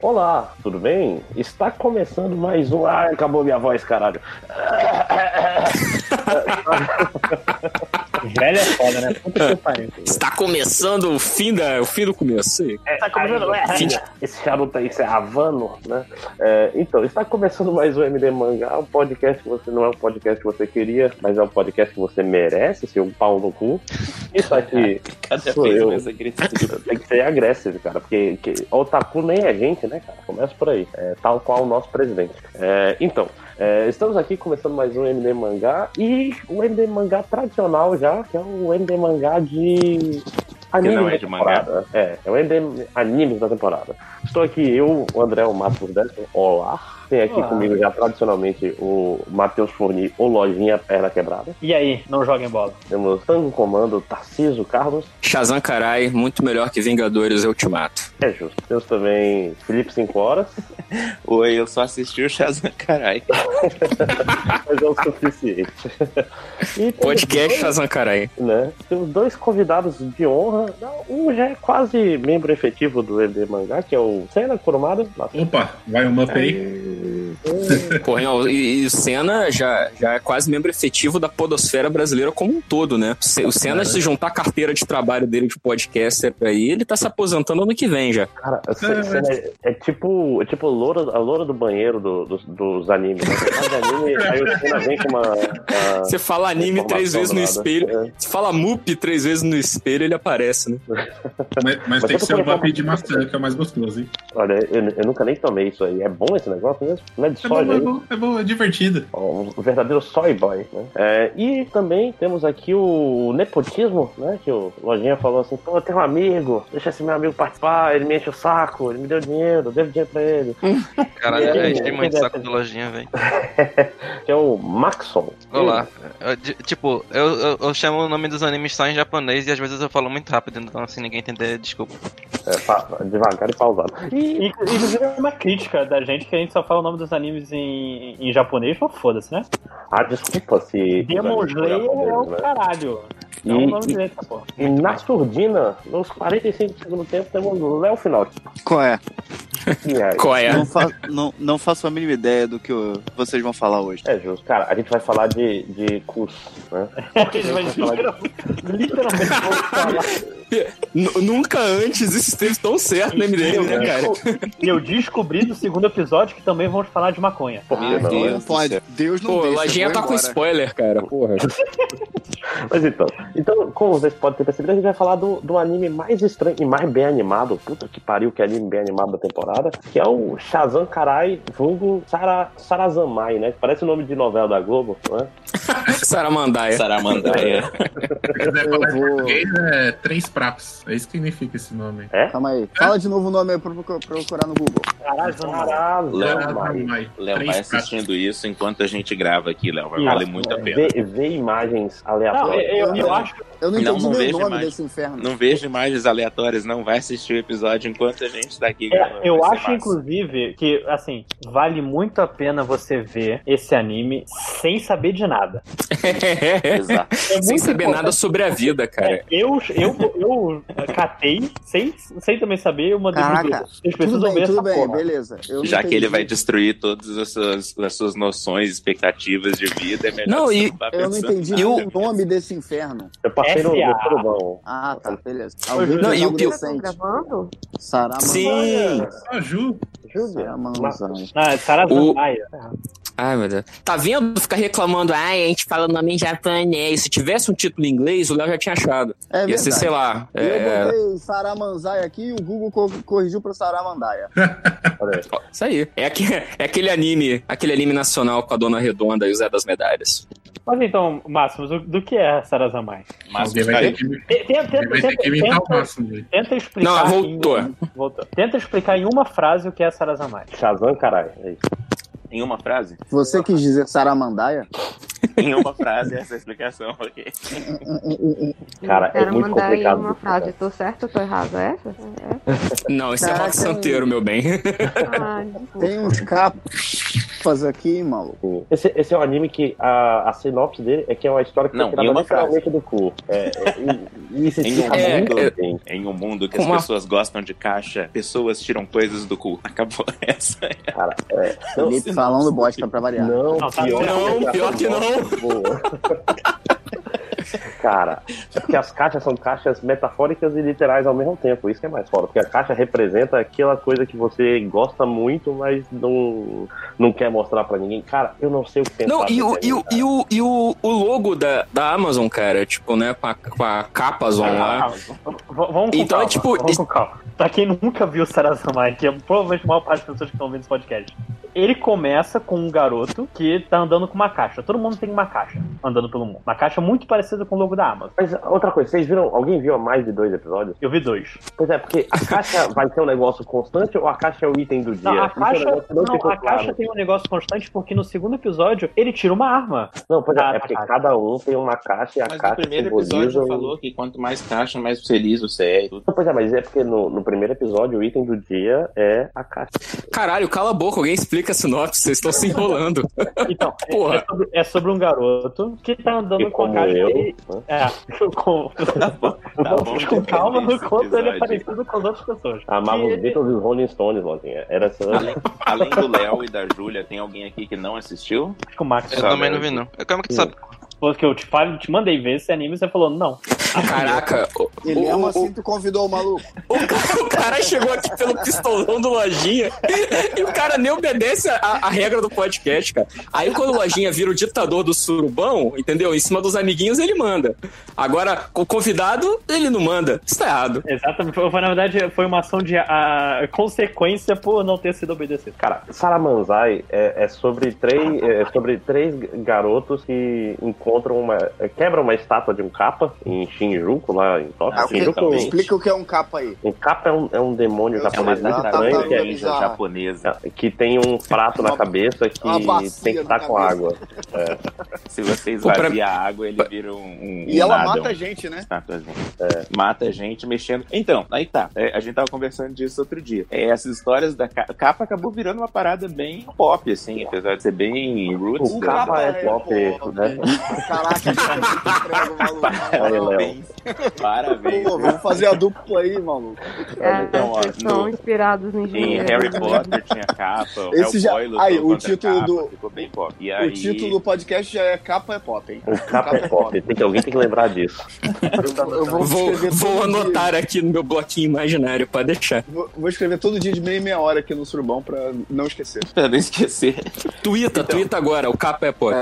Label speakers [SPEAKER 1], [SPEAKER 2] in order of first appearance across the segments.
[SPEAKER 1] Olá, tudo bem? Está começando mais um. Ah, acabou minha voz, caralho.
[SPEAKER 2] Velho é foda, né? Puta que pariu.
[SPEAKER 3] Está começando o fim, da, o fim do começo. Sim.
[SPEAKER 1] Está Tá começando. Esse charuto aí, isso é Havano, né? É, então, está começando mais um MD Mangá, um podcast que você não é um podcast que você queria, mas é um podcast que você merece, seu pau no cu. Isso aqui.
[SPEAKER 4] Cada
[SPEAKER 1] Sou
[SPEAKER 4] vez
[SPEAKER 1] eu.
[SPEAKER 4] mais é agressivo.
[SPEAKER 1] Tem que ser agressivo, cara, porque que, otaku nem é gente, né, cara? Começa por aí. É, tal qual o nosso presidente. É, então, é, estamos aqui começando mais um MD Mangá e o MD Mangá tradicional já, que é o MD Mangá de. Anime
[SPEAKER 4] não é de
[SPEAKER 1] da temporada. É, é o MD Animes da temporada. Estou aqui eu, o André, o Matheus Dessen. Olá. Tem aqui
[SPEAKER 2] Olá.
[SPEAKER 1] comigo já tradicionalmente o Matheus Forni, o Lojinha Perna Quebrada.
[SPEAKER 2] E aí, não joguem bola.
[SPEAKER 1] Temos Tango Comando, Tarciso Carlos.
[SPEAKER 3] Shazam Karai, muito melhor que Vingadores Ultimato.
[SPEAKER 1] É justo. Temos também Felipe 5 Horas.
[SPEAKER 4] Oi, eu só assisti o Shazam, carai.
[SPEAKER 1] mas é o suficiente. E temos,
[SPEAKER 3] Podcast Shazam Karai.
[SPEAKER 1] Então, né, temos dois convidados de honra. Um já é quase membro efetivo do ED Mangá, que é o Senna Kurumada. Nossa,
[SPEAKER 5] Opa, vai um up aí.
[SPEAKER 3] Correndo, e, e o Senna já, já é quase membro efetivo da podosfera brasileira como um todo, né? Se- O
[SPEAKER 5] É.
[SPEAKER 3] Senna, se juntar a carteira de trabalho dele de podcaster aí, ele tá se aposentando ano que vem já.
[SPEAKER 1] cara, a Sen- Senna é, é tipo, é tipo loura, a loura do banheiro do- dos, dos animes. Né? Você faz anime, aí o Senna vem com uma. uma-
[SPEAKER 3] Você fala anime
[SPEAKER 1] Ah, informação
[SPEAKER 3] três vezes
[SPEAKER 1] do
[SPEAKER 3] no
[SPEAKER 1] nada.
[SPEAKER 3] espelho,
[SPEAKER 1] É.
[SPEAKER 3] você fala mup três vezes no espelho, ele aparece, né?
[SPEAKER 5] Mas, mas tem
[SPEAKER 1] eu
[SPEAKER 5] que
[SPEAKER 1] tô
[SPEAKER 5] ser um
[SPEAKER 1] colocando-
[SPEAKER 5] up de maçã, que é o mais gostoso, hein?
[SPEAKER 1] Olha, eu, eu nunca nem tomei isso aí. É bom esse negócio mesmo? Não é de
[SPEAKER 5] É bom,
[SPEAKER 1] soja
[SPEAKER 5] é
[SPEAKER 1] aí?
[SPEAKER 5] bom, é bom, é divertido.
[SPEAKER 1] O verdadeiro soy boy, né? É, e também temos aqui o nepotismo, né? Que o Lojinha falou assim, pô, eu tenho um amigo, deixa esse meu amigo participar, ele me enche o saco, ele me deu dinheiro, eu devo dinheiro pra ele.
[SPEAKER 6] Hum.
[SPEAKER 7] Caralho, é,
[SPEAKER 1] E aí,
[SPEAKER 7] velho,
[SPEAKER 1] mano?
[SPEAKER 7] enchi muito o saco
[SPEAKER 1] Quem
[SPEAKER 7] da lojinha, velho.
[SPEAKER 1] Que é o Maxon.
[SPEAKER 7] Olá. Eu, de- tipo, eu, eu, eu chamo o nome dos animes só em japonês e às vezes eu falo muito rápido, então se ninguém entender, desculpa.
[SPEAKER 1] É, pa- devagar e pausado.
[SPEAKER 2] E, inclusive, é uma crítica da gente que a gente só fala o nome dos animes em, em japonês, mas foda-se, né?
[SPEAKER 1] Ah, desculpa se...
[SPEAKER 2] Demon Slayer é o
[SPEAKER 1] né?
[SPEAKER 2] caralho. É o nome
[SPEAKER 1] e,
[SPEAKER 2] dele, tá, pô.
[SPEAKER 1] e, e na surdina, nos 45 do segundo tempo, temos o Léo Final.
[SPEAKER 6] Qual é?
[SPEAKER 1] E aí?
[SPEAKER 3] Qual é?
[SPEAKER 6] Não, fa- não- não faço a mínima ideia do que eu- vocês vão falar hoje.
[SPEAKER 1] É justo. Cara, a gente vai falar de, de curso, né?
[SPEAKER 2] A gente vai literalmente, literalmente falar.
[SPEAKER 3] Nu- Nunca antes isso esteve tão certo no MDM, né, cara?
[SPEAKER 2] E eu descobri do segundo episódio que também vamos falar de maconha.
[SPEAKER 3] Ah,
[SPEAKER 1] Por que
[SPEAKER 6] Ai,
[SPEAKER 1] não, né?
[SPEAKER 6] Deus pode. Deus não
[SPEAKER 3] Pô,
[SPEAKER 6] deixa.
[SPEAKER 3] Lojinha
[SPEAKER 6] vou
[SPEAKER 3] tá com
[SPEAKER 6] embora.
[SPEAKER 3] spoiler, cara, porra.
[SPEAKER 1] Mas então, então, como vocês podem ter percebido, a gente vai falar do, do anime mais estranho e mais bem animado, puta que pariu, que anime bem animado da temporada, que é o Shazam Karai vulgo Sara, Sarazamai, né? Parece o nome de novela da Globo, né?
[SPEAKER 3] Saramandaia.
[SPEAKER 1] é.
[SPEAKER 4] Saramandaia.
[SPEAKER 5] Se quiser falar
[SPEAKER 6] Eu
[SPEAKER 5] em
[SPEAKER 6] vou...
[SPEAKER 5] português, é três pratos. É isso que significa esse nome.
[SPEAKER 6] Calma aí. Fala de novo o nome aí pra eu procu- procurar no Google.
[SPEAKER 2] Caralho,
[SPEAKER 1] Sarazamai.
[SPEAKER 5] Saramai.
[SPEAKER 4] Léo vai
[SPEAKER 5] Três pratos.
[SPEAKER 4] assistindo isso enquanto a gente grava aqui, Léo. Vai
[SPEAKER 2] Isso,
[SPEAKER 4] valer muito a pena.
[SPEAKER 1] Vê, vê é imagens
[SPEAKER 2] Não,
[SPEAKER 1] aleatórias.
[SPEAKER 2] eu, eu- eu acho
[SPEAKER 6] Eu não
[SPEAKER 4] Não,
[SPEAKER 6] entendi
[SPEAKER 4] não
[SPEAKER 6] nem
[SPEAKER 4] vejo
[SPEAKER 6] o nome
[SPEAKER 4] mais.
[SPEAKER 6] desse inferno.
[SPEAKER 4] Não vejo imagens aleatórias, não. Vai assistir o episódio enquanto a gente tá aqui
[SPEAKER 2] É,
[SPEAKER 3] né?
[SPEAKER 4] gravando.
[SPEAKER 2] eu
[SPEAKER 4] Vai ser
[SPEAKER 2] acho,
[SPEAKER 4] massa.
[SPEAKER 2] inclusive, que, assim, vale muito a pena você ver esse anime sem saber de nada.
[SPEAKER 4] Exato.
[SPEAKER 2] É
[SPEAKER 3] Sem
[SPEAKER 2] muito
[SPEAKER 3] saber
[SPEAKER 2] importante.
[SPEAKER 3] nada sobre a vida, cara.
[SPEAKER 2] É, eu, eu, eu catei, sem, sem também saber, eu mandei pro
[SPEAKER 6] Caraca.
[SPEAKER 2] grupo. Vocês
[SPEAKER 6] Tudo
[SPEAKER 2] precisam
[SPEAKER 6] bem,
[SPEAKER 2] ver
[SPEAKER 6] tudo
[SPEAKER 2] essa
[SPEAKER 6] bem,
[SPEAKER 2] porra.
[SPEAKER 6] beleza. Eu não
[SPEAKER 4] Já que
[SPEAKER 6] entendi.
[SPEAKER 4] ele vai destruir todas as suas, as suas noções, expectativas de vida, é melhor
[SPEAKER 3] Não,
[SPEAKER 4] você
[SPEAKER 3] e-
[SPEAKER 4] ficar
[SPEAKER 6] Eu não
[SPEAKER 4] pensando
[SPEAKER 6] entendi
[SPEAKER 4] nada.
[SPEAKER 6] nem o nome desse inferno.
[SPEAKER 1] Eu passei no, no
[SPEAKER 2] S.A..
[SPEAKER 1] turbão.
[SPEAKER 6] Ah, tá, beleza.
[SPEAKER 2] juro.
[SPEAKER 3] Não, e o pior-
[SPEAKER 6] decente.
[SPEAKER 8] gravando?
[SPEAKER 6] Saramanga.
[SPEAKER 3] Sim!
[SPEAKER 5] Ah, Ju,
[SPEAKER 1] Júlia, mas- ah,
[SPEAKER 6] Saramanga.
[SPEAKER 2] Ah, Sarazandaia.
[SPEAKER 3] Ai, meu Deus. Tá vendo? Ficar reclamando, ai, a gente fala o nome em japonês. Se tivesse um título em inglês, o Léo já tinha achado.
[SPEAKER 6] É
[SPEAKER 3] Ia ser,
[SPEAKER 6] verdade.
[SPEAKER 3] sei lá.
[SPEAKER 6] E Eu
[SPEAKER 3] É...
[SPEAKER 6] botei Saramanzai aqui e o Google co- corrigiu pra Saramandaia.
[SPEAKER 1] olha aí.
[SPEAKER 3] é, Isso aí. É, aque- é aquele anime, aquele anime nacional com a Dona Redonda e o Zé das Medalhas.
[SPEAKER 2] Mas então, Máximos, o- do que é Sarazamai?
[SPEAKER 4] Mas
[SPEAKER 5] alguém vai ter que, alguém
[SPEAKER 2] Tenta, tenta,
[SPEAKER 5] vai ter que
[SPEAKER 2] tenta,
[SPEAKER 5] imitar o
[SPEAKER 2] tenta,
[SPEAKER 5] máximo. velho.
[SPEAKER 2] tenta explicar.
[SPEAKER 3] Não, voltou.
[SPEAKER 2] em- um- voltou. Tenta explicar em uma frase o que é Sarazamai.
[SPEAKER 1] Shazam, caralho. É isso.
[SPEAKER 4] Em uma frase?
[SPEAKER 6] Você quis dizer Saramandaia?
[SPEAKER 4] Em uma frase, essa é a explicação, ok?
[SPEAKER 1] Cara, é
[SPEAKER 8] Quero
[SPEAKER 1] muito
[SPEAKER 8] mandar aí
[SPEAKER 1] complicado
[SPEAKER 8] uma
[SPEAKER 1] isso,
[SPEAKER 8] frase. Tô certo ou tô errado? É Essa? Tá, É.
[SPEAKER 3] Não, esse é
[SPEAKER 6] Caraca,
[SPEAKER 3] Rock Santeiro, meu bem.
[SPEAKER 8] Ah, desculpa.
[SPEAKER 6] Tem uns capos. fazer aqui, maluco?
[SPEAKER 1] Esse, esse é um anime que a, a sinopse dele é que é uma história que
[SPEAKER 4] Não,
[SPEAKER 1] foi tirada
[SPEAKER 4] em uma
[SPEAKER 1] literalmente do cu. É, é, e, e isso
[SPEAKER 4] Em um
[SPEAKER 1] explica
[SPEAKER 3] mundo-
[SPEAKER 1] muito bem.
[SPEAKER 4] Em um mundo que
[SPEAKER 3] Uma-
[SPEAKER 4] as pessoas gostam de caixa, pessoas tiram coisas do cu. Acabou essa.
[SPEAKER 1] Cara, é, não,
[SPEAKER 6] Felipe falando bosta pra variar.
[SPEAKER 1] não,
[SPEAKER 2] Não, tá
[SPEAKER 1] pior,
[SPEAKER 3] não,
[SPEAKER 1] que essa
[SPEAKER 3] pior que não.
[SPEAKER 1] bosta boa. Cara, é porque as caixas são caixas metafóricas e literais ao mesmo tempo. Isso que é mais foda. Porque a caixa representa aquela coisa que você gosta muito, mas não, não quer mostrar pra ninguém. Cara, eu não sei o que
[SPEAKER 2] né,
[SPEAKER 1] pensar.
[SPEAKER 3] Não, e, o,
[SPEAKER 1] desse
[SPEAKER 3] e,
[SPEAKER 1] anime,
[SPEAKER 3] o, e, o, e o, o logo da, da Amazon, cara, tipo, né, com a, com a Capazon lá.
[SPEAKER 2] Ah, v- v- vamos com
[SPEAKER 3] Então,
[SPEAKER 2] calma,
[SPEAKER 3] é tipo-
[SPEAKER 2] vamos com calma. Pra quem nunca viu Sarazamai, que é provavelmente a maior parte das pessoas que estão ouvindo esse podcast, ele começa com um garoto que tá andando com uma caixa. Todo mundo tem uma caixa andando pelo mundo. Uma caixa muito parecida com o logo da Amazon.
[SPEAKER 1] Mas outra coisa, vocês viram? Alguém viu a mais de dois episódios?
[SPEAKER 2] Eu vi dois.
[SPEAKER 1] Pois é, porque a caixa vai ser um negócio constante ou a caixa é o item do dia?
[SPEAKER 2] Não, a
[SPEAKER 1] Isso é um
[SPEAKER 2] caixa,
[SPEAKER 1] negócio que
[SPEAKER 2] não,
[SPEAKER 1] ficou
[SPEAKER 2] a
[SPEAKER 1] claro.
[SPEAKER 2] caixa tem um negócio constante porque no segundo episódio ele tira uma arma.
[SPEAKER 1] Não, pois é,
[SPEAKER 2] Ah,
[SPEAKER 1] é porque
[SPEAKER 2] tá.
[SPEAKER 1] cada um tem uma caixa e a
[SPEAKER 4] Mas no
[SPEAKER 1] caixa
[SPEAKER 4] primeiro
[SPEAKER 1] simboliza...
[SPEAKER 4] episódio
[SPEAKER 1] um-
[SPEAKER 4] falou que quanto mais caixa, mais feliz você é.
[SPEAKER 1] Não, Pois é, mas é porque no, no primeiro episódio o item do dia é a caixa.
[SPEAKER 3] Caralho, cala a boca, alguém explica a sinopse, vocês estão se enrolando.
[SPEAKER 2] Então, é-
[SPEAKER 3] Porra.
[SPEAKER 2] é, sobre, é sobre um garoto que tá andando
[SPEAKER 1] E
[SPEAKER 2] com a
[SPEAKER 1] como
[SPEAKER 2] caixa
[SPEAKER 1] eu...
[SPEAKER 2] e-
[SPEAKER 1] né? Tá
[SPEAKER 2] É, com, vamos com calma no quanto ele é parecido com as outras pessoas.
[SPEAKER 1] Amava
[SPEAKER 2] E
[SPEAKER 1] os
[SPEAKER 2] ele-
[SPEAKER 1] Beatles e os Rolling Stones, Lozinha. Era essa...
[SPEAKER 4] Além do Léo e da Júlia, tem alguém aqui que não assistiu?
[SPEAKER 2] Acho que o Max
[SPEAKER 7] Eu
[SPEAKER 4] Sabe,
[SPEAKER 7] também não
[SPEAKER 4] eu-
[SPEAKER 7] vi, não. Eu- Como é que tu sabe?
[SPEAKER 2] falou que eu te, falei, te mandei ver esse anime e você falou não.
[SPEAKER 3] Caraca, o,
[SPEAKER 6] E
[SPEAKER 3] o-
[SPEAKER 6] mesmo
[SPEAKER 3] o-
[SPEAKER 6] assim tu convidou o maluco.
[SPEAKER 3] o cara, o cara chegou aqui pelo pistolão do Lojinha e o cara nem obedece a, a regra do podcast, cara. Aí quando o Lojinha vira o ditador do surubão, entendeu? Em cima dos amiguinhos ele manda. Agora, o convidado, ele não manda. Isso tá errado.
[SPEAKER 2] Exatamente. Foi, foi, na verdade, foi uma ação de ah, consequência por não ter sido obedecido.
[SPEAKER 1] Cara, Saramanzai é, é sobre três é sobre três garotos que encontram uma é, quebram uma estátua de um capa em Shinjuku lá em Tóquio.
[SPEAKER 4] Ah,
[SPEAKER 6] o que-
[SPEAKER 1] Shinjuku,
[SPEAKER 4] Exatamente.
[SPEAKER 6] Tá, Explica o que é um capa aí. tá,
[SPEAKER 1] um capa é um, é um demônio
[SPEAKER 6] Eu
[SPEAKER 4] É uma
[SPEAKER 1] japonês muito estranho que é
[SPEAKER 4] tartaruga ninja japonesa.
[SPEAKER 1] que tem um prato na
[SPEAKER 6] é Uma-
[SPEAKER 1] cabeça que
[SPEAKER 6] uma bacia
[SPEAKER 1] tem que estar
[SPEAKER 6] na
[SPEAKER 1] com
[SPEAKER 6] cabeça.
[SPEAKER 1] água. É.
[SPEAKER 4] Se você
[SPEAKER 3] Pô, pra-
[SPEAKER 4] esvazia a água, ele vira um. um
[SPEAKER 6] E
[SPEAKER 4] um
[SPEAKER 6] ela
[SPEAKER 4] nada,
[SPEAKER 6] mata
[SPEAKER 4] um-
[SPEAKER 6] a gente, né?
[SPEAKER 4] Mata a gente. É, Mata a gente mexendo. Então, aí tá. É, a gente tava conversando disso outro dia. É, essas histórias da capa, capa acabou virando uma parada bem pop, assim, apesar de ser bem roots.
[SPEAKER 1] O
[SPEAKER 4] né?
[SPEAKER 1] capa é
[SPEAKER 6] é
[SPEAKER 1] pop,
[SPEAKER 6] pop.
[SPEAKER 1] né?
[SPEAKER 6] Caraca, a gente é muito frango, maluco.
[SPEAKER 1] Parabéns.
[SPEAKER 4] Parabéns.
[SPEAKER 6] Pô, vamos fazer a dupla aí, maluco.
[SPEAKER 8] É,
[SPEAKER 4] Então, ó,
[SPEAKER 8] vocês são
[SPEAKER 4] no-
[SPEAKER 8] inspirados em
[SPEAKER 4] Em
[SPEAKER 8] engenheiros.
[SPEAKER 4] Harry Potter tinha capa,
[SPEAKER 6] Esse já-
[SPEAKER 4] Hellboy lutou
[SPEAKER 6] aí, o
[SPEAKER 4] contra
[SPEAKER 6] título
[SPEAKER 4] capa,
[SPEAKER 6] do-
[SPEAKER 4] Ficou bem pop. E
[SPEAKER 6] O
[SPEAKER 4] aí,
[SPEAKER 6] título do podcast já é Capa é Pop, hein?
[SPEAKER 1] O capa é pop. Tem que, alguém tem que lembrar disso.
[SPEAKER 6] Eu vou,
[SPEAKER 3] Vou, um
[SPEAKER 6] escrever
[SPEAKER 3] vou
[SPEAKER 6] todo dia-
[SPEAKER 3] anotar aqui no meu bloquinho imaginário pra deixar.
[SPEAKER 6] Vou, vou escrever todo dia de meia e meia hora aqui no Surubão pra não esquecer.
[SPEAKER 4] Pra não esquecer. Então.
[SPEAKER 3] Tuita, tuita agora, o capa é pop.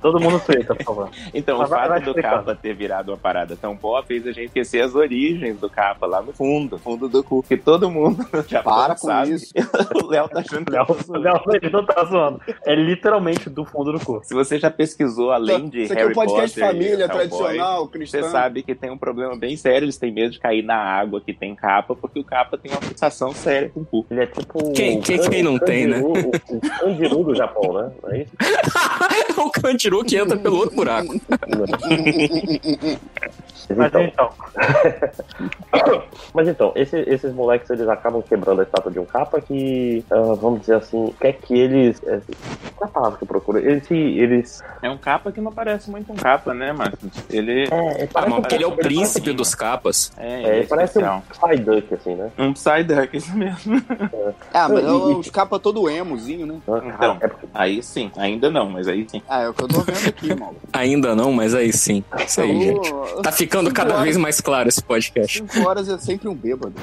[SPEAKER 2] Todo mundo twitta, por favor.
[SPEAKER 4] Então,
[SPEAKER 2] Mas
[SPEAKER 4] o
[SPEAKER 2] vai- vai
[SPEAKER 4] fato do
[SPEAKER 2] explicando.
[SPEAKER 4] capa ter virado uma parada tão pop fez a gente esquecer as origens do capa lá no fundo, fundo do cu. Que todo mundo já
[SPEAKER 6] Para com
[SPEAKER 4] sabe.
[SPEAKER 6] isso.
[SPEAKER 4] o Léo tá achando que eu
[SPEAKER 2] Léo,
[SPEAKER 4] tô zoando.
[SPEAKER 2] Léo, ele não tá zoando. É literalmente do fundo do curso.
[SPEAKER 4] Se você já pesquisou além de
[SPEAKER 6] Isso aqui é
[SPEAKER 4] Harry
[SPEAKER 6] um podcast
[SPEAKER 4] Potter e
[SPEAKER 6] família,
[SPEAKER 4] Hellboy,
[SPEAKER 6] tradicional,
[SPEAKER 4] Você
[SPEAKER 6] cristã.
[SPEAKER 4] sabe que tem um problema bem sério, eles têm medo de cair na água que tem capa, porque o capa tem uma fixação séria com o cu.
[SPEAKER 1] Ele é tipo.
[SPEAKER 6] um
[SPEAKER 1] o
[SPEAKER 3] Quem- quem- quem não tem, né?
[SPEAKER 1] Kandiru- O, o Kandiru do Japão, né? Não É isso?
[SPEAKER 3] o Candiru que entra pelo outro buraco.
[SPEAKER 1] Mas
[SPEAKER 2] Mas
[SPEAKER 1] então,
[SPEAKER 2] então,
[SPEAKER 1] mas então esse- esses moleques eles acabam quebrando a estátua de um capa que, ah, vamos dizer assim, quer que eles. é, qual é a palavra que eu procuro? Eles se. Eles.
[SPEAKER 4] É um capa que não parece muito um capa, né, Márcio? Ele
[SPEAKER 1] É,
[SPEAKER 3] Ah, mas porque ele é o
[SPEAKER 4] parece- um
[SPEAKER 3] príncipe dos capas.
[SPEAKER 4] é,
[SPEAKER 1] É,
[SPEAKER 4] ele é
[SPEAKER 1] ele parece um
[SPEAKER 4] especial.
[SPEAKER 1] Psyduck, assim, né?
[SPEAKER 4] um Psyduck, isso mesmo.
[SPEAKER 6] Ah, mas
[SPEAKER 1] E-
[SPEAKER 6] eu-
[SPEAKER 1] e-
[SPEAKER 6] os capa todo emozinho, né?
[SPEAKER 4] Então.
[SPEAKER 1] é porque
[SPEAKER 4] Aí sim, ainda não, mas aí sim.
[SPEAKER 6] Ah, é o que eu tô vendo aqui, maluco.
[SPEAKER 3] Ainda não, mas aí sim. Isso aí, gente.
[SPEAKER 6] Eu-
[SPEAKER 3] Tá ficando cada vez mais claro esse podcast.
[SPEAKER 6] Cinco horas é sempre um bêbado.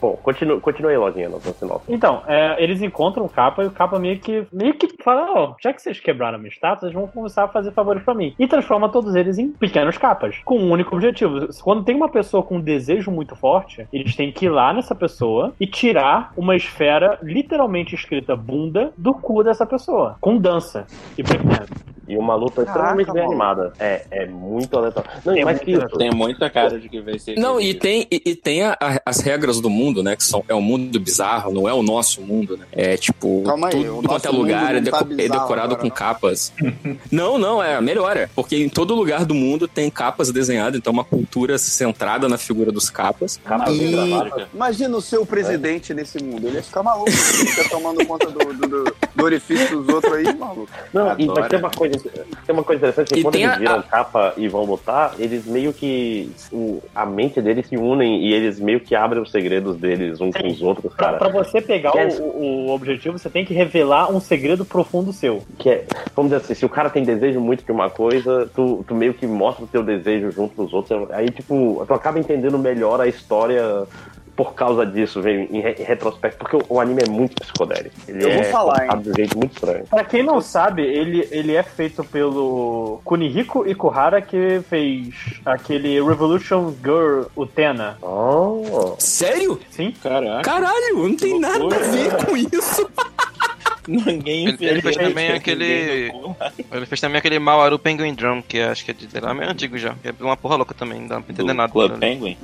[SPEAKER 1] Bom, continue, continue aí, Lojinha, na sua sinopse.
[SPEAKER 2] Então, é, eles encontram o capa e o capa meio que, meio que fala, ó, já que vocês quebraram a minha estátua, vocês vão começar a fazer favores pra mim. E transforma todos eles em pequenos capas, com um único objetivo. Quando tem uma pessoa com um desejo muito forte, eles têm que ir lá nessa pessoa e tirar uma esfera literalmente escrita bunda do cu dessa pessoa, com dança e breakdance.
[SPEAKER 1] E uma luta
[SPEAKER 3] Ah,
[SPEAKER 1] extremamente bem
[SPEAKER 6] maluco.
[SPEAKER 1] animada. É, é muito aleatório. Não,
[SPEAKER 2] É
[SPEAKER 1] e mais
[SPEAKER 2] muito
[SPEAKER 1] que isso.
[SPEAKER 2] aleatório.
[SPEAKER 4] Tem muita cara de que vai ser.
[SPEAKER 3] Não,
[SPEAKER 4] aquele-
[SPEAKER 3] e tem, e, e tem a- a- as regras do mundo, né? né? Que são, é um mundo bizarro, não é o nosso mundo, né? É tipo,
[SPEAKER 6] Calma aí, o
[SPEAKER 3] tudo
[SPEAKER 6] nosso
[SPEAKER 3] quanto é
[SPEAKER 6] mundo
[SPEAKER 3] lugar é,
[SPEAKER 6] não tá
[SPEAKER 3] deco- é
[SPEAKER 6] bizarro
[SPEAKER 3] decorado
[SPEAKER 6] agora,
[SPEAKER 3] com
[SPEAKER 6] não.
[SPEAKER 3] capas. não, não, é, melhora. Porque em todo lugar do mundo tem capas desenhadas, então é uma cultura centrada na figura dos capas.
[SPEAKER 1] Capa
[SPEAKER 6] E-
[SPEAKER 1] de
[SPEAKER 3] tá
[SPEAKER 1] gravata.
[SPEAKER 6] Imagina o seu presidente nesse mundo. Ele ia ficar maluco. Ele fica tomando conta do, do- do- do orifício dos outros aí, maluco.
[SPEAKER 1] Não, e, mas
[SPEAKER 6] Adoro.
[SPEAKER 1] tem uma, coisa, tem uma coisa interessante, que
[SPEAKER 3] E
[SPEAKER 1] quando
[SPEAKER 3] tem
[SPEAKER 1] eles
[SPEAKER 3] a-
[SPEAKER 1] viram capa e vão lutar, eles meio que. o- a mente deles se unem e eles meio que abrem os segredos deles um com os outros,
[SPEAKER 2] Pra,
[SPEAKER 1] cara.
[SPEAKER 2] pra você pegar o-
[SPEAKER 1] Yes.
[SPEAKER 2] o, o objetivo, você tem que revelar um segredo profundo seu.
[SPEAKER 1] Que é, vamos dizer assim, se o cara tem desejo muito de uma coisa, tu, tu meio que mostra o teu desejo junto dos outros. Aí, tipo, tu acaba entendendo melhor a história por causa disso, vem em, re- em retrospecto. Porque o, o anime é muito psicodélico. Ele
[SPEAKER 6] Eu
[SPEAKER 1] é
[SPEAKER 6] vou falar, hein.
[SPEAKER 1] colocado de um jeito muito estranho.
[SPEAKER 2] Pra quem não sabe, ele, ele é feito pelo Kunihiko Ikuhara, que fez aquele Revolution Girl Utena.
[SPEAKER 1] Oh.
[SPEAKER 3] Sério?
[SPEAKER 2] Sim?
[SPEAKER 4] Caraca,
[SPEAKER 3] Caralho, não tem nada a ver com isso.
[SPEAKER 4] ninguém
[SPEAKER 7] Ele- ele fez
[SPEAKER 4] fez
[SPEAKER 7] também
[SPEAKER 4] isso,
[SPEAKER 7] aquele-
[SPEAKER 4] ninguém tocou.
[SPEAKER 7] Ele fez também aquele Mawaru Penguin Drum, que acho que é de sei lá, meio antigo já. que É uma porra louca também, não dá pra entender
[SPEAKER 4] Do
[SPEAKER 7] nada. né?
[SPEAKER 4] Club
[SPEAKER 7] dele.
[SPEAKER 4] Penguin.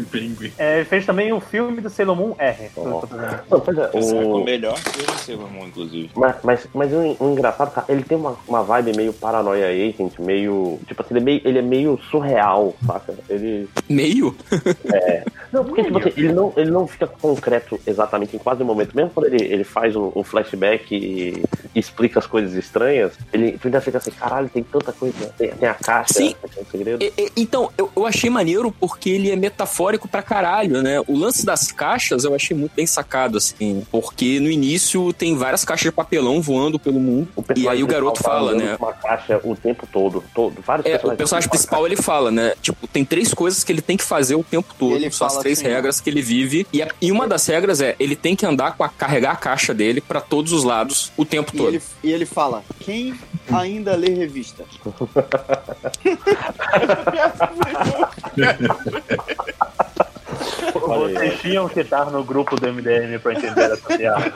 [SPEAKER 5] O pinguim.
[SPEAKER 2] É, ele fez também o filme do Sailor Moon R.
[SPEAKER 1] Oh.
[SPEAKER 2] Tô fazendo.
[SPEAKER 1] Não, pois é,
[SPEAKER 4] Esse foi
[SPEAKER 1] o-
[SPEAKER 4] o melhor que eu sei, Ramon, inclusive.
[SPEAKER 1] Mas, mas, mas o, o engraçado, cara, ele tem uma, uma vibe meio paranoia aí, gente, meio. Tipo assim, ele é meio, ele é meio surreal, saca? Ele.
[SPEAKER 3] Meio?
[SPEAKER 1] Não, porque tipo assim, ele não, ele não fica concreto exatamente em quase nenhum momento. Mesmo quando ele, ele faz o, o flashback e explica as coisas estranhas, ele tu ainda fica assim, caralho, tem tanta coisa. Tem, tem a caixa,
[SPEAKER 3] Sim.
[SPEAKER 1] tem um segredo.
[SPEAKER 3] E- e- Então, eu, eu achei maneiro porque ele é metafórico pra caralho, né? O lance das caixas eu achei muito bem sacado, assim. Porque no início tem várias caixas de papelão voando pelo mundo. E aí
[SPEAKER 1] personagem
[SPEAKER 3] o garoto
[SPEAKER 1] principal tá
[SPEAKER 3] fala,
[SPEAKER 1] andando
[SPEAKER 3] né?
[SPEAKER 1] com Uma caixa o tempo todo. todo vários
[SPEAKER 3] É, o
[SPEAKER 1] personagens
[SPEAKER 3] personagem
[SPEAKER 1] com uma
[SPEAKER 3] principal ele fala, né? Tipo, tem três coisas que ele tem que fazer o tempo todo.
[SPEAKER 6] Ele
[SPEAKER 3] são as
[SPEAKER 6] fala
[SPEAKER 3] três
[SPEAKER 6] assim,
[SPEAKER 3] regras que ele vive. E, a- e uma das regras é ele tem que andar com a carregar a caixa dele pra todos os lados o tempo
[SPEAKER 6] E
[SPEAKER 3] todo.
[SPEAKER 6] ele, e ele fala: quem ainda lê revista?
[SPEAKER 1] Olha aí,
[SPEAKER 2] Vocês tinham que estar no grupo do MDM pra entender essa piada.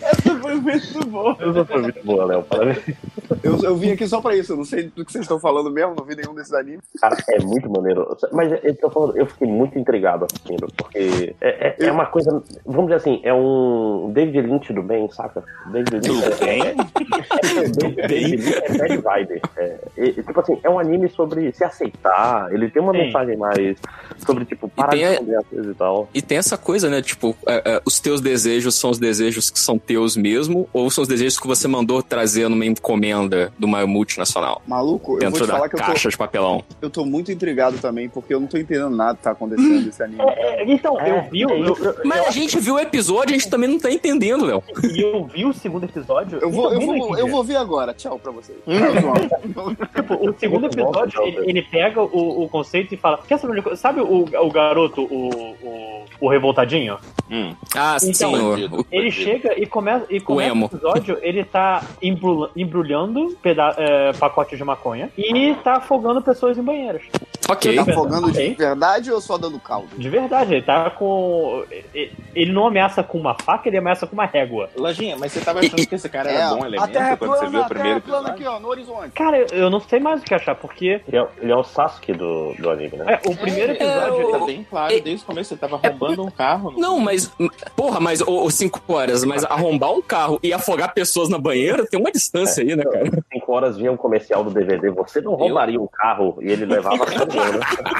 [SPEAKER 1] Essa foi muito boa, Léo. Parabéns.
[SPEAKER 6] Eu, eu vim aqui só pra isso. Eu não sei do que vocês estão falando mesmo. Não vi nenhum desses animes.
[SPEAKER 1] Cara, é muito maneiro. Mas é eu, tô falando, eu fiquei muito intrigado assistindo, porque é, é- é uma coisa. Vamos dizer assim, é um David Lynch do bem, saca? David Lynch é, David Lynch é bad vibe. É, e- e, tipo assim, é um anime sobre se aceitar. Ele tem uma
[SPEAKER 2] Sim.
[SPEAKER 1] mensagem mais sobre, tipo, parar
[SPEAKER 3] tem
[SPEAKER 1] de
[SPEAKER 3] a-
[SPEAKER 1] esconder as coisas e tal.
[SPEAKER 3] E tem essa coisa, né? Tipo, é, é, os teus desejos são os desejos que são teus mesmo, ou são os desejos que você mandou trazer numa encomenda de uma multinacional
[SPEAKER 6] Maluco, eu vou
[SPEAKER 3] dentro
[SPEAKER 6] te falar
[SPEAKER 3] da
[SPEAKER 6] que eu tô,
[SPEAKER 3] caixa de papelão.
[SPEAKER 6] eu tô muito intrigado também, porque eu não tô entendendo nada que tá acontecendo nesse anime.
[SPEAKER 2] É, então,
[SPEAKER 1] É,
[SPEAKER 2] eu vi o.
[SPEAKER 1] é
[SPEAKER 2] eu-
[SPEAKER 1] isso.
[SPEAKER 2] eu-
[SPEAKER 3] Mas a gente viu o episódio, a gente também não tá entendendo, Léo.
[SPEAKER 2] E eu vi o segundo episódio. Então,
[SPEAKER 6] Eu vou,
[SPEAKER 2] e
[SPEAKER 6] eu,
[SPEAKER 2] também
[SPEAKER 6] vou,
[SPEAKER 2] não
[SPEAKER 6] eu
[SPEAKER 2] entendi.
[SPEAKER 6] vou ver agora. Tchau pra vocês. Tchau, João.
[SPEAKER 2] Tipo, o segundo episódio,
[SPEAKER 1] Nossa,
[SPEAKER 2] ele, ele pega o, o conceito e fala. Quer saber de uma coisa? Sabe o, o garoto, o, o, o revoltadinho?
[SPEAKER 4] Hum,
[SPEAKER 3] Ah,
[SPEAKER 2] Então,
[SPEAKER 3] sim, o- o-
[SPEAKER 2] Ele chega e começa, e começa o,
[SPEAKER 3] emo.
[SPEAKER 2] episódio, ele tá embrulha- embrulhando peda- é, pacotes de maconha e tá afogando pessoas em banheiros.
[SPEAKER 3] ok.
[SPEAKER 6] Tá afogando de
[SPEAKER 2] Ok.
[SPEAKER 6] verdade ou só dando caldo?
[SPEAKER 2] De verdade, ele tá com. e- Ele não ameaça com uma faca, ele ameaça com uma régua.
[SPEAKER 4] Lojinha, mas você tava achando que esse cara era bom
[SPEAKER 6] a terra é
[SPEAKER 4] elemento quando você viu
[SPEAKER 6] plana,
[SPEAKER 4] o
[SPEAKER 6] a terra
[SPEAKER 4] primeiro
[SPEAKER 6] é plana
[SPEAKER 4] episódio?
[SPEAKER 6] aqui, ó, no horizonte.
[SPEAKER 2] Cara, eu- eu não sei mais o que achar, porque
[SPEAKER 1] Ele é, ele é o Sasuke do, do anime, né?
[SPEAKER 2] é, o primeiro episódio.
[SPEAKER 3] eu-
[SPEAKER 4] Tá bem claro, desde o começo você tava roubando um carro. no-
[SPEAKER 3] É Não, mas. Porra, mas, ô, ô, cinco horas, mas arrombar um carro e afogar pessoas na banheira tem uma distância aí, né, cara?
[SPEAKER 1] Cinco horas vinha um comercial do DVD. Você não roubaria um carro e ele levava né? todo ano.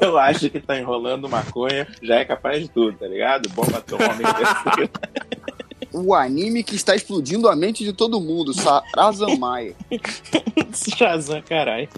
[SPEAKER 4] Eu acho que tá enrolando maconha, já é capaz de tudo, tá ligado? Bomba atômica. tipo
[SPEAKER 6] O anime que está explodindo a mente de todo mundo, Sarazan Maia.
[SPEAKER 4] Shazam, caralho.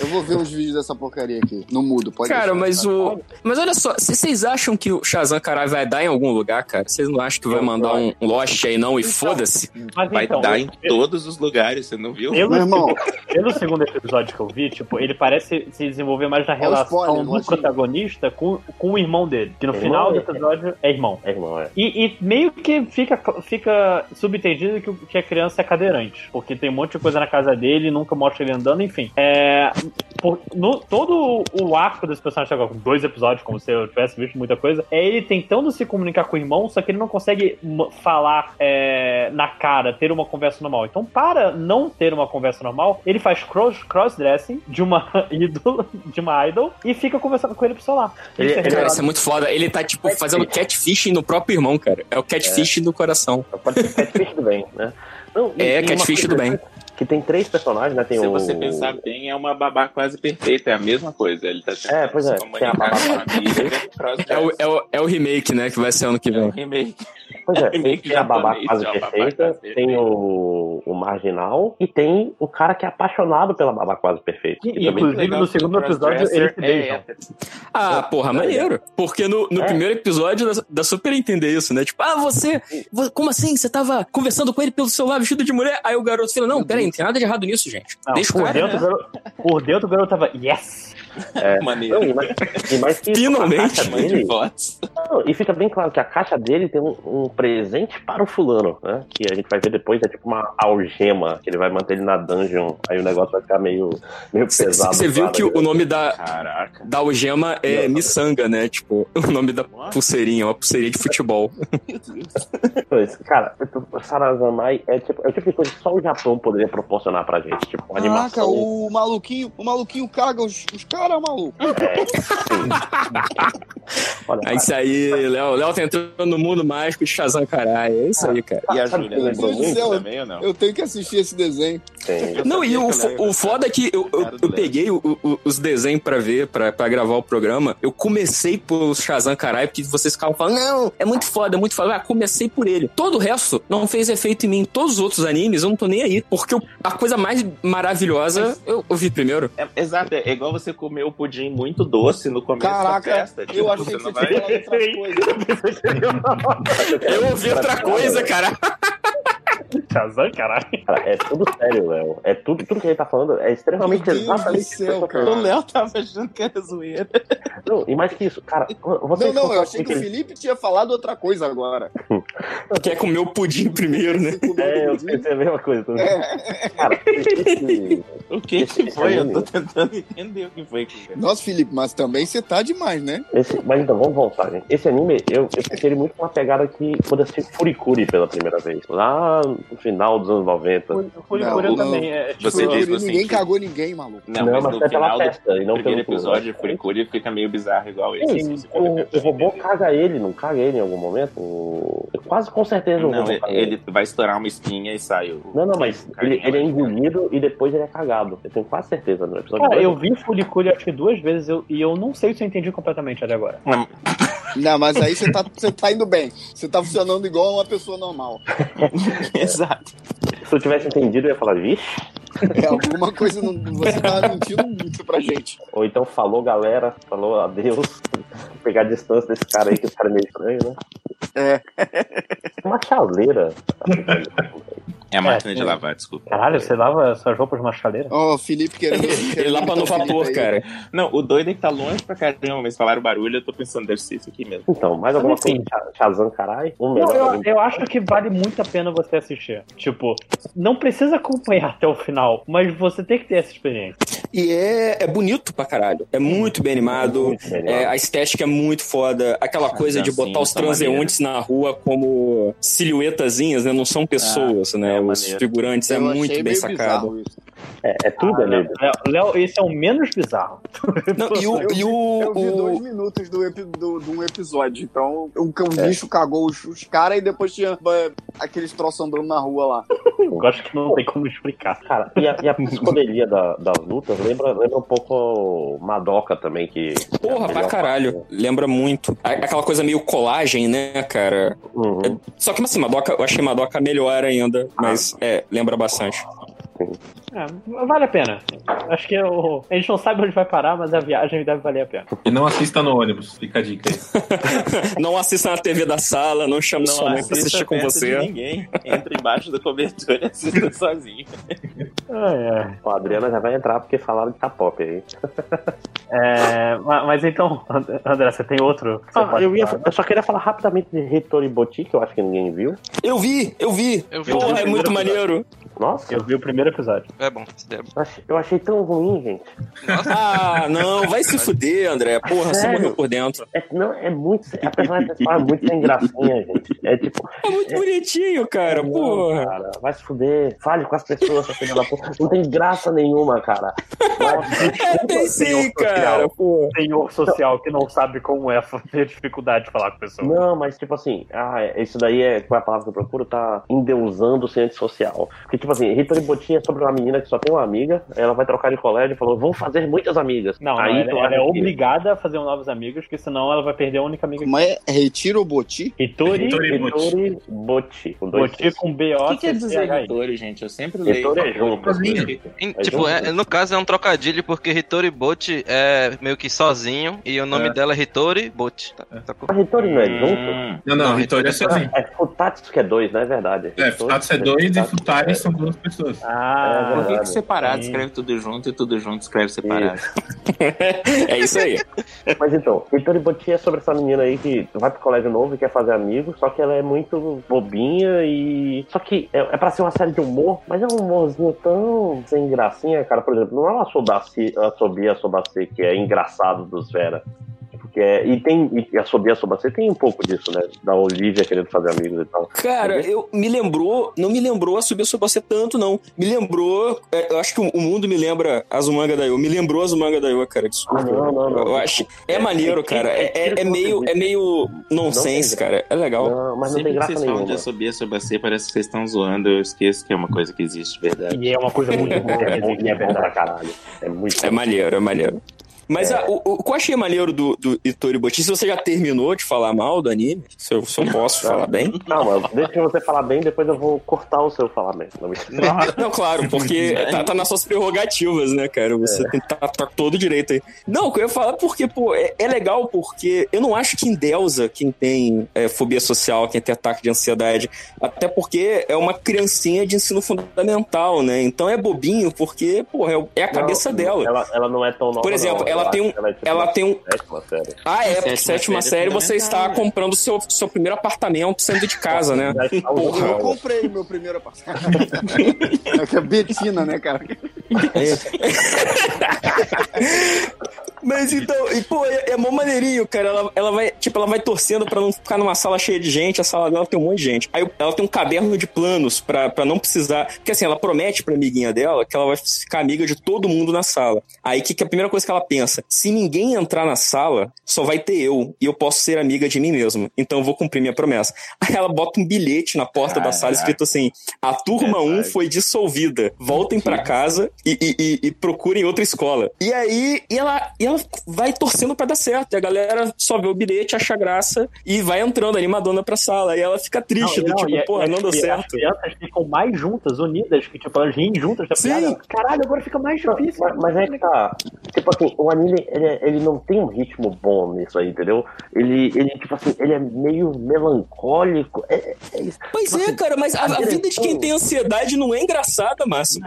[SPEAKER 6] Eu vou ver os vídeos dessa porcaria aqui, no mudo, pode deixar.
[SPEAKER 3] Cara,
[SPEAKER 6] tá?
[SPEAKER 3] mas o. Mas olha só, se vocês acham que o Shazam Caralho vai dar em algum lugar, cara? Vocês não acham que vai mandar um Lost aí não e foda-se?
[SPEAKER 2] Mas
[SPEAKER 4] Vai
[SPEAKER 2] então,
[SPEAKER 4] dar em todos os lugares, você não viu?
[SPEAKER 2] pelo,
[SPEAKER 6] Meu irmão,
[SPEAKER 2] pelo segundo episódio que eu vi, tipo, ele parece se desenvolver mais na
[SPEAKER 6] Olha o
[SPEAKER 2] relação
[SPEAKER 6] spoiler,
[SPEAKER 2] do
[SPEAKER 6] Lojinha.
[SPEAKER 2] protagonista com, com o irmão dele. Que no
[SPEAKER 1] Irmão
[SPEAKER 2] final do
[SPEAKER 1] é-
[SPEAKER 2] episódio é irmão.
[SPEAKER 1] É, irmão, é.
[SPEAKER 2] E, e meio que fica, fica subentendido que, o- que a criança é cadeirante, porque tem um monte de coisa na casa dele, nunca mostra ele andando, enfim. É, Por- no- todo o arco desse personagem agora, com dois episódios, como se eu tivesse visto muita coisa, é ele tentando se comunicar com o irmão, só que ele não consegue ma- falar é, na cara, ter uma conversa normal. Então, para não ter uma conversa normal, ele faz cross- cross-dressing de uma ídolo, de uma idol, e fica conversando com ele pro celular.
[SPEAKER 1] Ele-
[SPEAKER 2] Isso é
[SPEAKER 1] ele-
[SPEAKER 3] Cara,
[SPEAKER 2] revelado.
[SPEAKER 3] isso é muito foda. Ele tá, tipo, fazendo catfishing no próprio irmão, cara. É o catfishing do coração.
[SPEAKER 4] É
[SPEAKER 1] Pode ser catfish do bem, né? Não, e-
[SPEAKER 3] É,
[SPEAKER 1] e uma
[SPEAKER 3] catfish
[SPEAKER 1] coisa
[SPEAKER 3] do bem.
[SPEAKER 1] Que tem três personagens, né? Tem
[SPEAKER 4] Se
[SPEAKER 1] o...
[SPEAKER 4] você pensar bem, é uma babá quase perfeita, é a mesma coisa. Ele tá tentando
[SPEAKER 1] É, pois é,
[SPEAKER 4] se comunicar
[SPEAKER 1] tem a babá
[SPEAKER 4] com a família.
[SPEAKER 3] É
[SPEAKER 4] cross-dressing.
[SPEAKER 3] o, é, o, é o remake, né? Que vai ser ano que vem.
[SPEAKER 4] É, remake.
[SPEAKER 1] Pois é,
[SPEAKER 4] Meio que
[SPEAKER 1] tem a babá
[SPEAKER 4] japonês,
[SPEAKER 1] quase
[SPEAKER 4] é uma babá
[SPEAKER 1] perfeita,
[SPEAKER 4] quase
[SPEAKER 1] tem
[SPEAKER 4] perfeita.
[SPEAKER 1] o, o marginal e tem o cara que é apaixonado pela babá quase perfeita.
[SPEAKER 2] E-
[SPEAKER 1] Que também-
[SPEAKER 2] inclusive,
[SPEAKER 4] Legal
[SPEAKER 2] no
[SPEAKER 4] que
[SPEAKER 2] segundo
[SPEAKER 4] o
[SPEAKER 2] episódio, eles se
[SPEAKER 4] cross-dresser é
[SPEAKER 2] beijam.
[SPEAKER 4] hétero.
[SPEAKER 3] Ah, porra, maneiro. Porque no, no
[SPEAKER 1] É.
[SPEAKER 3] primeiro episódio dá, dá super entender isso, né? Tipo, ah, você. vo- Como assim? Você tava conversando com ele pelo celular vestido de mulher? Aí o garoto fala: Não, peraí, não tem nada de errado nisso, gente.
[SPEAKER 2] Não,
[SPEAKER 3] Deixa o
[SPEAKER 2] por,
[SPEAKER 3] cara. né?
[SPEAKER 2] dentro, o garoto, por dentro o garoto tava, yes!
[SPEAKER 1] É. Não,
[SPEAKER 4] Maneiro.
[SPEAKER 1] e mais, e mais que isso,
[SPEAKER 3] Finalmente.
[SPEAKER 1] a caixa
[SPEAKER 4] Ah, Mãe de
[SPEAKER 1] dele-
[SPEAKER 4] votos.
[SPEAKER 1] não, e fica bem claro que a caixa dele tem um, um presente para o fulano, né? Que a gente vai ver depois, é tipo uma algema, que ele vai manter ele na dungeon, aí o negócio vai ficar meio, meio pesado.
[SPEAKER 3] Você viu
[SPEAKER 1] claro,
[SPEAKER 3] que
[SPEAKER 1] né?
[SPEAKER 3] o nome da,
[SPEAKER 4] Caraca.
[SPEAKER 3] da algema é miçanga, né? Tipo, o nome da pulseirinha, uma pulseirinha de futebol.
[SPEAKER 1] Pois, Cara, o Sarazanai é tipo, é o tipo de coisa que só o Japão poderia proporcionar pra gente. Tipo, uma
[SPEAKER 6] Caraca,
[SPEAKER 1] animação.
[SPEAKER 6] Ah, o maluquinho, o maluquinho caga os, os caras, maluco.
[SPEAKER 1] É, sim. Olha,
[SPEAKER 3] É isso aí, Léo. Léo tá entrando no mundo mágico de Shazam, caralho. É isso aí, cara.
[SPEAKER 4] E a
[SPEAKER 1] Sabe
[SPEAKER 4] Júlia,
[SPEAKER 1] que
[SPEAKER 4] ela é
[SPEAKER 1] lembrou
[SPEAKER 4] bonita
[SPEAKER 6] muito?
[SPEAKER 4] também ou não?
[SPEAKER 6] Eu tenho que assistir esse desenho.
[SPEAKER 1] tem-
[SPEAKER 3] Não, e o, fo- o foda é que eu, eu-
[SPEAKER 4] Cara do
[SPEAKER 3] eu
[SPEAKER 4] Léo.
[SPEAKER 3] peguei o- o- os desenhos pra ver, pra, pra gravar o programa. Eu comecei por Shazam Caralho, porque vocês ficavam falando, não, é muito foda, é muito foda. Ah, comecei por ele. Todo o resto não fez efeito em mim. Todos os outros animes eu não tô nem aí, porque eu- a coisa mais maravilhosa eu, eu vi primeiro.
[SPEAKER 4] É, exato, é igual você comer o pudim muito doce no começo
[SPEAKER 6] Caraca,
[SPEAKER 4] da festa. tipo,
[SPEAKER 6] eu achei
[SPEAKER 4] você
[SPEAKER 6] que você
[SPEAKER 4] não
[SPEAKER 6] tinha
[SPEAKER 4] vai...
[SPEAKER 6] falado outras coisas.
[SPEAKER 3] Eu ouvi outra coisa, cara.
[SPEAKER 2] Shazam, caralho.
[SPEAKER 1] Cara, é tudo sério, Léo. É tudo, tudo que ele tá falando é extremamente
[SPEAKER 6] Meu Deus
[SPEAKER 1] exatamente
[SPEAKER 6] do céu,
[SPEAKER 1] isso que eu tô
[SPEAKER 6] cara.
[SPEAKER 4] O
[SPEAKER 1] falando.
[SPEAKER 4] Léo tava achando que era zoeira.
[SPEAKER 1] Não, e mais que isso, cara, vocês
[SPEAKER 6] Não, não, eu
[SPEAKER 1] concordam
[SPEAKER 6] achei que o
[SPEAKER 1] comigo
[SPEAKER 6] Felipe tinha falado outra coisa agora.
[SPEAKER 3] Quer é comer o pudim primeiro, né?
[SPEAKER 6] Comeu
[SPEAKER 1] É, eu
[SPEAKER 6] pudim.
[SPEAKER 1] pensei a mesma coisa também. Cara, esse-
[SPEAKER 4] O que que foi? Eu tô tentando entender o que foi. Que...
[SPEAKER 6] Nossa, Felipe, mas também você tá demais, né?
[SPEAKER 1] esse- mas então, vamos voltar, gente. Esse anime, eu, eu pensei ele muito com uma pegada que quando eu assisti Furikuri pela primeira vez, lá no final dos anos 90.
[SPEAKER 2] O
[SPEAKER 6] Não,
[SPEAKER 2] Furikuri
[SPEAKER 6] não.
[SPEAKER 2] também é tipo.
[SPEAKER 4] Você diz-
[SPEAKER 6] Ninguém
[SPEAKER 4] você sentindo.
[SPEAKER 6] cagou ninguém, maluco.
[SPEAKER 4] Não, mas no
[SPEAKER 1] é
[SPEAKER 4] final do
[SPEAKER 1] festa, e não
[SPEAKER 4] primeiro
[SPEAKER 1] pelo-
[SPEAKER 4] episódio de Furikuri fica meio bizarro igual esse.
[SPEAKER 1] Sim,
[SPEAKER 4] se você for
[SPEAKER 1] o,
[SPEAKER 4] tentar
[SPEAKER 1] o robô
[SPEAKER 4] entender.
[SPEAKER 1] caga ele, não caga ele em algum momento? O- Quase com certeza o
[SPEAKER 4] Não,
[SPEAKER 1] robô caga
[SPEAKER 4] ele vai estourar uma espinha e sai o...
[SPEAKER 1] Não, não, mas
[SPEAKER 4] Caga
[SPEAKER 1] ele, ele é
[SPEAKER 4] mais,
[SPEAKER 1] engolido e depois ele é cagado. Eu tenho quase certeza né? no episódio.
[SPEAKER 2] Cara,
[SPEAKER 1] dois.
[SPEAKER 2] eu vi Furikuri acho que duas vezes eu- e eu não sei se eu entendi completamente até agora.
[SPEAKER 6] Não, mas aí você tá, você tá indo bem. Você tá funcionando igual uma pessoa normal.
[SPEAKER 4] Exato.
[SPEAKER 1] Se eu tivesse entendido, eu ia falar, vixe.
[SPEAKER 6] É, alguma coisa não, você tá mentindo muito pra gente.
[SPEAKER 1] Ou então falou, galera, falou adeus. Vou pegar a distância desse cara aí, que esse cara é meio estranho, né?
[SPEAKER 6] É.
[SPEAKER 1] Uma chaleira.
[SPEAKER 4] É a máquina de lavar, desculpa.
[SPEAKER 2] Caralho, você lava suas roupas numa chaleira?
[SPEAKER 6] Ó, o Felipe querendo.
[SPEAKER 3] Ele lá pra no
[SPEAKER 6] Felipe
[SPEAKER 3] vapor,
[SPEAKER 6] aí.
[SPEAKER 3] cara.
[SPEAKER 4] Não, o doido é que tá longe pra caramba, mas falaram barulho, eu tô pensando, deve ser isso aqui mesmo.
[SPEAKER 1] Então, mais alguma
[SPEAKER 2] Mas, enfim.
[SPEAKER 1] coisa? Cha- Shazam, carai? Um
[SPEAKER 2] Não,
[SPEAKER 1] melhor.
[SPEAKER 2] eu, eu acho que vale muito a pena você assistir. Tipo, não precisa acompanhar até o final, mas você tem que ter essa experiência.
[SPEAKER 3] E é, é bonito pra caralho. É muito bem animado.
[SPEAKER 1] Muito bem
[SPEAKER 3] É,
[SPEAKER 1] animado. Ah, tá
[SPEAKER 3] a estética é muito foda. Aquela coisa de
[SPEAKER 4] dancinhas
[SPEAKER 3] botar os
[SPEAKER 4] são
[SPEAKER 3] transeuntes na rua como silhuetazinhas, né? Não são pessoas,
[SPEAKER 1] Ah,
[SPEAKER 3] né?
[SPEAKER 4] é
[SPEAKER 3] os
[SPEAKER 4] maneiro.
[SPEAKER 3] figurantes é
[SPEAKER 6] Eu achei
[SPEAKER 3] muito bem
[SPEAKER 6] meio
[SPEAKER 3] sacado.
[SPEAKER 6] bizarro isso.
[SPEAKER 1] É, é tudo ali.
[SPEAKER 2] Ah, Léo, Léo, esse é o menos bizarro.
[SPEAKER 3] Não, e o,
[SPEAKER 6] Eu
[SPEAKER 3] e
[SPEAKER 6] vi-
[SPEAKER 3] o,
[SPEAKER 6] Eu vi dois
[SPEAKER 3] o,
[SPEAKER 6] minutos do, epi, do, de um episódio. Então, o, o
[SPEAKER 3] É.
[SPEAKER 6] bicho cagou os, os caras e depois tinha é, aqueles troços andando na rua lá.
[SPEAKER 2] Eu acho que não tem como explicar.
[SPEAKER 1] Cara, e a, e a psicodelia da- das lutas lembra, lembra um pouco Madoka também, que. que é a
[SPEAKER 3] Porra, pra
[SPEAKER 1] melhor-
[SPEAKER 3] caralho. Lembra muito. A- Aquela coisa meio colagem, né, cara?
[SPEAKER 1] Uhum. Ah.
[SPEAKER 3] Só que, assim, Madoka, eu achei Madoka melhor ainda, mas é, lembra bastante.
[SPEAKER 2] É, vale a pena. Acho que o- a gente não sabe onde vai parar, mas a viagem deve valer a pena.
[SPEAKER 5] E não assista no ônibus, fica a dica aí.
[SPEAKER 3] Não assista na TV da sala, não chame sua mãe pra
[SPEAKER 4] assista
[SPEAKER 3] assistir com
[SPEAKER 4] perto de
[SPEAKER 3] você.
[SPEAKER 4] ninguém. Entra embaixo da cobertura e assista sozinho.
[SPEAKER 2] Ai, ai.
[SPEAKER 1] Ó, a Adriana já vai entrar porque falaram de K-pop aí.
[SPEAKER 2] É, ma- mas então, And- André, você tem outro? que você
[SPEAKER 1] Ah,
[SPEAKER 2] pode
[SPEAKER 1] eu, ia-
[SPEAKER 2] falar?
[SPEAKER 1] eu só queria falar rapidamente de Retoriboti, que eu acho que ninguém viu.
[SPEAKER 3] Eu vi, eu vi.
[SPEAKER 7] Eu vi.
[SPEAKER 3] Porra, é
[SPEAKER 2] primeiro
[SPEAKER 3] muito
[SPEAKER 2] episódio.
[SPEAKER 3] maneiro.
[SPEAKER 1] Nossa, eu
[SPEAKER 2] Eu vi o primeiro episódio.
[SPEAKER 7] É bom, se der.
[SPEAKER 1] achei, eu achei tão ruim, gente.
[SPEAKER 7] Nossa,
[SPEAKER 3] Ah, não, vai se fuder, André. Porra, você
[SPEAKER 1] Sério?
[SPEAKER 3] morreu por dentro.
[SPEAKER 1] É, não, é muito. A personagem principal é muito sem gracinha, gente. É tipo,
[SPEAKER 3] É muito bonitinho, cara,
[SPEAKER 1] Não,
[SPEAKER 3] porra.
[SPEAKER 1] cara, vai se fuder. Fale com as pessoas, seu filho da puta. Não tem graça nenhuma, cara.
[SPEAKER 3] É, tem sim, cara, porra.
[SPEAKER 2] Senhor social que não sabe como é ter dificuldade de falar com pessoas.
[SPEAKER 1] Não, mas tipo assim, ah, é- isso daí é qual é a palavra que eu procuro, tá endeusando o ser antissocial. Porque, tipo assim, Rita Botinha é sobre uma menina que só tem uma amiga, ela vai trocar de colégio e falou, vou fazer muitas amigas.
[SPEAKER 2] Não,
[SPEAKER 1] Aí tu
[SPEAKER 2] ela, ela
[SPEAKER 1] acha
[SPEAKER 2] é
[SPEAKER 1] que-
[SPEAKER 2] obrigada a fazer um novos amigos, porque senão ela vai perder a única amiga que
[SPEAKER 6] Como é? Retira o boti?
[SPEAKER 2] Hitori,
[SPEAKER 5] Hitori
[SPEAKER 1] Hitori Boti, com dois
[SPEAKER 2] Boti com B.O.
[SPEAKER 4] O que quer dizer
[SPEAKER 2] C.C.H.I..
[SPEAKER 4] Hitori, gente? Eu sempre leio.
[SPEAKER 1] Hitori é junto.
[SPEAKER 7] em-
[SPEAKER 1] Mas
[SPEAKER 7] tipo,
[SPEAKER 1] vamos
[SPEAKER 7] é-
[SPEAKER 1] ver.
[SPEAKER 7] no caso é um trocadilho, porque Hitori Bote é meio que sozinho, e o nome
[SPEAKER 5] É.
[SPEAKER 7] dela é Hitori Bote. Tá, sacou?
[SPEAKER 1] Mas Hitori não é junto?
[SPEAKER 4] Hum,
[SPEAKER 5] Não, não,
[SPEAKER 7] Não,
[SPEAKER 5] Vitória é sozinho.
[SPEAKER 1] É Futatsu que é dois, não é verdade?
[SPEAKER 5] É,
[SPEAKER 1] Hitori-
[SPEAKER 5] Futatsu é dois e
[SPEAKER 1] Futatsu
[SPEAKER 5] Futari
[SPEAKER 1] é-
[SPEAKER 5] são duas pessoas.
[SPEAKER 1] É
[SPEAKER 2] Ah,
[SPEAKER 1] verdade.
[SPEAKER 4] Por que que separado
[SPEAKER 2] Sim.
[SPEAKER 4] escreve tudo junto e tudo junto escreve separado?
[SPEAKER 3] É isso aí.
[SPEAKER 1] Mas então, Vitor Botti é sobre essa menina aí que vai pro colégio novo e quer fazer amigos, só que ela é muito bobinha e. Só que é, é pra ser uma série de humor, mas é um humorzinho tão sem gracinha, cara. Por exemplo, não é uma sobaci, a sobia sobacê que é engraçado dos Vera. Porque é, e tem e a sobia sobacê tem um pouco disso, né? Da Olivia querendo fazer amigos e tal.
[SPEAKER 3] Cara, eu me lembrou, não me lembrou a subir sobre você tanto, não. Me lembrou, é, eu acho que o, o mundo me lembra Azumanga Daioh. Me lembrou Azumanga Daioh, cara, desculpa.
[SPEAKER 1] Ah, não, não, não.
[SPEAKER 3] Eu acho, é maneiro, cara. É, é- é meio, é meio nonsense, cara. É legal.
[SPEAKER 1] Não, mas não
[SPEAKER 4] Sempre
[SPEAKER 1] tem
[SPEAKER 4] que
[SPEAKER 1] graça
[SPEAKER 4] vocês falam
[SPEAKER 1] nenhuma.
[SPEAKER 4] de assobia sobre C, parece que vocês estão zoando. Eu esqueço que é uma coisa que existe, de verdade.
[SPEAKER 2] e é uma coisa muito boa.
[SPEAKER 1] É bom, e é bom
[SPEAKER 2] verdade.
[SPEAKER 1] pra caralho. É muito
[SPEAKER 3] É
[SPEAKER 1] bom.
[SPEAKER 3] maneiro, é maneiro. Mas a- o, o que eu achei maneiro do, do Itori Botti, se você já terminou de falar mal do anime, se eu, se eu posso falar bem.
[SPEAKER 1] Calma, deixa você falar bem, depois eu vou cortar o seu falar bem. Não me
[SPEAKER 3] Não, claro, porque tá, tá nas suas prerrogativas, né, cara? Você
[SPEAKER 1] É.
[SPEAKER 3] tem- tá, tá todo direito aí. Não, o que eu ia falar porque, pô, é, é legal porque eu não acho que endeusa quem tem é, fobia social, quem tem ataque de ansiedade. Até porque é uma criancinha de ensino fundamental, né? Então é bobinho porque, pô, é, o- é a cabeça
[SPEAKER 1] Não,
[SPEAKER 3] dela.
[SPEAKER 1] Ela, ela não é tão nova.
[SPEAKER 3] Por exemplo,
[SPEAKER 1] não,
[SPEAKER 3] ela
[SPEAKER 1] eu
[SPEAKER 3] tem
[SPEAKER 1] acho
[SPEAKER 3] um-
[SPEAKER 1] que Ela, é tipo
[SPEAKER 3] Ela
[SPEAKER 1] uma
[SPEAKER 3] tem um.
[SPEAKER 1] sétima série.
[SPEAKER 3] Ah, é, porque
[SPEAKER 4] Sétima
[SPEAKER 3] sétima série
[SPEAKER 4] série é
[SPEAKER 3] você está
[SPEAKER 4] fundamental, né?
[SPEAKER 3] comprando seu, seu primeiro apartamento saindo de casa, né?
[SPEAKER 1] Já está usando
[SPEAKER 6] Eu
[SPEAKER 1] ela.
[SPEAKER 6] comprei meu primeiro apartamento. é que é Betina, né, cara? É.
[SPEAKER 3] Mas então, e, pô, é, é mó maneirinho, cara. Ela, ela vai, tipo, ela vai torcendo pra não ficar numa sala cheia de gente, a sala dela tem um monte de gente. Aí ela tem um caderno de planos pra, pra não precisar. Porque assim, ela promete pra amiguinha dela que ela vai ficar amiga de todo mundo na sala. Aí que, que a primeira coisa que ela pensa: se ninguém entrar na sala, só vai ter eu. E eu posso ser amiga de mim mesma. Então eu vou cumprir minha promessa. Aí ela bota um bilhete na porta da sala escrito assim: a turma 1 foi dissolvida. Voltem pra casa e, e- e- e procurem outra escola. E aí, e ela, e ela vai torcendo pra dar certo. E a galera só vê o bilhete, acha graça e vai entrando animadona pra sala. E ela fica triste, do tipo,
[SPEAKER 2] e é-
[SPEAKER 3] porra,
[SPEAKER 2] e
[SPEAKER 3] não
[SPEAKER 2] as-
[SPEAKER 3] deu
[SPEAKER 2] e
[SPEAKER 3] certo.
[SPEAKER 2] As crianças ficam mais juntas, unidas, que tipo, elas riem juntas da
[SPEAKER 3] Sim.
[SPEAKER 2] piada. Caralho, agora fica mais difícil.
[SPEAKER 1] Mas, mas é que tá. Tipo assim, o anime, ele, é- ele não tem um ritmo bom nisso aí, entendeu? Ele, ele tipo assim, ele é meio melancólico. É, é isso.
[SPEAKER 3] Pois é, cara, mas a, a vida de quem tem ansiedade não é engraçada, Márcio.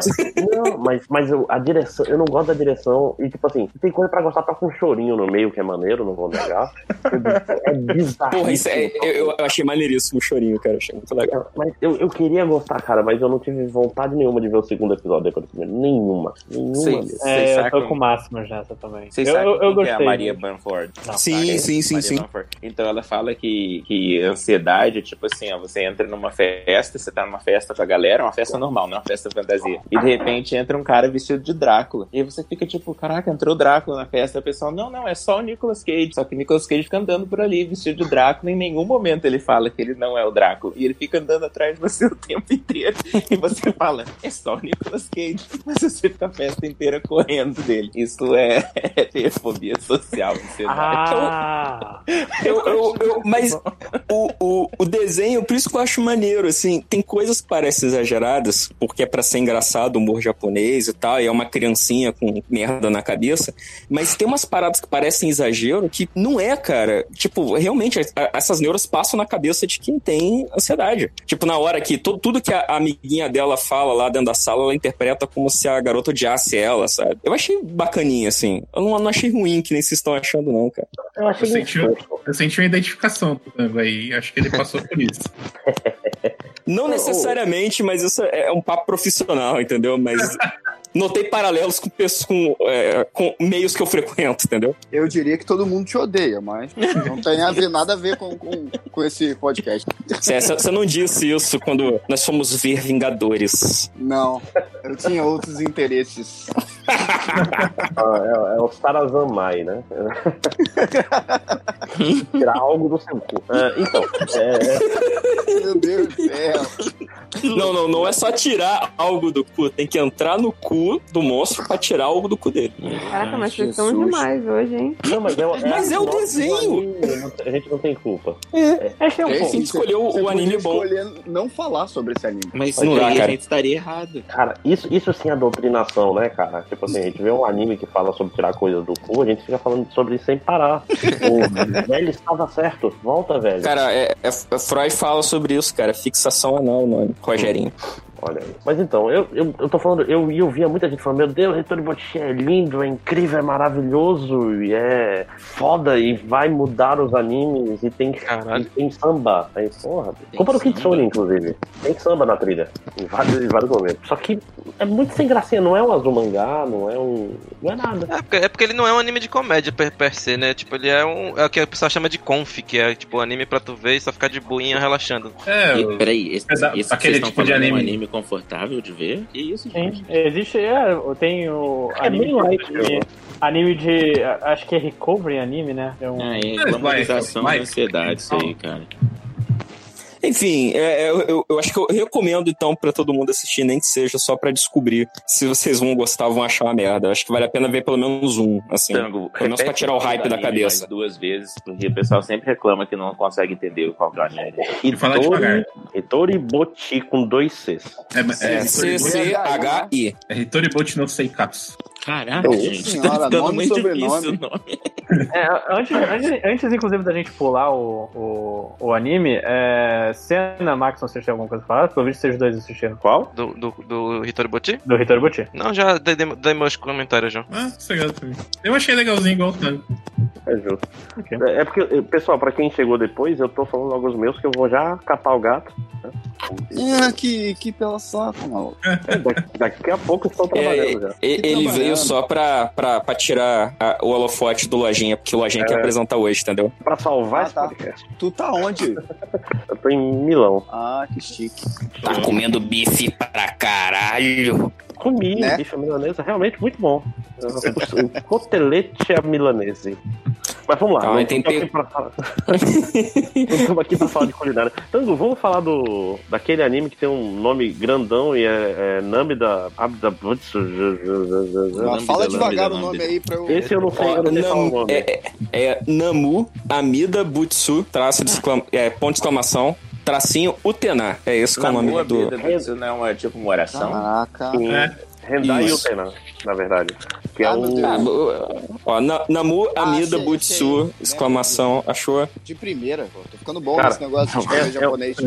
[SPEAKER 1] Não, mas, mas eu- a direção, eu não gosto da direção. E tipo assim, tem coisa pra gostar, tá com um chorinho no meio, que é maneiro, não vou negar. É bizarro.
[SPEAKER 3] Porra, isso é, eu, eu achei maneiríssimo o chorinho, cara. Achei muito legal.
[SPEAKER 1] Mas eu, eu queria gostar, cara, mas eu não tive vontade nenhuma de ver o segundo episódio depois do primeiro. Nenhuma. Nenhuma. mesmo.
[SPEAKER 4] Vocês
[SPEAKER 2] É,
[SPEAKER 4] vocês
[SPEAKER 2] eu tô com
[SPEAKER 4] sacam
[SPEAKER 2] máximas nessa também.
[SPEAKER 4] Vocês
[SPEAKER 2] eu
[SPEAKER 4] sabem
[SPEAKER 2] eu, eu
[SPEAKER 4] quem que é
[SPEAKER 2] gostei.
[SPEAKER 4] a Maria Banford?
[SPEAKER 2] Não,
[SPEAKER 3] Sim, sim, sim,
[SPEAKER 4] Maria
[SPEAKER 3] sim.
[SPEAKER 4] Bamford. Então ela fala que, que ansiedade é tipo assim, ó, você entra numa festa, você tá numa festa com a galera, uma festa normal, não é uma festa fantasia. E de repente entra um cara vestido de Drácula. E aí você fica tipo, caraca, entrou Drácula na festa. E o pessoal, não, não, é só o Nicolas Cage. Só que o Nicolas Cage fica andando por ali, vestido de Drácula. Em nenhum momento ele fala que ele não é o Drácula. E ele fica andando atrás de você o tempo inteiro. E você fala, é só o Nicolas Cage. Mas você fica a festa inteira correndo dele. Isso é, é ter fobia social. ansiedade.
[SPEAKER 2] Ah,
[SPEAKER 3] Eu eu, eu- eu- mas o, o, o desenho, por isso que eu acho maneiro, assim, tem coisas que parecem exageradas, porque é pra ser engraçado, humor japonês e tal, e é uma criancinha com merda na cabeça, mas tem umas paradas que parecem exagero que não é, cara. Tipo, realmente, a- essas neuras passam na cabeça de quem tem ansiedade. Tipo, na hora que tu- tudo que a a amiguinha dela fala lá dentro da sala, ela interpreta como se a garota odiasse ela, sabe? Eu achei bacaninha, assim. Eu não, não achei ruim, que nem vocês estão achando, não, cara.
[SPEAKER 1] Eu achei
[SPEAKER 5] Eu senti-
[SPEAKER 1] muito fofo.
[SPEAKER 5] Eu senti uma identificação do Tango aí, acho que ele passou por isso.
[SPEAKER 3] Não necessariamente, mas isso é um papo profissional, entendeu? Mas notei paralelos com, pessoas- com, é, com meios que eu frequento, entendeu?
[SPEAKER 6] Eu diria que todo mundo te odeia, mas não tem a ver- nada a ver com, com, com esse podcast.
[SPEAKER 3] Você você é, não disse isso quando nós fomos ver Vingadores.
[SPEAKER 6] Não, eu tinha outros interesses.
[SPEAKER 1] Ah, É, é o Sarazamai, né? Tirar algo do seu cu. Ah, então, é,
[SPEAKER 6] Meu Deus do céu.
[SPEAKER 3] Não, não, não é só tirar algo do cu. Tem que entrar no cu do monstro pra tirar algo do cu dele.
[SPEAKER 8] Caraca, mas vocês
[SPEAKER 7] Jesus.
[SPEAKER 8] são demais hoje, hein?
[SPEAKER 1] não, mas é,
[SPEAKER 3] Mas é o
[SPEAKER 1] nosso
[SPEAKER 3] desenho.
[SPEAKER 1] anime, não- a gente não tem culpa.
[SPEAKER 2] Esse é um
[SPEAKER 6] Esse-
[SPEAKER 3] A
[SPEAKER 2] ponto.
[SPEAKER 3] gente escolheu
[SPEAKER 6] Você
[SPEAKER 3] o anime
[SPEAKER 6] podia
[SPEAKER 3] bom.
[SPEAKER 6] escolher não falar sobre esse anime.
[SPEAKER 4] Mas
[SPEAKER 3] Não é, dá,
[SPEAKER 4] aí a
[SPEAKER 3] cara.
[SPEAKER 4] gente estaria errado.
[SPEAKER 1] Cara, isso, isso sim é doutrinação, né, cara? Tipo assim, a gente vê um anime que fala sobre tirar coisas do cu, a gente fica falando sobre isso sem parar. O velho estava certo. Volta, velho.
[SPEAKER 3] Cara, é, é- Freud fala sobre isso, cara. Fixação anal, o nome. Rogerinho.
[SPEAKER 1] Olha aí. Mas então, eu, eu, eu tô falando, eu, eu via muita gente falando, meu Deus, Retorno Botiche é lindo, é incrível, é maravilhoso, e é foda, e vai mudar os animes, e tem,
[SPEAKER 7] Caralho.
[SPEAKER 1] e tem samba. Aí, porra,
[SPEAKER 4] Tem
[SPEAKER 1] compra o
[SPEAKER 4] samba.
[SPEAKER 1] Kitsune, inclusive. Tem samba na trilha, em vários, em vários momentos. Só que é muito sem gracinha, não é um azul mangá, não é um... não é nada.
[SPEAKER 7] É porque, é porque ele não é um anime de comédia per, per se, né? Tipo, ele é um. É o que a pessoa chama de conf, que é tipo anime pra tu ver e só ficar de boinha relaxando.
[SPEAKER 5] É,
[SPEAKER 4] E, peraí, esse,
[SPEAKER 5] É da-
[SPEAKER 4] esse
[SPEAKER 5] aquele
[SPEAKER 4] que vocês
[SPEAKER 5] tipo de
[SPEAKER 4] estão falando é um
[SPEAKER 5] anime.
[SPEAKER 4] anime confortável de ver? Que isso,
[SPEAKER 2] Sim,
[SPEAKER 4] gente?
[SPEAKER 2] existe. É, tem o
[SPEAKER 1] É bem light,
[SPEAKER 2] de, anime de. a- Acho que é Recovery anime, né? É um-
[SPEAKER 4] Ah, é
[SPEAKER 5] Mas,
[SPEAKER 4] glamorização
[SPEAKER 5] Mike,
[SPEAKER 4] da ansiedade, isso aí, cara.
[SPEAKER 3] Enfim, é, é, eu, eu- eu acho que eu recomendo então pra todo mundo assistir, nem que seja só pra descobrir se vocês vão gostar, vão achar uma merda. Eu acho que vale a pena ver pelo menos um, assim.
[SPEAKER 4] Tango,
[SPEAKER 3] Pelo menos pra tirar o hype da
[SPEAKER 4] anime
[SPEAKER 3] cabeça.
[SPEAKER 4] mais duas vezes, um porque o pessoal sempre reclama que não consegue entender qual que é o anime.
[SPEAKER 5] E falar
[SPEAKER 1] Tori-
[SPEAKER 5] devagar.
[SPEAKER 1] Tori Boti com dois Cs.
[SPEAKER 5] É,
[SPEAKER 3] É
[SPEAKER 5] é,
[SPEAKER 3] C-C-H-I.
[SPEAKER 5] é Hitoribot não sei caps.
[SPEAKER 4] Caraca,
[SPEAKER 1] Nossa
[SPEAKER 4] gente,
[SPEAKER 6] senhora,
[SPEAKER 4] tá ficando
[SPEAKER 6] nome e
[SPEAKER 4] muito
[SPEAKER 6] sobrenome.
[SPEAKER 4] difícil o nome.
[SPEAKER 2] É, antes, antes, antes, inclusive, da gente pular o, o, o anime, é, Senna, Maxon, vocês têm alguma coisa a falar? Pelo visto, vocês dois assistiram. Qual?
[SPEAKER 7] Do, do, do Hitori Boti?
[SPEAKER 2] Do Hitori Buti.
[SPEAKER 7] Não, já dei, dei- dei meus comentários já.
[SPEAKER 5] Ah, sossegado pra mim. Eu achei legalzinho igual o Tango.
[SPEAKER 1] É justo.
[SPEAKER 2] Ok.
[SPEAKER 1] É, é porque, eh, pessoal, pra quem chegou depois, eu tô falando logo os meus que eu vou já capar o gato.
[SPEAKER 6] Ah, que, que pela saco, maluco.
[SPEAKER 1] Da- Daqui a pouco eu estou
[SPEAKER 3] É,
[SPEAKER 1] trabalhando já.
[SPEAKER 3] e-
[SPEAKER 6] Que
[SPEAKER 3] ele
[SPEAKER 6] trabalhando.
[SPEAKER 3] veio só pra, pra, pra tirar a- o holofote do Lojinha, porque o Lojinha quer apresentar hoje, entendeu?
[SPEAKER 1] Pra salvar
[SPEAKER 6] Ah,
[SPEAKER 1] esse
[SPEAKER 6] tá.
[SPEAKER 1] podcast.
[SPEAKER 6] Tu tá onde?
[SPEAKER 1] Eu tô em Milão.
[SPEAKER 6] Ah, que chique.
[SPEAKER 3] Tá comendo bife pra caralho.
[SPEAKER 1] Comi
[SPEAKER 6] Né?
[SPEAKER 1] bife à milanesa, realmente muito bom. O cotelete à milanese. Mas vamos lá.
[SPEAKER 3] Calma,
[SPEAKER 1] não
[SPEAKER 3] tem
[SPEAKER 1] estamos
[SPEAKER 3] pe-
[SPEAKER 1] aqui pra falar- Não estamos aqui pra falar de culinária. Tango, vamos falar do daquele anime que tem um nome grandão e é, é Namida Abda Butsu.
[SPEAKER 6] Mas fala
[SPEAKER 4] Lambda,
[SPEAKER 6] devagar
[SPEAKER 4] lambda,
[SPEAKER 6] o nome
[SPEAKER 4] lambda.
[SPEAKER 6] aí pra eu.
[SPEAKER 1] Esse eu não sei, eu não sei falar o
[SPEAKER 3] Nam,
[SPEAKER 1] nome.
[SPEAKER 3] é, é- é Namu Amida Butsu, traço de exclama- é, ponto de exclamação, tracinho Utena. É esse que é o
[SPEAKER 4] Na
[SPEAKER 3] nome
[SPEAKER 4] boa
[SPEAKER 3] do.
[SPEAKER 4] vida, Isso
[SPEAKER 1] né?
[SPEAKER 4] não é
[SPEAKER 1] Um,
[SPEAKER 4] uma- tipo uma oração?
[SPEAKER 6] Caraca.
[SPEAKER 1] Em
[SPEAKER 5] É.
[SPEAKER 1] Rendai
[SPEAKER 3] Isso.
[SPEAKER 1] Utena, na verdade. Que é
[SPEAKER 6] Ah, meu
[SPEAKER 1] um.
[SPEAKER 6] Deus. Ah,
[SPEAKER 3] Ah, bo- ó, Na- Namu Amida
[SPEAKER 6] achei,
[SPEAKER 3] Butsu,
[SPEAKER 6] achei.
[SPEAKER 3] exclamação, achou?
[SPEAKER 6] De primeira, pô. Tô ficando bom
[SPEAKER 1] Cara,
[SPEAKER 6] nesse negócio de escrever
[SPEAKER 1] é- é-
[SPEAKER 6] japonês.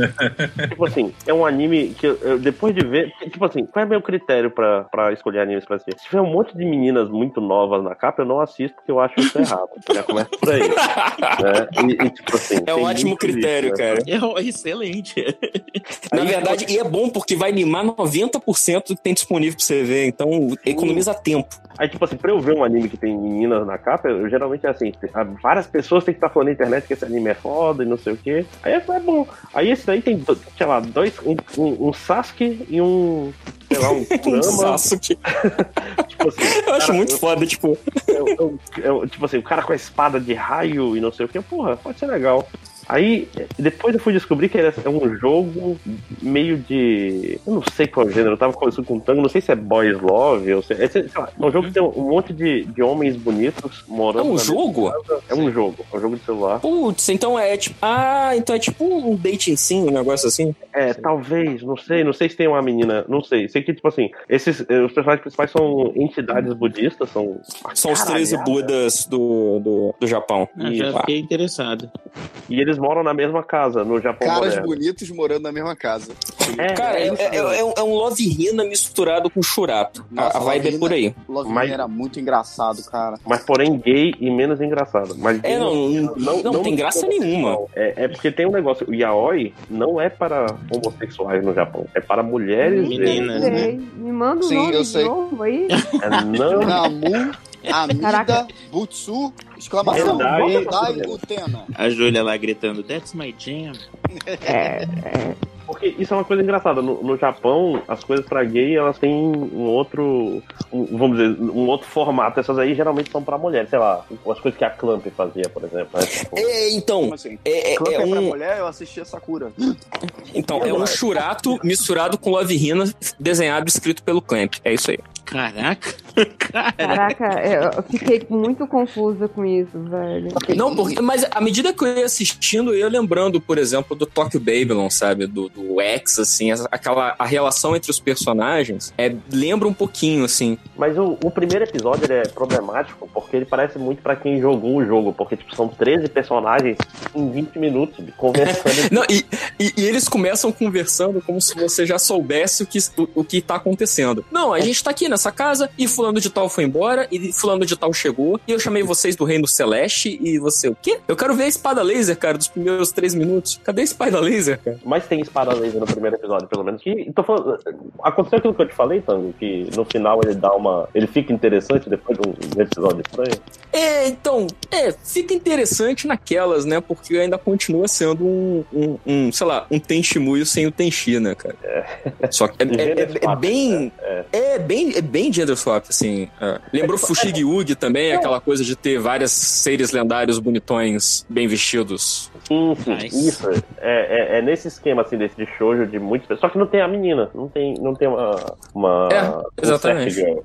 [SPEAKER 1] Tipo assim, é um anime que eu- eu- depois de ver. Tipo assim, qual é meu critério pra, pra escolher animes pra assistir? Se tiver um monte de meninas muito novas na capa, eu não assisto porque eu acho isso errado. Já começa por aí. né? E, e, tipo assim,
[SPEAKER 3] É um
[SPEAKER 1] tem
[SPEAKER 3] ótimo
[SPEAKER 1] muito
[SPEAKER 3] critério,
[SPEAKER 1] isso, né?
[SPEAKER 3] cara.
[SPEAKER 4] É ó, excelente.
[SPEAKER 3] Na verdade, e é bom porque vai limar 90% do que tem disponível pra você ver, então economiza tempo.
[SPEAKER 1] Aí, tipo assim, pra eu ver um anime que tem meninas na capa, eu, eu geralmente é assim, há várias pessoas têm que estar falando na internet que esse anime é foda e não sei o quê. Aí é, é bom. Aí esse daí tem, do- sei lá, dois, um, um, um Sasuke e um. Sei lá, um
[SPEAKER 3] Um
[SPEAKER 1] Kurama.
[SPEAKER 3] Sasuke.
[SPEAKER 5] Ah,
[SPEAKER 1] tipo assim,
[SPEAKER 3] Eu acho
[SPEAKER 1] cara,
[SPEAKER 3] muito foda, tipo,
[SPEAKER 1] eu- eu- eu- tipo assim, o cara com a espada de raio e não sei o que, porra, pode ser legal. Aí, depois eu fui descobrir que era um jogo meio de. Eu não sei qual gênero, eu tava conversando com o Tango, não sei se é Boys Love ou se. É, sei lá, é um jogo que tem um monte de, de homens bonitos
[SPEAKER 3] É
[SPEAKER 1] morando.
[SPEAKER 3] um
[SPEAKER 1] na
[SPEAKER 3] jogo?
[SPEAKER 1] mesma- É um jogo, é um jogo de celular.
[SPEAKER 3] Putz, então é tipo. Ah, então é tipo um dating sim, um negócio assim.
[SPEAKER 1] É, talvez, não sei, não sei se tem uma menina, não sei. Sei que, tipo assim, esses, eh, os personagens principais são entidades budistas, são.
[SPEAKER 3] São os 13
[SPEAKER 1] Caralhada.
[SPEAKER 3] Budas do, do, do Japão.
[SPEAKER 4] Ah,
[SPEAKER 1] Isso.
[SPEAKER 4] já fiquei interessado.
[SPEAKER 1] E eles moram na mesma casa, no Japão
[SPEAKER 6] Caras
[SPEAKER 1] moderno.
[SPEAKER 6] bonitos morando na mesma casa.
[SPEAKER 1] É,
[SPEAKER 3] Cara, é,
[SPEAKER 1] é,
[SPEAKER 3] é- é um- é um Love Hina misturado com Churato.
[SPEAKER 6] Nossa,
[SPEAKER 3] a, a vibe
[SPEAKER 6] Love
[SPEAKER 3] é por aí.
[SPEAKER 6] Love
[SPEAKER 1] Mas-
[SPEAKER 6] era muito engraçado, cara.
[SPEAKER 1] Mas porém gay e menos engraçado. Mas
[SPEAKER 3] É, não, não, não, tem graça nenhuma.
[SPEAKER 1] É, é porque tem um negócio, o yaoi não é para homossexuais no Japão, é para mulheres. e-
[SPEAKER 4] Meninas, né?
[SPEAKER 8] Sei. Me manda o
[SPEAKER 6] Sim, eu
[SPEAKER 8] nome de
[SPEAKER 6] sei.
[SPEAKER 8] novo aí.
[SPEAKER 1] É, não,
[SPEAKER 6] Namu, Amida,
[SPEAKER 8] Caraca.
[SPEAKER 6] Butsu,
[SPEAKER 3] Tá
[SPEAKER 6] exclamação,
[SPEAKER 1] Verdade.
[SPEAKER 6] Bandai, Utena.
[SPEAKER 4] A Júlia lá gritando, that's my jam.
[SPEAKER 8] É,
[SPEAKER 1] porque isso é uma coisa engraçada. No, no Japão, as coisas para gay elas têm um outro, um- vamos dizer, um outro formato. Essas aí geralmente são para mulheres, sei lá, as coisas que a Clamp fazia, por exemplo. né? Tipo,
[SPEAKER 3] É, então,
[SPEAKER 6] Como assim?
[SPEAKER 3] é, é-
[SPEAKER 6] Clamp
[SPEAKER 3] é
[SPEAKER 6] é pra
[SPEAKER 3] um,
[SPEAKER 6] mulher, eu assisti a Sakura.
[SPEAKER 3] então, é um Churato misturado com Love Hina desenhado e escrito pelo Clamp. É isso aí.
[SPEAKER 4] Caraca.
[SPEAKER 8] caraca, é, eu fiquei muito confusa com isso, velho.
[SPEAKER 3] Não, porque, mas à medida que eu ia assistindo, eu ia lembrando, por exemplo, do Tokyo Babylon, sabe? Do, do X, assim, essa- aquela a relação entre os personagens é, lembra um pouquinho, assim.
[SPEAKER 1] Mas o, o primeiro episódio ele é problemático porque ele parece muito pra quem jogou o jogo, porque tipo, são 13 personagens em 20 minutos bicho, conversando.
[SPEAKER 3] Não, e, e- e eles começam conversando como se você já soubesse o que, o, o que tá acontecendo. Não, a gente tá aqui nessa casa e fulano de tal foi embora e fulano de tal chegou e eu chamei vocês do Reino Celeste e você o quê? Eu quero ver a espada laser, cara, dos primeiros três minutos. Cadê a espada laser, cara?
[SPEAKER 1] Mas tem espada laser no primeiro episódio, pelo menos. E tô falando, aconteceu aquilo que eu te falei, Tango, que no final ele dá uma. ele fica interessante depois de um de um episódio estranho.
[SPEAKER 3] É, então, é, fica interessante naquelas, né? Porque ainda continua sendo um, um, um, sei lá, um Tenchimuyo sem o Tenchi, né, cara? Só que é, é- é- é
[SPEAKER 1] Swap,
[SPEAKER 3] bem. É bem, é bem gender swap, assim. é. Lembrou Fushigi Ugi também, aquela coisa de ter vários seres lendários bonitões, bem vestidos.
[SPEAKER 1] Sim, sim,
[SPEAKER 4] Nice.
[SPEAKER 1] isso. É, é, é nesse esquema assim desse de shoujo de muitos pessoas. Só que não tem a menina, não tem, não tem uma. uma
[SPEAKER 3] É,
[SPEAKER 1] um
[SPEAKER 3] exatamente.
[SPEAKER 1] set girl.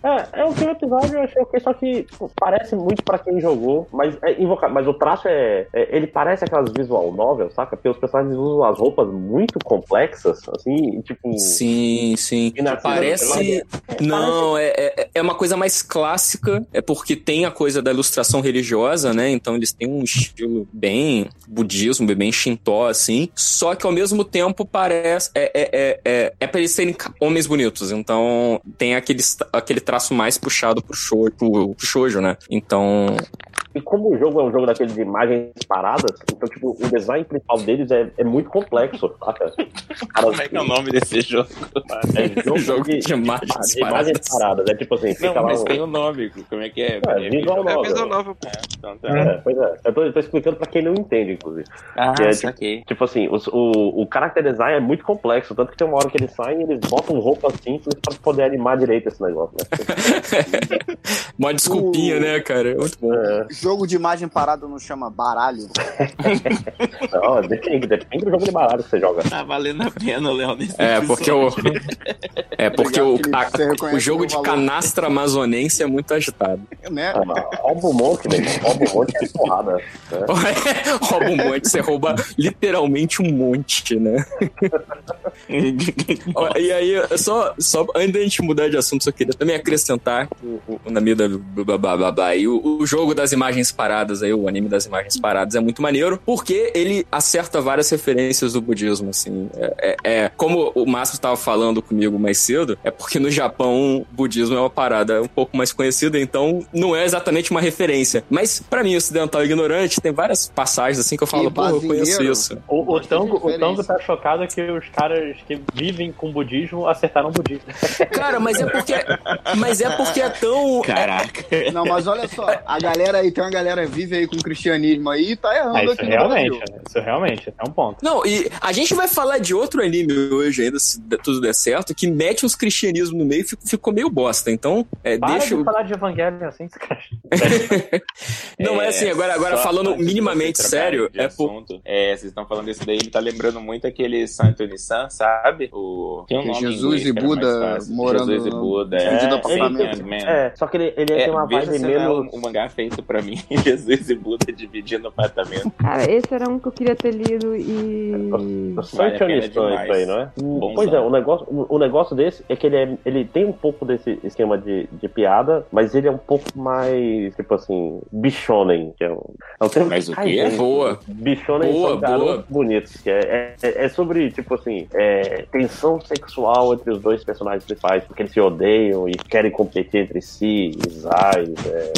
[SPEAKER 1] É, é
[SPEAKER 2] um
[SPEAKER 1] o primeiro episódio, eu achei ok, só que tipo, parece muito pra quem jogou, mas é invocado. Mas o traço é, é- Ele parece aquelas visual novel, saca? Porque os personagens usam as roupas muito complexas, assim, e, tipo.
[SPEAKER 3] Sim, sim.
[SPEAKER 1] e na cena-
[SPEAKER 3] Parece. Não, é, é, é uma coisa mais clássica, é porque tem a coisa da ilustração religiosa, né? Então eles têm um estilo bem budismo, bem shintó, assim. Só que ao mesmo tempo parece. É, é, é, é, é pra eles serem ca- homens bonitos. Então tem aquele, esta- aquele traço mais puxado pro shoujo, pro, pro shoujo, né? Então.
[SPEAKER 1] E como o jogo é um jogo daquele de imagens paradas, então, tipo, o design principal deles é, é muito complexo, saca?
[SPEAKER 4] Como é que é o nome desse jogo?
[SPEAKER 1] É
[SPEAKER 3] um jogo de imagens
[SPEAKER 1] de imagens
[SPEAKER 3] paradas.
[SPEAKER 1] paradas. É tipo assim, fica
[SPEAKER 4] Não,
[SPEAKER 1] lá
[SPEAKER 4] mas
[SPEAKER 1] um-
[SPEAKER 4] tem o nome. Como é que é?
[SPEAKER 1] É, visual
[SPEAKER 7] É
[SPEAKER 1] novel.
[SPEAKER 7] visual novel, pô.
[SPEAKER 4] Então tá.
[SPEAKER 3] Hum.
[SPEAKER 1] É, pois é. Eu tô, eu tô explicando pra quem não entende, inclusive.
[SPEAKER 4] Ah,
[SPEAKER 1] É, tipo-
[SPEAKER 4] saquei.
[SPEAKER 1] Tipo assim, os- o, o character design é muito complexo, tanto que tem uma hora que eles saem e eles botam roupa simples pra poder animar direito esse negócio, né?
[SPEAKER 3] Uma desculpinha,
[SPEAKER 6] O-
[SPEAKER 3] né, cara? É Muito bom.
[SPEAKER 1] É.
[SPEAKER 6] Jogo de imagem parada não chama baralho?
[SPEAKER 1] Não, depende, depende do jogo de baralho que você joga.
[SPEAKER 4] Tá valendo a pena, Léo, nesse
[SPEAKER 3] É, porque o. É porque
[SPEAKER 6] Obrigado,
[SPEAKER 3] o,
[SPEAKER 6] Felipe,
[SPEAKER 3] a-
[SPEAKER 6] você reconhece
[SPEAKER 3] o jogo
[SPEAKER 6] meu
[SPEAKER 3] de
[SPEAKER 6] valor.
[SPEAKER 3] canastra amazonense é muito agitado.
[SPEAKER 6] Né?
[SPEAKER 1] Ah, Ó o monte, velho. Ó o monte é porrada. né?
[SPEAKER 3] rouba um monte, você rouba literalmente um monte, né? Ó, e aí, só, só antes da gente mudar de assunto, só queria também acrescentar que o- o- na minha da- blá, blá, blá, blá, e o, o jogo das imagens paradas aí, o anime das imagens paradas é muito maneiro, porque ele acerta várias referências do budismo, assim. É, é- é- como o Márcio estava falando comigo mais cedo, é porque no Japão o budismo é uma parada um pouco mais conhecida, então não é exatamente uma referência. Mas pra mim, ocidental ignorante, tem várias passagens assim que eu falo,
[SPEAKER 6] E
[SPEAKER 3] pô, eu conheço
[SPEAKER 6] brasileiro.
[SPEAKER 3] isso.
[SPEAKER 2] O, o,
[SPEAKER 6] Gosto de
[SPEAKER 2] tango, o
[SPEAKER 6] diferença.
[SPEAKER 2] Tango tá chocado que os caras que vivem com budismo acertaram o budismo.
[SPEAKER 3] Cara, mas é porque. Mas é porque é tão. é-
[SPEAKER 4] Caraca.
[SPEAKER 6] Não, mas olha só, a galera aí tem uma galera vive aí com o cristianismo aí e tá errando
[SPEAKER 2] Ah, isso
[SPEAKER 6] aqui no
[SPEAKER 2] realmente,
[SPEAKER 6] Brasil.
[SPEAKER 2] isso realmente, é um ponto.
[SPEAKER 3] Não, e a gente vai falar de outro anime hoje ainda, se der- tudo der certo, que mete os cristianismos no meio e fico- ficou meio bosta. Então, é,
[SPEAKER 2] Para
[SPEAKER 3] deixa
[SPEAKER 2] de
[SPEAKER 3] eu...
[SPEAKER 2] falar de evangelho assim, cara.
[SPEAKER 3] Não, é assim, agora, agora
[SPEAKER 4] só
[SPEAKER 3] falando
[SPEAKER 4] antes de
[SPEAKER 3] minimamente
[SPEAKER 4] vocês trocarem
[SPEAKER 3] sério,
[SPEAKER 4] de
[SPEAKER 3] é por...
[SPEAKER 4] assunto, é, vocês estão falando isso daí, me tá lembrando muito aquele Santo Nissan, sabe? O tem um
[SPEAKER 6] Que
[SPEAKER 4] nome em
[SPEAKER 6] Jesus
[SPEAKER 4] inglês
[SPEAKER 6] e
[SPEAKER 4] que era mais
[SPEAKER 6] Buda
[SPEAKER 4] fácil.
[SPEAKER 6] morando
[SPEAKER 4] Jesus e
[SPEAKER 6] no-
[SPEAKER 4] Buda, é,
[SPEAKER 6] dividindo
[SPEAKER 4] sim,
[SPEAKER 6] apartamento.
[SPEAKER 4] é, man.
[SPEAKER 1] É, só que ele, ele
[SPEAKER 4] É,
[SPEAKER 1] tem uma
[SPEAKER 4] veja
[SPEAKER 1] vibe
[SPEAKER 4] se não é
[SPEAKER 1] menos.
[SPEAKER 4] um- um mangá feito pra mim, Jesus e Buda dividindo apartamento.
[SPEAKER 8] Cara, esse era um que eu queria ter lido e.
[SPEAKER 4] Vale a
[SPEAKER 1] Sancho
[SPEAKER 4] pena
[SPEAKER 1] Aniston,
[SPEAKER 4] demais.
[SPEAKER 1] isso aí, não é?
[SPEAKER 4] Bonzão.
[SPEAKER 1] Pois é, o negócio, o o negócio desse é que ele, é- ele tem um pouco desse esquema de, de piada, mas ele é um pouco mais, tipo assim, bichonem, que é um, é um termo
[SPEAKER 4] Mas o
[SPEAKER 1] que cai
[SPEAKER 4] quê?
[SPEAKER 2] né?
[SPEAKER 1] bem.
[SPEAKER 3] Boa.
[SPEAKER 1] Bichonem
[SPEAKER 3] Boa,
[SPEAKER 1] são garotos
[SPEAKER 3] boa.
[SPEAKER 1] bonitos, que é, é, é sobre, tipo assim, é, tensão sexual entre os dois personagens principais, porque eles se odeiam e querem competir entre si, rivais, é...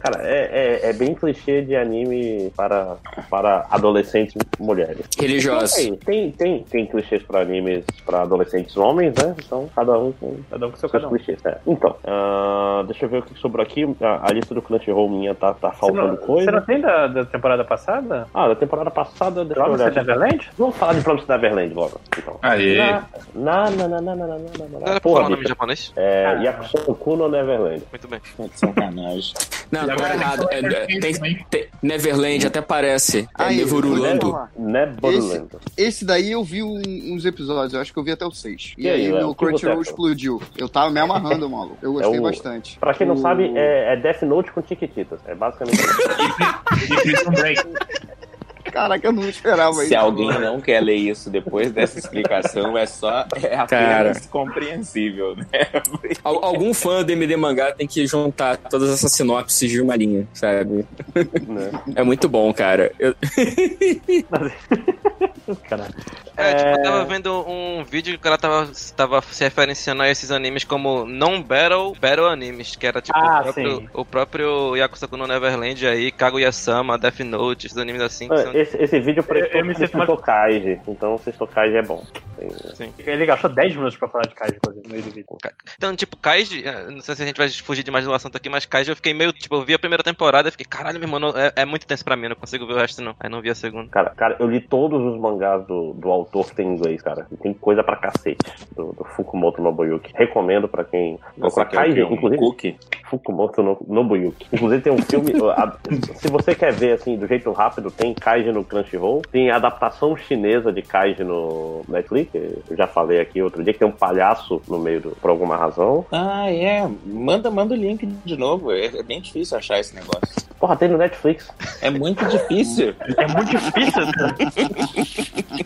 [SPEAKER 1] Cara, é, é, é bem clichê de anime para, para adolescentes mulheres.
[SPEAKER 3] Religiosa.
[SPEAKER 1] Tem, tem, tem, tem clichês pra animes pra adolescentes homens, né? Então, cada um com
[SPEAKER 2] Cada um com seu
[SPEAKER 1] seus
[SPEAKER 2] cada um.
[SPEAKER 1] clichês. é. Então, ah, deixa eu ver o que sobrou aqui. A, a lista do Crunchyroll minha tá, tá
[SPEAKER 2] Você
[SPEAKER 1] faltando
[SPEAKER 2] não,
[SPEAKER 1] coisa.
[SPEAKER 2] você não tem da, da temporada passada?
[SPEAKER 1] Ah, da temporada passada, deixa eu
[SPEAKER 2] Promise
[SPEAKER 1] olhar. aqui.
[SPEAKER 2] Neverland?
[SPEAKER 1] Vamos falar de Promised Neverland logo, então.
[SPEAKER 5] Aê.
[SPEAKER 1] Na, na, na, na, na, na, na, na,
[SPEAKER 7] Não
[SPEAKER 1] na.
[SPEAKER 7] era pra falar
[SPEAKER 1] Porra,
[SPEAKER 7] o nome em
[SPEAKER 1] bicho.
[SPEAKER 7] japonês?
[SPEAKER 6] Ah.
[SPEAKER 1] É, Yakusoku no Neverland.
[SPEAKER 7] Muito bem.
[SPEAKER 4] Sacanagem.
[SPEAKER 3] Não, não tá errado. É, é, tem- tem- Neverland até parece. É
[SPEAKER 6] Aí,
[SPEAKER 3] Neverulando.
[SPEAKER 6] vamos lá.
[SPEAKER 1] Neverland.
[SPEAKER 6] Esse daí eu vi um- uns episódios, eu acho que eu vi até o 6. E,
[SPEAKER 1] E aí,
[SPEAKER 6] aí,
[SPEAKER 1] Léo,
[SPEAKER 6] meu
[SPEAKER 1] o que você
[SPEAKER 6] Crunchyroll
[SPEAKER 1] achou?
[SPEAKER 6] explodiu. Eu tava me amarrando, maluco. Eu gostei
[SPEAKER 1] É o-
[SPEAKER 6] bastante.
[SPEAKER 1] Pra quem não
[SPEAKER 6] O-
[SPEAKER 1] sabe, é, é Death Note com Tiquititas. É basicamente isso.
[SPEAKER 5] E Prison Break.
[SPEAKER 6] Caraca, eu não esperava
[SPEAKER 4] Se
[SPEAKER 6] isso.
[SPEAKER 4] alguém
[SPEAKER 1] né?
[SPEAKER 4] não quer ler isso depois dessa explicação, é só é apenas
[SPEAKER 3] Cara.
[SPEAKER 4] compreensível, né?
[SPEAKER 3] Al- algum fã do MD Mangá tem que juntar todas essas sinopses de uma linha, sabe?
[SPEAKER 1] né?
[SPEAKER 3] É muito bom, cara. Eu-
[SPEAKER 2] Caralho.
[SPEAKER 7] É, tipo, eu tava vendo um vídeo que o cara tava, tava se referenciando a esses animes como non-battle, battle animes, que era tipo
[SPEAKER 2] Ah,
[SPEAKER 7] o,
[SPEAKER 2] sim.
[SPEAKER 7] próprio, o próprio Yakusoku no Neverland aí, Kaguya-sama, Death Note, esses animes assim que são...
[SPEAKER 1] Ah,
[SPEAKER 3] um-
[SPEAKER 1] Esse, esse vídeo
[SPEAKER 2] Eu- eu me
[SPEAKER 1] parece
[SPEAKER 2] sinto mais-
[SPEAKER 1] Sisto Kaiji, então Sisto Kaiji é bom. Tem-
[SPEAKER 2] Ele gastou 10 minutos pra falar de Kaiji, inclusive, no meio do vídeo.
[SPEAKER 7] Então, tipo, Kaiji, eh, não sei se a gente vai fugir demais do assunto aqui, mas Kaiji eu fiquei meio, tipo, eu vi a primeira temporada e fiquei, caralho, meu irmão, é, é muito tenso pra mim, eu não consigo ver o resto não. Aí não vi a segunda.
[SPEAKER 1] Cara, cara, eu li todos os mangás do, do autor que tem em inglês, cara. E tem coisa pra cacete do, do Fukumoto Nobuyuki. Recomendo pra quem procurar
[SPEAKER 4] Você quer o
[SPEAKER 1] Kaiji,
[SPEAKER 4] quê? Um
[SPEAKER 1] inclusive.
[SPEAKER 4] cookie?
[SPEAKER 1] Fukumoto no, Nobuyuki. Inclusive tem um filme. a- se você quer ver assim, do jeito rápido, tem Kaiji no Crunchyroll, tem a adaptação chinesa de Kaiji no Netflix. que Eu já falei aqui outro dia que tem um palhaço no meio do, por alguma razão.
[SPEAKER 4] Ah, é. Manda, manda o link de novo. É, é bem difícil achar esse negócio.
[SPEAKER 1] Porra, tem no Netflix.
[SPEAKER 4] É muito difícil.
[SPEAKER 2] É muito difícil. né?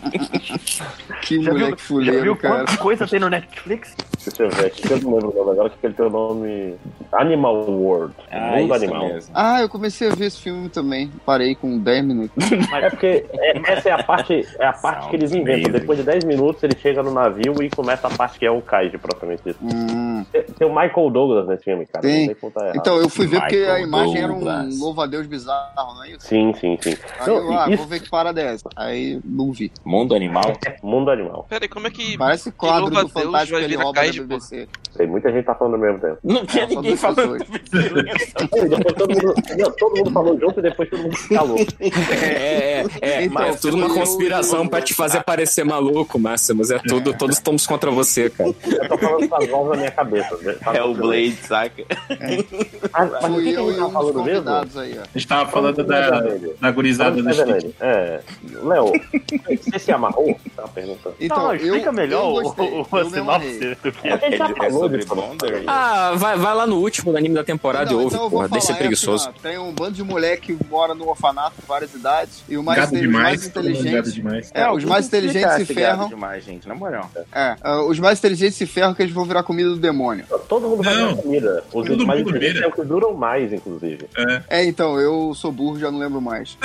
[SPEAKER 6] Que
[SPEAKER 2] Já viu- Já
[SPEAKER 6] moleque
[SPEAKER 2] viu
[SPEAKER 6] fuleiro, cara.
[SPEAKER 2] quanta coisa tem no Netflix?
[SPEAKER 1] Deixa eu ver aqui, eu não lembro o nome agora, que ele tem o nome Animal World.
[SPEAKER 5] É
[SPEAKER 4] Ah,
[SPEAKER 1] É Mundo
[SPEAKER 4] isso
[SPEAKER 1] Animal.
[SPEAKER 4] mesmo.
[SPEAKER 6] Ah, eu comecei a ver esse filme também. Parei com 10 minutos.
[SPEAKER 1] É porque é- essa é a parte, é a parte que eles inventam.
[SPEAKER 4] amazing.
[SPEAKER 1] Depois de 10 minutos, ele chega no navio e começa a parte que é o Kaiji, propriamente dito.
[SPEAKER 6] Hum.
[SPEAKER 1] Tem- Tem o Michael Douglas nesse filme, cara.
[SPEAKER 6] Tem.
[SPEAKER 1] Não sei contar errado.
[SPEAKER 6] Então, eu fui ver porque a
[SPEAKER 4] Michael
[SPEAKER 6] imagem era
[SPEAKER 4] Douglas.
[SPEAKER 6] um louva-a-Deus bizarro, não é isso?
[SPEAKER 1] Sim, sim, sim.
[SPEAKER 6] Aí
[SPEAKER 1] Não,
[SPEAKER 6] eu, ah,
[SPEAKER 1] isso-
[SPEAKER 6] vou ver que parada é essa. Aí não vi.
[SPEAKER 4] Mundo Animal?
[SPEAKER 1] Mundo animal.
[SPEAKER 7] Peraí, como é que...
[SPEAKER 6] Parece quadro do
[SPEAKER 7] louva-a-Deus
[SPEAKER 6] Fantástico que
[SPEAKER 7] vai
[SPEAKER 6] ele
[SPEAKER 7] virar
[SPEAKER 6] rouba da
[SPEAKER 7] Kaiji, pô.
[SPEAKER 6] BBC.
[SPEAKER 1] Tem muita gente tá falando ao mesmo tempo.
[SPEAKER 4] Não tinha
[SPEAKER 6] É, só
[SPEAKER 4] ninguém
[SPEAKER 6] duas
[SPEAKER 4] falando.
[SPEAKER 1] E depois todo mundo, não, todo mundo falou junto e depois todo mundo calou.
[SPEAKER 3] É, é, é.
[SPEAKER 6] Então,
[SPEAKER 3] é tudo uma
[SPEAKER 6] eu-
[SPEAKER 3] conspiração pra te fazer parecer maluco, Máximos. É tudo, todos estamos contra você, cara.
[SPEAKER 1] Eu tô falando com as mãos na minha cabeça. né?
[SPEAKER 4] É o Blade, saca?
[SPEAKER 1] Ah, mas o
[SPEAKER 6] Fui
[SPEAKER 1] que que a
[SPEAKER 6] eu
[SPEAKER 1] gente
[SPEAKER 6] e
[SPEAKER 1] tá
[SPEAKER 6] uns
[SPEAKER 1] falando mesmo?
[SPEAKER 6] convidados aí, ó.
[SPEAKER 5] A gente tava falando da, da gurizada
[SPEAKER 1] Vamos
[SPEAKER 5] do
[SPEAKER 1] fazer,
[SPEAKER 5] Street.
[SPEAKER 1] Lene. É. Léo, você se amarrou? Tá perguntando.
[SPEAKER 6] Então,
[SPEAKER 2] não, explica
[SPEAKER 6] eu,
[SPEAKER 2] melhor
[SPEAKER 6] eu
[SPEAKER 2] o-
[SPEAKER 6] gostei,
[SPEAKER 2] o, o,
[SPEAKER 6] eu
[SPEAKER 2] a
[SPEAKER 6] me amarrei.
[SPEAKER 2] sinopse do que é.
[SPEAKER 1] Ele já
[SPEAKER 4] Ele é
[SPEAKER 1] falou
[SPEAKER 4] sobre
[SPEAKER 1] de falar.
[SPEAKER 4] Bonder.
[SPEAKER 3] Ah, vai, vai lá no último anime da temporada
[SPEAKER 6] Não,
[SPEAKER 3] e ouve,
[SPEAKER 6] então eu vou
[SPEAKER 3] porra. Deixa ser
[SPEAKER 6] falar, é
[SPEAKER 3] preguiçoso.
[SPEAKER 6] assim, ó, tem um bando de moleque que mora no orfanato de várias idades e o mais,
[SPEAKER 5] Gado
[SPEAKER 6] deles, mais
[SPEAKER 5] demais. todo mundo Gado
[SPEAKER 6] inteligente.
[SPEAKER 5] demais.
[SPEAKER 6] É, os mais
[SPEAKER 4] Tem que
[SPEAKER 6] inteligentes se
[SPEAKER 4] explicar esse gado
[SPEAKER 6] ferram.
[SPEAKER 4] demais, gente, na moral.
[SPEAKER 6] É, ah, os mais inteligentes se ferram que eles vão virar comida do demônio.
[SPEAKER 1] Todo mundo vai
[SPEAKER 5] Não.
[SPEAKER 1] na comida. Os
[SPEAKER 5] Todo
[SPEAKER 1] mais
[SPEAKER 5] mundo
[SPEAKER 1] inteligentes
[SPEAKER 5] vira.
[SPEAKER 1] é o que duram mais, inclusive.
[SPEAKER 6] É, então, eu sou burro, já não lembro mais.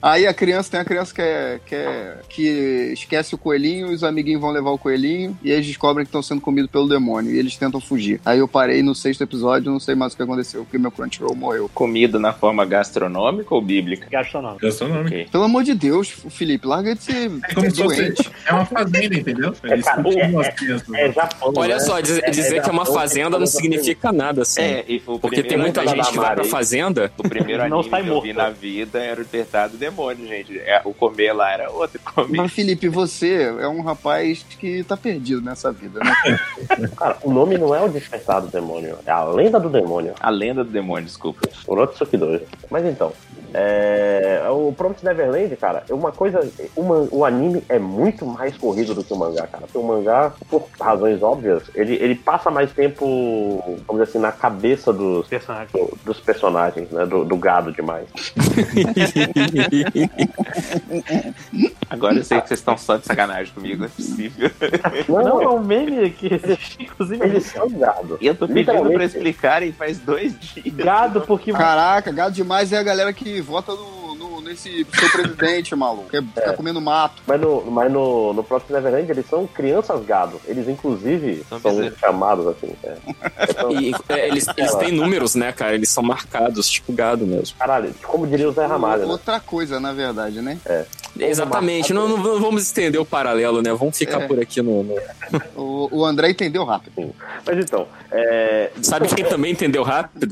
[SPEAKER 6] Aí a criança, tem a criança que, é, que, é- que esquece o coelhinho, os amiguinhos vão levar o coelhinho, e eles descobrem que estão sendo comidos pelo demônio, e eles tentam fugir. Aí eu parei no sexto episódio, não sei mais o que aconteceu, porque meu Crunchyroll morreu.
[SPEAKER 4] Comida na forma gastronômica ou bíblica?
[SPEAKER 2] Gastronômico.
[SPEAKER 5] Gastronômico.
[SPEAKER 4] Ok.
[SPEAKER 6] Pelo amor de Deus, Felipe, larga de ser
[SPEAKER 5] É como se fosse.
[SPEAKER 6] doente.
[SPEAKER 5] É uma fazenda, entendeu? Eles
[SPEAKER 1] cara,
[SPEAKER 5] continuam
[SPEAKER 1] é-
[SPEAKER 5] as crianças.
[SPEAKER 1] É Japão.
[SPEAKER 3] Olha
[SPEAKER 1] né?
[SPEAKER 3] só, diz-
[SPEAKER 1] É-
[SPEAKER 3] dizer
[SPEAKER 1] é
[SPEAKER 3] que é uma
[SPEAKER 1] Japão,
[SPEAKER 3] fazenda não
[SPEAKER 1] coisa assim.
[SPEAKER 3] significa nada, assim.
[SPEAKER 4] É, e foi o
[SPEAKER 3] Porque tem muita
[SPEAKER 1] anime
[SPEAKER 3] gente que vai pra
[SPEAKER 4] fazenda.
[SPEAKER 3] fazenda.
[SPEAKER 4] O primeiro
[SPEAKER 2] Não
[SPEAKER 4] anime
[SPEAKER 2] sai
[SPEAKER 4] que eu vi
[SPEAKER 2] morto.
[SPEAKER 4] na vida era o Despertar do Demônio, gente. É, o comer lá era outro. Comer.
[SPEAKER 6] Mas, Felipe, você é um rapaz que tá perdido nessa vida, né?
[SPEAKER 5] É.
[SPEAKER 1] Cara, o nome não é o Despertar do Demônio, é a Lenda do Demônio.
[SPEAKER 4] A lenda do demônio, desculpa.
[SPEAKER 1] Urotsuki 2. Mas então, é, o Promised Neverland, cara, é uma coisa. O, man- o anime é muito mais corrido do que o mangá, cara. Porque o mangá, por razões óbvias, ele, ele passa mais tempo, vamos dizer assim, na cabeça dos,
[SPEAKER 2] Personagem.
[SPEAKER 1] do- dos personagens, né? Do, do gado demais.
[SPEAKER 4] Agora eu sei que vocês estão só de sacanagem comigo, não é possível.
[SPEAKER 1] Não,
[SPEAKER 2] Não, é
[SPEAKER 1] não,
[SPEAKER 2] um meme que existe, inclusive.
[SPEAKER 1] eles são gado.
[SPEAKER 4] E eu tô pedindo
[SPEAKER 1] Literalmente.
[SPEAKER 4] pra explicarem faz dois dias.
[SPEAKER 2] Gado porque
[SPEAKER 6] Caraca, gado demais é a galera que vota no, no- nesse seu presidente, maluco. Que é, fica comendo mato.
[SPEAKER 1] É. Mas no, mas no, no próximo Neverland eles são crianças gado. Eles, inclusive,
[SPEAKER 7] São
[SPEAKER 1] são,
[SPEAKER 7] bezerros.
[SPEAKER 1] chamados assim. É. Então,
[SPEAKER 3] E, é, eles, eles têm números, né, cara? Eles são marcados, tipo gado mesmo.
[SPEAKER 1] caralho, como diria o Zé Ramalho, né?
[SPEAKER 6] Outra coisa, na verdade, né?
[SPEAKER 3] É, Exatamente. Não, não vamos estender o paralelo, né? Vamos ficar
[SPEAKER 6] É.
[SPEAKER 3] por aqui no. no-
[SPEAKER 6] O, o André entendeu rápido.
[SPEAKER 1] Mas então, é,
[SPEAKER 3] Sabe quem também entendeu rápido?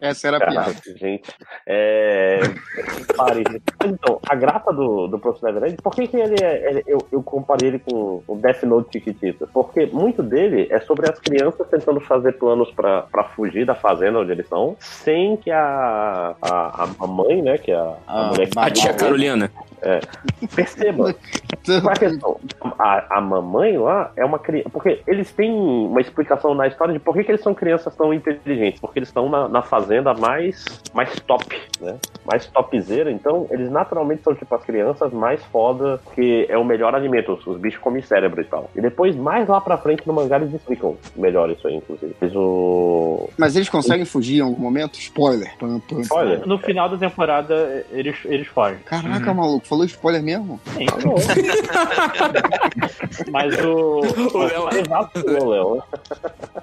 [SPEAKER 6] Essa era a piada.
[SPEAKER 1] Caralho, gente. É. Pare. Então, a graça do, do Prof. Neverland, por que, que ele é. ele- eu, eu comparei ele com o Death Note Chiquitita? Porque muito dele é sobre as crianças tentando fazer planos pra, pra fugir da fazenda onde eles estão, sem que a, a, a mãe, né, que é a, a
[SPEAKER 6] Ah,
[SPEAKER 1] mulher que
[SPEAKER 3] A tia Carolina.
[SPEAKER 1] É. perceba qual é a questão? A, a mamãe lá é uma criança. Porque eles têm uma explicação na história de por que, que eles são crianças tão inteligentes. Porque eles estão na, na fazenda mais, mais top, né? Mais topzera. Então, eles naturalmente são tipo as crianças mais foda, que é o melhor alimento. Os, os bichos comem cérebro e tal. E depois, mais lá pra frente no mangá, eles explicam melhor isso aí, inclusive. Mas o.
[SPEAKER 6] Mas eles conseguem fugir em algum momento? Spoiler. Pam, pam.
[SPEAKER 1] Olha.
[SPEAKER 6] é.
[SPEAKER 2] no final da temporada eles, eles fogem.
[SPEAKER 6] Caraca, maluco, falou spoiler mesmo?
[SPEAKER 2] Sim, É, Mas o. É,
[SPEAKER 3] O Léo-
[SPEAKER 2] Exato.
[SPEAKER 1] Ô, Léo.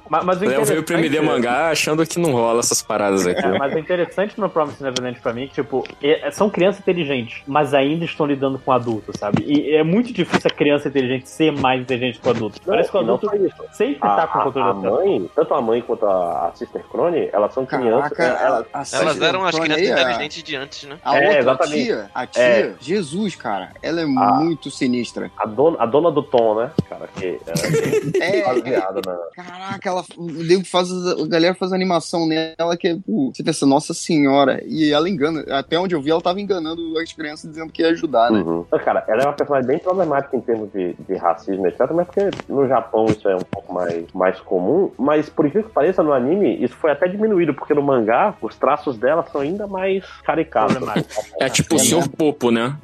[SPEAKER 2] Mas, mas o
[SPEAKER 3] Léo veio pro MD
[SPEAKER 2] interessante-
[SPEAKER 3] Mangá achando que não rola essas paradas Tá aqui.
[SPEAKER 2] É, mas é interessante no Promised Neverland pra mim que, tipo, é- são crianças inteligentes, mas ainda estão lidando com adultos, sabe? E é muito difícil a criança inteligente ser mais inteligente que o adulto. Parece que o
[SPEAKER 1] Não,
[SPEAKER 2] adulto
[SPEAKER 1] não só isso.
[SPEAKER 2] sempre
[SPEAKER 1] A,
[SPEAKER 2] tá com o controle
[SPEAKER 1] a, a
[SPEAKER 2] da situação.
[SPEAKER 1] mãe, tanto a mãe quanto a, a Sister Crone, elas são crianças. é,
[SPEAKER 6] Caraca, é,
[SPEAKER 1] elas-
[SPEAKER 6] a, a
[SPEAKER 7] Elas
[SPEAKER 6] Sasha
[SPEAKER 7] eram as
[SPEAKER 6] Antônia
[SPEAKER 7] crianças
[SPEAKER 6] aí, a-
[SPEAKER 7] inteligentes é de antes, né?
[SPEAKER 6] A
[SPEAKER 1] É,
[SPEAKER 6] outra, a
[SPEAKER 1] exatamente.
[SPEAKER 6] tia, a tia,
[SPEAKER 1] É.
[SPEAKER 6] Jesus, cara, ela é
[SPEAKER 1] Ah.
[SPEAKER 6] muito sinistra.
[SPEAKER 1] A dona, a dona do Tom, né? Cara, que é,
[SPEAKER 6] É,
[SPEAKER 1] baseado na.
[SPEAKER 6] caraca, ela, o nego faz, a galera faz animação nela que é, pô, você pensa, nossa senhora, e ela engana, até onde eu vi, ela tava enganando as crianças dizendo que ia ajudar, né?
[SPEAKER 1] Uhum. Mas, Cara, ela é uma personagem bem problemática em termos de, de racismo, etc. Mas porque no Japão isso é um pouco mais, mais comum. Mas por incrível que pareça, no anime isso foi até diminuído, porque no mangá os traços dela são ainda mais caricatos.
[SPEAKER 3] É tipo o senhor Popo, né?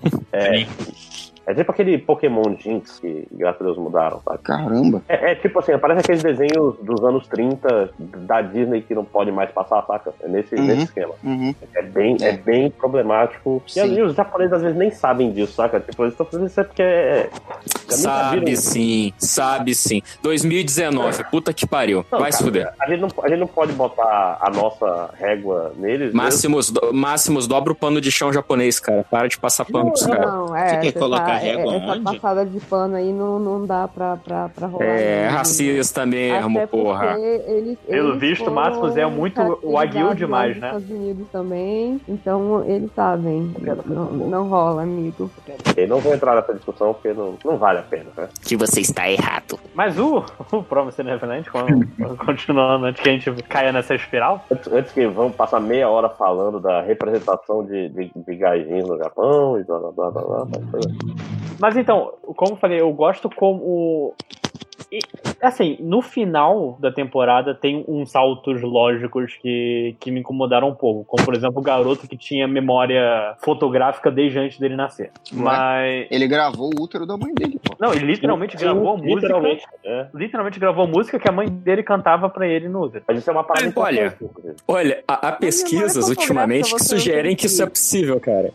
[SPEAKER 1] É tipo aquele Pokémon Jinx que, graças a Deus, mudaram, sabe?
[SPEAKER 6] Caramba.
[SPEAKER 1] É, é tipo assim, parece aqueles desenhos dos anos 30 da Disney que não pode mais passar, saca? É nesse,
[SPEAKER 6] Uhum.
[SPEAKER 1] nesse esquema.
[SPEAKER 6] Uhum.
[SPEAKER 1] É bem, é.
[SPEAKER 6] É.
[SPEAKER 1] bem problemático. E,
[SPEAKER 6] Sim.
[SPEAKER 1] e os japoneses às vezes nem sabem disso, saca? Tipo, eles estão fazendo isso é porque é. já nunca
[SPEAKER 3] Sabe
[SPEAKER 1] viram.
[SPEAKER 3] sim, sabe sim. 2019, puta que pariu.
[SPEAKER 1] Não,
[SPEAKER 3] Vai se
[SPEAKER 1] cara,
[SPEAKER 3] fuder.
[SPEAKER 1] A gente, não, a gente não pode botar a nossa régua neles. né?
[SPEAKER 3] Máximos, do- Máximos, dobra o pano de chão japonês, cara. Para de passar pano pros caras.
[SPEAKER 8] Não, é.
[SPEAKER 4] Você quer
[SPEAKER 8] essa-
[SPEAKER 4] colocar
[SPEAKER 8] é-
[SPEAKER 4] régua
[SPEAKER 8] Essa
[SPEAKER 4] onde?
[SPEAKER 8] passada de pano aí não, não dá pra, pra, pra rolar.
[SPEAKER 3] É,
[SPEAKER 8] não.
[SPEAKER 3] racista mesmo,
[SPEAKER 8] Até porque
[SPEAKER 3] porra.
[SPEAKER 8] Eles,
[SPEAKER 2] Pelo
[SPEAKER 8] eles
[SPEAKER 2] visto, o
[SPEAKER 8] foram
[SPEAKER 2] Marcos é muito o Wagyu
[SPEAKER 8] castigados lá
[SPEAKER 2] demais,
[SPEAKER 8] nos
[SPEAKER 2] né?
[SPEAKER 8] Estados Unidos também, então eles sabem. Não, não rola, amigo.
[SPEAKER 1] Eu não vou entrar nessa discussão porque não, não vale a pena, né?
[SPEAKER 3] Que você está errado.
[SPEAKER 2] Mas o, o Promised Neverland, quando- continuando antes que a gente caia nessa espiral,
[SPEAKER 1] Antes, antes que vamos passar meia hora falando da representação de, de, de gaijins no Japão e blá blá blá blá. blá mas,
[SPEAKER 2] Mas então, como eu falei, eu gosto como. Assim, no final da temporada tem uns saltos lógicos que, que me incomodaram um pouco. Como, por exemplo, o garoto que tinha memória fotográfica desde antes dele nascer.
[SPEAKER 6] Ué?
[SPEAKER 2] Mas.
[SPEAKER 6] Ele gravou o útero da mãe dele, pô.
[SPEAKER 2] Não, ele literalmente gravou a música. Literalmente.
[SPEAKER 1] Literalmente. É.
[SPEAKER 2] gravou a música que a mãe dele cantava pra ele no Uber.
[SPEAKER 1] Mas isso é uma parada
[SPEAKER 3] Olha.
[SPEAKER 8] tá
[SPEAKER 1] importante, inclusive.
[SPEAKER 3] Olha, há, há pesquisas
[SPEAKER 8] memória
[SPEAKER 3] ultimamente que
[SPEAKER 8] fotográfica, é você
[SPEAKER 3] sugerem
[SPEAKER 8] não
[SPEAKER 3] que isso é
[SPEAKER 8] tem.
[SPEAKER 3] possível, cara.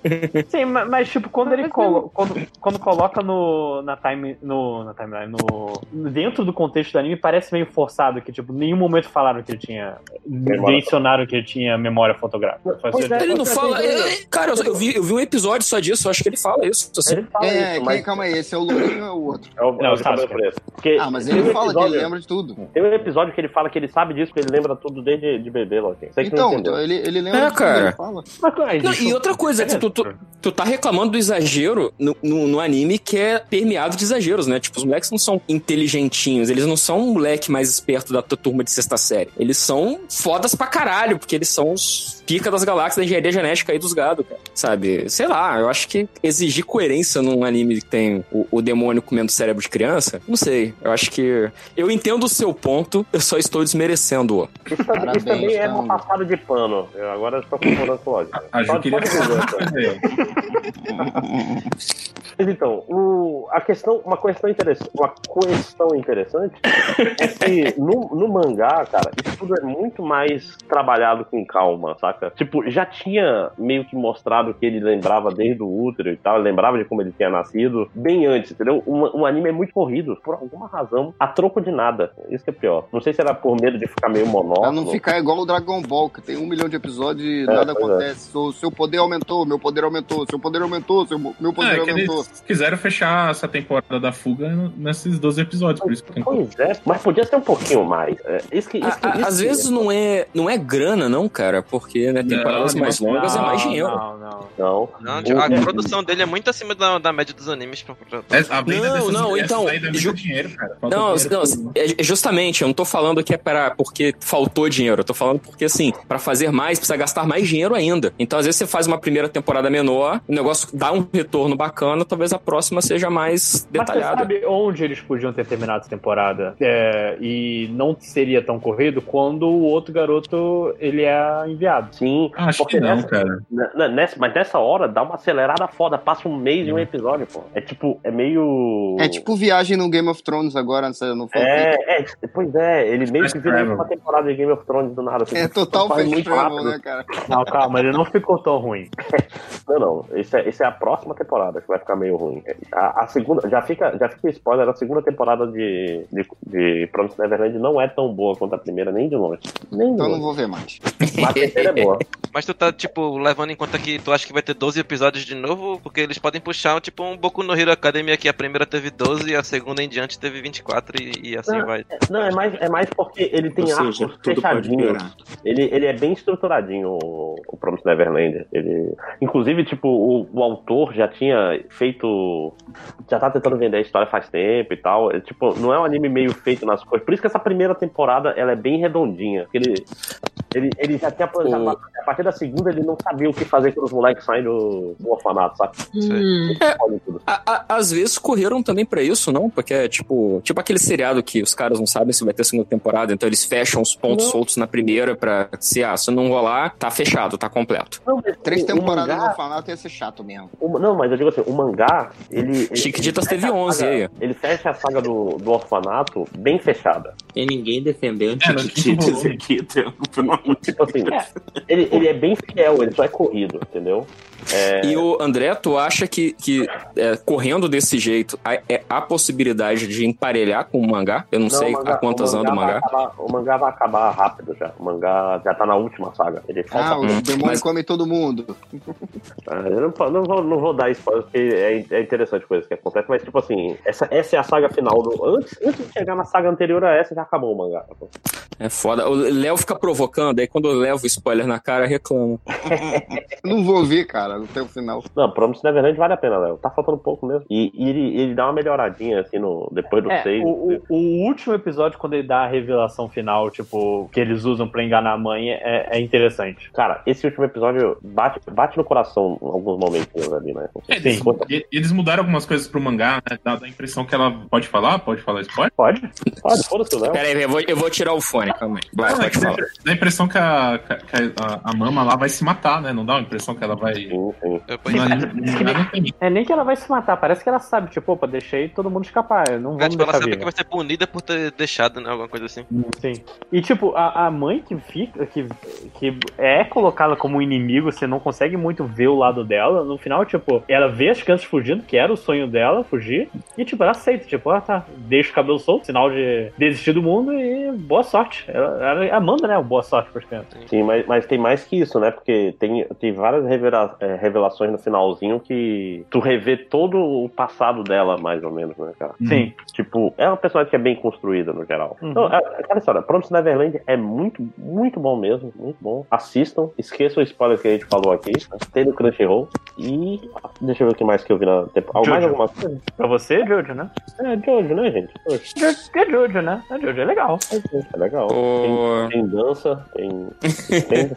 [SPEAKER 2] Sim, ma- mas tipo, quando ele
[SPEAKER 8] Mas
[SPEAKER 2] colo quando, quando coloca no, na time no, na timeline, no, dentro do contexto do anime, parece meio forçado que tipo, em nenhum momento falaram que ele tinha
[SPEAKER 1] Memória.
[SPEAKER 2] mencionaram que ele tinha memória fotográfica. Faz
[SPEAKER 8] Pois
[SPEAKER 2] sentido.
[SPEAKER 8] é.
[SPEAKER 3] Ele não
[SPEAKER 8] outra
[SPEAKER 3] fala.
[SPEAKER 8] coisa.
[SPEAKER 3] é, é, Cara, eu- eu vi, eu vi um episódio só disso, eu acho que ele fala isso. assim.
[SPEAKER 1] Ele fala
[SPEAKER 6] É,
[SPEAKER 1] isso,
[SPEAKER 6] quem,
[SPEAKER 1] mas
[SPEAKER 6] calma aí, esse é o Lourinho ou é o outro?
[SPEAKER 1] é o,
[SPEAKER 2] Não,
[SPEAKER 1] é o
[SPEAKER 2] Sasuke.
[SPEAKER 1] cabelo preto. Porque
[SPEAKER 6] Ah, mas
[SPEAKER 1] tem
[SPEAKER 6] ele
[SPEAKER 1] um
[SPEAKER 6] fala que ele
[SPEAKER 1] episódio-
[SPEAKER 6] lembra de tudo.
[SPEAKER 1] Tem um episódio que ele fala que ele sabe disso, que ele lembra tudo desde de bebê, Loki. Você que não
[SPEAKER 6] Então,
[SPEAKER 1] entendeu.
[SPEAKER 6] ele, ele lembra
[SPEAKER 3] É,
[SPEAKER 6] de tudo,
[SPEAKER 3] cara.
[SPEAKER 6] ele fala.
[SPEAKER 2] Mas,
[SPEAKER 1] é
[SPEAKER 2] mas,
[SPEAKER 3] Não,
[SPEAKER 2] isso-
[SPEAKER 3] e outra coisa, que tu, tu, tu tá reclamando do exagero no, no, no anime que é permeado de exageros, né? Tipo, os moleques não são inteligentinhos, eles não são um moleque mais esperto da tua turma de sexta série. Eles são fodas pra caralho, porque eles são os pica das galáxias da engenharia genética aí dos gado, cara. Sabe? Sei lá, eu acho que exigir coerência num anime que tem o, o demônio comendo cérebro de criança, não sei. Eu acho que. Eu entendo o seu ponto, eu só estou desmerecendo.
[SPEAKER 1] Isso, também- isso
[SPEAKER 6] Parabéns,
[SPEAKER 1] também é
[SPEAKER 6] Tango.
[SPEAKER 1] uma passada de pano. Eu agora estou concordando com o Loki.
[SPEAKER 5] A Ju
[SPEAKER 1] Pode-
[SPEAKER 5] queria
[SPEAKER 1] pode
[SPEAKER 5] falar
[SPEAKER 1] dizer,
[SPEAKER 5] uma
[SPEAKER 1] cara.
[SPEAKER 5] coisa aí.
[SPEAKER 1] Mas então, o- a questão, uma questão interessante, uma questão interessante é que no, no mangá, cara, isso tudo é muito mais trabalhado com calma, saca? Tipo, já tinha meio que mostrado que ele lembrava desde o útero e tal, lembrava de como ele tinha nascido bem antes, entendeu? Um, um anime é muito corrido, por alguma razão, a troco de nada. Isso que é pior. Não sei se era por medo de ficar meio monótono.
[SPEAKER 6] Pra não ficar igual o Dragon Ball, que tem um milhão de episódios e nada
[SPEAKER 1] É, pois
[SPEAKER 6] acontece. O seu poder aumentou, meu poder aumentou, seu poder aumentou, seu, meu
[SPEAKER 5] Ah,
[SPEAKER 6] poder
[SPEAKER 5] é que
[SPEAKER 6] aumentou.
[SPEAKER 5] eles quiseram fechar essa temporada da fuga nesses 12 episódios, por isso que tem
[SPEAKER 1] Pois é, mas podia ser um pouquinho mais. É, isso que, isso que-
[SPEAKER 3] A- a-
[SPEAKER 1] isso
[SPEAKER 3] às
[SPEAKER 1] que-
[SPEAKER 3] vezes não é, não é grana, não, cara, porque né, temporadas
[SPEAKER 5] Não,
[SPEAKER 3] mais longas é mais dinheiro.
[SPEAKER 2] Não, não.
[SPEAKER 1] Não,
[SPEAKER 7] Não,
[SPEAKER 1] Ou-
[SPEAKER 7] a produção dele é muito acima da, da média dos animes. pra- pra-
[SPEAKER 5] Essa- a venda
[SPEAKER 3] Não,
[SPEAKER 5] dessas-
[SPEAKER 3] não,
[SPEAKER 5] essa
[SPEAKER 3] então,
[SPEAKER 6] é-
[SPEAKER 5] aí dá muito
[SPEAKER 3] ju-
[SPEAKER 5] dinheiro, cara. Falta
[SPEAKER 3] Não,
[SPEAKER 5] dinheiro
[SPEAKER 3] não,
[SPEAKER 5] pra tudo.
[SPEAKER 3] é é justamente, eu não tô falando que é para porque faltou dinheiro, eu tô falando porque assim, pra fazer mais precisa gastar mais dinheiro ainda. Então às vezes você faz uma primeira temporada menor, o negócio dá um retorno bacana, talvez a próxima seja mais
[SPEAKER 2] Mas
[SPEAKER 3] detalhada.
[SPEAKER 2] você sabe onde eles podiam ter terminado essa temporada? É, e não seria tão corrido quando o outro garoto ele é enviado.
[SPEAKER 1] sim.
[SPEAKER 5] Ah, acho
[SPEAKER 1] porque
[SPEAKER 5] que não,
[SPEAKER 1] nessa-
[SPEAKER 5] cara.
[SPEAKER 1] Na- na- nessa- mas nessa hora dá uma acelerada foda, passa um mês e um episódio, pô. É tipo, é meio.
[SPEAKER 6] Hum. É tipo viagem no Game of Thrones agora, nessa- no fanfic.
[SPEAKER 1] É, é, pois é, ele meio que vira
[SPEAKER 5] travel.
[SPEAKER 1] uma temporada de Game of Thrones do nada. assim.
[SPEAKER 6] É, total
[SPEAKER 1] Faz
[SPEAKER 6] fast
[SPEAKER 1] muito
[SPEAKER 6] travel,
[SPEAKER 1] rápido.
[SPEAKER 6] né, cara?
[SPEAKER 2] Não, calma, ele não ficou tão ruim.
[SPEAKER 1] Não, não. Esse é, esse é a próxima temporada que vai ficar meio ruim. A, a segunda. Já fica, já fica spoiler, a segunda temporada de, de, de Promised Neverland não é tão boa quanto a primeira, nem de longe. Nem de
[SPEAKER 6] Então eu não
[SPEAKER 1] longe.
[SPEAKER 6] vou ver mais.
[SPEAKER 1] Mas a terceira é boa.
[SPEAKER 7] Mas tu tá, tipo, levando em conta que tu acha que vai ter 12 episódios de novo? Porque eles podem puxar, tipo, um Boku no Hero Academia que a primeira teve 12 e a segunda em diante teve 24 e, e assim
[SPEAKER 1] Ah,
[SPEAKER 7] vai.
[SPEAKER 1] Não, é mais, é mais porque ele tem
[SPEAKER 4] Ou
[SPEAKER 1] arcos
[SPEAKER 4] seja, tudo pode
[SPEAKER 1] fechadinhos.
[SPEAKER 4] piorar.
[SPEAKER 1] Ele, ele é bem estruturadinho, o, o Promised Neverland. Ele, inclusive, tipo, o, o autor já tinha feito. Já tá tentando vender a história faz tempo e tal. É, tipo, não é um anime meio feito nas coisas. Por isso que essa primeira temporada ela é bem redondinha. porque Ele, ele, ele já tinha planejado.
[SPEAKER 3] O-
[SPEAKER 1] A partir da segunda, ele não sabia o que fazer quando os moleques saem do, do orfanato, sabe? Olha tudo.
[SPEAKER 3] É, A- a- às vezes correram também pra isso, não? Porque é tipo, tipo aquele seriado que os caras não sabem se vai ter segunda temporada, então eles fecham os pontos soltos na primeira pra se, ah, se não rolar, tá fechado, tá completo.
[SPEAKER 1] Não, mas
[SPEAKER 6] Três
[SPEAKER 1] o- o
[SPEAKER 6] temporadas
[SPEAKER 1] mangá-
[SPEAKER 6] no orfanato ia ser chato mesmo.
[SPEAKER 1] o- não, mas eu digo assim, o mangá, ele. ele-
[SPEAKER 3] Chique Ditas
[SPEAKER 1] ele fecha
[SPEAKER 3] teve
[SPEAKER 1] a
[SPEAKER 3] 11
[SPEAKER 1] saga-
[SPEAKER 3] aí.
[SPEAKER 1] Ele fecha a saga do, do orfanato bem fechada.
[SPEAKER 4] Tem ninguém defendendo
[SPEAKER 5] É, no quinto
[SPEAKER 4] Tititas
[SPEAKER 5] volume.
[SPEAKER 4] aqui, Trampo, pelo amor de
[SPEAKER 1] Tipo assim, ele, ele é bem fiel, ele só é corrido, entendeu? É,
[SPEAKER 3] E o André, tu acha que, que é, correndo desse jeito há, é, há possibilidade de emparelhar com o mangá? Eu não, sei
[SPEAKER 1] o mangá-
[SPEAKER 3] a quantas anda o
[SPEAKER 1] vai
[SPEAKER 3] mangá.
[SPEAKER 1] acabar- o mangá vai acabar rápido já. O mangá já tá na última saga. Ele falta.
[SPEAKER 6] Ah, o demônio
[SPEAKER 3] mas-
[SPEAKER 6] come todo mundo.
[SPEAKER 1] Ah, eu não, po- não vou, não vou dar spoiler, porque é, é interessante coisa que acontece, mas tipo assim, essa, essa é a saga final. Do, antes, antes de chegar na saga anterior a essa, já acabou o mangá. tá
[SPEAKER 3] É foda. O Léo fica provocando, aí quando eu levo spoiler na cara, reclama.
[SPEAKER 6] Não vou ver, cara. até o final.
[SPEAKER 1] Não, Promise Neverland vale a pena, Léo. Tá faltando pouco mesmo. E, e ele, ele dá uma melhoradinha, assim, no, depois do
[SPEAKER 2] É,
[SPEAKER 1] 6.
[SPEAKER 2] o, o- o último episódio, quando ele dá a revelação final, tipo, que eles usam pra enganar a mãe, é, é interessante.
[SPEAKER 1] Cara, esse último episódio bate, bate no coração em alguns momentos ali, né?
[SPEAKER 5] É, Eles,
[SPEAKER 2] Sim.
[SPEAKER 5] e- eles mudaram algumas coisas pro mangá, né? Dá, dá a impressão que ela pode falar, pode falar spoiler.
[SPEAKER 2] Pode?
[SPEAKER 1] Pode, foda-se, Léo.
[SPEAKER 3] Pera aí, eu vou, eu vou tirar o fone, calma aí. Vai,
[SPEAKER 5] Não, é
[SPEAKER 3] pode
[SPEAKER 5] que dá,
[SPEAKER 3] falar.
[SPEAKER 5] dá a impressão que, a, que a, a mama lá vai se matar, né? Não dá a impressão que ela vai.
[SPEAKER 1] Sim, sim.
[SPEAKER 7] Eu apanhei.
[SPEAKER 5] No anime- no mangá não tem.
[SPEAKER 2] É nem que ela vai se matar, parece que ela sabe, tipo, opa, deixei todo mundo escapar, eu não
[SPEAKER 7] É,
[SPEAKER 2] vou me
[SPEAKER 7] tipo,
[SPEAKER 2] deixar
[SPEAKER 7] ela sabe que
[SPEAKER 2] viva.
[SPEAKER 7] vai ser punida por ter deixado, né? Alguma coisa assim.
[SPEAKER 1] Hum,
[SPEAKER 2] Sim. E tipo, a, a mãe que fica, que, que é colocada como inimigo, você não consegue muito ver o lado dela, no final, tipo, ela vê as crianças fugindo, que era o sonho dela, fugir, e tipo, ela aceita, tipo, ah tá, deixa o cabelo solto, sinal de desistir do mundo e boa sorte. Ela, ela- ela manda, né, o boa sorte pras crianças.
[SPEAKER 1] Sim, mas, mas tem mais que isso, né? Porque tem, tem várias revela- eh, revelações no finalzinho que tu revê todo o passado dela, mais ou menos, né, cara?
[SPEAKER 2] Sim.
[SPEAKER 1] Tipo, é uma personagem que é bem construída no geral.
[SPEAKER 2] Uhum.
[SPEAKER 1] Então, é- aquela história, Promise Neverland é muito, muito bom mesmo, muito bom. Assistam, esqueçam o spoiler que a gente falou aqui, né? tem no Crunchyroll. E deixa eu ver o que mais que eu vi na tempo. Ah, mais
[SPEAKER 2] Jojo.
[SPEAKER 1] alguma coisa?
[SPEAKER 2] Pra você, Jojo, né?
[SPEAKER 1] É, de hoje, né, gente? Jojo,
[SPEAKER 2] Jojo, é Jojo, né? É Jojo, é legal.
[SPEAKER 1] É legal.
[SPEAKER 3] Ô,
[SPEAKER 1] Tem dança, tem. tem-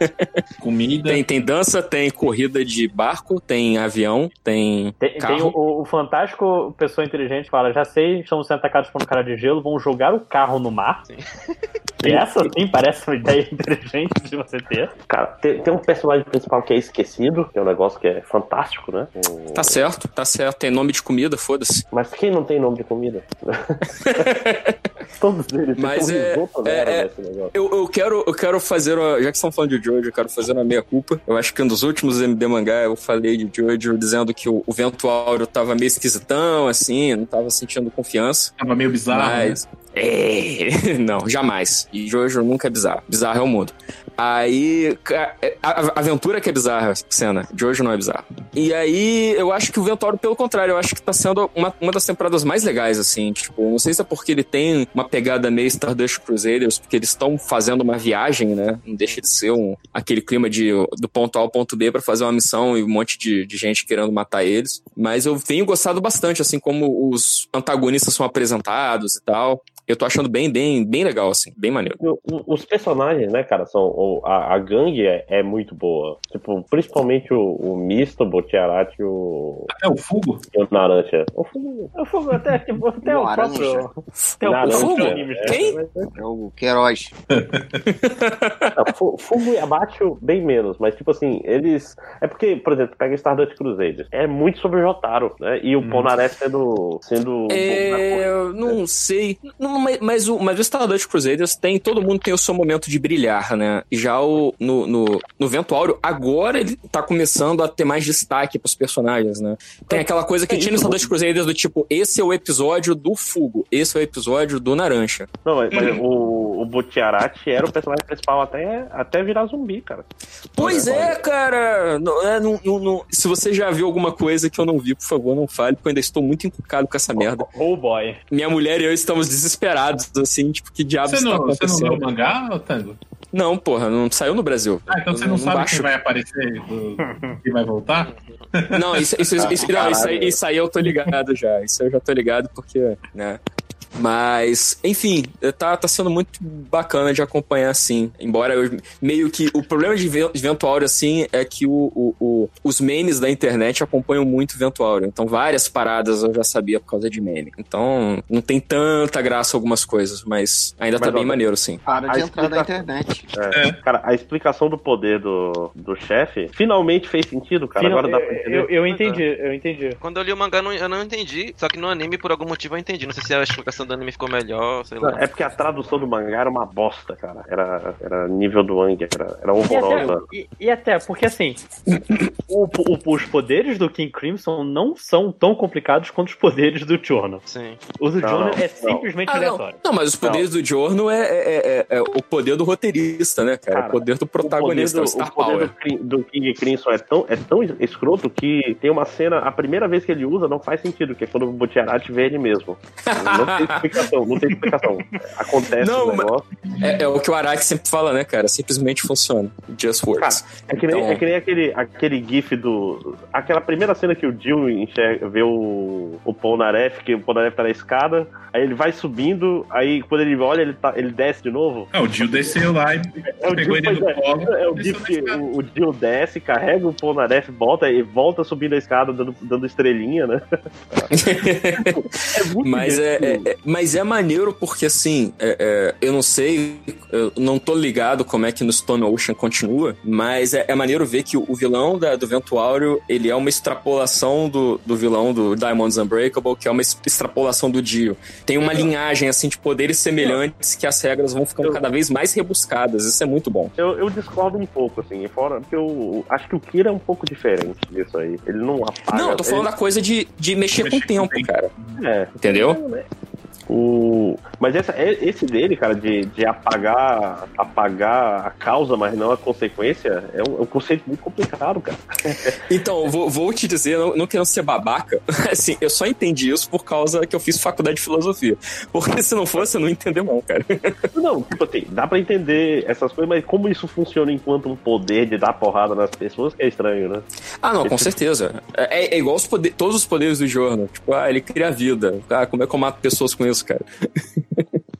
[SPEAKER 5] Comida.
[SPEAKER 3] Tem, tem dança, tem corrida de barco, tem avião, tem.
[SPEAKER 2] Tem, tem
[SPEAKER 3] Carro.
[SPEAKER 2] o, o fantástico pessoa inteligente que fala: já sei, estamos sendo atacados por um cara de gelo, vão jogar o carro no mar. E essa sim parece uma ideia inteligente de você ter.
[SPEAKER 1] Cara, tem, tem um personagem principal que é esquecido, que é um negócio que é fantástico, né? O-
[SPEAKER 3] Tá certo, tá certo. Tem nome de comida, foda-se.
[SPEAKER 1] Mas quem não tem nome de comida? Todos eles.
[SPEAKER 3] Mas
[SPEAKER 1] tem um
[SPEAKER 3] é-
[SPEAKER 1] risoto, né,
[SPEAKER 3] é-
[SPEAKER 1] era
[SPEAKER 3] é-
[SPEAKER 1] desse negócio.
[SPEAKER 3] Eu, eu quero, eu quero fazer. Uma, já que estão falando de Jojo, eu quero fazer uma meia-culpa. Eu acho que nos últimos MD mangá eu falei de Jojo dizendo que o, o vento áureo tava meio esquisitão, assim, não tava sentindo confiança.
[SPEAKER 5] Tava meio bizarro. né?
[SPEAKER 3] Mas. É, não, jamais. E Jojo nunca é bizarro. Bizarro é o mundo. Aí. ca- A, a- aventura que é bizarra, cena. Jojo não é bizarro. E aí, eu acho que o Ventório, pelo contrário, eu acho que tá sendo uma, uma das temporadas mais legais, assim. Tipo, não sei se é porque ele tem uma pegada meio Stardust Crusaders, porque eles estão fazendo uma viagem, né? Não deixa de ser um, aquele clima de do ponto A ao ponto B pra fazer uma missão e um monte de, de gente querendo matar eles. Mas eu tenho gostado bastante, assim, como os antagonistas são apresentados e tal. Eu tô achando bem, bem, bem legal, assim, bem maneiro.
[SPEAKER 1] O- o- Os personagens, né, cara, são. o- A, a gangue é, é muito boa. Tipo, principalmente o, o Misto, o Tiarati e o,
[SPEAKER 5] É o Fugo?
[SPEAKER 1] e o Naranja. O Fugo.
[SPEAKER 2] Eu fogo até, tipo, até o
[SPEAKER 6] Laranja.
[SPEAKER 2] próprio. Até o
[SPEAKER 1] Laranja.
[SPEAKER 2] próprio
[SPEAKER 3] Fogo?
[SPEAKER 2] anime. já.
[SPEAKER 3] Quem?
[SPEAKER 6] É o Queiroz.
[SPEAKER 1] Não, Fu- Fugo e Abacho bem menos, mas tipo assim, eles. É porque, por exemplo, pega Stardust Crusaders. É muito sobre o Jotaro, né? E o
[SPEAKER 2] Hum.
[SPEAKER 1] Polnareff sendo. sendo
[SPEAKER 3] É, eu não sei. Não, mas, mas o, mas o Stardust Crusaders tem, todo mundo tem o seu momento de brilhar, né? E já o, no, no, no Vento Áureo, agora ele tá começando a ter mais destaque pros personagens, né? Tem aquela coisa
[SPEAKER 2] É
[SPEAKER 1] É,
[SPEAKER 3] que tinha no Stardust Crusaders do tipo, esse é o episódio do Fugo, esse é o episódio do Naranja.
[SPEAKER 1] Não, mas, mas o, o Butiarati era o personagem principal até, até virar zumbi, cara.
[SPEAKER 3] Pois é, cara! Não- é, não- não- não- se você já viu alguma coisa que eu não vi, por favor, não fale, porque eu ainda estou muito encucado com essa merda.
[SPEAKER 2] Oh boy.
[SPEAKER 3] Minha mulher e eu estamos desesperados, assim, tipo, que diabos
[SPEAKER 5] Você
[SPEAKER 3] tá
[SPEAKER 5] não, você não
[SPEAKER 3] acontecendo?
[SPEAKER 5] leu o mangá, Tango?
[SPEAKER 3] Não, porra, não saiu no Brasil.
[SPEAKER 5] Ah, então você não, sabe
[SPEAKER 3] baixo-
[SPEAKER 5] quem vai aparecer, do- quem vai voltar?
[SPEAKER 3] Não, isso,
[SPEAKER 1] Ah,
[SPEAKER 3] isso, isso, isso- não, isso aí, isso aí eu tô ligado já. Isso aí eu já tô ligado porque, né? Mas, enfim, tá, tá sendo muito bacana de acompanhar, assim. Embora eu meio que. O problema de Ven- de Vento Áureo, assim, é que o, o- o- os memes da internet acompanham muito Vento Áureo. Então, várias paradas eu já sabia por causa de meme. Então, não tem tanta graça algumas coisas, mas ainda tá
[SPEAKER 1] Mas,
[SPEAKER 3] bem
[SPEAKER 1] ó,
[SPEAKER 3] maneiro, assim.
[SPEAKER 6] Para de
[SPEAKER 1] Aí
[SPEAKER 6] entrar
[SPEAKER 1] explica-
[SPEAKER 6] na internet.
[SPEAKER 1] É,
[SPEAKER 2] É.
[SPEAKER 1] Cara, a explicação do poder do, do chefe finalmente fez sentido, cara.
[SPEAKER 2] Final-
[SPEAKER 1] Agora dá pra
[SPEAKER 2] eu,
[SPEAKER 1] entender.
[SPEAKER 2] eu, eu entendi, eu entendi.
[SPEAKER 7] Quando eu li o mangá, não- eu não entendi. Só que no anime, por algum motivo, eu entendi. Não sei se a explicação do anime ficou melhor, sei lá.
[SPEAKER 1] É porque a tradução do mangá era uma bosta, cara. Era, era nível do Ang, era, era
[SPEAKER 2] E até,
[SPEAKER 1] horrorosa.
[SPEAKER 2] e- e até, porque assim, o- o- os poderes do King Crimson não são tão complicados quanto os poderes do Jono.
[SPEAKER 7] Sim.
[SPEAKER 2] O do
[SPEAKER 1] Não,
[SPEAKER 2] Jono
[SPEAKER 1] não.
[SPEAKER 2] é simplesmente
[SPEAKER 3] Ah, não.
[SPEAKER 2] aleatório.
[SPEAKER 3] não, mas os poderes do Giorno é, é- é- é o poder do roteirista, né, cara?
[SPEAKER 1] Cara,
[SPEAKER 3] o poder do protagonista, é o,
[SPEAKER 1] o
[SPEAKER 3] Star
[SPEAKER 1] poder, do, o poder
[SPEAKER 3] Power.
[SPEAKER 1] do Cri- do, King Crimson é tão, é tão escroto que tem uma cena, a primeira vez que ele usa não faz sentido, que é quando o Butiarati vê ele mesmo. Eu Não sei explicação, não tem explicação. Acontece
[SPEAKER 3] Não,
[SPEAKER 1] o
[SPEAKER 3] mas-
[SPEAKER 1] negócio.
[SPEAKER 3] É, é o que o Araki sempre fala, né, cara? Simplesmente funciona. Just works.
[SPEAKER 1] É que nem,
[SPEAKER 3] Então-
[SPEAKER 1] é que nem aquele, aquele gif do. Aquela primeira cena que o Jill enxerga, vê o, o Polnareff, que o Polnareff tá na escada, aí ele vai subindo, aí quando ele olha, ele, tá, ele desce de novo.
[SPEAKER 5] Ah, o Gil desceu lá e
[SPEAKER 1] É o
[SPEAKER 5] pegou
[SPEAKER 1] Jill,
[SPEAKER 5] ele
[SPEAKER 1] pois
[SPEAKER 5] no colo.
[SPEAKER 1] é, é o
[SPEAKER 5] e
[SPEAKER 1] gif
[SPEAKER 5] desceu
[SPEAKER 1] que
[SPEAKER 5] na escada.
[SPEAKER 1] o, o Jill desce, carrega o Polnareff, volta e volta subindo a escada, dando, dando estrelinha, né? É muito
[SPEAKER 3] Mas é,
[SPEAKER 1] divertido.
[SPEAKER 3] é- é- mas é maneiro porque, assim, é- é, eu não sei, eu não tô ligado como é que no Stone Ocean continua, mas é, é maneiro ver que o, o vilão da- do Vento Áureo, ele é uma extrapolação do, do vilão do Diamonds Unbreakable, que é uma es- extrapolação do Dio. Tem
[SPEAKER 5] Uhum.
[SPEAKER 3] uma linhagem, assim, de poderes semelhantes que as regras vão ficando cada vez mais rebuscadas. Isso é muito bom.
[SPEAKER 1] Eu, eu discordo um pouco, assim, fora, porque eu acho que o Kira é um pouco diferente disso aí. Ele não
[SPEAKER 5] Ah,
[SPEAKER 1] apaga.
[SPEAKER 3] Não, eu tô falando da coisa de, de mexer com
[SPEAKER 5] Mexer
[SPEAKER 3] o
[SPEAKER 5] com o
[SPEAKER 3] tempo,
[SPEAKER 5] tempo.
[SPEAKER 3] cara.
[SPEAKER 1] ele- é.
[SPEAKER 3] Entendeu?
[SPEAKER 1] O... Mas essa- é- esse dele, cara, de, de apagar, apagar a causa, mas não a consequência, é um, é um conceito muito complicado, cara.
[SPEAKER 3] Então, eu vou, vou te dizer, não, não querendo ser babaca, assim, eu só entendi isso por causa que eu fiz faculdade de filosofia. Porque se não fosse, eu não entendeu não, cara.
[SPEAKER 1] Não, tipo assim, dá pra entender essas coisas, mas como isso funciona enquanto um poder de dar porrada nas pessoas, que é estranho, né?
[SPEAKER 3] Ah, não, com certeza. É, é igual os poder, todos os poderes do Jorno. Tipo, ah, ele cria vida. Ah, como é que eu mato pessoas com isso, cara?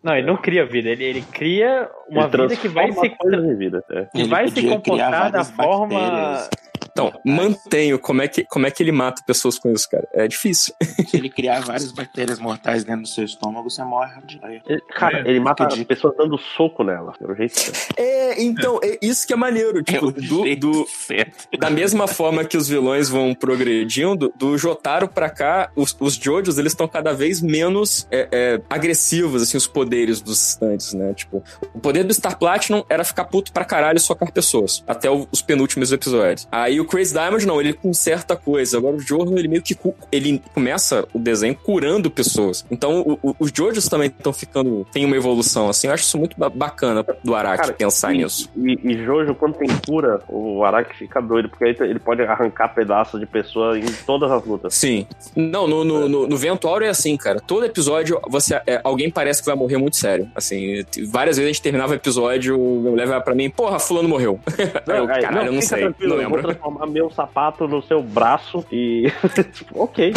[SPEAKER 2] Não, ele não cria vida, ele, ele cria uma
[SPEAKER 1] Ele
[SPEAKER 2] vida que vai
[SPEAKER 1] transforma
[SPEAKER 2] se,
[SPEAKER 1] coisas em vida. é.
[SPEAKER 2] que vai se
[SPEAKER 4] podia criar
[SPEAKER 2] comportar da
[SPEAKER 4] várias
[SPEAKER 2] forma.
[SPEAKER 4] bactérias.
[SPEAKER 3] Então, mantenho. Como é, que, como é que ele mata pessoas com isso, cara? É difícil.
[SPEAKER 4] Se ele criar várias bactérias mortais dentro do seu estômago, você morre rapidinho.
[SPEAKER 1] Ele- cara,
[SPEAKER 5] É,
[SPEAKER 1] ele mata as
[SPEAKER 4] acredito.
[SPEAKER 1] pessoas dando soco nela. pelo jeito que é.
[SPEAKER 3] É, então, é isso que é maneiro. Tipo, do, do,
[SPEAKER 4] certo.
[SPEAKER 3] da mesma forma que os vilões vão progredindo, do Jotaro pra cá, os, os Jojos, eles estão cada vez menos é, é, agressivos, assim, os poderes dos estantes, né? Tipo, o poder do Star Platinum era ficar puto pra caralho e socar pessoas, até o- os penúltimos episódios. Aí o Crazy Diamond, não, ele conserta coisa. Agora o Jorno, ele meio que cu- ele começa o desenho curando pessoas. Então, o- o- os Jojos também estão ficando, tem uma evolução, assim. Eu acho isso muito ba- bacana do Araki
[SPEAKER 1] Cara,
[SPEAKER 3] pensar
[SPEAKER 1] e,
[SPEAKER 3] nisso.
[SPEAKER 1] E, e Jojo, quando tem cura, o Araki fica doido, porque aí ele pode arrancar pedaços de pessoa em todas as lutas.
[SPEAKER 3] Sim. Não, no, no, no, no Vento Áureo é assim, cara. Todo episódio, você, é, alguém parece que vai morrer muito sério. Assim, t- várias vezes a gente terminava o episódio, meu mulher vai pra mim, porra, fulano morreu. Aí eu,
[SPEAKER 1] aí,
[SPEAKER 3] caralho, eu não
[SPEAKER 1] é, fica
[SPEAKER 3] sei,
[SPEAKER 1] tranquilo,
[SPEAKER 3] não
[SPEAKER 1] eu vou
[SPEAKER 3] lembro.
[SPEAKER 1] transformar meu sapato no seu braço e. tipo, ok.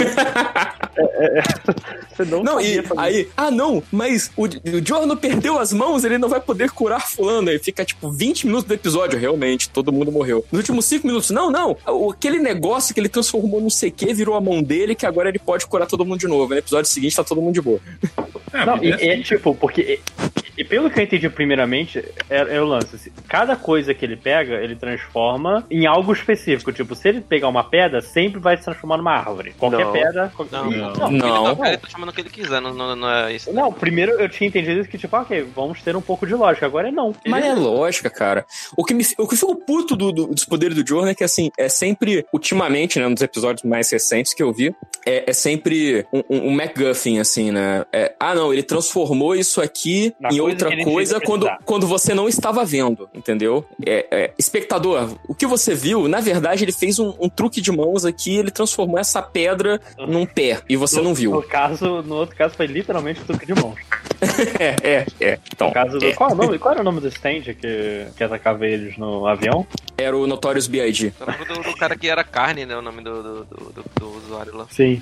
[SPEAKER 1] É, é, Você não,
[SPEAKER 3] Não, e
[SPEAKER 1] sabia fazer.
[SPEAKER 3] aí, ah não, mas o, o Jorno perdeu as mãos, ele não vai poder curar fulano. Aí fica tipo 20 minutos do episódio, realmente, todo mundo morreu. Nos últimos 5 minutos, não, não, o- aquele negócio que ele transformou não sei o que, virou a mão dele, que agora ele pode curar todo mundo de novo. Aí No episódio seguinte tá todo mundo de boa.
[SPEAKER 5] Ah,
[SPEAKER 2] Não, e,
[SPEAKER 5] podia ser.
[SPEAKER 2] é tipo, porque. e- e pelo que eu entendi primeiramente, é, é o lance. assim, Cada coisa que ele pega, ele transforma em algo específico. Tipo, se ele pegar uma pedra, sempre vai se transformar numa árvore. Qualquer
[SPEAKER 1] Não.
[SPEAKER 2] pedra. qual-
[SPEAKER 7] Não,
[SPEAKER 2] Ih,
[SPEAKER 5] não.
[SPEAKER 3] Não.
[SPEAKER 7] Ele tá, ele tá chamando o que ele quiser, não, não, não é isso.
[SPEAKER 2] Não, primeiro eu tinha entendido que, tipo, ok, vamos ter um pouco de lógica. Agora é não.
[SPEAKER 3] Mas é lógica, cara. O que, me, o que eu fico puto do, do- dos poderes do Jordan é que, assim, é sempre, ultimamente, né, nos episódios mais recentes que eu vi, é, é sempre um, um, um MacGuffin, assim, né? É, ah, não, ele transformou isso aqui
[SPEAKER 2] Na
[SPEAKER 3] em
[SPEAKER 2] coisa
[SPEAKER 3] outra
[SPEAKER 2] que ele
[SPEAKER 3] coisa
[SPEAKER 2] precisa
[SPEAKER 3] quando,
[SPEAKER 2] precisar.
[SPEAKER 3] quando você não estava vendo, entendeu? É, é, espectador, o que você viu, na verdade, ele fez um, um truque de mãos aqui, ele transformou essa pedra num um pé, e você não viu.
[SPEAKER 2] Uhum. No, caso, no outro caso foi literalmente truque de mão.
[SPEAKER 3] É, é, é. Então,
[SPEAKER 2] No caso do-
[SPEAKER 3] é.
[SPEAKER 2] qual, é o nome, qual era o nome do stand que, que atacava eles no avião?
[SPEAKER 3] era o Notorious B.I.G.
[SPEAKER 7] Eu lembro do, do cara que era carne, né? O nome do, do, do, do- do usuário lá.
[SPEAKER 2] Sim.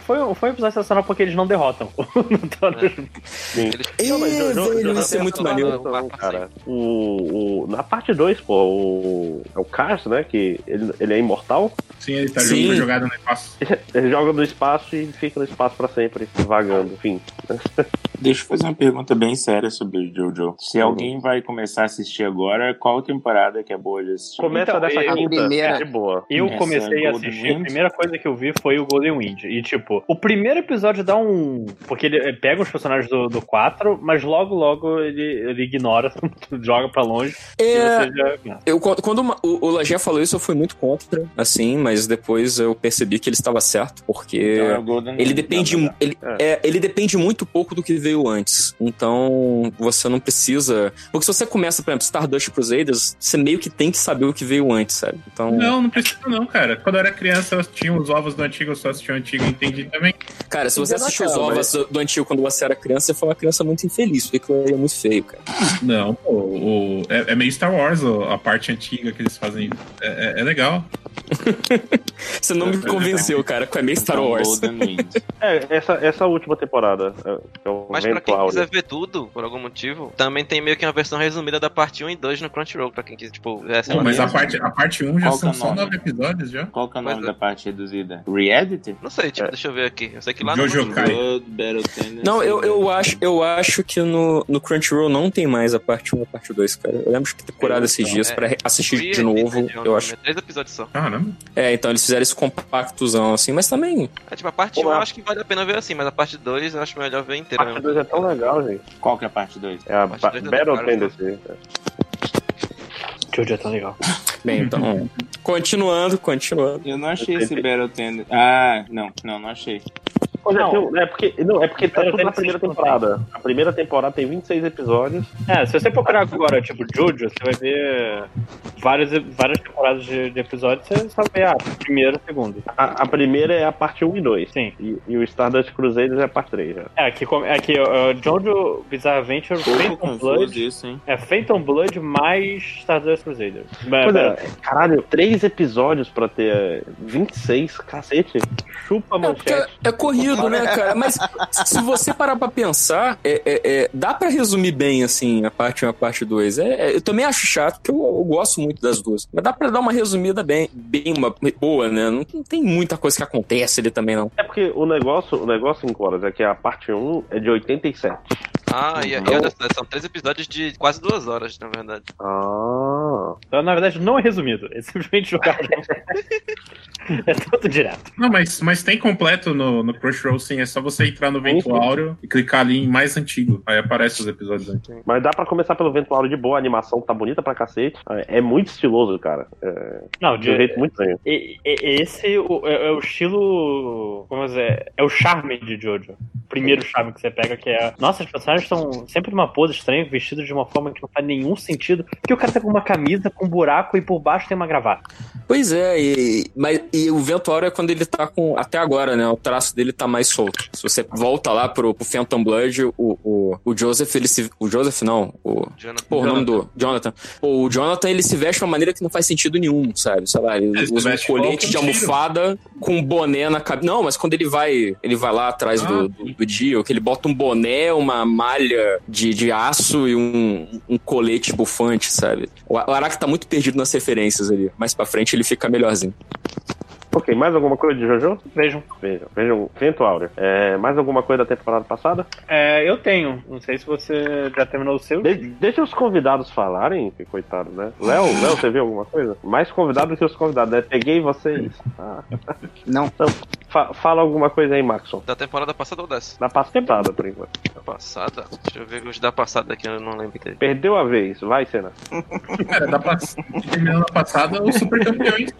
[SPEAKER 2] foi, um- foi um episódio sensacional porque eles não derrotam. Não tô-
[SPEAKER 1] É.
[SPEAKER 7] Eles
[SPEAKER 3] Ih,
[SPEAKER 1] Não, mas Jojo- Jojo
[SPEAKER 3] velho,
[SPEAKER 1] é
[SPEAKER 3] isso é muito
[SPEAKER 1] uma
[SPEAKER 3] maneiro.
[SPEAKER 1] relação, Cara, o, o- na parte 2, pô, o, é o Cars, né? Que ele, ele é imortal,
[SPEAKER 5] Sim, ele tá
[SPEAKER 3] Sim.
[SPEAKER 5] jogado no espaço.
[SPEAKER 1] ele joga no espaço e fica no espaço pra sempre, vagando, enfim.
[SPEAKER 4] Deixa eu fazer uma pergunta bem séria sobre o Jojo. Se
[SPEAKER 1] Uhum.
[SPEAKER 4] alguém vai começar a assistir agora, qual temporada que é boa de assistir?
[SPEAKER 1] Começa
[SPEAKER 2] Então,
[SPEAKER 1] dessa
[SPEAKER 2] eu-
[SPEAKER 1] quinta,
[SPEAKER 6] primeira-
[SPEAKER 1] é de boa.
[SPEAKER 2] Eu
[SPEAKER 4] Essa
[SPEAKER 2] comecei a
[SPEAKER 4] Golden
[SPEAKER 2] assistir,
[SPEAKER 4] Wind.
[SPEAKER 2] a primeira coisa que eu vi foi o Golden Wind. E, tipo, o primeiro episódio dá um. Porque ele eh, pega os personagens do, do 4, mas logo, logo ele, ele ignora, joga pra longe.
[SPEAKER 3] É,
[SPEAKER 2] E você já... né?
[SPEAKER 3] Eu, quando quando uma- o, o Lagé falou isso, eu fui muito contra, assim, mas depois eu percebi que ele estava certo, porque
[SPEAKER 4] Então é o Golden
[SPEAKER 3] ele
[SPEAKER 4] Wind,
[SPEAKER 3] depende.
[SPEAKER 4] na
[SPEAKER 3] mu- Ele, é, ele depende muito pouco do que veio antes. Então, você não precisa. Porque se você começa, por exemplo, Stardust Crusaders, você meio que tem que saber o que veio antes, sabe? Então.
[SPEAKER 5] Não, não precisa não, cara. Quando eu era criança, eu tinha os ovos do antigo, eu só assistia o antigo, entendi também.
[SPEAKER 3] Cara, se você
[SPEAKER 5] Entendeu
[SPEAKER 3] assistiu os
[SPEAKER 5] naquela,
[SPEAKER 3] ovos do, do antigo quando você era criança, você foi uma criança muito infeliz, porque aquilo ali é muito feio, cara.
[SPEAKER 5] Não, pô, o, é, é meio Star Wars o- a parte antiga que eles fazem. É, é- é legal.
[SPEAKER 3] Você não me convenceu, cara, com a meio Star Wars.
[SPEAKER 1] É, essa, essa última temporada. é, que eu
[SPEAKER 7] Mas
[SPEAKER 1] venho
[SPEAKER 7] pra
[SPEAKER 1] com a
[SPEAKER 7] quem
[SPEAKER 1] Áurea.
[SPEAKER 7] quiser ver tudo, por algum motivo, também tem meio que uma versão resumida da parte 1 e 2 no Crunchyroll, pra quem quiser, tipo, é, sei
[SPEAKER 5] Pô,
[SPEAKER 7] lá,
[SPEAKER 5] mas a
[SPEAKER 7] mesmo.
[SPEAKER 5] parte, a parte 1 já
[SPEAKER 4] Qual que é
[SPEAKER 5] são
[SPEAKER 4] o
[SPEAKER 5] só
[SPEAKER 4] nome?
[SPEAKER 5] nove episódios já.
[SPEAKER 4] Qual que é o nome
[SPEAKER 7] Pois é.
[SPEAKER 4] da parte reduzida? Re-edit?
[SPEAKER 7] Não sei, tipo,
[SPEAKER 1] É.
[SPEAKER 7] deixa eu ver aqui. Eu sei que lá no
[SPEAKER 5] Jojo Kai.
[SPEAKER 4] Blood, Battle Tennis,
[SPEAKER 3] Não, eu, eu,
[SPEAKER 4] Re-edit.
[SPEAKER 3] acho, eu acho que no, no Crunchyroll não tem mais a parte 1 e a parte 2, cara. Eu lembro de ter curado esses dias
[SPEAKER 7] é.
[SPEAKER 3] pra re- assistir de
[SPEAKER 7] Re-
[SPEAKER 3] novo,
[SPEAKER 7] é um
[SPEAKER 3] eu
[SPEAKER 7] nome,
[SPEAKER 3] acho.
[SPEAKER 7] é Três episódios só.
[SPEAKER 5] Caramba.
[SPEAKER 3] É, então eles fizeram esse compactozão assim, mas também.
[SPEAKER 7] É, tipo, a parte 1
[SPEAKER 1] Olá.
[SPEAKER 7] eu acho que vale a pena ver assim, mas a parte 2 eu acho melhor ver
[SPEAKER 1] A
[SPEAKER 7] inteira
[SPEAKER 1] parte
[SPEAKER 7] mesmo.
[SPEAKER 1] 2 é tão legal, gente.
[SPEAKER 4] Qual que é a parte 2?
[SPEAKER 1] É a
[SPEAKER 7] parte
[SPEAKER 1] ba-
[SPEAKER 7] dois é
[SPEAKER 1] Battle
[SPEAKER 7] legal,
[SPEAKER 1] Tendency.
[SPEAKER 2] Jojo é tão legal.
[SPEAKER 3] Bem, então. continuando, continuando.
[SPEAKER 4] Eu não achei esse Battle Tennis. Ah, não, não, não achei.
[SPEAKER 1] Pô, já
[SPEAKER 2] Não.
[SPEAKER 1] tem um- é porque, não, é porque tá
[SPEAKER 2] Battle
[SPEAKER 1] tudo na
[SPEAKER 2] Tendency
[SPEAKER 1] primeira
[SPEAKER 2] não tem.
[SPEAKER 1] temporada. A primeira temporada tem 26 episódios.
[SPEAKER 2] É, se você procurar agora, tipo, Jojo, você vai ver várias, É. várias temporadas de, de episódios, você só vê a primeira, a segunda.
[SPEAKER 1] A, a primeira é a parte 1 e 2.
[SPEAKER 2] Sim.
[SPEAKER 1] E, e o Stardust Crusaders é a parte 3. Já.
[SPEAKER 2] É, aqui, com- é aqui ó, Jojo Bizarre Adventure,
[SPEAKER 4] Pouco
[SPEAKER 2] Phantom
[SPEAKER 4] confuso
[SPEAKER 2] Blood.
[SPEAKER 4] isso, hein?
[SPEAKER 2] É Phantom Blood mais Stardust Crusader. Mas,
[SPEAKER 1] Pois é, caralho, 3 episódios pra ter é, 26, cacete. Chupa a
[SPEAKER 3] É, porque é,
[SPEAKER 1] manchete.
[SPEAKER 3] é corrido, né, cara? Mas se você parar pra pensar, é, é- é- dá pra resumir bem, assim, a parte 1 e a parte 2. É, é, eu também acho chato, porque eu, eu gosto muito das duas. Mas dá pra dar uma resumida bem, bem uma, boa, né? Não, não tem muita coisa que acontece ali também, não.
[SPEAKER 1] É porque o negócio, o negócio em horas é que a parte 1 é de 87.
[SPEAKER 7] Ah, e, e olha só, são três episódios de quase duas horas, na verdade.
[SPEAKER 1] Ah.
[SPEAKER 2] então, na verdade, não é resumido. É simplesmente jogado. é tanto direto.
[SPEAKER 5] Não, mas, mas tem completo no, no Crunchyroll, sim. É só você entrar no Vento Áureo e clicar ali em mais antigo. Aí aparece os episódios antigos.
[SPEAKER 1] Mas dá pra começar pelo Ventuário de boa, a animação tá bonita pra cacete. É é muito estiloso, cara. É,
[SPEAKER 2] Não,
[SPEAKER 1] de um
[SPEAKER 2] de,
[SPEAKER 1] jeito muito estranho.
[SPEAKER 2] E- e- Esse é, o- é- é o estilo. Como dizer? É o charme de Jojo. O primeiro charme que você pega, que é. Nossa, os personagens estão sempre numa pose estranha, vestidos de uma forma que não faz nenhum sentido. Porque o cara tá com uma camisa com um buraco e por baixo tem uma gravata.
[SPEAKER 3] Pois é, e, mas, e o Ventório é quando ele tá com. Até agora, né? O traço dele tá mais solto. Se você volta lá pro, pro Phantom Blood, o, o, o Joseph, ele se. O Joseph não, o.
[SPEAKER 7] Jonathan.
[SPEAKER 3] Pô, o nome do Jonathan. Pô, o Jonathan ele se veste de uma maneira que não faz sentido nenhum, sabe? Sei lá, ele
[SPEAKER 5] Ele se
[SPEAKER 3] usa um
[SPEAKER 5] veste
[SPEAKER 3] colete
[SPEAKER 5] igual
[SPEAKER 3] de
[SPEAKER 5] com um tiro.
[SPEAKER 3] almofada com um boné na cabeça. Não, mas quando ele vai, ele vai lá atrás
[SPEAKER 5] Ah,
[SPEAKER 3] do, do, do Dio, que ele bota um boné, uma malha de, de aço e um, um colete bufante, sabe? O, o Araki tá muito perdido nas referências ali. Mais pra frente ele fica melhorzinho.
[SPEAKER 1] Ok, mais alguma coisa de Jojo?
[SPEAKER 2] Vejam.
[SPEAKER 1] Vejam, vejam, Ventuário. É, mais alguma coisa da temporada passada?
[SPEAKER 2] É, eu tenho. Não sei se você já terminou o seu.
[SPEAKER 1] De- deixa os convidados falarem, que coitado, né? Léo, Léo, você viu alguma coisa? Mais convidado do que os convidados, né? Peguei vocês. Ah.
[SPEAKER 6] Não.
[SPEAKER 1] Então, fa- fala alguma coisa aí, Maxon.
[SPEAKER 7] Da temporada passada ou dessa?
[SPEAKER 1] Na passada temporada, por enquanto.
[SPEAKER 7] Da passada? Deixa eu ver os da passada aqui, eu não lembro dele.
[SPEAKER 1] Perdeu a vez, vai, Senna.
[SPEAKER 5] Cara, É, dá pra terminar na passada o Super Campeões.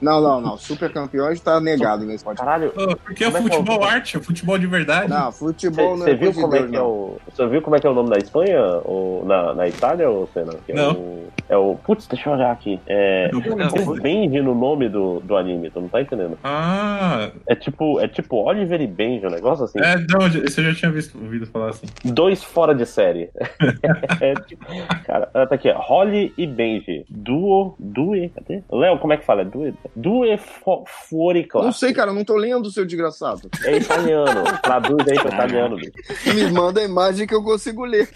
[SPEAKER 6] Não, não, não. Super campeões tá negado nesse podcast.
[SPEAKER 1] Caralho,
[SPEAKER 5] pô, Porque é o
[SPEAKER 1] Como é que é o-
[SPEAKER 5] futebol arte, é o futebol de verdade.
[SPEAKER 6] Não, futebol não
[SPEAKER 1] Você
[SPEAKER 6] é
[SPEAKER 1] viu
[SPEAKER 6] coisa de
[SPEAKER 1] como é
[SPEAKER 6] Deus,
[SPEAKER 1] que é
[SPEAKER 6] não.
[SPEAKER 1] o. Você viu como é que é o nome da Espanha? Ou na, na Itália, ou Senna? Que É
[SPEAKER 5] Não.
[SPEAKER 1] o, é o. Putz, deixa eu olhar aqui. É.
[SPEAKER 5] Não,
[SPEAKER 7] Não,
[SPEAKER 5] pô.
[SPEAKER 1] Benji no nome do, do anime, tu não tá entendendo?
[SPEAKER 5] Ah,
[SPEAKER 1] É tipo, é tipo Oliver e Benji, um negócio assim.
[SPEAKER 5] é, não, isso eu já tinha visto, ouvido falar assim.
[SPEAKER 1] Dois fora de série. É tipo- cara, tá aqui, ó. Holly e Benji. Duo. Due. Cadê? Léo, como é que fala? É Due? Due fo, fuori
[SPEAKER 6] Não
[SPEAKER 1] classe.
[SPEAKER 6] sei, cara, eu não tô lendo, seu desgraçado.
[SPEAKER 1] É italiano. Traduz aí pra italiano, bicho.
[SPEAKER 6] Me manda a imagem que eu consigo ler.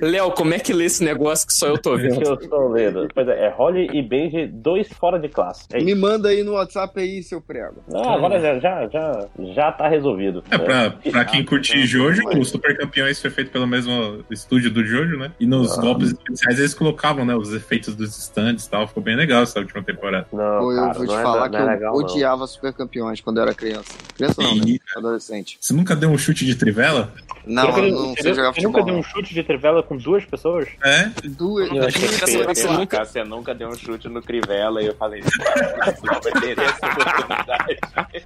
[SPEAKER 3] Léo, como é que lê esse negócio que só eu tô vendo?
[SPEAKER 1] Que eu tô lendo. Pois é, é Holly e Benji, dois fora de classe. É
[SPEAKER 6] Me manda aí no WhatsApp aí, seu prego.
[SPEAKER 1] Não, agora já, já, já, já tá resolvido.
[SPEAKER 5] É, pra, pra quem
[SPEAKER 1] né?
[SPEAKER 5] curte Jojo,
[SPEAKER 6] mas-
[SPEAKER 5] o Super Campeões foi feito pelo mesmo estúdio do Jojo, né? E
[SPEAKER 1] Ah.
[SPEAKER 5] nos golpes especiais eles colocavam, né, os efeitos dos stands e tal. Ficou bem legal essa última temporada.
[SPEAKER 1] Não,
[SPEAKER 6] Pô, eu
[SPEAKER 1] cara,
[SPEAKER 6] vou te
[SPEAKER 1] não é-
[SPEAKER 6] falar
[SPEAKER 1] não é
[SPEAKER 6] que
[SPEAKER 1] legal,
[SPEAKER 6] eu
[SPEAKER 1] não.
[SPEAKER 6] odiava super campeões quando eu era criança. Criança não, né?
[SPEAKER 5] Ih,
[SPEAKER 6] Adolescente.
[SPEAKER 5] Você nunca deu um chute de trivela?
[SPEAKER 6] Não,
[SPEAKER 2] Porque
[SPEAKER 6] eu não
[SPEAKER 2] você
[SPEAKER 6] sei jogar
[SPEAKER 2] você nunca
[SPEAKER 6] futebol.
[SPEAKER 2] deu um
[SPEAKER 6] não.
[SPEAKER 2] chute de trivela com duas pessoas?
[SPEAKER 5] É,
[SPEAKER 6] Duas.
[SPEAKER 7] Eu achei
[SPEAKER 6] duas
[SPEAKER 7] que
[SPEAKER 6] pessoas.
[SPEAKER 4] Você nunca deu um chute no Crivella e eu falei, não vai ter essa oportunidade. verdade.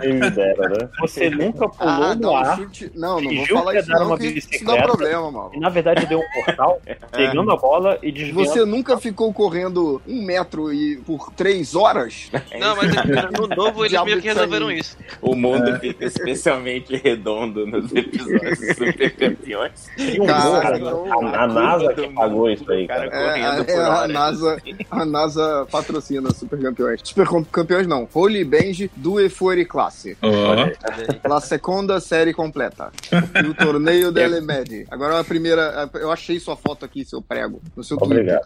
[SPEAKER 1] Quem me dera, né?
[SPEAKER 2] Você nunca pulou
[SPEAKER 6] Ah,
[SPEAKER 2] no
[SPEAKER 6] não,
[SPEAKER 2] ar.
[SPEAKER 6] chute. Não, não vou
[SPEAKER 2] Fingiu
[SPEAKER 6] falar
[SPEAKER 2] que
[SPEAKER 6] isso
[SPEAKER 2] ia dar
[SPEAKER 6] não,
[SPEAKER 2] uma
[SPEAKER 6] que isso dá
[SPEAKER 2] bicicleta.
[SPEAKER 6] problema, mal.
[SPEAKER 2] E na verdade deu um portal
[SPEAKER 6] É.
[SPEAKER 2] pegando a bola e desviando.
[SPEAKER 6] Você nunca ficou correndo um metro e por três horas?
[SPEAKER 7] Não, mas no novo eles
[SPEAKER 6] Diabo
[SPEAKER 7] meio que
[SPEAKER 6] de
[SPEAKER 7] resolveram
[SPEAKER 6] sangue.
[SPEAKER 7] isso.
[SPEAKER 4] O mundo
[SPEAKER 5] É.
[SPEAKER 4] fica especialmente redondo nos episódios dos super campeões.
[SPEAKER 2] E um
[SPEAKER 6] Cara,
[SPEAKER 2] gol,
[SPEAKER 1] cara,
[SPEAKER 6] então-
[SPEAKER 5] Ah,
[SPEAKER 1] A, a NASA que pagou isso aí, cara.
[SPEAKER 6] É,
[SPEAKER 4] correndo
[SPEAKER 6] é,
[SPEAKER 4] por
[SPEAKER 6] a,
[SPEAKER 4] hora.
[SPEAKER 6] NASA, a NASA patrocina super campeões. Super Com- campeões não. Holy Benji do Fuori Classe.
[SPEAKER 5] Ó,
[SPEAKER 6] La segunda série completa. E o torneio delle medie. Agora é a primeira. Eu achei sua foto aqui, seu prego. No seu Twitter.
[SPEAKER 1] Obrigado.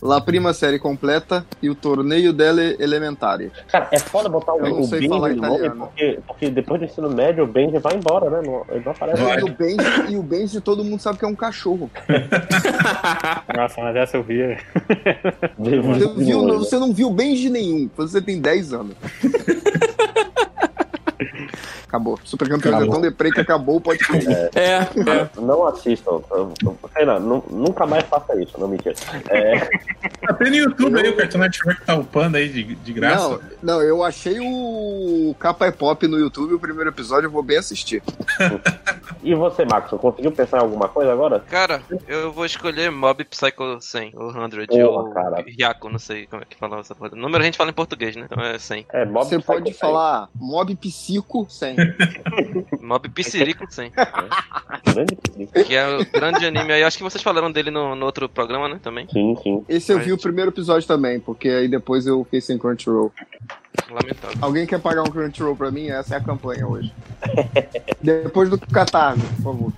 [SPEAKER 6] La prima série completa e o torneio delle elementari.
[SPEAKER 1] Cara, é foda botar o,
[SPEAKER 6] Eu não
[SPEAKER 1] o
[SPEAKER 6] sei
[SPEAKER 1] Benji
[SPEAKER 6] falar
[SPEAKER 1] no nome,
[SPEAKER 6] italiano.
[SPEAKER 1] porque, porque depois do ensino médio o Benji vai embora, né? Não, ele não aparece.
[SPEAKER 5] Vai.
[SPEAKER 6] E o Benji, e o Benji todo mundo sabe que é um cachorro.
[SPEAKER 2] Nossa, mas essa eu vi.
[SPEAKER 6] Você, viu, não, você não viu Benji nenhum. Você tem 10 anos. Acabou. Super campeões é
[SPEAKER 5] Acabou.
[SPEAKER 6] tão deprê que acabou o podcast.
[SPEAKER 3] É, é.
[SPEAKER 1] Não assistam. Eu- eu- Renan, nu- nunca mais faça isso, não mentira. É,
[SPEAKER 5] até no Tá YouTube aí o Cartoon Network tá upando aí de, de graça.
[SPEAKER 6] Não, não, eu achei o Capa é Pop no YouTube, o primeiro episódio, eu vou bem assistir.
[SPEAKER 1] e você, Max, conseguiu pensar em alguma coisa agora?
[SPEAKER 7] Cara, eu vou escolher Mob Psycho 100, ou 100,
[SPEAKER 1] Porra,
[SPEAKER 7] ou
[SPEAKER 1] cara.
[SPEAKER 7] Yaku, não sei como é que fala essa porra. Número a gente fala em português, né? Então é 100.
[SPEAKER 1] É, Bob
[SPEAKER 6] Você
[SPEAKER 1] Psycho
[SPEAKER 6] pode
[SPEAKER 1] Pai.
[SPEAKER 6] falar Mob Psico sem.
[SPEAKER 7] Mob Psirico 100,
[SPEAKER 1] Grande perigo.
[SPEAKER 7] que é o grande anime aí. Acho que vocês falaram dele no, no outro programa, né? Também.
[SPEAKER 1] Sim, sim.
[SPEAKER 6] Esse eu vi o primeiro episódio também, porque aí depois eu fiquei sem Crunchyroll.
[SPEAKER 7] Lamentável.
[SPEAKER 6] Alguém quer pagar um Crunchyroll pra mim? Essa é a campanha hoje. depois do Catargo, por favor.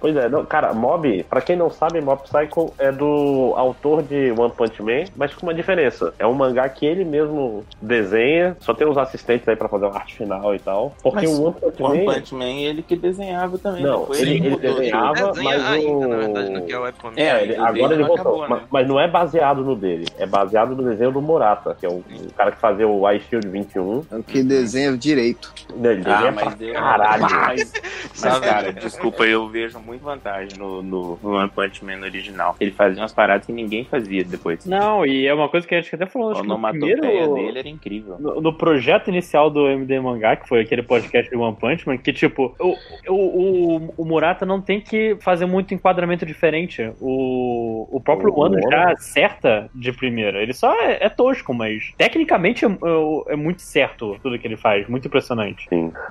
[SPEAKER 1] Pois é, não, cara, Mob, pra quem não sabe, Mob Psycho é do autor de One Punch Man, mas com uma diferença. É um mangá que ele mesmo desenha, só tem os assistentes aí pra fazer uma arte final e tal. Porque
[SPEAKER 4] Mas
[SPEAKER 1] o One Punch
[SPEAKER 4] O One
[SPEAKER 1] Man.
[SPEAKER 4] Punch Man, ele que desenhava também.
[SPEAKER 1] Não,
[SPEAKER 4] depois
[SPEAKER 1] ele- ele
[SPEAKER 4] mudou de-
[SPEAKER 1] desenhava. Tava,
[SPEAKER 7] Desenha
[SPEAKER 1] mas
[SPEAKER 7] ainda,
[SPEAKER 1] o-
[SPEAKER 7] na verdade, no que é o webcomic.
[SPEAKER 1] É, ele-
[SPEAKER 4] o dele
[SPEAKER 1] agora ele
[SPEAKER 4] não
[SPEAKER 1] voltou.
[SPEAKER 4] acabou,
[SPEAKER 1] ma-
[SPEAKER 4] né?
[SPEAKER 1] mas, não é baseado no dele. É baseado no desenho do Morata, que é o, o cara que fazia o Ice Shield 21.
[SPEAKER 6] É o que desenha direito.
[SPEAKER 1] Né, Ele desenha
[SPEAKER 4] Ah,
[SPEAKER 1] pra
[SPEAKER 4] mas eu-
[SPEAKER 1] caralho.
[SPEAKER 4] Mas, mas, cara, desculpa, eu vejo muito vantagem no, no, no One Punch Man original. Ele fazia umas paradas que ninguém fazia depois.
[SPEAKER 2] Não, e é uma coisa que a gente até falou
[SPEAKER 4] a
[SPEAKER 2] acho que no
[SPEAKER 4] onomatopeia
[SPEAKER 2] primeiro.
[SPEAKER 4] dele era incrível.
[SPEAKER 2] No, no projeto inicial do MD Mangá, que foi aquele podcast do One Punch Man, que tipo, o, o, o, o Murata não tem que fazer muito enquadramento diferente. O, o próprio
[SPEAKER 1] O- o
[SPEAKER 2] Wano
[SPEAKER 1] Wano.
[SPEAKER 2] já acerta de primeira. Ele só é, é tosco, mas tecnicamente é, é- é muito certo tudo que ele faz. Muito impressionante.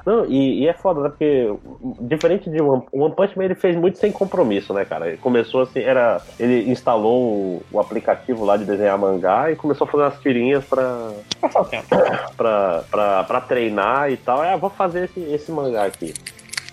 [SPEAKER 1] Não, e, e é foda, né? Porque diferente de One, One Punch Man, ele fez muito sem compromisso, né, cara? Ele começou assim, era. Ele instalou o, o aplicativo lá de desenhar mangá e começou a fazer umas tirinhas pra,
[SPEAKER 2] Passar o tempo.
[SPEAKER 1] pra, pra, pra treinar e tal. É, vou fazer esse, esse mangá aqui.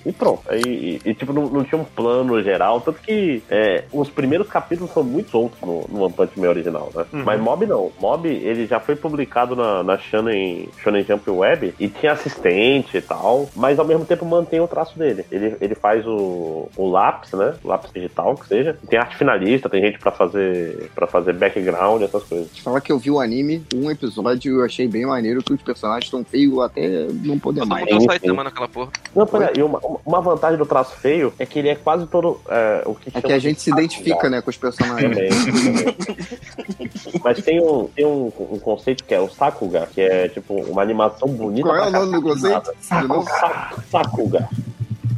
[SPEAKER 1] E pronto. E, e- e, tipo, não, não tinha um plano geral. Tanto que é, os primeiros capítulos são muito soltos no, no One Punch Man original, né?
[SPEAKER 2] Uhum.
[SPEAKER 1] Mas Mob não. Mob, ele já foi publicado na, na Shonen, Shonen Jump Web e tinha assistente e tal. Mas ao mesmo tempo mantém o traço dele. Ele, ele faz o, o lápis, né? Lápis digital, que seja. Tem arte finalista, tem gente pra fazer, pra fazer background, essas coisas.
[SPEAKER 6] Te falar que eu vi o anime, um episódio, eu achei bem maneiro que os personagens estão feios até não poder
[SPEAKER 7] Todo
[SPEAKER 6] mais.
[SPEAKER 7] mundo é um
[SPEAKER 1] enfim.
[SPEAKER 7] Saitama naquela porra.
[SPEAKER 1] Não, pera, e uma, uma vantagem do traço feio é que ele é quase todo é, o que
[SPEAKER 6] É
[SPEAKER 1] chama
[SPEAKER 6] que a
[SPEAKER 1] de É
[SPEAKER 6] gente se identifica, né, com os personagens.
[SPEAKER 1] Também, também. Mas tem, um, tem um, um conceito que é o Sakuga, que é tipo uma animação bonita.
[SPEAKER 6] Qual é
[SPEAKER 1] pra
[SPEAKER 6] o nome do
[SPEAKER 1] caralho.
[SPEAKER 6] conceito? De novo?
[SPEAKER 1] Sa- Sakuga.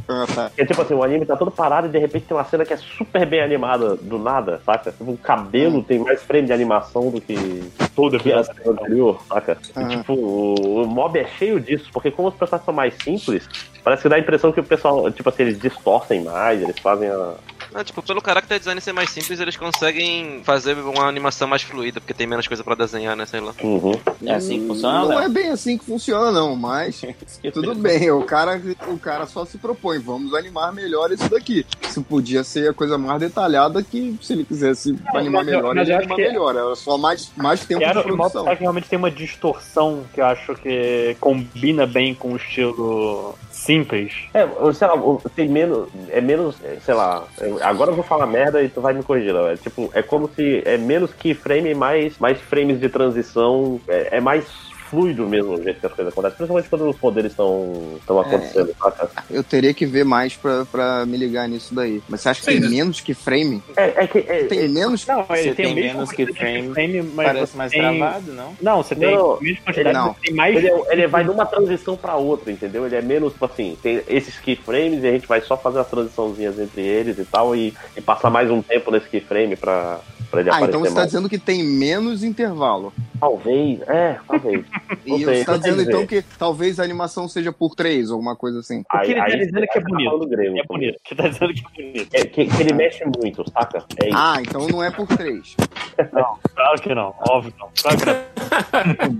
[SPEAKER 6] Ah, tá.
[SPEAKER 1] Que é tipo assim, o anime tá todo parado e de repente tem uma cena que é super bem animada do nada, saca? Tipo, o
[SPEAKER 6] Hum.
[SPEAKER 1] cabelo tem mais frame de animação do que
[SPEAKER 2] Todo
[SPEAKER 1] que a
[SPEAKER 2] episódio.
[SPEAKER 1] cena anterior, saca? E,
[SPEAKER 6] Aham.
[SPEAKER 1] tipo, o, o mob é cheio disso, porque como os personagens são mais simples, parece que dá a impressão que o pessoal, tipo assim, eles distorcem mais, eles fazem a,
[SPEAKER 7] Não, tipo, pelo character design ser mais simples, eles conseguem fazer uma animação mais fluida, porque tem menos coisa pra desenhar, né? Sei lá.
[SPEAKER 1] Uhum.
[SPEAKER 4] É assim que
[SPEAKER 6] Não
[SPEAKER 4] funciona?
[SPEAKER 6] é bem assim que funciona, não, mas tudo bem. O cara, o cara só se propõe, vamos animar melhor isso daqui. Isso podia ser a coisa mais detalhada que, se ele quisesse animar
[SPEAKER 2] mas eu-
[SPEAKER 6] melhor,
[SPEAKER 2] mas
[SPEAKER 6] ele
[SPEAKER 2] eu acho
[SPEAKER 6] anima
[SPEAKER 2] que- é-
[SPEAKER 6] melhor. Era só mais, mais tempo
[SPEAKER 2] Quero,
[SPEAKER 6] de
[SPEAKER 2] o Mob
[SPEAKER 6] produção.
[SPEAKER 2] Psycho realmente tem uma distorção que eu acho que combina bem com o estilo simples.
[SPEAKER 1] É, ou, sei lá, ou tem menos. É menos, é, sei lá, eu- agora eu vou falar merda e tu vai me corrigir, não. É tipo, é como se é menos keyframe, mais, mais frames de transição. É, é mais flui do mesmo jeito que as coisas acontecem, principalmente quando os poderes estão estão acontecendo. saca?
[SPEAKER 6] Eu teria que ver mais pra, pra me ligar nisso daí. Mas você acha que
[SPEAKER 5] Sim,
[SPEAKER 6] tem
[SPEAKER 5] né?
[SPEAKER 6] menos que frame?
[SPEAKER 1] É, é que. é-
[SPEAKER 6] Tem menos?
[SPEAKER 2] Não, ele
[SPEAKER 4] Você
[SPEAKER 2] tem,
[SPEAKER 4] tem
[SPEAKER 2] o mesmo
[SPEAKER 4] menos que frame,
[SPEAKER 2] mas
[SPEAKER 4] Parece
[SPEAKER 2] você
[SPEAKER 4] mais
[SPEAKER 2] tem-
[SPEAKER 4] travado, não?
[SPEAKER 2] Não, você tem
[SPEAKER 1] Não,
[SPEAKER 2] a mesma quantidade,
[SPEAKER 6] ele não.
[SPEAKER 2] você tem mais.
[SPEAKER 1] Ele, é- ele vai de uma transição pra outra, entendeu? Ele é menos, tipo assim, tem esses keyframes e a gente vai só fazer as transiçãozinhas entre eles e tal, e, e passar mais um tempo nesse keyframe pra, pra ele
[SPEAKER 6] Ah,
[SPEAKER 1] aparecer
[SPEAKER 6] então você tá
[SPEAKER 1] mais.
[SPEAKER 6] dizendo que tem menos intervalo.
[SPEAKER 1] Talvez, é, talvez. Não
[SPEAKER 6] E
[SPEAKER 1] sei,
[SPEAKER 6] você tá
[SPEAKER 1] não sei
[SPEAKER 6] dizendo
[SPEAKER 1] dizer.
[SPEAKER 6] então que talvez a animação seja por três, alguma coisa assim.
[SPEAKER 2] O que ele tá dizendo é que é
[SPEAKER 1] tá
[SPEAKER 2] bonito.
[SPEAKER 1] falando grego,
[SPEAKER 2] É bonito. Você tá dizendo que é bonito.
[SPEAKER 1] É, que, que ele mexe muito, saca? É isso.
[SPEAKER 6] Ah, então não é por três.
[SPEAKER 2] Claro que não, óbvio que não. Claro que não.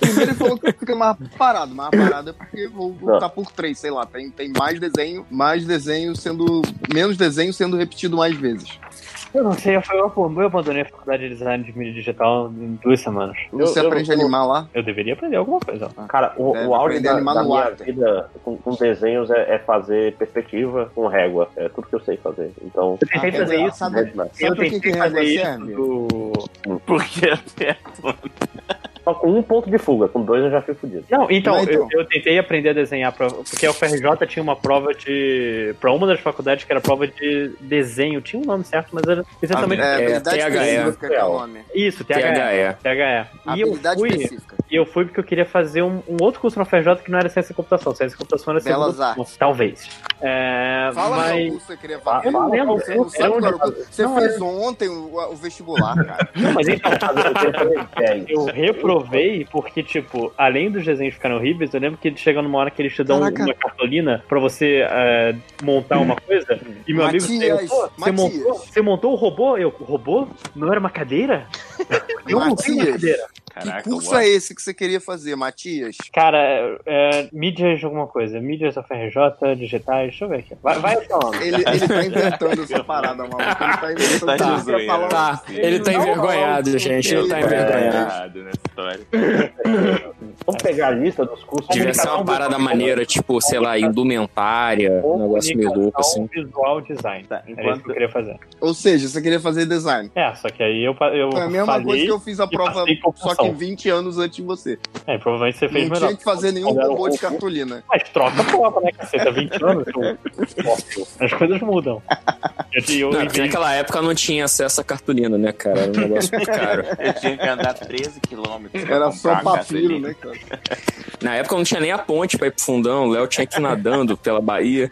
[SPEAKER 6] Primeiro ele falou que fica mais parado, mais parado é porque vou
[SPEAKER 1] Não.
[SPEAKER 6] tá por três, sei lá. Tem, tem mais desenho, mais desenho sendo. Menos desenho sendo repetido mais vezes.
[SPEAKER 2] Eu não sei, eu, eu, eu abandonei a faculdade de design de mídia digital em duas semanas.
[SPEAKER 1] Eu-
[SPEAKER 6] Você
[SPEAKER 1] eu-
[SPEAKER 6] aprende
[SPEAKER 1] eu-
[SPEAKER 6] a animar lá?
[SPEAKER 2] Eu deveria aprender alguma coisa.
[SPEAKER 1] Cara, o,
[SPEAKER 6] É,
[SPEAKER 1] o auge
[SPEAKER 6] aprender a
[SPEAKER 1] da,
[SPEAKER 6] animar
[SPEAKER 1] da
[SPEAKER 6] no
[SPEAKER 1] minha
[SPEAKER 6] ar, tem.
[SPEAKER 1] vida com, com desenhos é, é fazer perspectiva com régua. É tudo que eu sei fazer. Então,
[SPEAKER 2] Eu tentei
[SPEAKER 6] Ah,
[SPEAKER 2] fazer
[SPEAKER 6] é,
[SPEAKER 2] isso.
[SPEAKER 6] sabe-
[SPEAKER 2] Eu
[SPEAKER 6] Sabe por que, é, que
[SPEAKER 2] tentei
[SPEAKER 6] régua
[SPEAKER 2] fazer isso
[SPEAKER 6] serve?
[SPEAKER 2] do... é
[SPEAKER 4] Porque
[SPEAKER 1] Hum. só com um ponto de fuga, com dois eu já fui fudido.
[SPEAKER 2] Não, então,
[SPEAKER 6] Não, então.
[SPEAKER 2] Eu, eu tentei aprender a desenhar, pra, porque a UFRJ tinha uma prova de. pra uma das faculdades que era prova de desenho. Tinha um nome certo, mas era essencialmente.
[SPEAKER 6] É,
[SPEAKER 3] É,
[SPEAKER 6] habilidade
[SPEAKER 3] THE.
[SPEAKER 6] específica que é o nome.
[SPEAKER 2] Isso, THE.
[SPEAKER 3] THE.
[SPEAKER 2] THE. E eu
[SPEAKER 6] Habilidade
[SPEAKER 2] fui,
[SPEAKER 6] específica.
[SPEAKER 2] e eu fui porque eu queria fazer um, um outro curso na UFRJ que não era ciência da computação. Ciência da computação era
[SPEAKER 6] Belas
[SPEAKER 2] segunda opção, Talvez. É,
[SPEAKER 6] Fala
[SPEAKER 2] mas.
[SPEAKER 6] Raul, você queria falar.
[SPEAKER 2] Eu não lembro,
[SPEAKER 6] Você não
[SPEAKER 2] eu-
[SPEAKER 6] sabe
[SPEAKER 2] eu-
[SPEAKER 6] qual era o curso. Você
[SPEAKER 2] não,
[SPEAKER 6] fez ontem o, o vestibular, cara.
[SPEAKER 2] Não, mas então,
[SPEAKER 1] Eu queria fazer dez.
[SPEAKER 2] eu reprovei porque, tipo, além dos desenhos ficarem horríveis, eu lembro que eles chegam numa hora que eles te dão
[SPEAKER 6] Caraca.
[SPEAKER 2] uma cartolina pra você é, montar uma coisa. E meu amigo,
[SPEAKER 6] Matias,
[SPEAKER 2] saiu, "Pô, você,
[SPEAKER 6] Matias.
[SPEAKER 2] montou, você montou o robô? Eu, o robô? Não era uma cadeira? Eu montei uma
[SPEAKER 6] Matias,
[SPEAKER 2] cadeira.
[SPEAKER 6] que
[SPEAKER 4] Caraca,
[SPEAKER 6] curso
[SPEAKER 4] uau.
[SPEAKER 6] é esse que você queria fazer, Matias?
[SPEAKER 2] Cara, é, é, mídias de alguma coisa. Mídias da FRJ, digitais, deixa eu ver aqui. Vai, vai então. falando.
[SPEAKER 6] Ele, ele tá inventando essa parada, maluco. Ele tá inventando
[SPEAKER 4] Tá de
[SPEAKER 6] tá,
[SPEAKER 4] zoeira.
[SPEAKER 6] falando.
[SPEAKER 3] Tá, ele tá
[SPEAKER 6] Não,
[SPEAKER 3] envergonhado,
[SPEAKER 6] não,
[SPEAKER 3] gente. Ele tá
[SPEAKER 6] ele-
[SPEAKER 3] envergonhado.
[SPEAKER 4] errado nessa história.
[SPEAKER 1] É, Vamos pegar a lista dos cursos.
[SPEAKER 3] Devia ser uma parada maneira, tipo, sei lá, indumentária, um negócio meio louco
[SPEAKER 2] Comunicação
[SPEAKER 3] assim.
[SPEAKER 2] Visual design.
[SPEAKER 4] Tá,
[SPEAKER 2] Era isso que eu
[SPEAKER 4] enquanto,
[SPEAKER 2] queria fazer.
[SPEAKER 6] Ou seja, você queria fazer design.
[SPEAKER 2] É, só que aí eu, pa- eu
[SPEAKER 6] Foi a mesma
[SPEAKER 2] falei-
[SPEAKER 6] coisa que eu fiz a
[SPEAKER 2] e
[SPEAKER 6] prova,
[SPEAKER 2] passei com
[SPEAKER 6] só que
[SPEAKER 2] opção.
[SPEAKER 6] 20 anos antes de você.
[SPEAKER 2] É, provavelmente você fez
[SPEAKER 6] Não
[SPEAKER 2] melhor.
[SPEAKER 6] tinha que fazer nenhum
[SPEAKER 2] Era
[SPEAKER 6] robô
[SPEAKER 2] um-
[SPEAKER 6] de cartolina.
[SPEAKER 2] Mas troca a prova, né, caceta? 20 anos, eu... as coisas mudam. Eu, eu,
[SPEAKER 3] Não, é
[SPEAKER 2] eu,
[SPEAKER 3] porque naquela época não tinha acesso à cartolina, né, cara? Era um negócio muito caro.
[SPEAKER 4] eu tinha que andar 13 quilômetros. pra
[SPEAKER 6] Era
[SPEAKER 4] comprar
[SPEAKER 6] só
[SPEAKER 4] uma
[SPEAKER 6] papiro,
[SPEAKER 4] gasolina.
[SPEAKER 6] né, cara?
[SPEAKER 3] Na época não tinha nem a ponte pra ir pro fundão, o Léo tinha que ir nadando pela Bahia.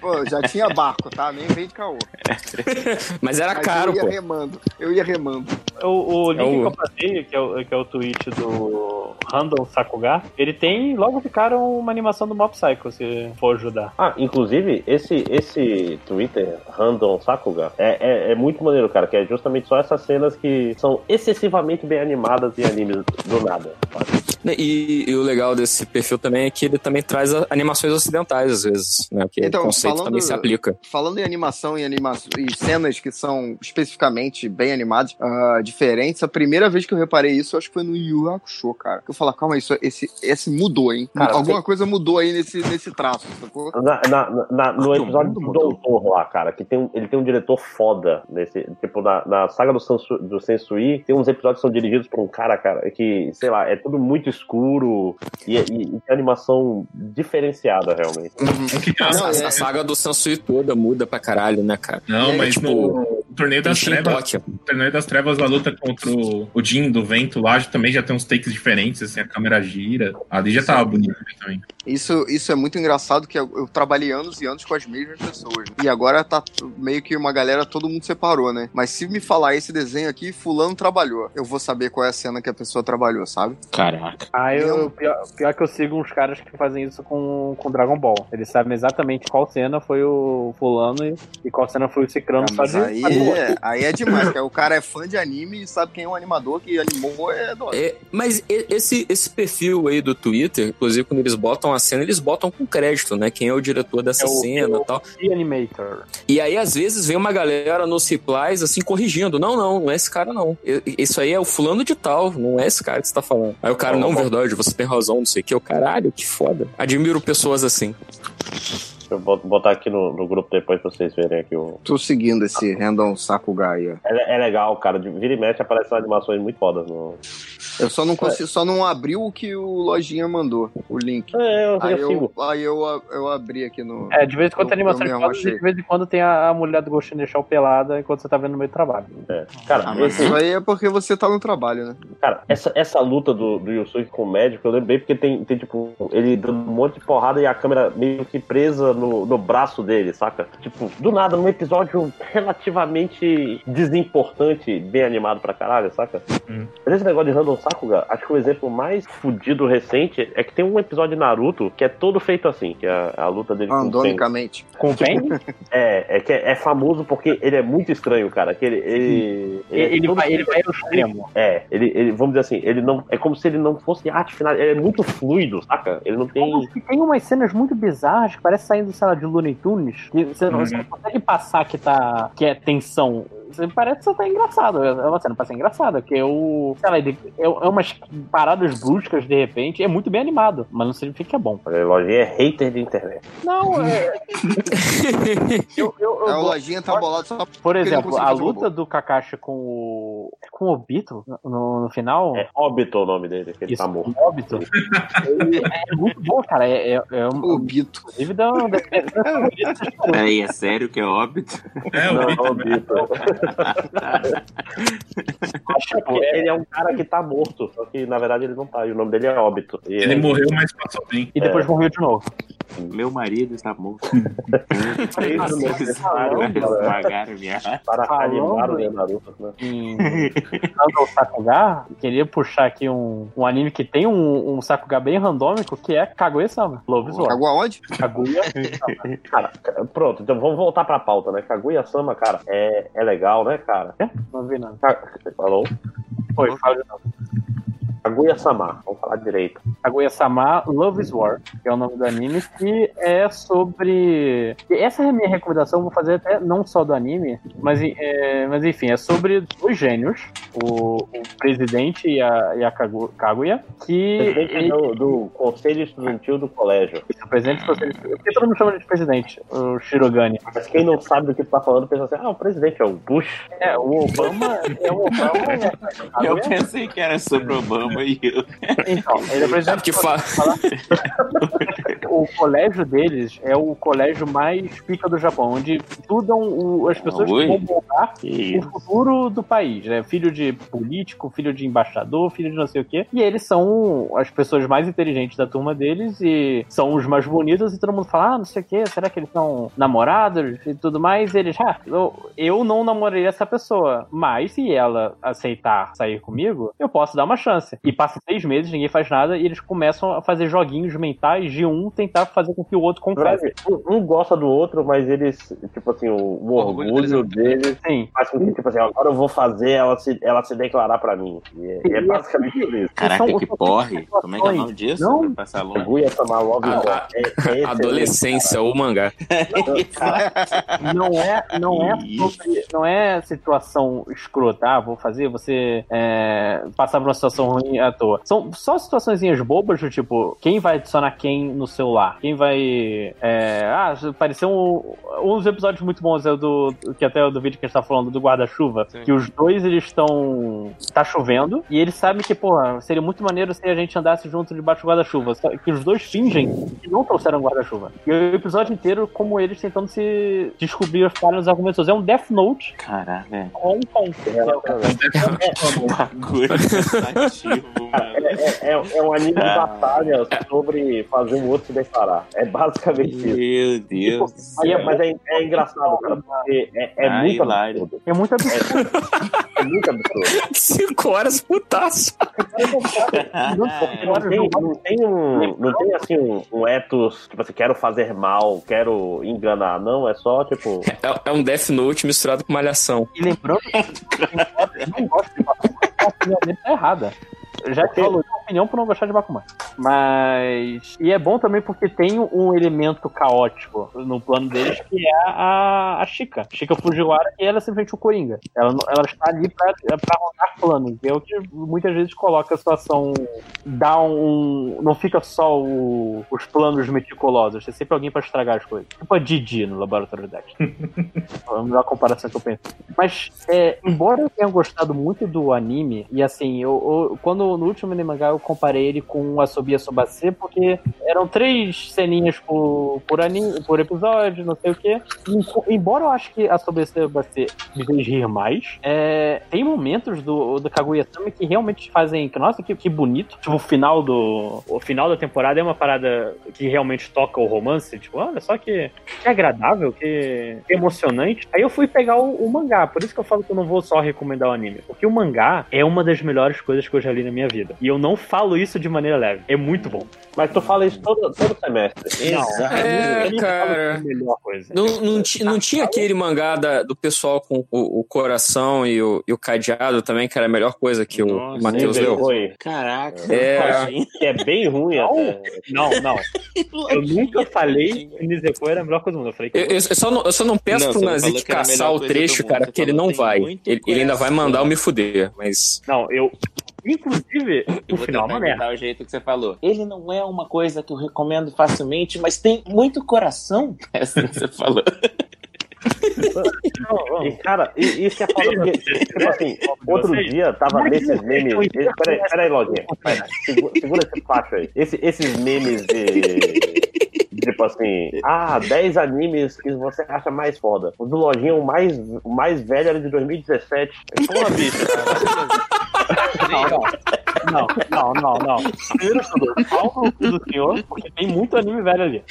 [SPEAKER 6] Pô, já tinha barco, tá? Nem veio de caô.
[SPEAKER 3] Mas era
[SPEAKER 6] Mas
[SPEAKER 3] caro,
[SPEAKER 6] eu ia
[SPEAKER 3] pô.
[SPEAKER 6] remando. Eu ia remando.
[SPEAKER 2] o, o link
[SPEAKER 3] É o-
[SPEAKER 2] que eu passei, que é o, que é o tweet do Randall Sakuga, ele tem logo de cara uma animação do Mob Psycho, se for ajudar.
[SPEAKER 1] Ah, inclusive, esse, esse Twitter, Random Sakuga, é, é, é muito maneiro, cara, que é justamente só essas cenas que são excessivamente bem animadas em animes do nada. sabe?
[SPEAKER 3] E, e o legal desse perfil também é que ele também traz a- animações ocidentais, às vezes, né? Que
[SPEAKER 6] Então,
[SPEAKER 3] o conceito
[SPEAKER 6] falando-
[SPEAKER 3] também se aplica.
[SPEAKER 6] Falando em animação e, anima e cenas que são especificamente bem animadas, ah, diferentes, a primeira vez que eu reparei isso, eu acho que foi no Yu Yu Hakusho, cara. Eu falei, "Ah, calma, isso, esse, esse mudou, hein?
[SPEAKER 1] Cara,
[SPEAKER 6] Alguma coisa mudou aí nesse, nesse traço, sacou?
[SPEAKER 1] Na, na- na- na- no
[SPEAKER 3] Todo
[SPEAKER 1] episódio
[SPEAKER 3] mundo
[SPEAKER 1] do
[SPEAKER 3] mudou.
[SPEAKER 1] Doutor lá, cara, que tem um- ele tem um diretor foda nesse. Tipo, na, na saga do, Sansu, do Sensui, tem uns episódios que são dirigidos por um cara, cara, que, sei lá, é tudo muito escuro e, e, e tem animação diferenciada, realmente.
[SPEAKER 5] Não, que
[SPEAKER 6] Não,
[SPEAKER 5] graça.
[SPEAKER 3] a,
[SPEAKER 6] é-
[SPEAKER 3] a saga do Sansui toda muda pra caralho, né, cara?
[SPEAKER 5] Não,
[SPEAKER 6] é,
[SPEAKER 5] mas
[SPEAKER 3] tipo,
[SPEAKER 5] no torneio
[SPEAKER 3] Tem
[SPEAKER 5] das trevas,
[SPEAKER 3] Shintoki.
[SPEAKER 5] no torneio das trevas, a luta contra o, o Jin do vento lá já- também já tem uns takes diferentes, assim, a câmera gira. Ali já tava bonito também.
[SPEAKER 6] Isso, isso é muito engraçado que eu, eu trabalhei anos e anos com as mesmas pessoas. E agora tá meio que uma galera, todo mundo separou, né? Mas se me falar esse desenho aqui, fulano trabalhou, eu vou saber qual é a cena que a pessoa trabalhou, sabe?
[SPEAKER 4] Caraca.
[SPEAKER 2] Ah,
[SPEAKER 6] eu-
[SPEAKER 2] pior, que eu sigo uns caras que fazem isso com, com Dragon Ball. Eles sabem exatamente qual cena foi o fulano e, qual cena foi o cicrano.
[SPEAKER 6] Ah, mas aí, aí é demais, porque o cara é fã de anime e sabe quem é o animador que animou é do
[SPEAKER 3] É, mas e- esse, esse perfil aí do Twitter, inclusive quando eles botam a cena, eles botam com crédito, né? Quem é o diretor dessa
[SPEAKER 2] É o-
[SPEAKER 3] cena
[SPEAKER 2] o-
[SPEAKER 3] e tal.
[SPEAKER 2] E Animator.
[SPEAKER 3] E aí, às vezes, vem uma galera nos replies, assim, corrigindo. Não, não, não é esse cara, não. E- e- Isso aí é o fulano de tal, não é esse cara que você tá falando. Aí o cara, não, verdade, você tem razão, não sei o que. Eu, caralho, que foda. Admiro pessoas assim.
[SPEAKER 1] Deixa eu bot- botar aqui no, no grupo depois pra vocês verem aqui o.
[SPEAKER 6] Tô seguindo esse random saco gaia.
[SPEAKER 1] É, é legal, cara. De- Vira e mexe aparecem animações muito fodas no,
[SPEAKER 6] Eu só não, consigo, só não abri o que o Lojinha mandou, o link.
[SPEAKER 1] É, eu,
[SPEAKER 6] Aí
[SPEAKER 1] eu sigo.
[SPEAKER 6] eu, aí eu, a- eu abri aqui no.
[SPEAKER 2] É, de vez em quando tem
[SPEAKER 6] Tipo, Eu- eu
[SPEAKER 2] animação de
[SPEAKER 6] mesmo
[SPEAKER 2] fotos e
[SPEAKER 6] achei.
[SPEAKER 2] de vez em quando tem a, a mulher do Ghost in the Shell pelada enquanto você tá vendo no meio do trabalho.
[SPEAKER 1] É. Cara,
[SPEAKER 6] Ah, mas
[SPEAKER 1] esse-
[SPEAKER 6] isso aí é porque você tá no trabalho, né?
[SPEAKER 1] Cara, essa, essa luta do, do Yusuke com o médico, eu lembrei porque tem, tem, tipo, ele dando um monte de porrada e a câmera meio que presa no, no braço dele, saca? Tipo, do nada, num episódio relativamente desimportante, bem animado pra caralho, saca?
[SPEAKER 5] Hum.
[SPEAKER 1] Esse negócio de Random Sakuga, acho que o exemplo mais fudido recente é que tem um episódio de Naruto que é todo feito assim, que é a, a luta dele com o Sengoku.
[SPEAKER 6] Andonicamente.
[SPEAKER 2] Com quem?
[SPEAKER 1] É, é que é, é famoso porque ele é muito estranho, cara. Que ele, ele,
[SPEAKER 2] ele,
[SPEAKER 1] é
[SPEAKER 2] ele
[SPEAKER 1] todo
[SPEAKER 2] vai, ele vai ao extremo.
[SPEAKER 1] é, ele, ele- vamos dizer assim, ele não. É como se ele não fosse arte final. Ele é muito fluido, saca? Ele não tem.
[SPEAKER 2] Como assim? se tem umas cenas muito bizarras que parece saindo, sei lá, de Looney Tunes. Que você, não,
[SPEAKER 5] Uhum.
[SPEAKER 2] você não consegue passar que, tá, que é tensão. Você- Parece que só tá engraçado. É uma cena pra ser engraçada, que é o. Sei lá, ele- é, é umas paradas bruscas de repente. É muito bem animado, mas não significa que é bom.
[SPEAKER 1] Olha, Lojinha é hater de internet.
[SPEAKER 2] Não, é. eu, eu, eu
[SPEAKER 6] A
[SPEAKER 2] gosto.
[SPEAKER 6] lojinha tá bolada só
[SPEAKER 2] Por
[SPEAKER 6] ele não
[SPEAKER 2] exemplo,
[SPEAKER 6] conseguiu
[SPEAKER 2] a
[SPEAKER 6] fazer um
[SPEAKER 2] luta do Kakashi com o. é com o Obito no, no final.
[SPEAKER 1] É óbito o nome dele, que ele tá morto.
[SPEAKER 2] com o Obito. é, é muito bom, cara. É, é, é um,
[SPEAKER 6] o Bito.
[SPEAKER 2] Inclusive, dá um-
[SPEAKER 4] Peraí, é sério que é óbito?
[SPEAKER 5] É, o
[SPEAKER 1] Não,
[SPEAKER 5] Peter,
[SPEAKER 1] é óbito. Tipo, ele é um cara que tá morto, só que na verdade ele não tá. E o nome dele é óbito. E
[SPEAKER 5] ele
[SPEAKER 1] é-
[SPEAKER 5] morreu, mas passou bem.
[SPEAKER 2] E
[SPEAKER 6] É.
[SPEAKER 2] depois morreu de novo.
[SPEAKER 4] Meu marido está morto.
[SPEAKER 1] Nossa,
[SPEAKER 4] Eles
[SPEAKER 1] caramba, velho.
[SPEAKER 4] esmagaram minha
[SPEAKER 1] tá Para
[SPEAKER 2] Falando-
[SPEAKER 1] animar o Naruto, né?
[SPEAKER 2] Em Random Sakuga, queria puxar aqui um, um anime que tem um, um Sakuga bem randômico, que é Kaguya-sama. Love is War.
[SPEAKER 6] Cagou aonde?
[SPEAKER 2] Kaguya.
[SPEAKER 1] Cara, c- pronto, então vamos voltar pra pauta, né? Kaguya-sama, cara, é, é legal, né, cara?
[SPEAKER 2] Não vi nada.
[SPEAKER 1] Falou?
[SPEAKER 2] Foi, fala de novo.
[SPEAKER 1] Kaguya-sama, vamos falar direito.
[SPEAKER 2] Kaguya-sama Love is War, que é o nome do anime, que é sobre. Essa é a minha recomendação, eu vou fazer até não só do anime, mas, é, mas enfim, é sobre dois gênios, o, o presidente e a, e a Kagu- Kaguya, que.
[SPEAKER 1] Presidente do, do Conselho Estudantil do Colégio.
[SPEAKER 2] O presidente, porque todo mundo chama ele de presidente, o Shirogane.
[SPEAKER 1] Mas quem não sabe do que tu tá falando pensa assim, ah, o presidente é o Bush.
[SPEAKER 2] É, o Obama é o Obama.
[SPEAKER 4] Eu pensei que era sobre Obama e eu.
[SPEAKER 2] é um Então, ele é
[SPEAKER 3] É
[SPEAKER 2] presidente.
[SPEAKER 3] porque fa...
[SPEAKER 2] O colégio deles é o colégio mais pica do Japão, onde estudam o- as pessoas
[SPEAKER 4] Oi.
[SPEAKER 2] que vão moldar
[SPEAKER 4] Que
[SPEAKER 2] o
[SPEAKER 4] isso.
[SPEAKER 2] futuro do país, né? Filho de político, filho de embaixador, filho de não sei o quê. E eles são as pessoas mais inteligentes da turma deles e são os mais bonitos e todo mundo fala, ah, não sei o quê, será que eles são namorados e tudo mais? E eles, ah, eu, eu não namorei essa pessoa, mas se ela aceitar sair comigo, eu posso dar uma chance. E passa seis meses, ninguém faz nada e eles começam a fazer joguinhos mentais de um tentar fazer com que o outro
[SPEAKER 1] Na
[SPEAKER 2] confesse.
[SPEAKER 1] verdade, um, um gosta do outro, mas eles, tipo assim, o, o
[SPEAKER 7] orgulho
[SPEAKER 1] orgulho deles
[SPEAKER 2] Sim.
[SPEAKER 1] faz com que, tipo assim, agora eu vou fazer ela se, ela se declarar pra mim. E, é- e é basicamente isso.
[SPEAKER 4] Caraca,
[SPEAKER 2] São-
[SPEAKER 4] que porre. Como é que é o nome disso?
[SPEAKER 2] Não.
[SPEAKER 4] Pra passar longe.
[SPEAKER 1] Kaguya Sama Love
[SPEAKER 3] A-
[SPEAKER 1] is War.
[SPEAKER 3] a-
[SPEAKER 1] É- é excelente.
[SPEAKER 3] Adolescência ou mangá. É,
[SPEAKER 2] não é, não é
[SPEAKER 4] Ih.
[SPEAKER 2] sobre, não é situação escrota, ah, vou fazer você é, passar por uma situação ruim à toa. São só situações bobas do tipo, quem vai adicionar quem no celular? Quem vai. é, ah, apareceu um, um dos episódios muito bons, é o do. Que até é o do vídeo que a gente tá falando, do guarda-chuva.
[SPEAKER 7] Sim.
[SPEAKER 2] Que os dois eles estão. tá chovendo. E eles sabem que, porra, seria muito maneiro se a gente andasse junto debaixo do guarda-chuva. só Que os dois fingem que não trouxeram guarda-chuva. E o episódio inteiro, como eles tentando se descobrir as falhas nos argumentos. É um Death Note
[SPEAKER 4] Caraca, é.
[SPEAKER 2] com com.
[SPEAKER 4] Bagulho cansativo, mano.
[SPEAKER 1] É, é- é um anime de
[SPEAKER 4] Ah.
[SPEAKER 1] batalha sobre fazer o outro se declarar. É basicamente isso.
[SPEAKER 4] Meu Deus. do
[SPEAKER 1] Mas é-
[SPEAKER 4] céu.
[SPEAKER 1] mas é, é engraçado, cara, porque é, é
[SPEAKER 4] Ah,
[SPEAKER 1] muito
[SPEAKER 4] hilário.
[SPEAKER 1] absurdo.
[SPEAKER 2] É muito absurdo.
[SPEAKER 1] É muito absurdo.
[SPEAKER 3] Cinco horas putaço.
[SPEAKER 1] Porque não tem, não tem um. Não tem assim um, um ethos, tipo assim, quero fazer mal, quero enganar. Não, é só, tipo.
[SPEAKER 3] É, é um Death Note misturado com malhação.
[SPEAKER 2] E lembrando que eu não gosto de falar, a opinião dele tá errada. Já que falou a opinião por não gostar de Bakuman. Mas. E é bom também porque tem um elemento caótico no plano deles, que é a, a Chica. Chica Fujiwara, que ela é simplesmente o Coringa. Ela, não- ela está ali pra, pra rodar plano, que é o que muitas vezes coloca a situação. Dá um. Não fica só o- os planos meticulosos, tem sempre alguém pra estragar as coisas. Tipo a Didi no Laboratório Dexter. Foi a melhor comparação que eu penso. Mas, é, embora eu tenha gostado muito do anime, e assim, eu, eu- quando no último anime mangá eu comparei ele com o Asobi Asobase, porque eram três ceninhas por, por, anime, por episódio, não sei o quê. Em- Embora eu acho que Asobi Asobase me fez rir mais, é, tem momentos do, do Kaguya-sama que realmente fazem, que, nossa, que, que bonito. Tipo, o final, do, o final da temporada é uma parada que realmente toca o romance. Tipo, olha só que que agradável, que emocionante. Aí eu fui pegar o, o mangá, por isso que eu falo que eu não vou só recomendar o anime. Porque o mangá é uma das melhores coisas que eu já li na minha vida. E eu não falo isso de maneira leve. É muito bom.
[SPEAKER 1] Mas tu fala isso todo, todo semestre.
[SPEAKER 4] Exato.
[SPEAKER 3] É,
[SPEAKER 2] Eu nunca falo que é a
[SPEAKER 3] cara.
[SPEAKER 2] melhor coisa. Tá,
[SPEAKER 3] Não, não, ti- não tinha aquele mangá da- do pessoal com o, o coração e o, e o cadeado também, que era a melhor coisa que o
[SPEAKER 4] Nossa,
[SPEAKER 3] Matheus
[SPEAKER 1] bem
[SPEAKER 3] leu?
[SPEAKER 1] ruim.
[SPEAKER 4] Caraca.
[SPEAKER 3] É,
[SPEAKER 1] Que é bem ruim até.
[SPEAKER 2] Não, não. Eu nunca falei que Nizeko era a melhor coisa do mundo. Eu falei que
[SPEAKER 3] Eu, eu- eu só não, eu só não peço
[SPEAKER 4] Não,
[SPEAKER 3] pro
[SPEAKER 4] você não
[SPEAKER 3] Nazik
[SPEAKER 4] falou que era a
[SPEAKER 3] caçar
[SPEAKER 4] melhor
[SPEAKER 3] o
[SPEAKER 4] coisa do
[SPEAKER 3] trecho,
[SPEAKER 4] mundo,
[SPEAKER 3] cara,
[SPEAKER 4] você
[SPEAKER 3] porque ele
[SPEAKER 4] falou,
[SPEAKER 3] não
[SPEAKER 4] tem
[SPEAKER 3] vai.
[SPEAKER 4] muito
[SPEAKER 3] Ele, ele ainda vai
[SPEAKER 4] coração.
[SPEAKER 3] mandar eu me fuder, mas.
[SPEAKER 2] Não, eu. Inclusive, o
[SPEAKER 4] Eu vou
[SPEAKER 2] final é
[SPEAKER 4] tentar
[SPEAKER 2] uma merda.
[SPEAKER 4] imitar o jeito que você falou. Ele não é uma coisa que eu recomendo facilmente, mas tem muito coração. É assim que você falou.
[SPEAKER 2] Não, não.
[SPEAKER 1] E, cara, e- isso é foda, porque, tipo assim, outro
[SPEAKER 2] Vocês-
[SPEAKER 1] dia tava
[SPEAKER 2] Vocês-
[SPEAKER 1] nesses memes. esse- Peraí, peraí, Lodinha. Pera, segura, segura esse facho aí. Esse- esses memes de. Tipo assim, ah, 10 animes que você acha mais foda. O do Lojinha, o mais, o mais velho era de 2017. Porra, bicho.
[SPEAKER 2] Não, não, não, não. Primeiro de tudo, calma o cu do senhor, porque tem muito anime velho ali.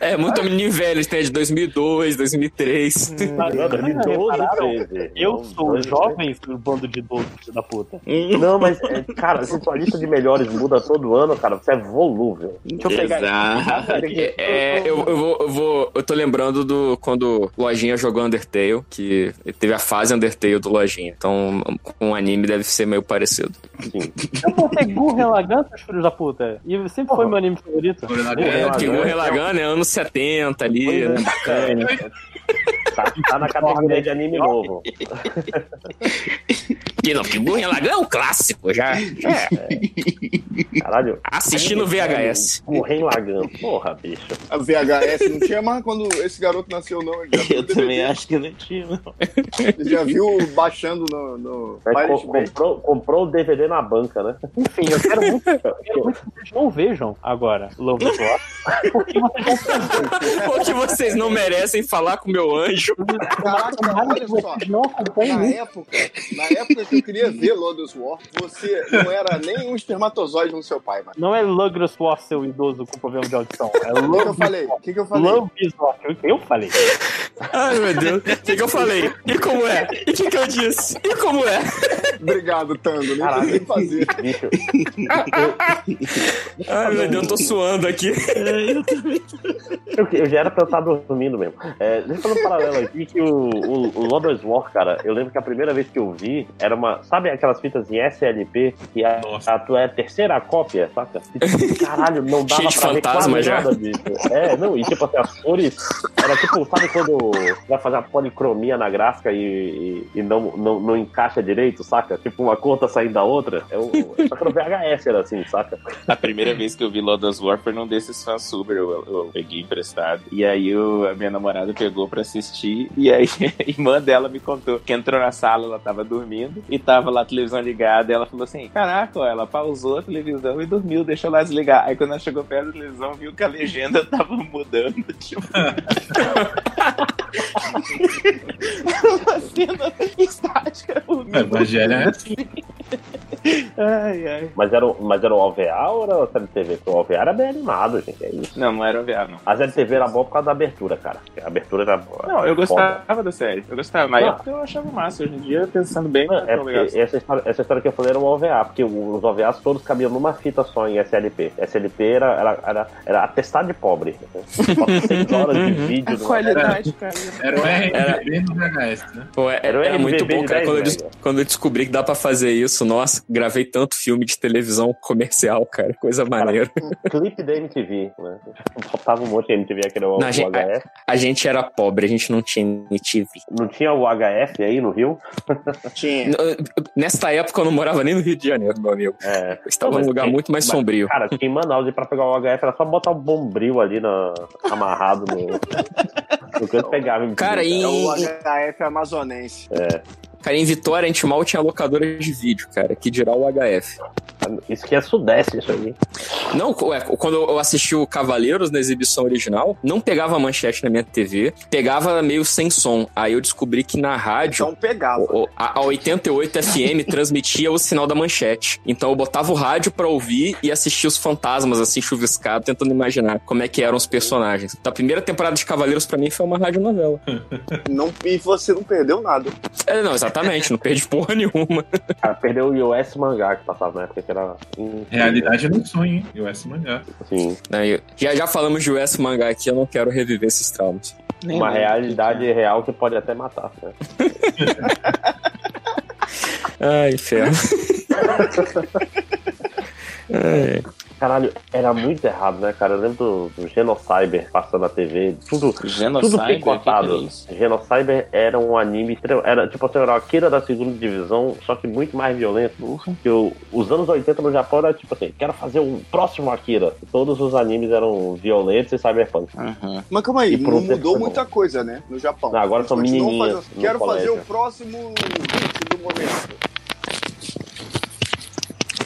[SPEAKER 3] É, muito menino velho, tem de 2002, 2003.
[SPEAKER 1] Não, 2012,
[SPEAKER 2] Repararam?
[SPEAKER 1] 13.
[SPEAKER 2] Eu
[SPEAKER 1] Não,
[SPEAKER 2] sou
[SPEAKER 1] 12,
[SPEAKER 2] jovem, filho do bando de idoso, filho da puta.
[SPEAKER 1] Não, mas, é, cara, se sua lista de melhores muda todo ano, cara, você é volúvel. Deixa eu pegar tá?
[SPEAKER 4] Exato.
[SPEAKER 3] É, eu, eu vou, eu vou. Eu tô lembrando do quando Lojinha jogou Undertale, que teve a fase Undertale do Lojinha. Então, com o anime deve ser meio parecido.
[SPEAKER 2] Eu botei Gurren Lagann, seus filhos da puta. E sempre foi meu anime favorito.
[SPEAKER 5] É,
[SPEAKER 3] Porque o Relagan é anos 70 ali, né?
[SPEAKER 1] bacana. Tá, tá na categoria de anime novo.
[SPEAKER 3] Porque não, porque o Relagan é um clássico, já. já
[SPEAKER 1] Caralho.
[SPEAKER 3] assisti no VHS.
[SPEAKER 1] O Ren Lagan. Porra, bicho.
[SPEAKER 6] A VHS não tinha mais quando esse garoto nasceu, não. Ele já, viu
[SPEAKER 4] Eu também acho que não tinha, não.
[SPEAKER 6] ele já viu baixando no. no
[SPEAKER 1] Mas co-
[SPEAKER 6] Pirate Bay.
[SPEAKER 1] comprou, comprou o DVD na banca, né?
[SPEAKER 2] Enfim, eu quero muito, eu quero muito que vocês não vejam agora Love War, porque vocês vão
[SPEAKER 3] Ou que vocês não merecem falar com meu anjo.
[SPEAKER 6] Caraca, olha só. é.
[SPEAKER 2] vocês não acompanham
[SPEAKER 6] Na
[SPEAKER 2] muito.
[SPEAKER 6] época, na época que eu queria ver Lodos War, você não era nem um espermatozoide no seu pai, mano.
[SPEAKER 2] Não é Lugros War, seu idoso com problema de audição. É
[SPEAKER 6] O que, que eu
[SPEAKER 2] Love
[SPEAKER 6] falei? O que, que eu falei?
[SPEAKER 2] Love War. Eu- Eu falei.
[SPEAKER 3] Ai, meu Deus. O que, que eu falei? E como é? E o que, que eu disse? E como é?
[SPEAKER 6] Obrigado, Tango. Nem
[SPEAKER 1] Caralho.
[SPEAKER 6] consegui fazer.
[SPEAKER 1] Bicho.
[SPEAKER 3] Ai, meu Deus, eu tô suando aqui.
[SPEAKER 1] Eu, eu já era pra eu estar dormindo mesmo. É, deixa eu fazer um paralelo aqui que o, o, o Lord's War, cara, eu lembro que a primeira vez que eu vi era uma. Sabe aquelas fitas em SLP que a,
[SPEAKER 5] Nossa.
[SPEAKER 1] a tua é a terceira cópia, saca? tipo, Caralho, não dava
[SPEAKER 3] Cheio de
[SPEAKER 1] pra ver
[SPEAKER 3] fantasma
[SPEAKER 1] quase
[SPEAKER 3] já.
[SPEAKER 1] nada disso. É, não, e tipo assim, as cores. Era tipo, sabe quando vai fazer a policromia na gráfica e, e, e não, não, não encaixa direito, saca? Tipo, uma cor tá saindo da outra. É o, só que no VHS era assim, saca?
[SPEAKER 4] A primeira vez que eu vi Lodas War foi num desses fansuber, eu, eu peguei emprestado. E aí eu- a minha namorada pegou pra assistir, e aí a irmã dela me contou que entrou na sala, ela tava dormindo, e tava lá a televisão ligada, e ela falou assim, caraca, ó, ela pausou a televisão e dormiu, deixou lá desligar. Aí quando ela chegou perto da televisão, viu que a legenda tava mudando, tipo... Era É uma cena estática.
[SPEAKER 5] o Evangelho é assim.
[SPEAKER 4] Ai, ai.
[SPEAKER 1] Mas era, o- mas era o OVA ou era a série TV? Porque o OVA era bem animado, gente. É isso.
[SPEAKER 4] Não, não era OVA, não.
[SPEAKER 1] A TV era boa por causa da abertura, cara. A abertura era boa.
[SPEAKER 4] Não, eu
[SPEAKER 1] Foda.
[SPEAKER 4] gostava da série. Eu gostava. Na
[SPEAKER 1] Não.
[SPEAKER 4] época eu achava massa. Hoje em dia, pensando bem, não
[SPEAKER 1] Não,
[SPEAKER 4] é
[SPEAKER 1] é
[SPEAKER 4] tão legal.
[SPEAKER 1] porque essa história, essa história que eu falei era um OVA, porque os OVAs todos cabiam numa fita só em SLP. SLP era, era, era, era atestado de pobre. Só seis horas de
[SPEAKER 3] Hum?
[SPEAKER 1] vídeo. numa-
[SPEAKER 5] Era o RNB no VHS, né?
[SPEAKER 3] Pô, é-
[SPEAKER 1] Era o
[SPEAKER 3] era muito
[SPEAKER 1] RBD
[SPEAKER 3] bom, cara.
[SPEAKER 1] de
[SPEAKER 3] Quando eu,
[SPEAKER 1] 10
[SPEAKER 3] des- quando eu descobri que dá pra fazer isso, nossa, gravei vi tanto filme de televisão comercial, cara. Coisa maneira.
[SPEAKER 1] um Clipe da MTV, né? Faltava um monte de MTV aqui no
[SPEAKER 3] Não, a gente-
[SPEAKER 1] UHF.
[SPEAKER 3] A gente era pobre, a gente não tinha MTV.
[SPEAKER 1] Não tinha o HF aí no Rio?
[SPEAKER 4] Tinha.
[SPEAKER 3] N- eu- Nesta época eu não morava nem no Rio de Janeiro, meu amigo.
[SPEAKER 1] É.
[SPEAKER 3] Eu estava num
[SPEAKER 1] Mas-
[SPEAKER 3] lugar muito mais
[SPEAKER 1] mas-
[SPEAKER 3] sombrio.
[SPEAKER 1] Cara, tinha em Manaus e pra pegar o HF era só botar o bombril ali na, amarrado no. no canto e pegava. MTV,
[SPEAKER 3] Cara, e-
[SPEAKER 1] É
[SPEAKER 6] É
[SPEAKER 1] o-
[SPEAKER 6] o HF amazonense.
[SPEAKER 3] é, Cara, em Vitória a gente mal tinha locadora de vídeo, cara, que dirá o HF.
[SPEAKER 1] Isso que é Sudeste, isso aí.
[SPEAKER 3] Não, co- é, quando eu assisti o Cavaleiros na exibição original, não pegava manchete na minha TV, pegava meio sem som. Aí eu descobri que na rádio
[SPEAKER 6] Então pegava.
[SPEAKER 3] O- o- A, a 88 FM transmitia o sinal da manchete. Então eu botava o rádio pra ouvir e assistia os fantasmas, assim, chuviscado, tentando imaginar como é que eram os personagens. Então, a primeira temporada de Cavaleiros pra mim foi uma radionovela.
[SPEAKER 6] Não, e você não perdeu nada.
[SPEAKER 3] É, não, exatamente, não perdi porra nenhuma.
[SPEAKER 1] Cara, Ah, perdeu o US Mangá que passava na época, que era.
[SPEAKER 5] Realidade era um sonho, hein? Eu essa mangá.
[SPEAKER 1] Sim.
[SPEAKER 3] Não, eu- Né, já, já falamos de US Mangá aqui, eu não quero reviver esses traumas.
[SPEAKER 4] Nem
[SPEAKER 1] Uma
[SPEAKER 4] lembro. é.
[SPEAKER 1] realidade real que pode até matar, né?
[SPEAKER 3] Ai, inferno. Ai.
[SPEAKER 1] Caralho, era muito errado, né, cara? Eu lembro do, do Genocyber passando na TV, tudo, tudo
[SPEAKER 4] Genocide,
[SPEAKER 1] picotado.
[SPEAKER 4] o que que é isso?
[SPEAKER 1] Genocyber era um anime, tre- era tipo assim, era a Kira da segunda divisão, só que muito mais violento. Que o- os anos 80 no Japão era tipo assim, quero fazer um próximo Akira. Todos os animes eram violentos e cyberpunk.
[SPEAKER 4] Aham.
[SPEAKER 6] Mas calma aí,
[SPEAKER 1] E por um
[SPEAKER 6] não
[SPEAKER 1] tempo
[SPEAKER 6] mudou
[SPEAKER 1] foi
[SPEAKER 6] muita coisa, né? No Japão.
[SPEAKER 1] Não, agora são
[SPEAKER 6] Eles continuam
[SPEAKER 1] menininhas
[SPEAKER 6] fazendo-
[SPEAKER 1] no
[SPEAKER 6] Quero fazer
[SPEAKER 1] colégio.
[SPEAKER 6] o próximo hit do momento.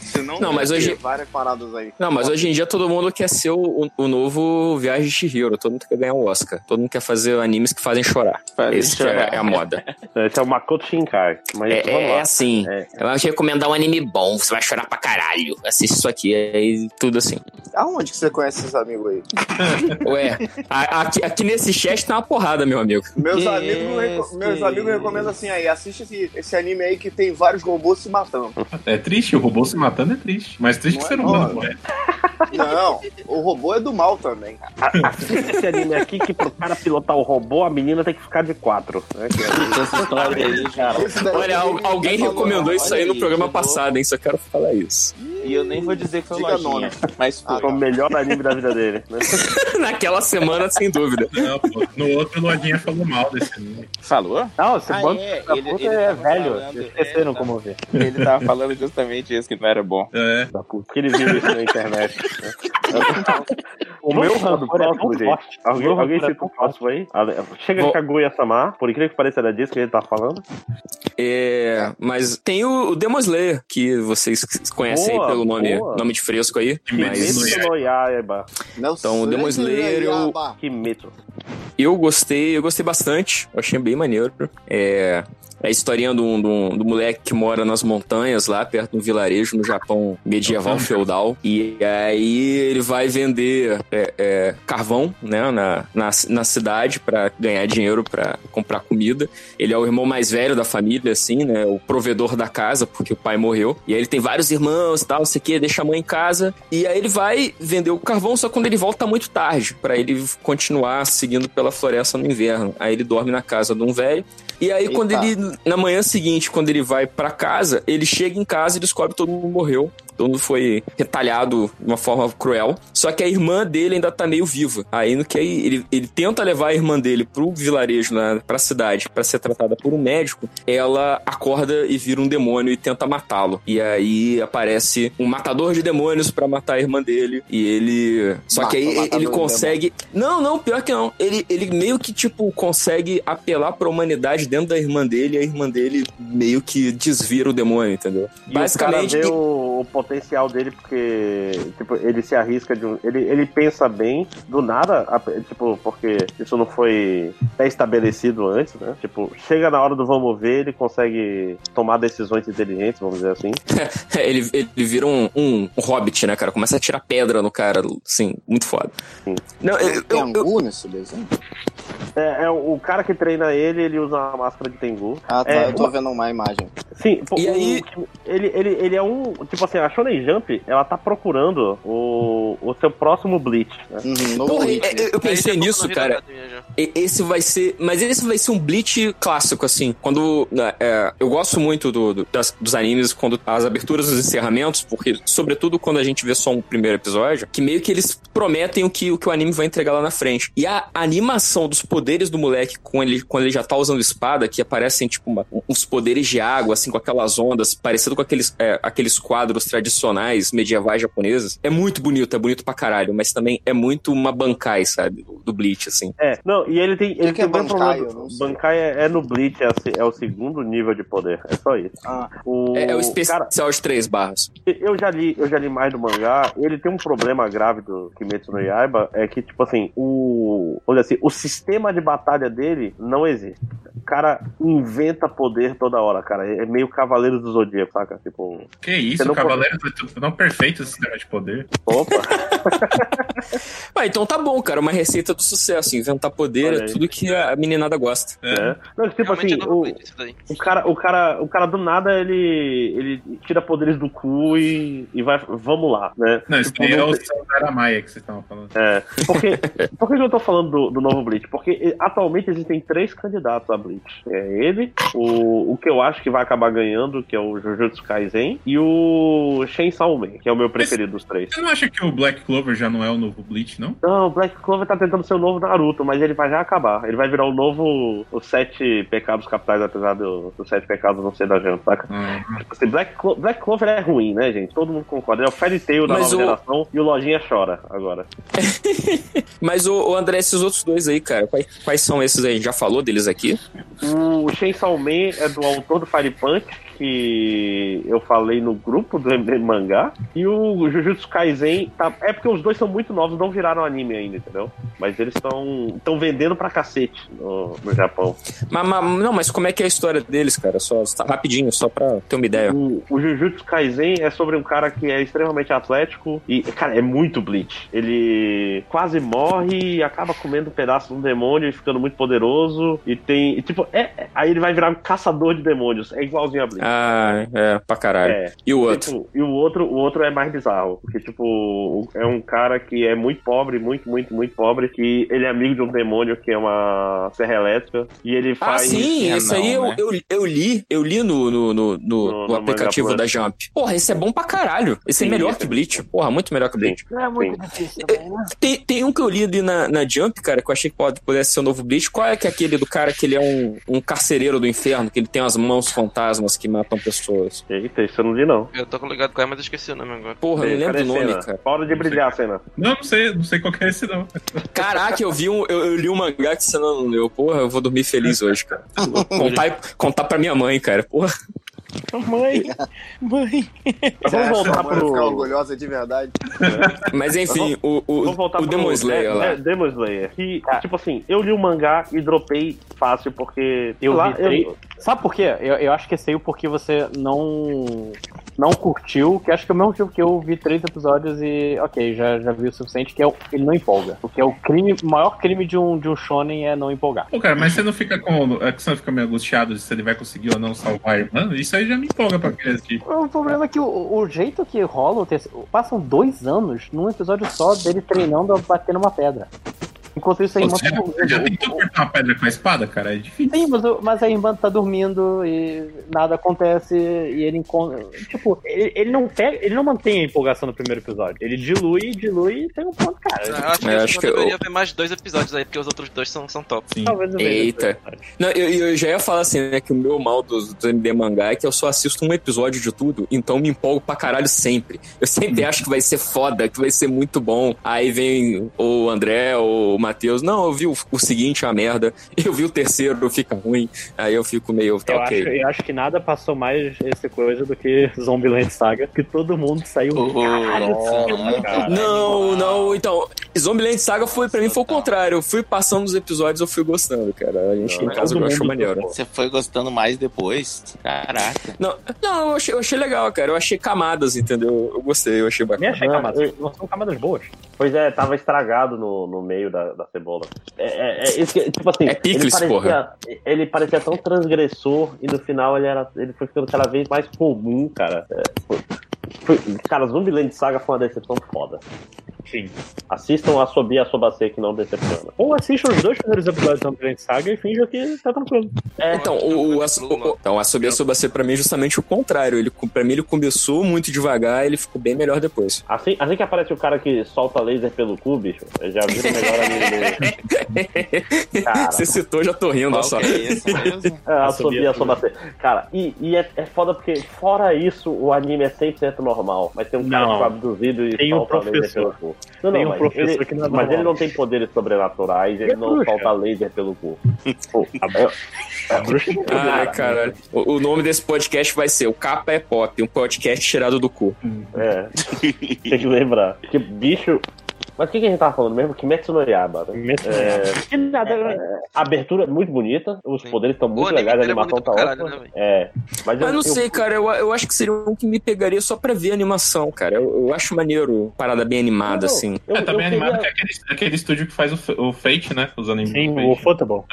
[SPEAKER 6] Senão,
[SPEAKER 3] Não, mas
[SPEAKER 6] tem
[SPEAKER 3] hoje-
[SPEAKER 6] várias paradas aí.
[SPEAKER 3] Não, mas hoje em dia todo mundo quer ser o, o novo Viagem de Chihiro, todo mundo quer ganhar um Oscar, todo mundo quer fazer animes que fazem chorar.
[SPEAKER 4] Fazem
[SPEAKER 3] Esse que é-
[SPEAKER 4] chorar.
[SPEAKER 3] é a moda.
[SPEAKER 1] Esse é o Makoto Shinkai. Mas
[SPEAKER 3] É,
[SPEAKER 1] vamos
[SPEAKER 3] é-
[SPEAKER 1] lá.
[SPEAKER 3] é assim.
[SPEAKER 1] É.
[SPEAKER 3] Eu vou te recomendar um anime bom, você vai chorar pra caralho. Assiste isso aqui, aí tudo assim.
[SPEAKER 6] Aonde que você conhece esses amigos aí?
[SPEAKER 3] Ué, a- aqui, aqui nesse chat tá uma porrada, meu amigo.
[SPEAKER 6] Meus,
[SPEAKER 4] Que
[SPEAKER 6] amigos, não reco-
[SPEAKER 4] esse-
[SPEAKER 6] meus amigos recomendam assim aí, assiste esse, esse anime aí que tem vários robôs se matando.
[SPEAKER 5] É triste, o robô se matando é triste. Mas triste
[SPEAKER 6] Não
[SPEAKER 5] que
[SPEAKER 6] é
[SPEAKER 5] ser humano,
[SPEAKER 6] não.
[SPEAKER 5] pô. É.
[SPEAKER 6] Não, o robô é do mal também.
[SPEAKER 1] Esse anime aqui que pro cara pilotar o robô, a menina tem que ficar de quatro. Né?
[SPEAKER 4] Essa história aí, cara.
[SPEAKER 6] Esse daí
[SPEAKER 3] Olha,
[SPEAKER 6] é
[SPEAKER 3] al-
[SPEAKER 6] do-
[SPEAKER 3] alguém
[SPEAKER 6] tá falando.
[SPEAKER 3] recomendou isso aí no
[SPEAKER 4] aí,
[SPEAKER 3] programa
[SPEAKER 4] chegou.
[SPEAKER 3] passado, hein? Ah, Só quero falar isso.
[SPEAKER 4] E eu nem vou dizer que foi
[SPEAKER 6] Diga
[SPEAKER 4] lojinha,
[SPEAKER 6] nome.
[SPEAKER 4] mas foi.
[SPEAKER 6] Ah,
[SPEAKER 1] É o melhor anime da vida dele. Né?
[SPEAKER 3] Naquela semana, sem dúvida.
[SPEAKER 5] Não, pô. No outro, o Lojinha falou mal desse anime.
[SPEAKER 4] Falou?
[SPEAKER 2] Não, esse
[SPEAKER 4] Ah,
[SPEAKER 2] bando
[SPEAKER 4] é,
[SPEAKER 2] da
[SPEAKER 4] ele-
[SPEAKER 2] puta
[SPEAKER 4] ele
[SPEAKER 2] é
[SPEAKER 4] tava
[SPEAKER 2] velho.
[SPEAKER 4] falando,
[SPEAKER 2] Vocês esqueceram
[SPEAKER 4] é, tá.
[SPEAKER 2] como ver.
[SPEAKER 4] Ele tava falando justamente isso que não era bom.
[SPEAKER 5] É.
[SPEAKER 1] Da puta. Que ele viu isso na internet.
[SPEAKER 2] O
[SPEAKER 1] Vamos
[SPEAKER 2] meu
[SPEAKER 1] falar do
[SPEAKER 2] rancor é tão
[SPEAKER 1] próximo, gente.
[SPEAKER 2] forte.
[SPEAKER 1] Alguém,
[SPEAKER 2] Meu rancor
[SPEAKER 1] alguém
[SPEAKER 2] é
[SPEAKER 1] cita
[SPEAKER 2] tão
[SPEAKER 1] o próximo aí? Ale- Chega de
[SPEAKER 3] Bom.
[SPEAKER 1] Kaguya Samar, por incrível que pareça, era disso que ele tá falando.
[SPEAKER 3] É, mas tem o, o Demon Slayer, que vocês conhecem
[SPEAKER 1] Boa,
[SPEAKER 3] aí pelo nome,
[SPEAKER 1] boa.
[SPEAKER 3] nome de fresco aí.
[SPEAKER 5] Kimetsu
[SPEAKER 3] Mas
[SPEAKER 5] no
[SPEAKER 1] Kimetsu no Yaiba.
[SPEAKER 6] Não
[SPEAKER 3] Então, o
[SPEAKER 6] sei
[SPEAKER 3] Demon
[SPEAKER 6] se
[SPEAKER 3] Slayer,
[SPEAKER 6] é
[SPEAKER 3] o-
[SPEAKER 6] Yaba.
[SPEAKER 1] Kimetsu.
[SPEAKER 3] eu gostei, eu gostei bastante. Eu achei bem maneiro. É, é a historinha do, do, do um moleque que mora nas montanhas, lá perto de um vilarejo no Japão medieval feudal. E aí ele vai vender é, é, carvão né, na, na, na cidade pra ganhar dinheiro pra comprar comida. Ele é o irmão mais velho da família, assim, né? O provedor da casa, porque o pai morreu. E aí ele tem vários irmãos e tal, não sei o quê, deixa a mãe em casa. E aí ele vai vender o carvão, só quando ele volta tá muito tarde, pra ele continuar seguindo pela floresta no inverno. Aí ele dorme na casa de um velho. E aí, quando
[SPEAKER 6] Eita.
[SPEAKER 3] ele. Na manhã seguinte, quando ele vai pra casa, ele chega em casa e descobre que todo mundo morreu. Todo mundo foi retalhado de uma forma cruel. Só que a irmã dele ainda tá meio viva. Aí no que aí ele, ele tenta levar a irmã dele pro vilarejo, na, pra cidade, pra ser tratada por um médico. Ela acorda e vira um demônio e tenta matá-lo. E aí aparece um matador de demônios pra matar a irmã dele. E ele. Só
[SPEAKER 6] Mata
[SPEAKER 3] que
[SPEAKER 6] o
[SPEAKER 3] aí
[SPEAKER 6] matador
[SPEAKER 3] ele
[SPEAKER 6] de
[SPEAKER 3] consegue. Não, não, pior que não. Ele, ele meio que, tipo, consegue apelar pra humanidade dentro da irmã dele. E a irmã dele meio que desvira o demônio, entendeu?
[SPEAKER 1] E
[SPEAKER 3] Basicamente.
[SPEAKER 1] o cara vê o, o potencial dele porque tipo, ele se arrisca de um. Ele, ele pensa bem, do nada, a- tipo, porque isso não foi pré-estabelecido antes, né? Tipo, chega na hora do vamos ver, ele consegue tomar decisões inteligentes, vamos dizer assim.
[SPEAKER 3] ele, ele vira um, um hobbit, né, cara? Começa a tirar pedra no cara, assim, muito foda.
[SPEAKER 1] Sim.
[SPEAKER 3] Não, eu,
[SPEAKER 6] Tem
[SPEAKER 3] eu- eu-
[SPEAKER 6] angu nesse desenho?
[SPEAKER 1] É, é o, o cara que treina ele, ele usa uma máscara de Tengu.
[SPEAKER 6] Ah, tá,
[SPEAKER 1] É,
[SPEAKER 6] eu tô vendo uma imagem.
[SPEAKER 1] Sim, pô,
[SPEAKER 3] E
[SPEAKER 1] o-
[SPEAKER 3] aí-
[SPEAKER 1] o- ele, ele, ele é um. Tipo assim, a Shonen Jump, ela tá procurando o, o seu próximo Bleach. Né?
[SPEAKER 6] Uhum, novo
[SPEAKER 3] Porra, é,
[SPEAKER 6] Bleach.
[SPEAKER 3] eu, eu pensei
[SPEAKER 7] Aí já
[SPEAKER 3] nisso,
[SPEAKER 7] Boku no Hero
[SPEAKER 3] cara.
[SPEAKER 7] Academia né, já.
[SPEAKER 3] E- Esse vai ser. Mas esse vai ser um Bleach clássico, assim. Quando. né, é, eu gosto muito do- do- das- dos animes, quando as aberturas e os encerramentos, porque, sobretudo, quando a gente vê só um primeiro episódio, que meio que eles prometem o que o, que o anime vai entregar lá na frente. E a animação dos poderes do moleque com ele, quando ele já tá usando espada, que aparecem, tipo, uma- uns poderes de água, assim, com aquelas ondas, parecido com aqueles, é, aqueles quadros tradicionais medievais japoneses, é muito bonito, é bonito pra caralho, mas também é muito uma bankai, sabe? Do, do Bleach, assim.
[SPEAKER 1] É, não, e ele tem. Ele
[SPEAKER 6] que
[SPEAKER 1] tem
[SPEAKER 6] é
[SPEAKER 1] um grande
[SPEAKER 6] Bankai?
[SPEAKER 1] problema.
[SPEAKER 6] Eu não sei.
[SPEAKER 1] Bankai é, é no Bleach, é, a se- é o segundo nível de poder. É só isso.
[SPEAKER 6] Ah.
[SPEAKER 1] o,
[SPEAKER 3] É, é o
[SPEAKER 1] cara,
[SPEAKER 3] especial de três barras.
[SPEAKER 1] Eu já li, eu já li mais do mangá. Ele tem um problema grave do Kimetsu no Yaiba, é que tipo assim, o, olha assim, o sistema de batalha dele não existe. O cara inventa poder toda hora, cara. É meio Cavaleiro do Zodíaco, saca? Tipo,
[SPEAKER 5] Que
[SPEAKER 1] Você
[SPEAKER 5] isso,
[SPEAKER 1] não
[SPEAKER 5] o Cavaleiro foi tudo tão perfeito esse sistema de poder.
[SPEAKER 1] opa.
[SPEAKER 3] Ah, então tá bom, cara. Uma receita do sucesso. Inventar poder
[SPEAKER 1] Olha
[SPEAKER 3] é
[SPEAKER 1] aí.
[SPEAKER 3] tudo que a meninada gosta.
[SPEAKER 1] né? Não, tipo assim,
[SPEAKER 7] Realmente é novo
[SPEAKER 1] o,
[SPEAKER 7] Bleach isso daí.
[SPEAKER 1] o cara, o cara, o cara do nada ele, ele tira poderes do cu e, e vai, vamos lá, né?
[SPEAKER 5] Não, isso
[SPEAKER 1] Tipo,
[SPEAKER 5] daí é
[SPEAKER 1] não-
[SPEAKER 5] o Sandara Maia que vocês estavam falando.
[SPEAKER 1] É, porque, por que que eu tô falando do, do novo Bleach? Porque eh, atualmente existem três candidatos a Bleach. É ele, o, o que eu acho que vai acabar ganhando, que é o Jujutsu Kaisen, e o Shen Salmen, que é o meu preferido dos três.
[SPEAKER 5] Você não acha que o Black Clover já não é o novo Bleach, não?
[SPEAKER 1] Não, o Black Clover tá tentando ser o novo Naruto, mas ele vai já acabar. Ele vai virar o novo Os Sete Pecados Capitais, apesar do- dos Sete Pecados não ser da gente, saca?
[SPEAKER 3] Hum.
[SPEAKER 5] Ah,
[SPEAKER 1] Tipo assim, Black, Clo- Black Clover é ruim, né, gente? Todo mundo concorda. Ele é o Fairy Tail da
[SPEAKER 3] Mas
[SPEAKER 1] nova
[SPEAKER 3] o-
[SPEAKER 1] geração e o Lojinha chora agora.
[SPEAKER 3] Mas, o, André, esses outros dois aí, cara, quais, quais são esses aí? A gente já falou deles aqui?
[SPEAKER 1] O Chainsaw Man é do autor do Fire Punch, que eu falei no grupo do MD Mangá. E o Jujutsu Kaisen, tá- é porque os dois são muito novos, não viraram anime ainda, entendeu? Mas eles estão tão vendendo pra cacete no, no Japão.
[SPEAKER 3] Mas, mas- não, mas como é que é a história deles, cara? Só, só- rapidinho, só pra ter uma ideia.
[SPEAKER 1] O, o Jujutsu Kaisen é sobre um cara que é extremamente atlético e, cara, é muito Bleach. Ele quase morre e acaba comendo um pedaço de um demônio e ficando muito poderoso. E tem, e, tipo, é, é- aí ele vai virar um caçador de demônios. É igualzinho a Bleach.
[SPEAKER 3] Ah, é, pra caralho.
[SPEAKER 1] É,
[SPEAKER 3] E o outro?
[SPEAKER 1] Tipo, e o outro, o outro é mais bizarro, porque tipo, o- é um cara que é muito pobre, muito, muito, muito pobre, que ele é amigo de um demônio que é uma serra elétrica e ele
[SPEAKER 3] Ah,
[SPEAKER 1] faz
[SPEAKER 3] sim,
[SPEAKER 4] é
[SPEAKER 3] esse aí eu,
[SPEAKER 4] não, né?
[SPEAKER 3] eu, eu li, eu li no, no, no, no- no
[SPEAKER 1] no
[SPEAKER 3] aplicativo
[SPEAKER 1] Manga
[SPEAKER 3] da Jump. Porra, esse é bom pra caralho. Esse é
[SPEAKER 1] Sim,
[SPEAKER 3] melhor
[SPEAKER 1] esse
[SPEAKER 3] que
[SPEAKER 1] é-
[SPEAKER 3] Bleach. Porra, muito melhor que
[SPEAKER 1] Sim.
[SPEAKER 3] Bleach.
[SPEAKER 9] Não é muito difícil também, né?
[SPEAKER 3] Tem, tem um que eu li ali na, na Jump, cara, que eu achei que pode, pudesse ser o novo Bleach. Qual é que é aquele do cara que ele é um, um carcereiro do inferno, que ele tem as mãos fantasmas que matam pessoas?
[SPEAKER 1] Eita, isso eu não vi não.
[SPEAKER 2] é
[SPEAKER 7] Eu tô ligado com ela, mas eu esqueci o nome agora.
[SPEAKER 3] Porra, eu não lembro
[SPEAKER 1] Cadê
[SPEAKER 3] o nome,
[SPEAKER 1] cena?
[SPEAKER 3] cara.
[SPEAKER 1] Hora de brilhar a cena.
[SPEAKER 5] Não, não sei, não sei qual que é esse, não.
[SPEAKER 3] Caraca, eu vi um. Eu, eu li um mangá que você não leu. Porra, eu vou dormir feliz hoje, cara. Contar, contar pra minha mãe, cara. Porra.
[SPEAKER 9] Mãe, mãe.
[SPEAKER 1] Mas vamos voltar
[SPEAKER 6] Pra ficar
[SPEAKER 1] pro.
[SPEAKER 6] orgulhosa de verdade.
[SPEAKER 1] É.
[SPEAKER 3] Mas enfim, o, o,
[SPEAKER 1] Vamos voltar
[SPEAKER 3] o
[SPEAKER 1] pro
[SPEAKER 3] Demon Slayer
[SPEAKER 1] é,
[SPEAKER 3] lá.
[SPEAKER 1] é, Demon Slayer. Que,
[SPEAKER 2] Tá.
[SPEAKER 1] tipo assim, eu li o mangá e dropei fácil, porque. sei
[SPEAKER 2] Eu
[SPEAKER 1] lá,
[SPEAKER 2] vi três- Sabe por quê? Eu, eu acho que sei o porquê você não não curtiu, que acho que é o mesmo motivo que eu vi três episódios e, ok, já, já vi o suficiente, que é o, ele não empolga. Porque é o crime, o maior crime de um, de um shonen é não empolgar.
[SPEAKER 5] Pô, cara, mas você não fica com. É que você não fica meio angustiado de se ele vai conseguir ou não salvar a irmã? Isso aí já me empolga pra tipo. querer assistir.
[SPEAKER 2] O problema é que o, o jeito que rola o terceiro. Passam dois anos num episódio só dele treinando a bater numa pedra. Enquanto isso, a irmã
[SPEAKER 5] Você
[SPEAKER 4] é.
[SPEAKER 2] tá
[SPEAKER 5] já, já tentou
[SPEAKER 2] dormindo.
[SPEAKER 5] cortar uma pedra com a espada, cara? É difícil.
[SPEAKER 2] Sim, mas, o- mas a irmã tá dormindo e nada acontece e ele encontra. Tipo, ele, ele não pega, ele não mantém a empolgação no primeiro episódio. Ele dilui, dilui e tem um ponto,
[SPEAKER 7] Ah, Eu
[SPEAKER 2] cara.
[SPEAKER 7] acho que,
[SPEAKER 3] É,
[SPEAKER 7] eu
[SPEAKER 3] acho que eu-
[SPEAKER 7] deveria ver mais dois episódios aí, porque os outros dois são, são top.
[SPEAKER 5] Sim.
[SPEAKER 2] Talvez eu veja esse
[SPEAKER 3] Eita.
[SPEAKER 2] episódio.
[SPEAKER 3] Não, eu, eu já ia falar assim, né, que o meu mal dos, dos MD mangá é que eu só assisto um episódio de tudo, então me empolgo pra caralho sempre. Eu sempre
[SPEAKER 2] Uhum.
[SPEAKER 3] acho que vai ser foda, que vai ser muito bom. Aí vem ou o André ou o Matheus, não, eu vi o, o seguinte, é uma merda, eu vi o terceiro, fica ruim, aí eu fico meio, tá
[SPEAKER 2] Eu,
[SPEAKER 3] ok.
[SPEAKER 2] acho, eu acho que nada passou mais essa coisa do que Zombieland Saga, que todo mundo saiu.
[SPEAKER 4] Oh,
[SPEAKER 2] Caralho, né, é
[SPEAKER 4] nossa,
[SPEAKER 2] cara.
[SPEAKER 3] Não, não, então, Zombieland Saga foi, pra mim,
[SPEAKER 2] Então.
[SPEAKER 3] foi o
[SPEAKER 4] Total.
[SPEAKER 3] contrário. Eu fui passando os episódios, eu fui gostando, cara. A gente em
[SPEAKER 2] é
[SPEAKER 4] Não,
[SPEAKER 3] casa
[SPEAKER 5] todo
[SPEAKER 3] achou
[SPEAKER 5] mundo
[SPEAKER 3] maneiro.
[SPEAKER 4] Você foi gostando mais depois? Caraca.
[SPEAKER 3] Não, não eu, achei, eu achei legal, cara. Eu achei camadas, entendeu? Eu gostei, eu achei
[SPEAKER 2] Me
[SPEAKER 3] bacana.
[SPEAKER 2] achei
[SPEAKER 1] Ah,
[SPEAKER 2] camadas.
[SPEAKER 1] eu-
[SPEAKER 2] Não são camadas boas.
[SPEAKER 1] Pois é, tava estragado no, no meio da, da cebola. É, é- é isso que- tipo assim,
[SPEAKER 3] É picles,
[SPEAKER 1] ele, parecia,
[SPEAKER 3] porra.
[SPEAKER 1] ele parecia tão transgressor e no final ele, era, ele foi ficando cada vez mais comum, cara. É, foi- foi- cara, Zumbiland Saga foi uma decepção foda.
[SPEAKER 2] Sim.
[SPEAKER 1] Assistam a Sobi e a Sobacê que não decepciona.
[SPEAKER 2] Ou assista os dois primeiros episódios da Zombieland Saga e finja que tá tranquilo.
[SPEAKER 1] É,
[SPEAKER 3] Então, o, o, aço- o, o, então, a Sobia Sobacê pra mim é justamente o contrário. Ele, pra mim ele começou muito devagar ele ficou bem melhor depois.
[SPEAKER 1] Assim, assim que aparece o cara que solta laser pelo cu, bicho, eu já vi o melhor amigo dele. Cara,
[SPEAKER 3] Você citou, já tô rindo, olha só.
[SPEAKER 4] Qual que é isso mesmo?
[SPEAKER 1] É, a
[SPEAKER 2] Assobia
[SPEAKER 1] Sobia Sobacê. Cara, e, e é, é foda porque, fora isso, o anime é 100% normal. Mas tem um cara
[SPEAKER 2] Não.
[SPEAKER 1] que foi abduzido e
[SPEAKER 2] Tem um
[SPEAKER 1] solta laser pelo
[SPEAKER 2] professor.
[SPEAKER 1] cu. Não,
[SPEAKER 2] Tem um
[SPEAKER 1] mas
[SPEAKER 2] professor
[SPEAKER 1] ele,
[SPEAKER 2] que não é
[SPEAKER 1] Mas
[SPEAKER 2] normal.
[SPEAKER 1] ele não tem poderes sobrenaturais, ele
[SPEAKER 2] É
[SPEAKER 1] não
[SPEAKER 2] bruxa.
[SPEAKER 1] solta laser pelo cu. Pô, é- é bruxa do
[SPEAKER 3] Ai, Ah, caralho. O, o nome desse podcast vai ser O Capa é Pop, um podcast tirado do cu.
[SPEAKER 1] É. Tem que lembrar. Que bicho. Mas o que, que a gente tava falando mesmo? Kimetsu no Yaba, né? É,
[SPEAKER 2] Que nada,
[SPEAKER 1] a abertura é muito bonita, os
[SPEAKER 7] Sim.
[SPEAKER 1] poderes estão
[SPEAKER 7] O
[SPEAKER 1] muito
[SPEAKER 7] anime
[SPEAKER 1] legais, a
[SPEAKER 7] inteiro é
[SPEAKER 1] animação
[SPEAKER 7] bonito
[SPEAKER 1] tá
[SPEAKER 7] pra caralho,
[SPEAKER 1] ótima.
[SPEAKER 7] né, velho?
[SPEAKER 1] É, mas
[SPEAKER 3] Mas
[SPEAKER 1] eu,
[SPEAKER 3] não
[SPEAKER 1] eu-
[SPEAKER 3] sei, cara, eu, eu acho que seria um que me pegaria só pra ver a animação, cara. Eu, eu acho maneiro, parada bem animada,
[SPEAKER 1] Não,
[SPEAKER 3] assim.
[SPEAKER 1] eu-
[SPEAKER 5] É, tá
[SPEAKER 1] eu
[SPEAKER 5] bem animado
[SPEAKER 1] queria-
[SPEAKER 5] que é aquele, aquele estúdio que faz o, F- o Fate, né? Os animes.
[SPEAKER 2] Sim,
[SPEAKER 5] do
[SPEAKER 2] o
[SPEAKER 5] Fate. É.
[SPEAKER 2] futebol.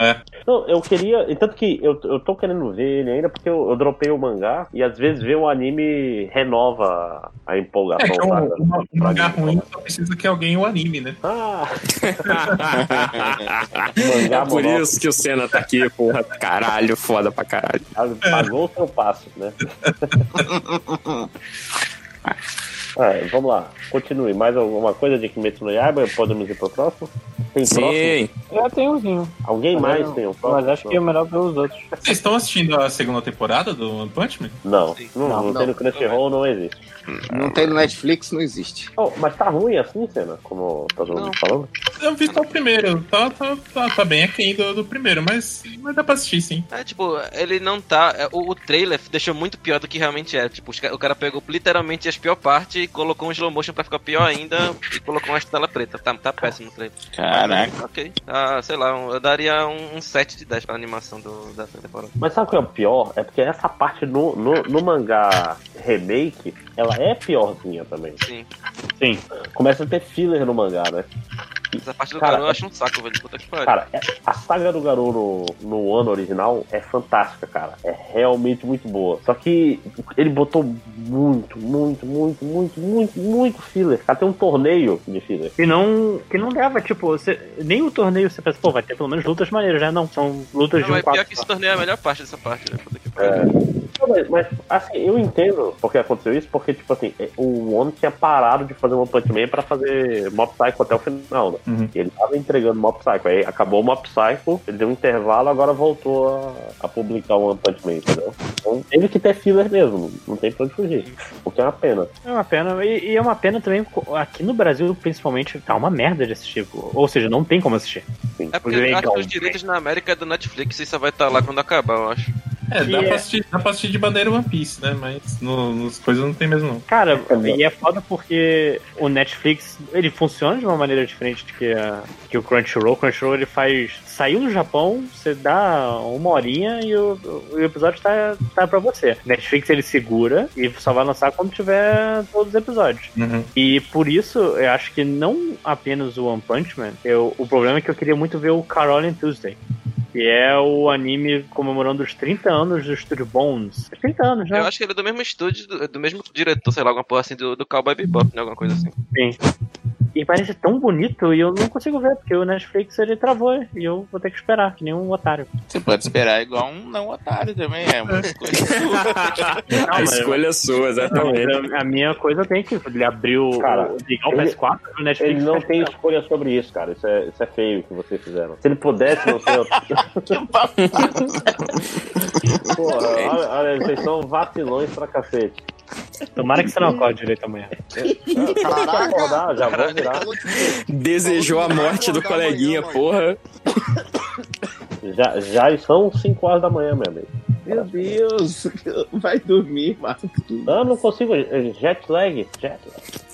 [SPEAKER 1] Não, eu queria. e Tanto que eu, eu tô querendo ver ele ainda, porque eu, eu dropei o mangá e às vezes ver o anime renova a empolgação.
[SPEAKER 5] É que é um,
[SPEAKER 1] saca?
[SPEAKER 5] uma- um
[SPEAKER 1] Pra
[SPEAKER 5] lugar
[SPEAKER 1] mim,
[SPEAKER 5] ruim só precisa que alguém o anime, né?
[SPEAKER 1] Ah,
[SPEAKER 3] é por isso que o Senna tá aqui, porra. Caralho, foda pra caralho.
[SPEAKER 1] pagou o seu passo, né? Ah, vamos lá, continue. Mais alguma coisa de Kimetsu no Yaiba? Podemos ir pro próximo? Tem próximo?
[SPEAKER 3] Sim.
[SPEAKER 9] Já tem
[SPEAKER 2] um
[SPEAKER 9] umzinho.
[SPEAKER 1] Alguém
[SPEAKER 2] Mas
[SPEAKER 1] mais
[SPEAKER 2] eu-
[SPEAKER 1] tem um próximo?
[SPEAKER 2] Mas acho que é melhor ver os outros.
[SPEAKER 5] Vocês estão assistindo a segunda temporada do One Punch Man?
[SPEAKER 1] Não, não, não,
[SPEAKER 6] Não,
[SPEAKER 1] tem
[SPEAKER 6] não.
[SPEAKER 1] no Crunchyroll, não existe.
[SPEAKER 6] Não tem no Netflix, não existe.
[SPEAKER 1] Oh, mas tá ruim assim, Cena? Como tá todo mundo
[SPEAKER 7] Não.
[SPEAKER 1] falando?
[SPEAKER 5] Eu vi só o primeiro. Tá, tá, tá, tá bem aquém do, do primeiro, mas, mas dá pra assistir, sim.
[SPEAKER 7] É, tipo, ele não tá. é, O, o trailer deixou muito pior do que realmente é. Tipo, os ca- o cara pegou literalmente as pior partes e colocou um slow motion pra ficar pior ainda e colocou uma tela preta. Tá, tá péssimo o trailer.
[SPEAKER 4] Caraca.
[SPEAKER 7] Ok. Ah, sei lá, um- eu daria um, um 7 de 10 pra animação do, da temporada.
[SPEAKER 1] Mas sabe o que é o pior? É porque essa parte no, no, no mangá remake, ela é piorzinha também.
[SPEAKER 7] Sim.
[SPEAKER 2] Sim.
[SPEAKER 1] Começa a ter filler no mangá, né?
[SPEAKER 7] Essa parte do
[SPEAKER 1] Cara,
[SPEAKER 7] cara eu acho um saco, velho. Puta que pariu.
[SPEAKER 1] Cara, é- a saga do Garou no, no ano original é fantástica, cara. É realmente muito boa. Só que ele botou muito, muito, muito, muito, muito, muito filler. Até um torneio de filler.
[SPEAKER 2] E não. Que não leva, tipo, você- nem o torneio você pensa, pô, vai ter pelo menos lutas maneiras, né? Não, são lutas
[SPEAKER 7] Não,
[SPEAKER 2] de um
[SPEAKER 7] mas pior
[SPEAKER 2] quatro.
[SPEAKER 7] que esse torneio é a melhor parte dessa parte, velho. Puta que pariu.
[SPEAKER 1] É. Não, Mas, mas, assim, eu entendo porque aconteceu isso, porque, tipo assim, o Ono tinha parado de fazer One Punch Man pra fazer Mob Psycho até o final, né?
[SPEAKER 5] Uhum.
[SPEAKER 1] Ele tava entregando Mob Psycho, aí acabou o Mob Psycho, ele deu um intervalo, agora voltou a, a publicar o One Punch Man, entendeu? Então teve que ter filler mesmo, não tem pra onde fugir, o que é uma pena.
[SPEAKER 2] É uma pena. E, e é uma pena também, co- aqui no Brasil, principalmente, tá uma merda de assistir. pô. Ou seja, não tem como assistir.
[SPEAKER 7] É porque eu
[SPEAKER 2] então.
[SPEAKER 7] acho que os direitos na América é do Netflix e só vai estar lá quando acabar, eu acho.
[SPEAKER 5] É, dá,
[SPEAKER 2] E é-
[SPEAKER 5] Pra assistir, dá pra assistir de bandeira One Piece, né? Mas no, nos coisas não tem mesmo, não.
[SPEAKER 2] Cara, e é foda porque o Netflix, ele funciona de uma maneira diferente que, a- que o Crunchyroll. O Crunchyroll, ele faz... Saiu do Japão, você dá uma horinha e o, o episódio tá, tá pra você. Netflix, ele segura e só vai lançar quando tiver todos os episódios.
[SPEAKER 5] Uhum.
[SPEAKER 2] E por isso, eu acho que não apenas o One Punch Man, eu, o problema é que eu queria muito ver o Carol and Tuesday. Que é o anime comemorando os 30 anos do Estúdio Bones. 30 anos, né?
[SPEAKER 7] Eu acho que ele é do mesmo estúdio, do, do mesmo diretor, sei lá, alguma porra assim, do, do Cowboy Bebop, né? Alguma coisa assim.
[SPEAKER 2] E parece tão bonito e eu não consigo ver, porque o Netflix ele travou e eu vou ter que esperar, que nem um otário.
[SPEAKER 4] Você pode esperar igual um não otário também, é uma escolha sua.
[SPEAKER 5] Tá
[SPEAKER 3] a
[SPEAKER 2] mas-
[SPEAKER 3] escolha é sua, exatamente.
[SPEAKER 2] A minha coisa tem que ele abriu
[SPEAKER 1] Cara,
[SPEAKER 2] o ligar o
[SPEAKER 1] ele-
[SPEAKER 2] PS4 o Netflix.
[SPEAKER 1] Ele não
[SPEAKER 2] faz-
[SPEAKER 1] tem escolha sobre isso, cara, isso é, isso é feio que vocês fizeram. Se ele pudesse, não sei... Porra, olha, olha, vocês são vacilões pra cacete.
[SPEAKER 2] Tomara que você não acorde direito amanhã.
[SPEAKER 1] Vou acordar, já vou virar.
[SPEAKER 3] Desejou a morte do coleguinha, porra.
[SPEAKER 1] Já, já são 5 horas da manhã, meu amigo.
[SPEAKER 4] Meu Deus, vai dormir, mano.
[SPEAKER 1] Ah, não consigo. eh, Jet lag. Jet lag.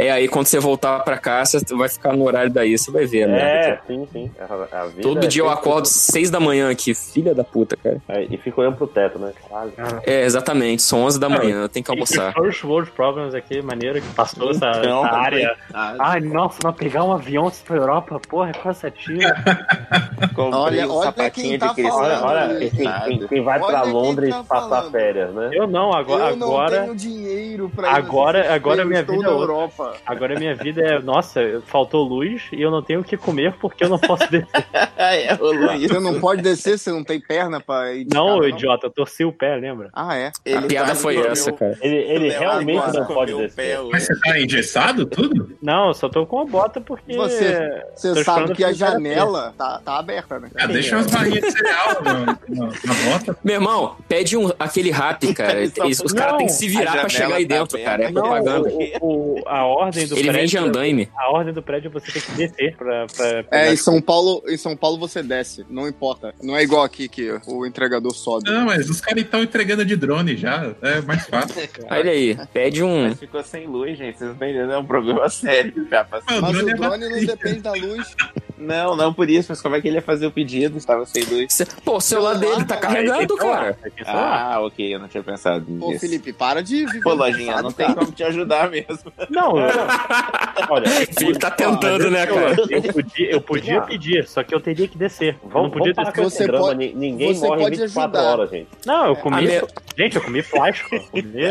[SPEAKER 3] É, aí quando você voltar pra cá, você vai ficar no horário daí, você vai ver, né?
[SPEAKER 1] É, sim, sim. A- a vida
[SPEAKER 3] Todo
[SPEAKER 1] é
[SPEAKER 3] dia eu
[SPEAKER 1] sempre-
[SPEAKER 3] acordo seis da manhã aqui, filha da puta, cara.
[SPEAKER 1] É, e fico olhando pro teto, né? Caralho.
[SPEAKER 3] É, exatamente, são 11 da manhã, eu tenho que almoçar.
[SPEAKER 2] First World Problems aqui, maneiro que passou essa,
[SPEAKER 4] Então,
[SPEAKER 2] essa área.
[SPEAKER 4] coitado.
[SPEAKER 2] Ai, nossa, mas pegar um avião pra Europa, porra, é cansativo. Ah,
[SPEAKER 4] Comprei
[SPEAKER 6] Olha-
[SPEAKER 4] um
[SPEAKER 6] olha
[SPEAKER 4] sapatinho
[SPEAKER 6] quem tá
[SPEAKER 4] de cristal.
[SPEAKER 1] Olha, olha quem, quem-
[SPEAKER 4] Coitado.
[SPEAKER 1] quem vai pra
[SPEAKER 6] Olha quem
[SPEAKER 1] Londres
[SPEAKER 6] tá
[SPEAKER 1] passar
[SPEAKER 6] falando.
[SPEAKER 1] férias, né?
[SPEAKER 2] Eu não, agora.
[SPEAKER 6] eu não
[SPEAKER 2] agora...
[SPEAKER 6] tenho dinheiro pra ir
[SPEAKER 2] Agora,
[SPEAKER 6] nessas
[SPEAKER 2] agora
[SPEAKER 6] feiras,
[SPEAKER 2] minha
[SPEAKER 6] estou
[SPEAKER 2] vida é
[SPEAKER 6] na
[SPEAKER 2] outra.
[SPEAKER 6] um Europa.
[SPEAKER 2] Agora minha vida é, nossa, faltou luz e eu não tenho o que comer porque eu não posso descer.
[SPEAKER 4] Ah, é, rolou isso.
[SPEAKER 6] Você não pode descer, você não tem perna pra ir de
[SPEAKER 2] Não,
[SPEAKER 6] escada,
[SPEAKER 2] idiota, eu torci o pé, lembra?
[SPEAKER 6] Ah, é.
[SPEAKER 3] A piada
[SPEAKER 4] quase
[SPEAKER 3] foi
[SPEAKER 4] comeu-
[SPEAKER 3] essa, cara.
[SPEAKER 1] Ele, ele
[SPEAKER 4] Leonardo
[SPEAKER 1] realmente
[SPEAKER 4] quase
[SPEAKER 1] não pode
[SPEAKER 4] comeu o pé
[SPEAKER 1] descer.
[SPEAKER 5] Mas
[SPEAKER 4] hoje.
[SPEAKER 5] você tá engessado tudo?
[SPEAKER 2] Não, eu só tô com a bota porque.
[SPEAKER 6] Você-
[SPEAKER 1] É,
[SPEAKER 6] Você
[SPEAKER 2] Tô
[SPEAKER 6] sabe
[SPEAKER 2] esperando
[SPEAKER 6] que a
[SPEAKER 2] a primeira
[SPEAKER 6] janela tá, tá aberta, né?
[SPEAKER 5] Ah, deixa umas barrinhas de cereal na, na, na bota.
[SPEAKER 3] Meu irmão, pede um, aquele rap, cara. Eles- É os caras
[SPEAKER 2] Então, Não,
[SPEAKER 3] têm que se virar
[SPEAKER 4] a
[SPEAKER 3] pra chegar aí
[SPEAKER 4] janela tá
[SPEAKER 3] dentro, cara. É
[SPEAKER 4] aberta.
[SPEAKER 2] Não,
[SPEAKER 3] propaganda.
[SPEAKER 2] o- o- a ordem do
[SPEAKER 3] Ele
[SPEAKER 2] prédio.
[SPEAKER 3] vende andaime.
[SPEAKER 2] A ordem do prédio você tem que descer pra. pra
[SPEAKER 6] É,
[SPEAKER 2] pegar-
[SPEAKER 6] em São Paulo, em São Paulo você desce, não importa. Não é igual aqui que o entregador sobe.
[SPEAKER 5] Não, mas os caras estão então, entregando de drone já. É mais fácil.
[SPEAKER 3] Olha aí, pede um.
[SPEAKER 4] Mas ficou sem luz, gente. Vocês não estão entendendo. É um problema sério. Já passou.
[SPEAKER 5] Mano, o
[SPEAKER 6] Mas o
[SPEAKER 5] drone é
[SPEAKER 6] drone não
[SPEAKER 5] vazio.
[SPEAKER 6] depende da luz.
[SPEAKER 4] Não, não por isso. Mas como é que ele ia fazer o pedido? Estava sem luz.
[SPEAKER 3] Cê- Pô, o celular dele tá carregado, cara.
[SPEAKER 2] Aqui, sei lá.
[SPEAKER 4] Ah, ok. Eu não tinha pensado
[SPEAKER 6] Pô,
[SPEAKER 4] nisso.
[SPEAKER 6] Felipe, para de viver.
[SPEAKER 4] Pô, lojinha,
[SPEAKER 6] sabe,
[SPEAKER 4] não tem
[SPEAKER 6] cara?
[SPEAKER 4] como te ajudar mesmo.
[SPEAKER 2] Não, eu,
[SPEAKER 1] Olha,
[SPEAKER 3] Ele tá tentando, né, cara?
[SPEAKER 2] eu podia, eu podia pedir, só que eu teria que descer. Eu
[SPEAKER 1] vamos,
[SPEAKER 2] não podia
[SPEAKER 1] Ah. vamos parar com
[SPEAKER 2] descer.
[SPEAKER 1] esse
[SPEAKER 6] Você
[SPEAKER 1] drama.
[SPEAKER 6] pode-
[SPEAKER 1] Ni- Ninguém
[SPEAKER 6] você
[SPEAKER 1] morre em
[SPEAKER 6] pode
[SPEAKER 1] 24
[SPEAKER 6] ajudar.
[SPEAKER 1] holes, gente.
[SPEAKER 2] Não, eu comi.
[SPEAKER 3] A
[SPEAKER 2] Gente, eu comi plástico. eu Comi. eu-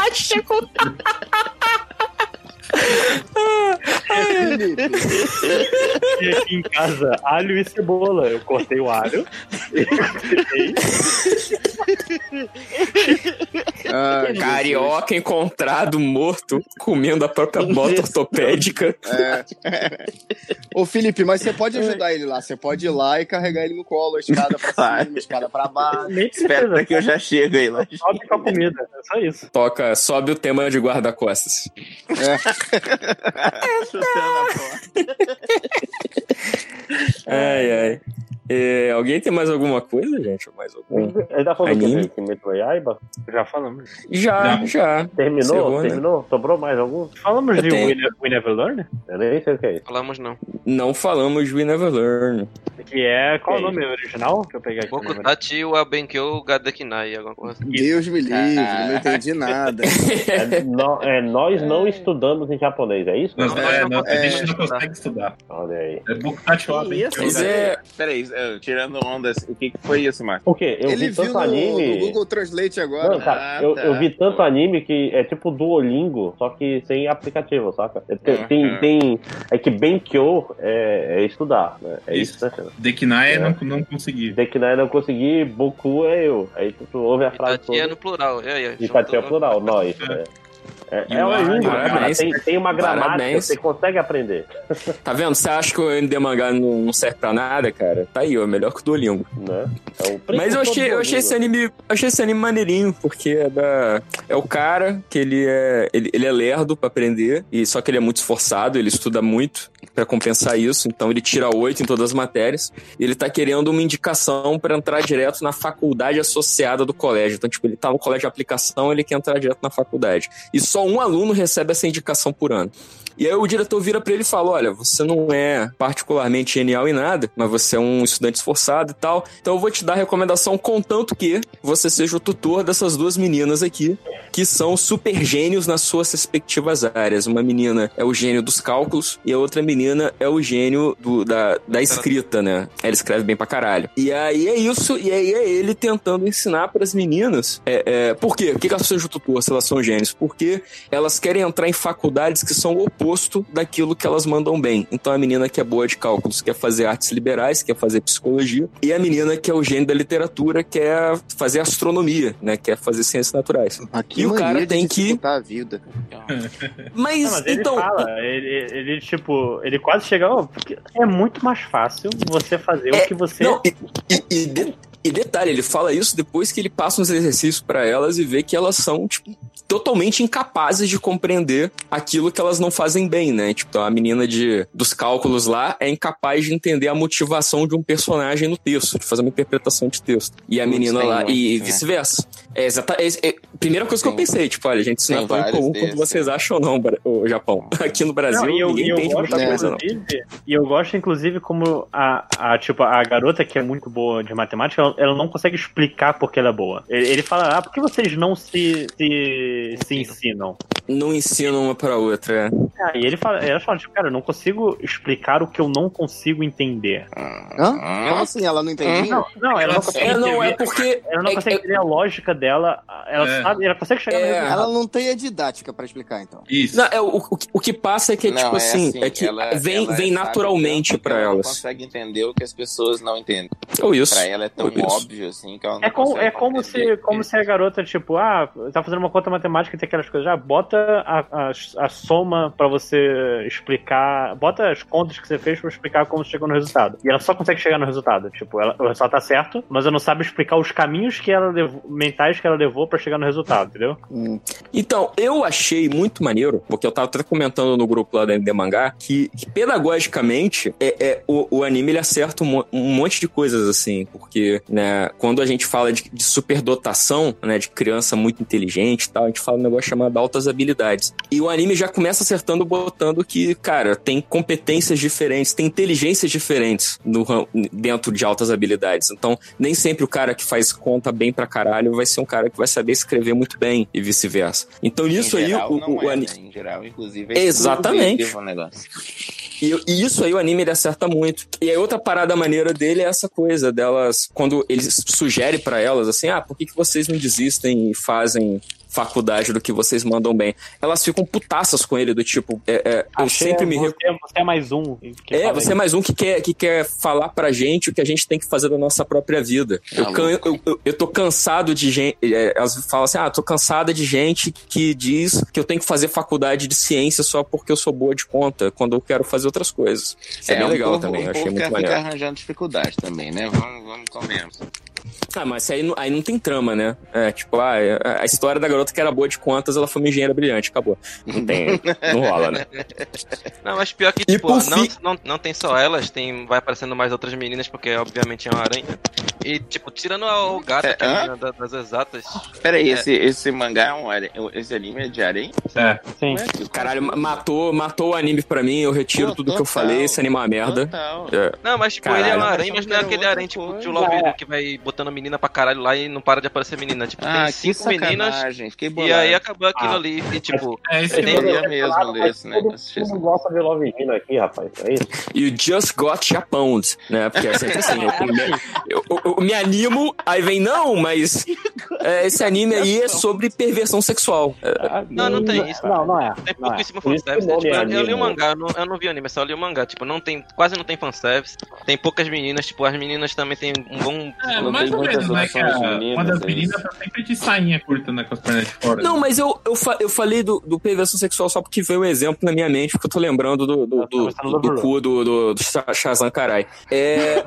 [SPEAKER 6] É isso aí, cara. Felipe,
[SPEAKER 2] E aqui em casa, alho e cebola. Eu cortei o alho.
[SPEAKER 6] ah,
[SPEAKER 3] Carioca encontrado morto comendo a própria bota ortopédica.
[SPEAKER 6] É. Ô, Felipe, mas você
[SPEAKER 1] É.
[SPEAKER 6] pode ajudar ele lá. Você pode ir lá e carregar ele no colo, a escada pra cima, a escada pra baixo.
[SPEAKER 2] Nem
[SPEAKER 4] Espera
[SPEAKER 2] precisa. né?
[SPEAKER 4] que eu já chego aí, lá.
[SPEAKER 2] Sobe com a comida. É só isso.
[SPEAKER 3] Toca, sobe o tema de guarda-costas.
[SPEAKER 10] É.
[SPEAKER 4] Chutando a porta.
[SPEAKER 3] Ai, ai. É, alguém tem mais alguma coisa, gente? Ou Mais algum?
[SPEAKER 1] Ele tá falando
[SPEAKER 3] Anime?
[SPEAKER 1] que, que Metroid Yaiba?
[SPEAKER 2] Já falamos.
[SPEAKER 3] Já,
[SPEAKER 5] Não.
[SPEAKER 3] já.
[SPEAKER 1] Terminou?
[SPEAKER 3] Encerrou, né?
[SPEAKER 1] terminou? Sobrou mais algum?
[SPEAKER 2] Falamos
[SPEAKER 3] Eu
[SPEAKER 2] de
[SPEAKER 3] tenho.
[SPEAKER 2] We, Ne- We Never Learn?
[SPEAKER 1] Eu nem sei o que é isso.
[SPEAKER 7] Falamos não.
[SPEAKER 3] Não falamos We Never Learn.
[SPEAKER 2] Que é. Qual
[SPEAKER 4] Ok.
[SPEAKER 2] o nome original? Deixa eu pegar aqui. o número.
[SPEAKER 7] Bokutachi ou Abenkyo Gadekinai, alguma coisa assim.
[SPEAKER 6] Deus me livre, não entendi nada.
[SPEAKER 1] É, nó- é, nós não estudamos em japonês, é isso?
[SPEAKER 5] Nós- é, nós- a gente não
[SPEAKER 7] é, tá.
[SPEAKER 5] consegue estudar.
[SPEAKER 1] Olha aí.
[SPEAKER 5] É Bukati Oben.
[SPEAKER 4] Que
[SPEAKER 3] Mas é-
[SPEAKER 4] Peraí, eu- tirando onda, o que que foi isso, Marcos?
[SPEAKER 1] Por quê? Eu vi
[SPEAKER 6] ele viu
[SPEAKER 1] tanto
[SPEAKER 6] no,
[SPEAKER 1] anime.
[SPEAKER 6] no Google Translate agora.
[SPEAKER 1] Não, cara,
[SPEAKER 4] Ah,
[SPEAKER 1] eu,
[SPEAKER 4] tá.
[SPEAKER 1] eu vi tanto anime que é tipo Duolingo, só que sem aplicativo, saca? É, Tem,
[SPEAKER 4] Uhum.
[SPEAKER 1] tem, tem- É que Benkyo é, é estudar, né? É isso, né? cara?
[SPEAKER 5] Dekinai
[SPEAKER 1] É.
[SPEAKER 5] não, não consegui.
[SPEAKER 1] Dekinai não consegui, Boku é eu. Aí tu, tu ouve a frase
[SPEAKER 7] Itachi é
[SPEAKER 1] toda.
[SPEAKER 7] no plural. E aí, aí,
[SPEAKER 1] Itati é
[SPEAKER 7] juntou-
[SPEAKER 1] plural, nós. né? É, é uma
[SPEAKER 5] Parabéns.
[SPEAKER 1] língua, cara. Tem, tem uma gramática,
[SPEAKER 3] Parabéns.
[SPEAKER 1] você consegue aprender.
[SPEAKER 3] Tá vendo? Você acha que o MD Mangá não não serve pra nada, cara? Tá aí, ó. Melhor que o Duolingo.
[SPEAKER 1] Né? É o
[SPEAKER 3] Mas
[SPEAKER 1] precursor
[SPEAKER 3] eu achei,
[SPEAKER 1] do
[SPEAKER 3] eu achei esse
[SPEAKER 1] Duolingo.
[SPEAKER 3] anime. Achei esse anime maneirinho, porque é da. É o cara que ele é. Ele, ele é lerdo pra aprender. E só que ele é muito esforçado, ele estuda muito pra compensar isso. Então ele tira oito em todas as matérias. E ele tá querendo uma indicação pra entrar direto na faculdade associada do colégio. Então, tipo, ele tá no colégio de aplicação, ele quer entrar direto na faculdade. E só um aluno recebe essa indicação por ano. E aí o diretor vira pra ele e fala: Olha, você não é particularmente genial em nada, mas você é um estudante esforçado e tal. Então eu vou te dar a recomendação, contanto que você seja o tutor dessas duas meninas aqui, que são super gênios nas suas respectivas áreas. Uma menina é o gênio dos cálculos e a outra menina é o gênio do- da, da escrita, né? Ela escreve bem pra caralho. E aí é isso, e aí é ele tentando ensinar pras meninas. É, é, por quê? Por que que elas sejam tutor se elas são gênios? Porque elas querem entrar em faculdades que são o oposto daquilo que elas mandam bem. Então a menina que é boa de cálculos quer fazer artes liberais, quer fazer psicologia, e a menina que é o gênio da literatura quer fazer astronomia, né? Quer fazer ciências naturais.
[SPEAKER 6] Aqui
[SPEAKER 3] E o cara tem que-
[SPEAKER 6] a vida.
[SPEAKER 7] Então.
[SPEAKER 3] Mas,
[SPEAKER 2] Não, mas ele
[SPEAKER 3] então,
[SPEAKER 2] fala, ele, ele, tipo, ele quase chega. "Ó, porque é muito mais fácil você fazer
[SPEAKER 3] É,
[SPEAKER 2] o que você.
[SPEAKER 3] Não, e, e- e de- e detalhe, ele fala isso depois que ele passa uns exercícios pra elas e vê que elas são, tipo, totalmente incapazes de compreender aquilo que elas não fazem bem, né? Tipo, então a menina de, dos cálculos lá é incapaz de entender a motivação de um personagem no texto, de fazer uma interpretação de texto. E a
[SPEAKER 4] Putz,
[SPEAKER 3] menina
[SPEAKER 4] tem
[SPEAKER 3] lá,
[SPEAKER 4] muito,
[SPEAKER 3] e
[SPEAKER 4] né?
[SPEAKER 3] vice-versa. É exatamente. É, é- primeira coisa que eu
[SPEAKER 4] Tem-
[SPEAKER 3] pensei, tipo, olha, gente, isso não é
[SPEAKER 4] tem
[SPEAKER 3] tão
[SPEAKER 4] vários
[SPEAKER 3] incomum quanto
[SPEAKER 4] desses.
[SPEAKER 3] vocês acham, ou não, Bra- o Japão. Aqui no Brasil,
[SPEAKER 2] Não, e eu,
[SPEAKER 3] ninguém
[SPEAKER 2] e eu
[SPEAKER 3] entende né,
[SPEAKER 2] gosto,
[SPEAKER 3] muita coisa, não.
[SPEAKER 2] inclusive, e eu gosto, inclusive, como a, a, tipo, a garota que é muito boa de matemática, ela, ela não consegue explicar por que ela é boa. Ele, ele fala, ah, por que vocês não se, se, se ensinam?
[SPEAKER 3] Não ensinam uma pra outra. é.
[SPEAKER 2] Ah, e ele fala, ela fala, tipo, cara, eu não consigo explicar o que eu não consigo entender.
[SPEAKER 3] Ah.
[SPEAKER 6] Hã? Como assim? Ela não entendia?
[SPEAKER 2] Não, não, ela não consegue
[SPEAKER 3] É, não, é
[SPEAKER 2] entender.
[SPEAKER 3] porque.
[SPEAKER 2] Ela não
[SPEAKER 3] é-
[SPEAKER 2] consegue
[SPEAKER 3] é-
[SPEAKER 2] entender a lógica dela. Ela,
[SPEAKER 5] É.
[SPEAKER 2] sabe, ela consegue chegar no
[SPEAKER 3] É.
[SPEAKER 2] resultado.
[SPEAKER 6] Ela não tem a didática pra explicar, então.
[SPEAKER 5] Isso.
[SPEAKER 3] Não, é, o, o, que- o que passa é que,
[SPEAKER 4] Não,
[SPEAKER 3] tipo
[SPEAKER 4] é
[SPEAKER 3] assim,
[SPEAKER 4] assim,
[SPEAKER 3] é que
[SPEAKER 4] ela-
[SPEAKER 3] vem,
[SPEAKER 4] ela
[SPEAKER 3] vem
[SPEAKER 4] sabe
[SPEAKER 3] naturalmente
[SPEAKER 4] tanto que
[SPEAKER 3] pra
[SPEAKER 4] ela
[SPEAKER 3] elas.
[SPEAKER 4] Não consegue entender o que as pessoas não entendem.
[SPEAKER 3] Ou isso. oh,
[SPEAKER 4] Pra ela é tão
[SPEAKER 3] Isso.
[SPEAKER 4] óbvio assim que ela não
[SPEAKER 2] É, como-
[SPEAKER 4] consegue
[SPEAKER 2] é como, se,
[SPEAKER 4] entender.
[SPEAKER 2] como se a garota, tipo, ah, tá fazendo uma conta matemática e tem aquelas coisas. Ah, bota a, a, a soma pra você explicar. Bota as contas que você fez pra explicar como chegou no resultado. E ela só consegue chegar no resultado. Tipo, ela, o resultado tá certo, mas ela não sabe explicar os caminhos que ela levou, mentais que ela levou pra chegar no resultado, entendeu?
[SPEAKER 6] Hum.
[SPEAKER 3] Então, eu achei muito maneiro, porque eu tava até comentando no grupo lá da MD Mangá, que, que pedagogicamente é, é- o, o anime ele acerta um, mo- um monte de coisas, assim, porque, né, quando a gente fala de, de superdotação, né, de criança muito inteligente e tal, a gente fala um negócio chamado altas habilidades. E o anime já começa acertando botando que, cara, tem competências diferentes, tem inteligências diferentes no, ram- dentro de altas habilidades. Então, nem sempre o cara que faz conta bem pra caralho vai ser um cara que vai saber escrever muito bem e vice-versa. Então,
[SPEAKER 4] Em
[SPEAKER 3] isso aí,
[SPEAKER 4] geral,
[SPEAKER 3] o,
[SPEAKER 4] não
[SPEAKER 3] o,
[SPEAKER 4] é,
[SPEAKER 3] ani-
[SPEAKER 4] né? Em geral, inclusive, é
[SPEAKER 3] Exatamente.
[SPEAKER 4] exclusivo o negócio.
[SPEAKER 3] e, e isso aí o anime ele acerta muito. E aí outra parada maneira dele é essa coisa delas, quando ele sugere pra elas assim, ah, por que, que vocês não desistem e fazem faculdade do que vocês mandam bem? Elas ficam putaças com ele, do tipo, é, é, eu
[SPEAKER 2] Achei
[SPEAKER 3] sempre me
[SPEAKER 2] você, você é mais um. que
[SPEAKER 3] É,
[SPEAKER 2] fala
[SPEAKER 3] você é mais um que quer, que quer falar pra gente o que a gente tem que fazer da nossa própria vida.
[SPEAKER 4] Tá
[SPEAKER 3] Eu, can- eu, eu, eu tô cansado de gente. é, elas falam assim: ah, tô cansada de gente que diz que eu tenho que fazer faculdade de ciência só porque eu sou boa de conta, quando eu quero fazer outras coisas. Isso é, bem
[SPEAKER 4] um
[SPEAKER 3] legal
[SPEAKER 4] povo-
[SPEAKER 3] também,
[SPEAKER 4] um
[SPEAKER 3] eu achei
[SPEAKER 4] povo
[SPEAKER 3] muito
[SPEAKER 4] quer
[SPEAKER 3] maneiro.
[SPEAKER 4] ficar arranjando dificuldade também, né? Vamos, vamos convenhamos.
[SPEAKER 3] Ah, mas isso aí, não- aí não tem trama, né? É, tipo, ah, é- a história da garota que era boa de contas, ela foi uma engenheira brilhante, acabou. Não tem, não rola, né?
[SPEAKER 7] Não, mas pior que,
[SPEAKER 3] E
[SPEAKER 7] tipo,
[SPEAKER 3] por
[SPEAKER 7] não,
[SPEAKER 3] fim-
[SPEAKER 7] não, não tem só elas, tem, vai aparecendo mais outras meninas, porque obviamente é uma aranha. E, tipo, tirando a o gato, que é a
[SPEAKER 4] Hã?
[SPEAKER 7] menina da- das exatas.
[SPEAKER 4] Peraí,
[SPEAKER 7] É.
[SPEAKER 4] esse, esse mangá é um are... esse anime é de areia?
[SPEAKER 5] É.
[SPEAKER 2] Sim.
[SPEAKER 3] Caralho, ma- matou, matou o anime pra mim, eu retiro
[SPEAKER 4] Pô,
[SPEAKER 3] tudo que eu
[SPEAKER 4] total,
[SPEAKER 3] falei, esse anime é uma merda.
[SPEAKER 4] Total.
[SPEAKER 7] Não, mas, tipo,
[SPEAKER 3] Caralho.
[SPEAKER 7] ele é uma aranha, mas não é aquele
[SPEAKER 4] Outra
[SPEAKER 7] aranha, tipo,
[SPEAKER 4] coisa.
[SPEAKER 7] tio Lovino, que vai botando menina pra caralho lá e não para de aparecer menina. Tipo,
[SPEAKER 4] Ah,
[SPEAKER 7] tem
[SPEAKER 4] que
[SPEAKER 7] cinco meninas
[SPEAKER 4] sacanagem. Fiquei bolado.
[SPEAKER 7] e aí acabou aquilo
[SPEAKER 2] Ah.
[SPEAKER 7] ali. E, tipo,
[SPEAKER 5] É isso
[SPEAKER 7] Eu
[SPEAKER 5] que
[SPEAKER 7] nem-
[SPEAKER 5] eu
[SPEAKER 4] Queria mesmo ler esse negócio.
[SPEAKER 1] Todo mundo gosta de Love Hino aqui, rapaz. É isso.
[SPEAKER 3] You just got Japoned, né? Porque é sempre assim, eu, eu- eu- eu me animo, aí vem, não, mas é, esse anime aí é sobre perversão sexual. É,
[SPEAKER 7] Não, não tem isso.
[SPEAKER 2] Não, não é.
[SPEAKER 7] Tem
[SPEAKER 2] Não é.
[SPEAKER 7] pouquíssimo
[SPEAKER 1] Por isso que
[SPEAKER 7] fanservice.
[SPEAKER 1] o
[SPEAKER 7] né?
[SPEAKER 1] nome
[SPEAKER 7] Tipo,
[SPEAKER 1] é
[SPEAKER 7] eu, eu li
[SPEAKER 1] anime,
[SPEAKER 7] o mangá, eu não, eu não vi o anime, só li o mangá. Tipo, não tem, quase não tem fanservice. Tem poucas meninas, tipo, as meninas também tem um bom.
[SPEAKER 5] É,
[SPEAKER 4] Não
[SPEAKER 5] mais
[SPEAKER 4] tem
[SPEAKER 5] ou menos,
[SPEAKER 4] muitas
[SPEAKER 5] né? Que
[SPEAKER 4] opções
[SPEAKER 5] a-
[SPEAKER 4] meninas,
[SPEAKER 5] uma das
[SPEAKER 4] é
[SPEAKER 5] meninas
[SPEAKER 4] isso.
[SPEAKER 5] tá sempre de sainha curta, né? Com as pernas de fora.
[SPEAKER 3] Não, mas eu, eu, fa- eu falei do, do perversão sexual só porque veio um exemplo na minha mente, porque eu tô lembrando do,
[SPEAKER 2] Tá
[SPEAKER 3] do, do, do, do cu do, do, do Sha- Shazam Karai. É,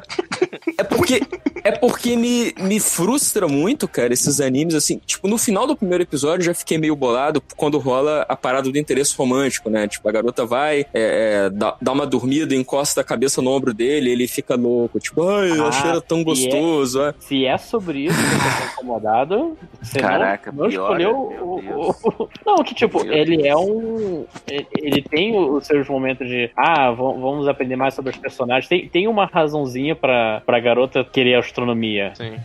[SPEAKER 3] é porque, é porque me, me frustra muito, cara, esses animes, assim. Tipo, no final do primeiro episódio eu já fiquei meio bolado quando rola a parada do interesse romântico, né? Tipo, a garota vai, é, é, dá, dá uma dormida, encosta a cabeça no ombro dele, ele fica louco. Tipo, ai, eu
[SPEAKER 2] Ah,
[SPEAKER 3] achei era tão
[SPEAKER 2] e é-
[SPEAKER 3] gostoso. é.
[SPEAKER 2] Se é sobre isso que você tá incomodado, você não-
[SPEAKER 4] Caraca, né?
[SPEAKER 2] não,
[SPEAKER 4] piora,
[SPEAKER 2] escolheu
[SPEAKER 4] meu
[SPEAKER 2] o,
[SPEAKER 4] Deus.
[SPEAKER 2] o- Não, que tipo,
[SPEAKER 4] Meu
[SPEAKER 2] ele é um. ele- Ele tem os seus momentos de. Ah, va- vamos aprender mais sobre os personagens. Tem, tem uma razãozinha pra, pra garota querer astronomia.
[SPEAKER 7] Sim.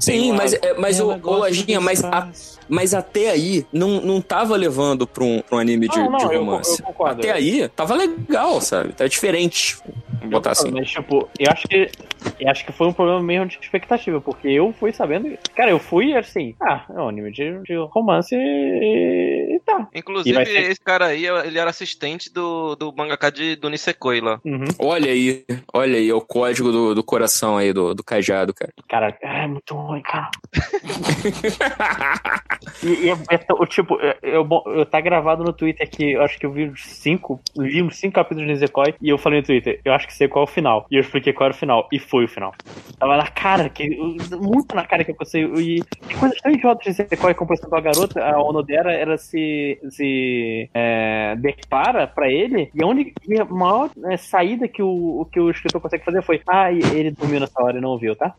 [SPEAKER 3] Sim,
[SPEAKER 2] uma-
[SPEAKER 3] mas, é, mas,
[SPEAKER 9] Ela
[SPEAKER 3] ô, ô
[SPEAKER 9] gosta
[SPEAKER 3] Lojinha,
[SPEAKER 9] do
[SPEAKER 3] mas a
[SPEAKER 9] espaço.
[SPEAKER 3] Mas até aí, não, não tava levando pra um, pra um anime de,
[SPEAKER 2] Não, não,
[SPEAKER 3] de
[SPEAKER 2] eu-
[SPEAKER 3] romance.
[SPEAKER 2] eu concordo.
[SPEAKER 3] Até aí, tava legal, sabe? Tá diferente. Vou botar assim.
[SPEAKER 2] Mas, tipo, eu acho que. Eu acho que foi um problema mesmo de expectativa, porque eu fui sabendo. Cara, eu fui assim, ah, é um anime de, de romance e, e tá. E
[SPEAKER 7] Inclusive,
[SPEAKER 2] vai ter-
[SPEAKER 7] esse cara aí, ele era assistente do, do mangaka de, do Nisekoi lá.
[SPEAKER 2] Uhum.
[SPEAKER 3] Olha aí, olha aí, é o código do, do coração aí, do, do cajado, cara.
[SPEAKER 2] Cara, é muito ruim, cara. E, e é, é tão- tipo, é- eu, bom, eu tá gravado no Twitter que eu acho que eu vi uns cinco, li uns cinco capítulos de Nisekoi e eu falei no Twitter, eu acho que sei qual é o final. E eu expliquei qual era o final. E foi o final. Tava na cara, que, muito na cara que eu consigo. E que coisas tão idiotas de Nisekoi como por exemplo a garota, a Onodera, ela se, se é, depara pra ele. E a, única, e a maior né, saída que o, que o escritor consegue fazer foi, ah, e ele dormiu nessa hora e não ouviu, tá?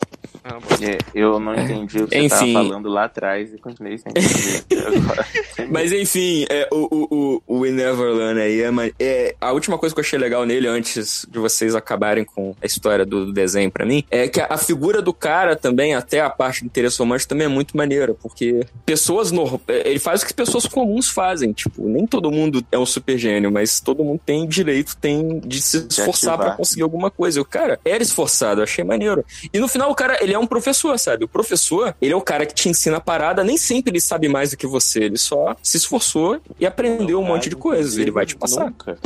[SPEAKER 4] É, eu não entendi o que você tava
[SPEAKER 3] Enfim.
[SPEAKER 4] falando lá atrás e continuei sem entender. Agora, sem
[SPEAKER 3] Mas enfim, é, o, o, o, o We Never Learn aí é, ma- é- A última coisa que eu achei legal nele, antes de vocês acabarem com a história do, do desenho pra mim, é que a, a figura do cara também, até a parte do interesse romântico, também é muito maneira, porque pessoas. No, é, ele faz o que pessoas comuns fazem. Tipo, nem todo mundo é um super gênio, mas todo mundo tem direito, tem de se esforçar
[SPEAKER 4] ativar.
[SPEAKER 3] pra conseguir alguma coisa. E o cara era esforçado, eu achei maneiro. E no final o cara, ele é um professor, sabe? O professor, ele é o cara que te ensina a parada, nem sempre ele sabe mais do que você, ele só se esforçou e aprendeu um monte de coisas, ele vai te passar.
[SPEAKER 4] Nunca.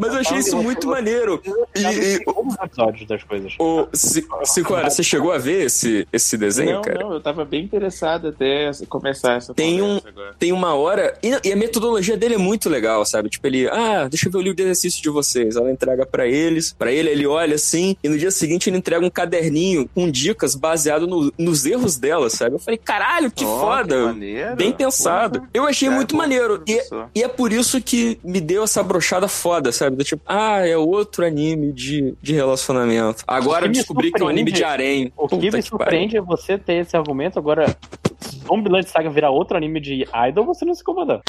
[SPEAKER 3] Mas eu achei isso muito maneiro. E, e
[SPEAKER 2] Como episódios das coisas.
[SPEAKER 3] o Se- Sicora, você chegou a ver esse, esse desenho,
[SPEAKER 4] Não,
[SPEAKER 3] cara?
[SPEAKER 4] não, eu tava bem interessado até começar essa
[SPEAKER 3] Tem um-
[SPEAKER 4] conversa agora.
[SPEAKER 3] Então, tem uma hora. E, e a metodologia dele é muito legal, sabe? Tipo, ele, ah, deixa eu ver o livro de exercício de vocês. Ela entrega pra eles, pra ele, ele olha assim, e no dia seguinte ele entrega um caderninho com dicas baseado no- nos erros dela, sabe? Eu falei, caralho, que
[SPEAKER 4] Ó, que
[SPEAKER 3] foda!
[SPEAKER 4] maneiro.
[SPEAKER 3] Bem pensado.
[SPEAKER 4] Porra.
[SPEAKER 3] Eu achei
[SPEAKER 4] Cara,
[SPEAKER 3] muito
[SPEAKER 4] bom
[SPEAKER 3] maneiro. E,
[SPEAKER 4] professor.
[SPEAKER 3] e é por isso que me deu essa brochada foda, sabe? Do tipo, ah, é outro anime de, de relacionamento. Agora
[SPEAKER 2] O
[SPEAKER 3] eu
[SPEAKER 2] que me
[SPEAKER 3] descobri que é um anime de harém.
[SPEAKER 2] O que
[SPEAKER 3] Puta
[SPEAKER 2] me
[SPEAKER 3] pariu.
[SPEAKER 2] surpreende é você ter esse argumento agora. Zombieland Saga virar outro anime de idol, você não se incomoda.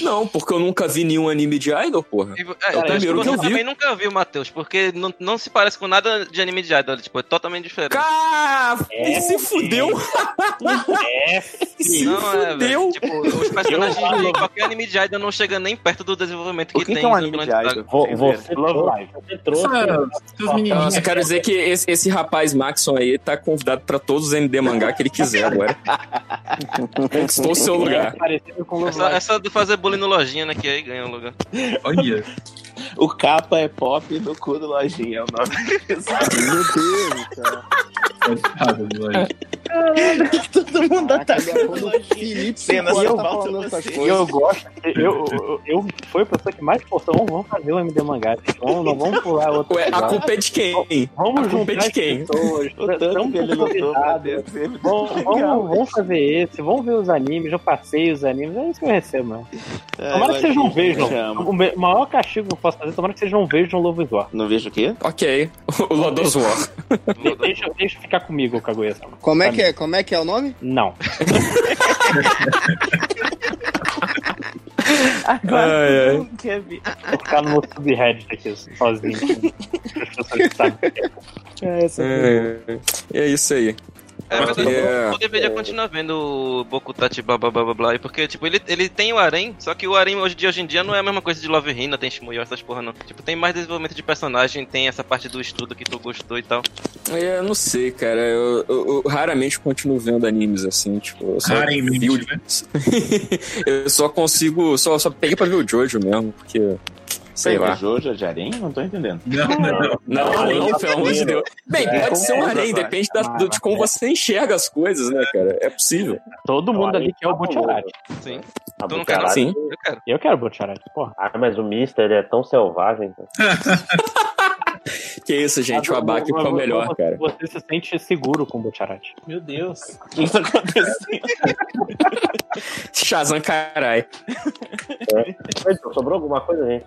[SPEAKER 3] Não, porque eu nunca vi nenhum anime de idol, porra.
[SPEAKER 7] E, vo- é,
[SPEAKER 3] o
[SPEAKER 7] eu acho que
[SPEAKER 3] primeiro que
[SPEAKER 7] você
[SPEAKER 3] eu vi.
[SPEAKER 7] também nunca viu, Matheus, porque não, não se parece com nada de anime de idol, tipo, é totalmente diferente.
[SPEAKER 3] Cara,
[SPEAKER 2] É,
[SPEAKER 3] se fudeu!
[SPEAKER 2] É,
[SPEAKER 3] Se
[SPEAKER 7] não, é,
[SPEAKER 3] fudeu!
[SPEAKER 7] velho. Tipo, os personagens
[SPEAKER 2] Eu-
[SPEAKER 7] de qualquer anime de idol não chegam nem perto do desenvolvimento
[SPEAKER 4] O
[SPEAKER 7] que,
[SPEAKER 4] que,
[SPEAKER 7] tem
[SPEAKER 4] que é um
[SPEAKER 7] em
[SPEAKER 4] anime de
[SPEAKER 7] Zombieland
[SPEAKER 4] idol?
[SPEAKER 7] Saga.
[SPEAKER 1] Vo-
[SPEAKER 4] Sem ver.
[SPEAKER 1] você
[SPEAKER 2] Love Live. Você trouxe.
[SPEAKER 3] É,
[SPEAKER 5] Essa- Seus
[SPEAKER 3] Não, Então, eu
[SPEAKER 5] menininhos.
[SPEAKER 3] só quero dizer que esse, esse rapaz Maxon aí tá convidado pra todos os MD mangá que ele quiser agora. Conquistou o seu lugar.
[SPEAKER 2] Parecido com
[SPEAKER 7] É
[SPEAKER 2] Love
[SPEAKER 7] só,
[SPEAKER 2] Live.
[SPEAKER 7] é só do fazer bullying no lojinha, né? Que aí ganha o lugar.
[SPEAKER 5] Olha.
[SPEAKER 4] O capa é pop e no cu do lojinha é o nome do episódio.
[SPEAKER 6] Meu Deus, cara.
[SPEAKER 5] Coitado do Lojinha.
[SPEAKER 9] Todo mundo
[SPEAKER 6] Aquele
[SPEAKER 9] atacando.
[SPEAKER 6] arroz do Felipe
[SPEAKER 4] Cenas
[SPEAKER 6] Sicora
[SPEAKER 4] só
[SPEAKER 6] tá
[SPEAKER 4] faltam
[SPEAKER 6] falando essas
[SPEAKER 3] assim.
[SPEAKER 4] vocês.
[SPEAKER 2] E
[SPEAKER 6] coisas.
[SPEAKER 2] eu gosto. Eu, eu, eu fui a pessoa que mais forçou. Vamos, vamos fazer o MD mangá. gente. Vamos, não vamos pular outro.
[SPEAKER 3] Ué, a
[SPEAKER 2] episódio.
[SPEAKER 3] culpa é de quem?
[SPEAKER 2] vamos
[SPEAKER 3] a culpa
[SPEAKER 2] juntar
[SPEAKER 3] é de
[SPEAKER 2] as
[SPEAKER 3] quem?
[SPEAKER 2] pessoas.
[SPEAKER 4] O tanto
[SPEAKER 2] tão
[SPEAKER 4] que ele lutou pra
[SPEAKER 2] convidadas.
[SPEAKER 4] descer.
[SPEAKER 2] Vamos, vamos, vamos fazer esse, vamos ver os animes, eu passei os animes, é isso que eu recebo, mano.
[SPEAKER 6] É,
[SPEAKER 2] Tomara que vocês não vejam. O me- maior castigo que eu posso fazer, tomara que vocês não vejam Love is War.
[SPEAKER 4] Não vejo o quê?
[SPEAKER 3] Ok, o Lodos War.
[SPEAKER 2] De- Deixa, deixa ficar comigo, Kaguya-sama.
[SPEAKER 6] Como é que é? Como é que é o nome?
[SPEAKER 2] Não.
[SPEAKER 3] Ai, ai.
[SPEAKER 2] Vou ficar no meu subreddit aqui, sozinho. As pessoas que sabem.
[SPEAKER 3] É, é isso aí.
[SPEAKER 7] É, mas eu-
[SPEAKER 3] É.
[SPEAKER 7] eu deveria continuar vendo o Boku Tati blá blá blá blá blá, porque, tipo, ele, ele tem o harem, só que o harem hoje, em dia- hoje em dia não é a mesma coisa de Love Hina, tem Shmuyo, essas porra não. Tipo, tem mais desenvolvimento de personagem, tem essa parte do estudo que tu gostou e tal.
[SPEAKER 3] É, eu não sei, cara. Eu, eu- eu raramente continuo vendo animes assim, tipo. eu só vi o-
[SPEAKER 5] Raramente, né?
[SPEAKER 3] eu só consigo. Só, só peguei pra ver o Jojo mesmo, porque. Sei lá.
[SPEAKER 4] Jojo é de Arém? Não tô entendendo.
[SPEAKER 5] Não, não.
[SPEAKER 3] Não, não, pelo amor de Deus. Bem,
[SPEAKER 2] É,
[SPEAKER 3] pode ser um
[SPEAKER 2] como-
[SPEAKER 3] harém, depende da- do- de
[SPEAKER 5] É.
[SPEAKER 3] como você enxerga as coisas, né, cara? É possível.
[SPEAKER 2] Todo mundo ali
[SPEAKER 4] tá
[SPEAKER 2] quer o Butcherati.
[SPEAKER 7] Sim.
[SPEAKER 1] Ah,
[SPEAKER 7] Tu não
[SPEAKER 1] do
[SPEAKER 7] quer não?
[SPEAKER 1] caralho.
[SPEAKER 3] Sim.
[SPEAKER 7] Eu quero.
[SPEAKER 2] Eu quero Butcherati, porra.
[SPEAKER 1] Ah, mas o Mister ele é tão selvagem. cara.
[SPEAKER 3] Que isso, gente, o abaque
[SPEAKER 2] Mas
[SPEAKER 3] foi o melhor,
[SPEAKER 2] você-
[SPEAKER 3] cara.
[SPEAKER 2] Você se sente seguro com o Butcherati.
[SPEAKER 4] Meu Deus. O que tá acontecendo?
[SPEAKER 3] Shazam, carai.
[SPEAKER 1] Mas, Sobrou alguma coisa, gente?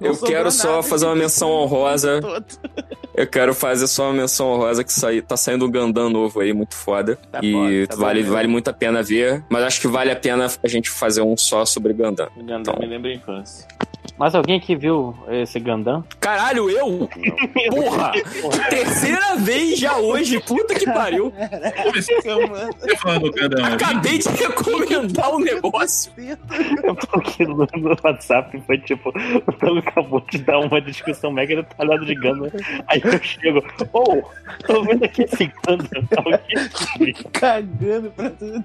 [SPEAKER 3] Eu quero só fazer uma menção honrosa. Eu quero fazer só uma menção honrosa que sai, tá saindo um Gandan novo aí, muito foda.
[SPEAKER 4] Tá
[SPEAKER 3] e
[SPEAKER 4] foda, tá
[SPEAKER 3] vale,
[SPEAKER 4] bom, né?
[SPEAKER 3] vale muito a pena ver. Mas acho que vale a pena a gente fazer um só sobre Então. Gandan.
[SPEAKER 4] Gandalf me lembra a infância.
[SPEAKER 2] Mas alguém aqui viu esse Gandam?
[SPEAKER 3] Caralho, eu? Porra! Terceira vez já hoje, puta que pariu.
[SPEAKER 5] Comecei
[SPEAKER 3] tá
[SPEAKER 5] a falar do Gandalf.
[SPEAKER 3] Acabei de recomendar um negócio.
[SPEAKER 2] Eu tô aqui no, no WhatsApp foi tipo, o Tano acabou de dar uma discussão mega detalhada de Ganda. Aí eu chego, ou, tô vendo aqui esse Ganda, alguém
[SPEAKER 4] Cagando pra tudo.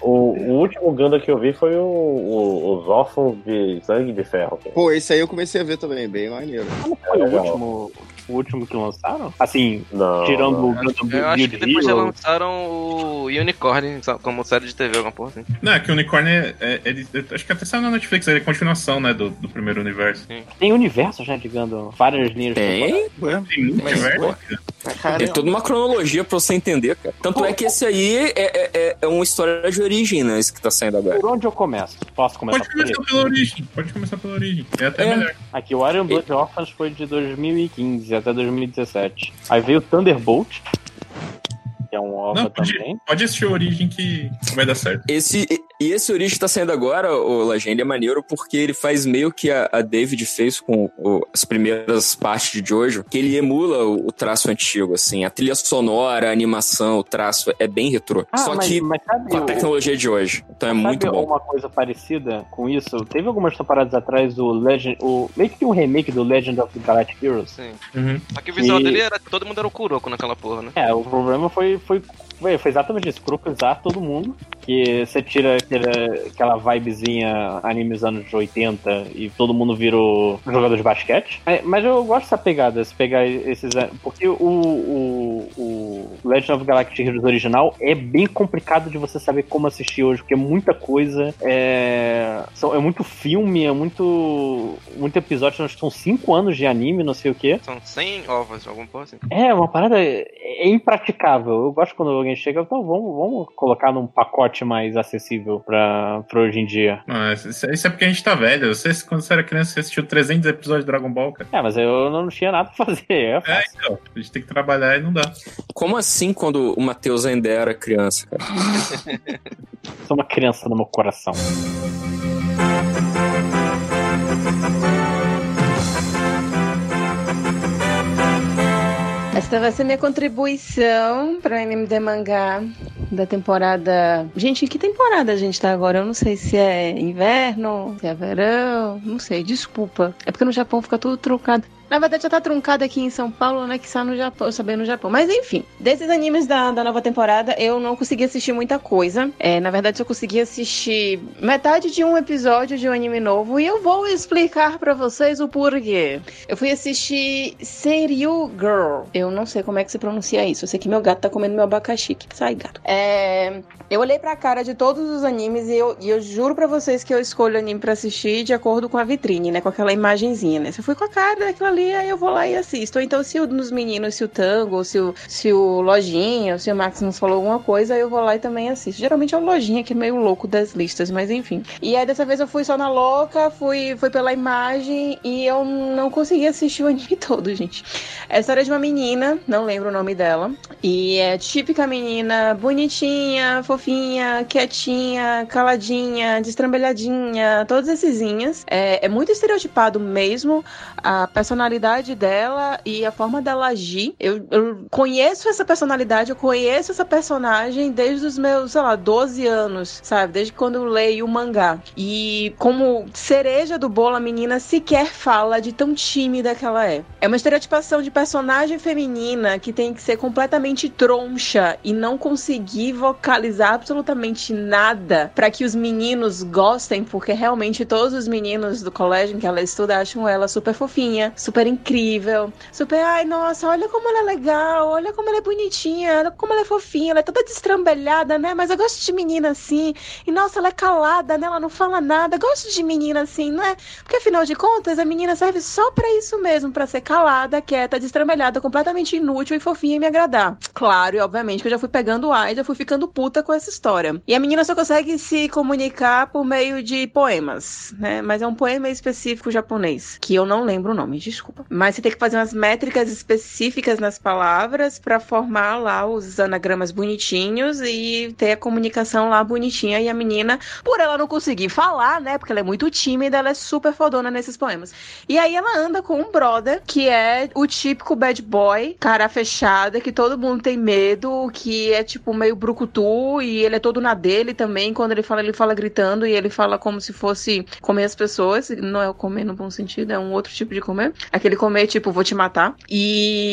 [SPEAKER 1] O, o último Ganda que eu vi foi o, o- os órfãos de sangue de ferro.
[SPEAKER 6] Pô, esse aí eu comecei a ver também, bem maneiro.
[SPEAKER 2] Não foi o
[SPEAKER 1] Legal.
[SPEAKER 2] último o último que lançaram? Assim,
[SPEAKER 1] Não,
[SPEAKER 5] um
[SPEAKER 2] tirando
[SPEAKER 1] não.
[SPEAKER 2] o Gundam
[SPEAKER 7] Eu acho que
[SPEAKER 2] Build
[SPEAKER 7] depois já
[SPEAKER 2] Hero.
[SPEAKER 7] lançaram o Unicorn sabe, como série de TV, alguma porra assim.
[SPEAKER 5] Não, é que o Unicorn é. é- ele- eu acho que até saiu na Netflix, ele é continuação, né? Do, do primeiro universo.
[SPEAKER 2] Tem universo já de Gundam, várias linhas.
[SPEAKER 5] Tem
[SPEAKER 3] Tem,
[SPEAKER 5] muito é
[SPEAKER 3] Mas,
[SPEAKER 5] universo.
[SPEAKER 3] pô, tem toda uma cronologia pra você entender, cara. Tanto é que esse aí é, é, é- é uma história de origem, né? Esse que tá saindo agora.
[SPEAKER 2] Por onde eu começo? Posso começar
[SPEAKER 5] Pode
[SPEAKER 2] por ele?
[SPEAKER 5] começar pela origem. Pode começar pela origem. É até
[SPEAKER 3] É.
[SPEAKER 5] melhor.
[SPEAKER 2] Aqui, o Iron Blood Orphans foi de 2015 até 2017. Aí veio o Thunderbolt, que é um OVA
[SPEAKER 5] Não, podia.
[SPEAKER 2] também.
[SPEAKER 5] Pode assistir a origem que vai dar certo.
[SPEAKER 3] Esse, e- e esse Origem tá saindo agora, o Lagenda, é maneiro porque ele faz meio que a, a David fez com o- as primeiras partes de Jojo, que ele emula o, o traço antigo, assim. A trilha sonora, a animação, o traço é bem retrô.
[SPEAKER 2] Ah,
[SPEAKER 3] Só
[SPEAKER 2] mas,
[SPEAKER 3] que
[SPEAKER 2] mas sabe,
[SPEAKER 3] com a
[SPEAKER 2] o-
[SPEAKER 3] tecnologia de hoje. Então é muito
[SPEAKER 2] sabe
[SPEAKER 3] bom.
[SPEAKER 2] uma coisa parecida com isso? Teve algumas temporadas atrás o Legend, o meio que um remake do Legend of the Galactic Heroes.
[SPEAKER 7] Sim.
[SPEAKER 5] Uhum.
[SPEAKER 7] Só que o visual
[SPEAKER 2] E-
[SPEAKER 7] dele era. Todo mundo era o Kuroko naquela porra, né?
[SPEAKER 2] É, o problema foi foi foi foi exatamente isso, crocuzar todo mundo, que você tira aquela, aquela vibezinha anime dos anos 80 e todo mundo virou jogador de basquete. É, mas eu gosto dessa pegada, se pegar esses... é, Porque o, o, o Legend of Galactic Heroes original é bem complicado de você saber como assistir hoje, porque é muita coisa, é, são, é muito filme, é muito, muito episódio, são cinco anos de anime, não sei o quê.
[SPEAKER 7] São 100 ovas, alguma porra assim.
[SPEAKER 2] É, uma parada é impraticável. Eu gosto quando alguém chega, então vamos, vamos colocar num pacote mais acessível pra, pra hoje em dia.
[SPEAKER 5] Ah, isso, isso é porque a gente tá velho. Você, quando você era criança, você assistiu 300 episódios de Dragon Ball, cara.
[SPEAKER 2] É, mas eu não tinha nada pra fazer. É,
[SPEAKER 5] É, então. A gente tem que trabalhar e não dá.
[SPEAKER 3] Como assim quando o Matheus ainda era criança, cara?
[SPEAKER 2] sou uma criança no meu coração.
[SPEAKER 9] Esta vai ser minha contribuição para MMD Mangá da temporada. Gente, em que temporada a gente tá agora? Eu não sei se é inverno, se é verão, não sei, desculpa. É porque no Japão fica tudo truncado. Na verdade, já tá truncado aqui em São Paulo, né? Que está no Japão, eu sabia no Japão. Mas enfim, desses animes da, da nova temporada, eu não consegui assistir muita coisa. É, na verdade, eu consegui assistir metade de um episódio de um anime novo e eu vou explicar pra vocês o porquê. Eu fui assistir Serial Girl. Eu não sei como é que se pronuncia isso. Eu sei que meu gato tá comendo meu abacaxi. Que sai, gato. É, eu olhei pra cara de todos os animes e eu, e eu juro pra vocês que eu escolho anime pra assistir de acordo com a vitrine, né? Com aquela imagenzinha, né? Se eu fui com a cara daquilo ali, aí eu vou lá e assisto. Ou então, se o dos meninos, se o Tango, ou se o, se o Lojinha, ou se o Max nos falou alguma coisa, aí eu vou lá e também assisto. Geralmente é o Lojinha que é meio louco das listas, mas enfim. E aí dessa vez eu fui só na louca, fui, fui pela imagem e eu não consegui assistir o anime todo, gente. É a história de uma menina, não lembro o nome dela. E é típica menina bonitinha, fofinha, quietinha, caladinha, destrambelhadinha, todas essesinhas. É, é muito estereotipado mesmo a personalidade dela e a forma dela agir. Eu, eu conheço essa personalidade, eu conheço essa personagem desde os meus, sei lá, 12 anos, sabe? Desde quando eu leio o mangá. E como cereja do bolo, a menina sequer fala de tão tímida que ela é. É uma estereotipação de personagem feminina que tem que ser completamente troncha e não conseguir vocalizar absolutamente nada pra que os meninos gostem, porque realmente todos os meninos do colégio em que ela estuda acham ela super fofinha, super incrível, super, ai, nossa, olha como ela é legal, olha como ela é bonitinha, olha como ela é fofinha, ela é toda destrambelhada, né? Mas eu gosto de menina assim. E nossa, ela é calada, né? Ela não fala nada. Gosto de menina assim, né? Porque afinal de contas, a menina serve só pra isso mesmo, pra ser calada, quieta, destrambelhada, completamente inútil e fofinha e me agradar. Claro, e obviamente que eu já fui pegando o ar e já fui ficando puta com essa história. E a menina só consegue se comunicar por meio de poemas, né? Mas é um poema específico japonês, que eu não lembro o nome, desculpa. Mas você tem que fazer umas métricas específicas nas palavras pra formar lá os anagramas bonitinhos e ter a comunicação lá bonitinha e a menina por ela não conseguir falar, né? Porque ela é muito tímida, ela é super fodona nesses poemas. E aí ela anda com um brother, que é o típico bad boy, cara fechada, que todo mundo tem medo, que é tipo meio brucutu, e ele é todo na dele também. Quando ele fala, ele fala gritando, e ele fala como se fosse comer as pessoas. Não é o comer no bom sentido, é um outro tipo de comer. Aquele comer, tipo, vou te matar.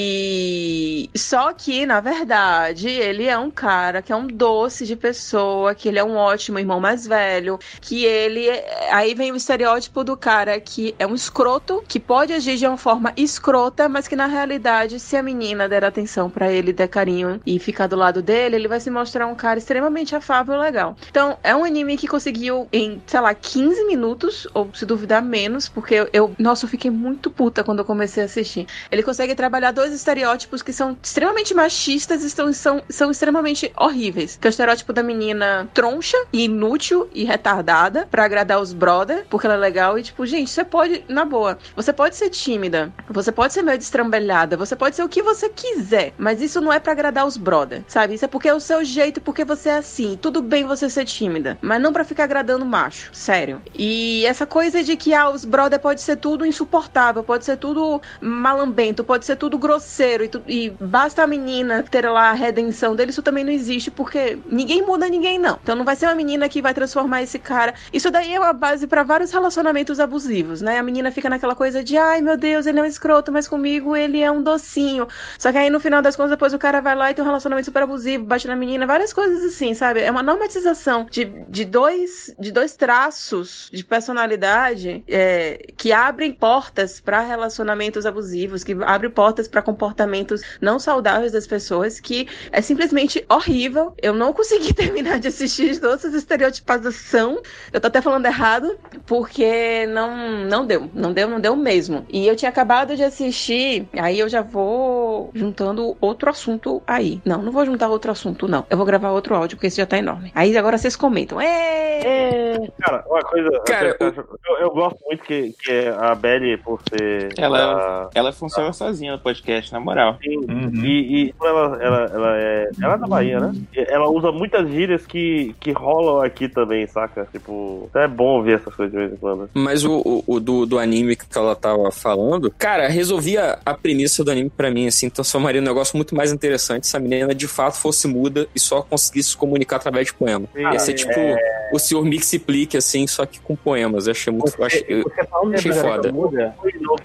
[SPEAKER 9] E. Só que, na verdade, ele é um cara que é um doce de pessoa, que ele é um ótimo irmão mais velho, que ele. é- Aí vem o estereótipo do cara que é um escroto, que pode agir de uma forma escrota, mas que na realidade, se a menina der atenção pra ele, der carinho e ficar do lado dele, ele vai se mostrar um cara extremamente afável e legal. Então, é um anime que conseguiu em, sei lá, 15 minutos, ou se duvidar menos, porque eu, eu nossa, eu fiquei muito puta quando eu comecei a assistir. Ele consegue trabalhar dois estereótipos que são extremamente machistas e são, são, são extremamente horríveis. Que é o estereótipo da menina troncha, e inútil e retardada pra agradar os brother, porque ela é legal. E tipo, gente, você pode, na boa, você pode ser tímida, você pode ser meio destrambelhada, você pode ser o que você quiser, mas isso não é pra agradar os brother, sabe? Isso é porque é o seu jeito, porque você é assim. Tudo bem você ser tímida, mas não pra ficar agradando macho, sério. E essa coisa de que, ah, os brother pode ser tudo insuportável, pode ser tudo malambento, pode ser tudo grosseiro e, tu- e basta a menina ter lá a redenção dele, isso também não existe, porque ninguém muda ninguém, não. Então não vai ser uma menina que vai transformar esse cara. Isso daí é uma base pra vários relacionamentos abusivos, né? A menina fica naquela coisa de, ai meu Deus, ele é um escroto, mas comigo ele é um docinho. Só que aí no final das contas, depois o cara vai lá e tem um relacionamento super abusivo, bate na menina, várias coisas assim, sabe? É uma normatização de, de, dois, de dois traços de personalidade é, que abrem portas pra relacionamentos abusivos, que abrem portas pra comportamentos não saudáveis das pessoas, que é simplesmente horrível. Eu não consegui terminar de assistir todas essas estereotipação. Eu tô até falando errado, porque não, não deu, não deu, não deu mesmo. E eu tinha acabado de assistir, aí eu já vou juntando outro assunto aí. Não, não vou juntar outro assunto, não. Eu vou gravar outro áudio, porque esse já tá enorme. Aí agora vocês comentam. Ê!
[SPEAKER 11] É.
[SPEAKER 1] Cara, uma coisa.
[SPEAKER 3] Cara,
[SPEAKER 1] eu, eu- eu gosto muito que, que a Belly, por ser.
[SPEAKER 4] Ela-
[SPEAKER 1] a-
[SPEAKER 4] Ela funciona sozinha no podcast, na moral.
[SPEAKER 5] Uhum.
[SPEAKER 1] E, e ela, ela, ela, é, ela é da Bahia, né? E Ela usa muitas gírias que, que rolam aqui também, saca? Tipo, então é bom ouvir essas coisas de vez em quando.
[SPEAKER 3] Mas o, o- o do, do anime que ela tá tava falando, cara, resolvia a premissa do anime pra mim, assim, transformaria um negócio muito mais interessante se a menina de fato fosse muda e só conseguisse se comunicar através de poema.
[SPEAKER 2] Ah,
[SPEAKER 3] Ia ser tipo
[SPEAKER 2] é.
[SPEAKER 3] o senhor Mixiplique, assim, só que com poemas. Eu achei muito. eu achei- eu-
[SPEAKER 1] Você tá onde
[SPEAKER 3] achei foda.
[SPEAKER 2] Muda.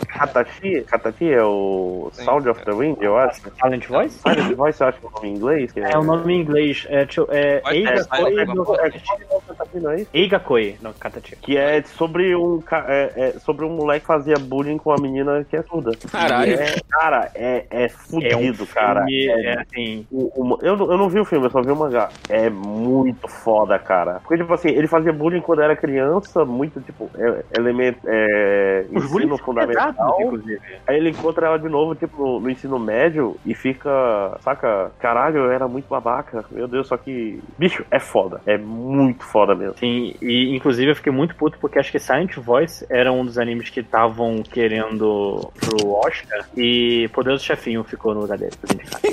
[SPEAKER 1] Katashi? Katashi é o Sound of the Wind, eu acho.
[SPEAKER 2] Silent Voice?
[SPEAKER 1] Silent Voice, eu acho que é o nome em inglês. que
[SPEAKER 2] É o nome em inglês. É, tio- é,
[SPEAKER 7] Pode
[SPEAKER 2] Eiga
[SPEAKER 7] ser,
[SPEAKER 2] Koi
[SPEAKER 7] Silent
[SPEAKER 2] do-
[SPEAKER 7] Voice.
[SPEAKER 1] É Sound of Katashi, não é isso?
[SPEAKER 2] Eiga Koi, não, Katachi.
[SPEAKER 1] Que é sobre um ca- é, é sobre um moleque que fazia bullying com uma menina que é surda.
[SPEAKER 3] Caralho.
[SPEAKER 1] E é- cara, é, é fudido, cara.
[SPEAKER 2] E, um é, assim,
[SPEAKER 1] O- o- eu, não- eu não vi o filme, eu só vi o mangá. É muito foda, cara. Porque, tipo assim, ele fazia bullying quando era criança, muito, tipo, é, elemento. É,
[SPEAKER 2] os bullying
[SPEAKER 1] ensino fundamental.
[SPEAKER 2] inclusive.
[SPEAKER 1] Aí ele encontra ela de novo, tipo, no, no ensino médio e fica, saca? Caralho, eu era muito babaca. Meu Deus, só que. Bicho, é foda. É muito foda mesmo.
[SPEAKER 2] Sim, e inclusive eu fiquei muito puto porque acho que Silent Voice era um dos animes que estavam querendo pro Oscar e Poderoso Chefinho ficou no lugar dele. foi indicado.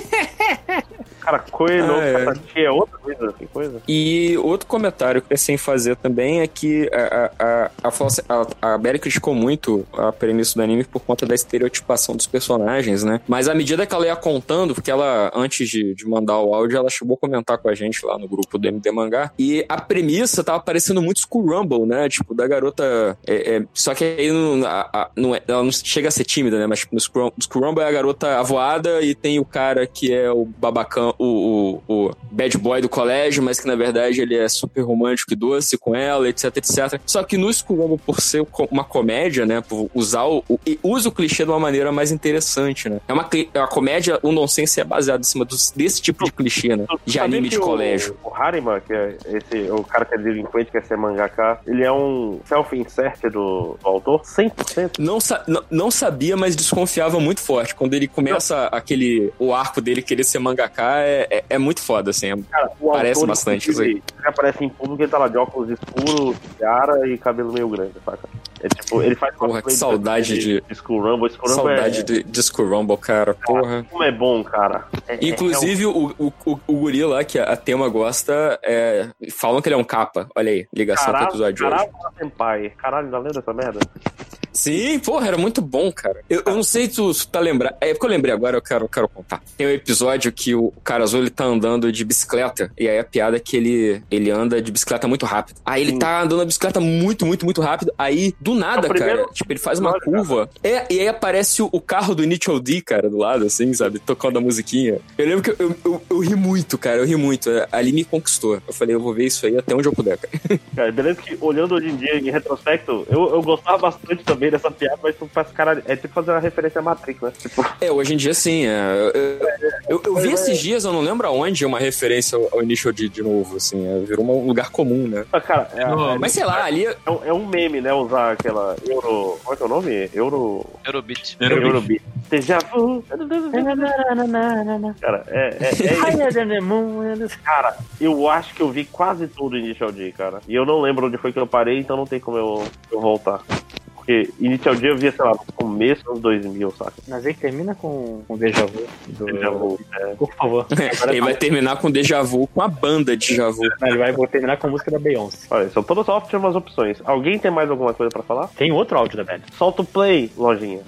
[SPEAKER 1] Cara, Koeno
[SPEAKER 3] Ah, é.
[SPEAKER 1] Katachi é. outra coisa, que coisa.
[SPEAKER 3] E outro comentário que eu sem fazer também é que a, a, a, a, falsa- a, a Beri criticou muito a premissa do anime por conta da estereotipação dos personagens, né? Mas à medida que ela ia contando, porque ela, antes de, de mandar o áudio, ela chegou a comentar com a gente lá no grupo do MD Mangá. E a premissa tava parecendo muito School Rumble, né? Tipo, da garota. é, é, só que aí não, a- a- não é- ela não chega a ser tímida, né? Mas tipo, no School, School Rumble é a garota avoada e tem o cara que é o babacão, o, o, o bad boy do colégio, mas que na verdade ele é super romântico e doce com ela, etc, etc. Só que no School Rumble, por ser co- uma comédia, né? Por usar o. o- e usa o clichê de uma maneira mais interessante, né? É uma, cli- é uma comédia, o nonsense é baseado em cima dos- desse tipo de clichê, né? De
[SPEAKER 1] Sabia
[SPEAKER 3] anime
[SPEAKER 1] que
[SPEAKER 3] de
[SPEAKER 1] o-
[SPEAKER 3] colégio.
[SPEAKER 1] O Harima, que é esse, o cara que é delinquente, que quer ser mangaka, ele é um self-insert do, do autor, 100%.
[SPEAKER 3] Não, sa- não, não sabia, mas desconfiava muito forte. Quando ele começa aquele. O arco dele querer ser mangaká é, é, é muito foda, assim. É-
[SPEAKER 1] Cara, o
[SPEAKER 3] Parece
[SPEAKER 1] autor,
[SPEAKER 3] bastante isso
[SPEAKER 1] inclusive, Ele aparece em público, ele tá lá de óculos escuros, cara e cabelo meio grande, saca? É tipo, ele faz
[SPEAKER 3] Porra,
[SPEAKER 1] cosplay
[SPEAKER 3] que saudade de-
[SPEAKER 1] School Rumble, School Rumble
[SPEAKER 3] saudade
[SPEAKER 1] é...
[SPEAKER 3] de, de School Rumble, cara. Porra.
[SPEAKER 1] Como é bom, cara. É- é-
[SPEAKER 3] Inclusive, o, o, o, o guri lá que a Tema gosta, é, falam que ele é um capa. Olha aí,
[SPEAKER 1] é um
[SPEAKER 3] ligação com o
[SPEAKER 1] caralho,
[SPEAKER 3] episódio de hoje.
[SPEAKER 1] caralho, senpai. Caralho, já lembra dessa merda?
[SPEAKER 3] Sim, porra, era muito bom, cara. Eu, eu não sei se tu, se tu tá lembrando. É porque eu lembrei agora, eu quero, eu quero contar. Tem um episódio que o, o cara azul ele tá andando de bicicleta. E aí a piada é que ele, ele anda de bicicleta muito rápido. Aí ele tá andando na bicicleta muito, muito, muito rápido. Aí, do nada,
[SPEAKER 1] É o primeiro
[SPEAKER 3] cara, tipo, ele faz uma curva. É, e aí aparece o, o carro do Initial D, cara, do lado, assim, sabe? Tocando a musiquinha. Eu lembro que eu, eu, eu, eu ri muito, cara. Eu ri muito. É, Ali me conquistou. Eu falei, eu vou ver isso aí até onde eu puder, cara.
[SPEAKER 1] Cara, beleza que olhando hoje em dia em retrospecto, eu, eu gostava bastante também dessa piada, mas tu faz cara. É tipo fazer uma referência à Matrix, né? Tipo,
[SPEAKER 3] É, hoje em dia sim. é. Eu, eu- eu vi esses dias, eu não lembro aonde, uma referência ao ao Initial D de novo, assim. é, virou um lugar comum, né?
[SPEAKER 2] Ah,
[SPEAKER 1] cara, é,
[SPEAKER 5] Não,
[SPEAKER 3] Mas sei lá, ali
[SPEAKER 1] é um- é um meme, né? Usar aquela Euro. Qual é que é o nome? Euro.
[SPEAKER 7] Eurobeat.
[SPEAKER 5] Era o
[SPEAKER 1] Eurobeat. Deja vu. Cara, é, é, é
[SPEAKER 2] Higher than the moon and the sky.
[SPEAKER 1] Cara, eu acho que eu vi quase tudo Initial D, cara. E eu não lembro onde foi que eu parei, então não tem como eu, eu voltar. Porque Initial D eu via, sei lá, no começo dos 2000, saca?
[SPEAKER 2] Mas aí termina com com Deja Vu. do-
[SPEAKER 1] Eu já vou. É,
[SPEAKER 2] Por favor. Agora tá
[SPEAKER 3] ele vai terminar com Deja Vu, com a banda Deja Vu.
[SPEAKER 2] não, ele vai vou terminar com a música da Beyoncé.
[SPEAKER 1] olha, são todas ótimas opções. Alguém tem mais alguma coisa pra falar?
[SPEAKER 2] Tem outro áudio da Beth.
[SPEAKER 1] Solta o play, lojinha.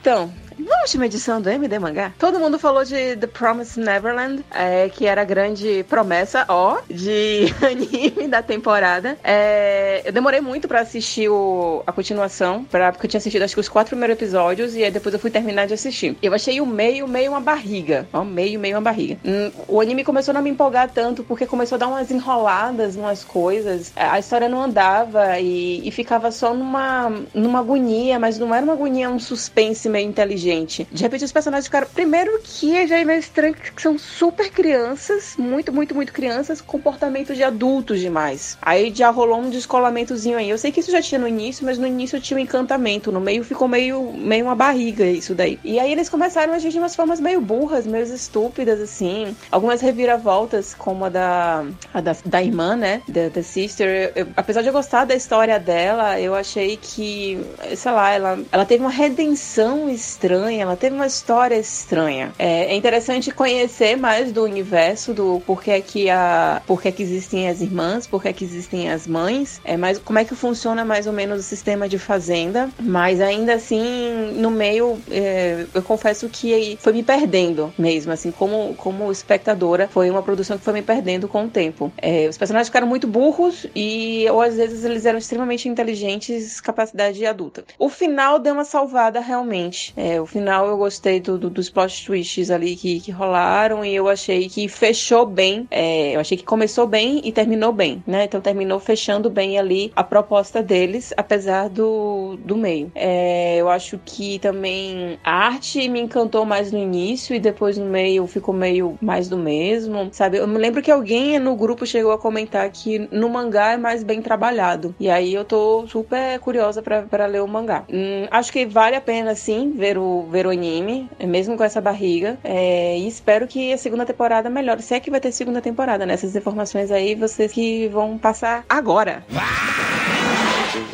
[SPEAKER 9] Então, na última edição do MD Mangá, todo mundo falou de The Promised Neverland, é, que era a grande promessa, ó, de anime da temporada. É, eu demorei muito pra assistir o- a continuação, pra, porque eu tinha assistido acho que os quatro primeiros episódios, e aí depois eu fui terminar de assistir. Eu achei o meio, meio uma barriga. Ó, meio, meio uma barriga. Hum, o anime começou a não me empolgar tanto, porque começou a dar umas enroladas, umas coisas. A a história não andava e, e ficava só numa, numa agonia, mas não era uma agonia, um suspense meio inteligente. De repente os personagens ficaram. Primeiro que já é meio estranho que são super crianças, muito, muito, muito crianças, comportamento de adultos demais. Aí já rolou um descolamentozinho aí. Eu sei que isso já tinha no início, mas no início tinha um encantamento. No meio ficou meio, meio uma barriga isso daí. E aí eles começaram a agir de umas formas meio burras, meio estúpidas, assim. Algumas reviravoltas, como a da a da, da irmã, né? Da, da sister. Eu- apesar de eu gostar da história dela, eu achei que, sei lá, ela, ela teve uma redenção estranha, ela teve uma história estranha. É, é interessante conhecer mais do universo, do porquê que, a, porquê que existem as irmãs, porquê que existem as mães, é, mas como é que funciona mais ou menos o sistema de fazenda. Mas ainda assim, no meio, é, eu confesso que foi me perdendo mesmo, assim, como, como espectadora, foi uma produção que foi me perdendo com o tempo. É, os personagens ficaram muito burros e, ou às vezes, eles eram extremamente inteligentes, capacidade adulta. O final deu uma salvada, realmente. É, o final eu gostei do, do- dos plot twists ali que, que rolaram e eu achei que fechou bem. É, eu achei que começou bem e terminou bem, né? Então terminou fechando bem ali a proposta deles, apesar do, do meio. É, eu acho que também a arte me encantou mais no início e depois no meio ficou meio mais do mesmo, sabe? Eu me lembro que alguém no grupo chegou a comentar que no mangá é mais bem trabalhado. E aí eu tô super curiosa pra- pra ler o mangá. Hum, acho que vale a pena, sim, ver o, ver o anime, é mesmo com essa barriga. É, e espero que a segunda temporada melhore. Se é que vai ter segunda temporada, né? Essas informações aí, vocês que vão passar agora.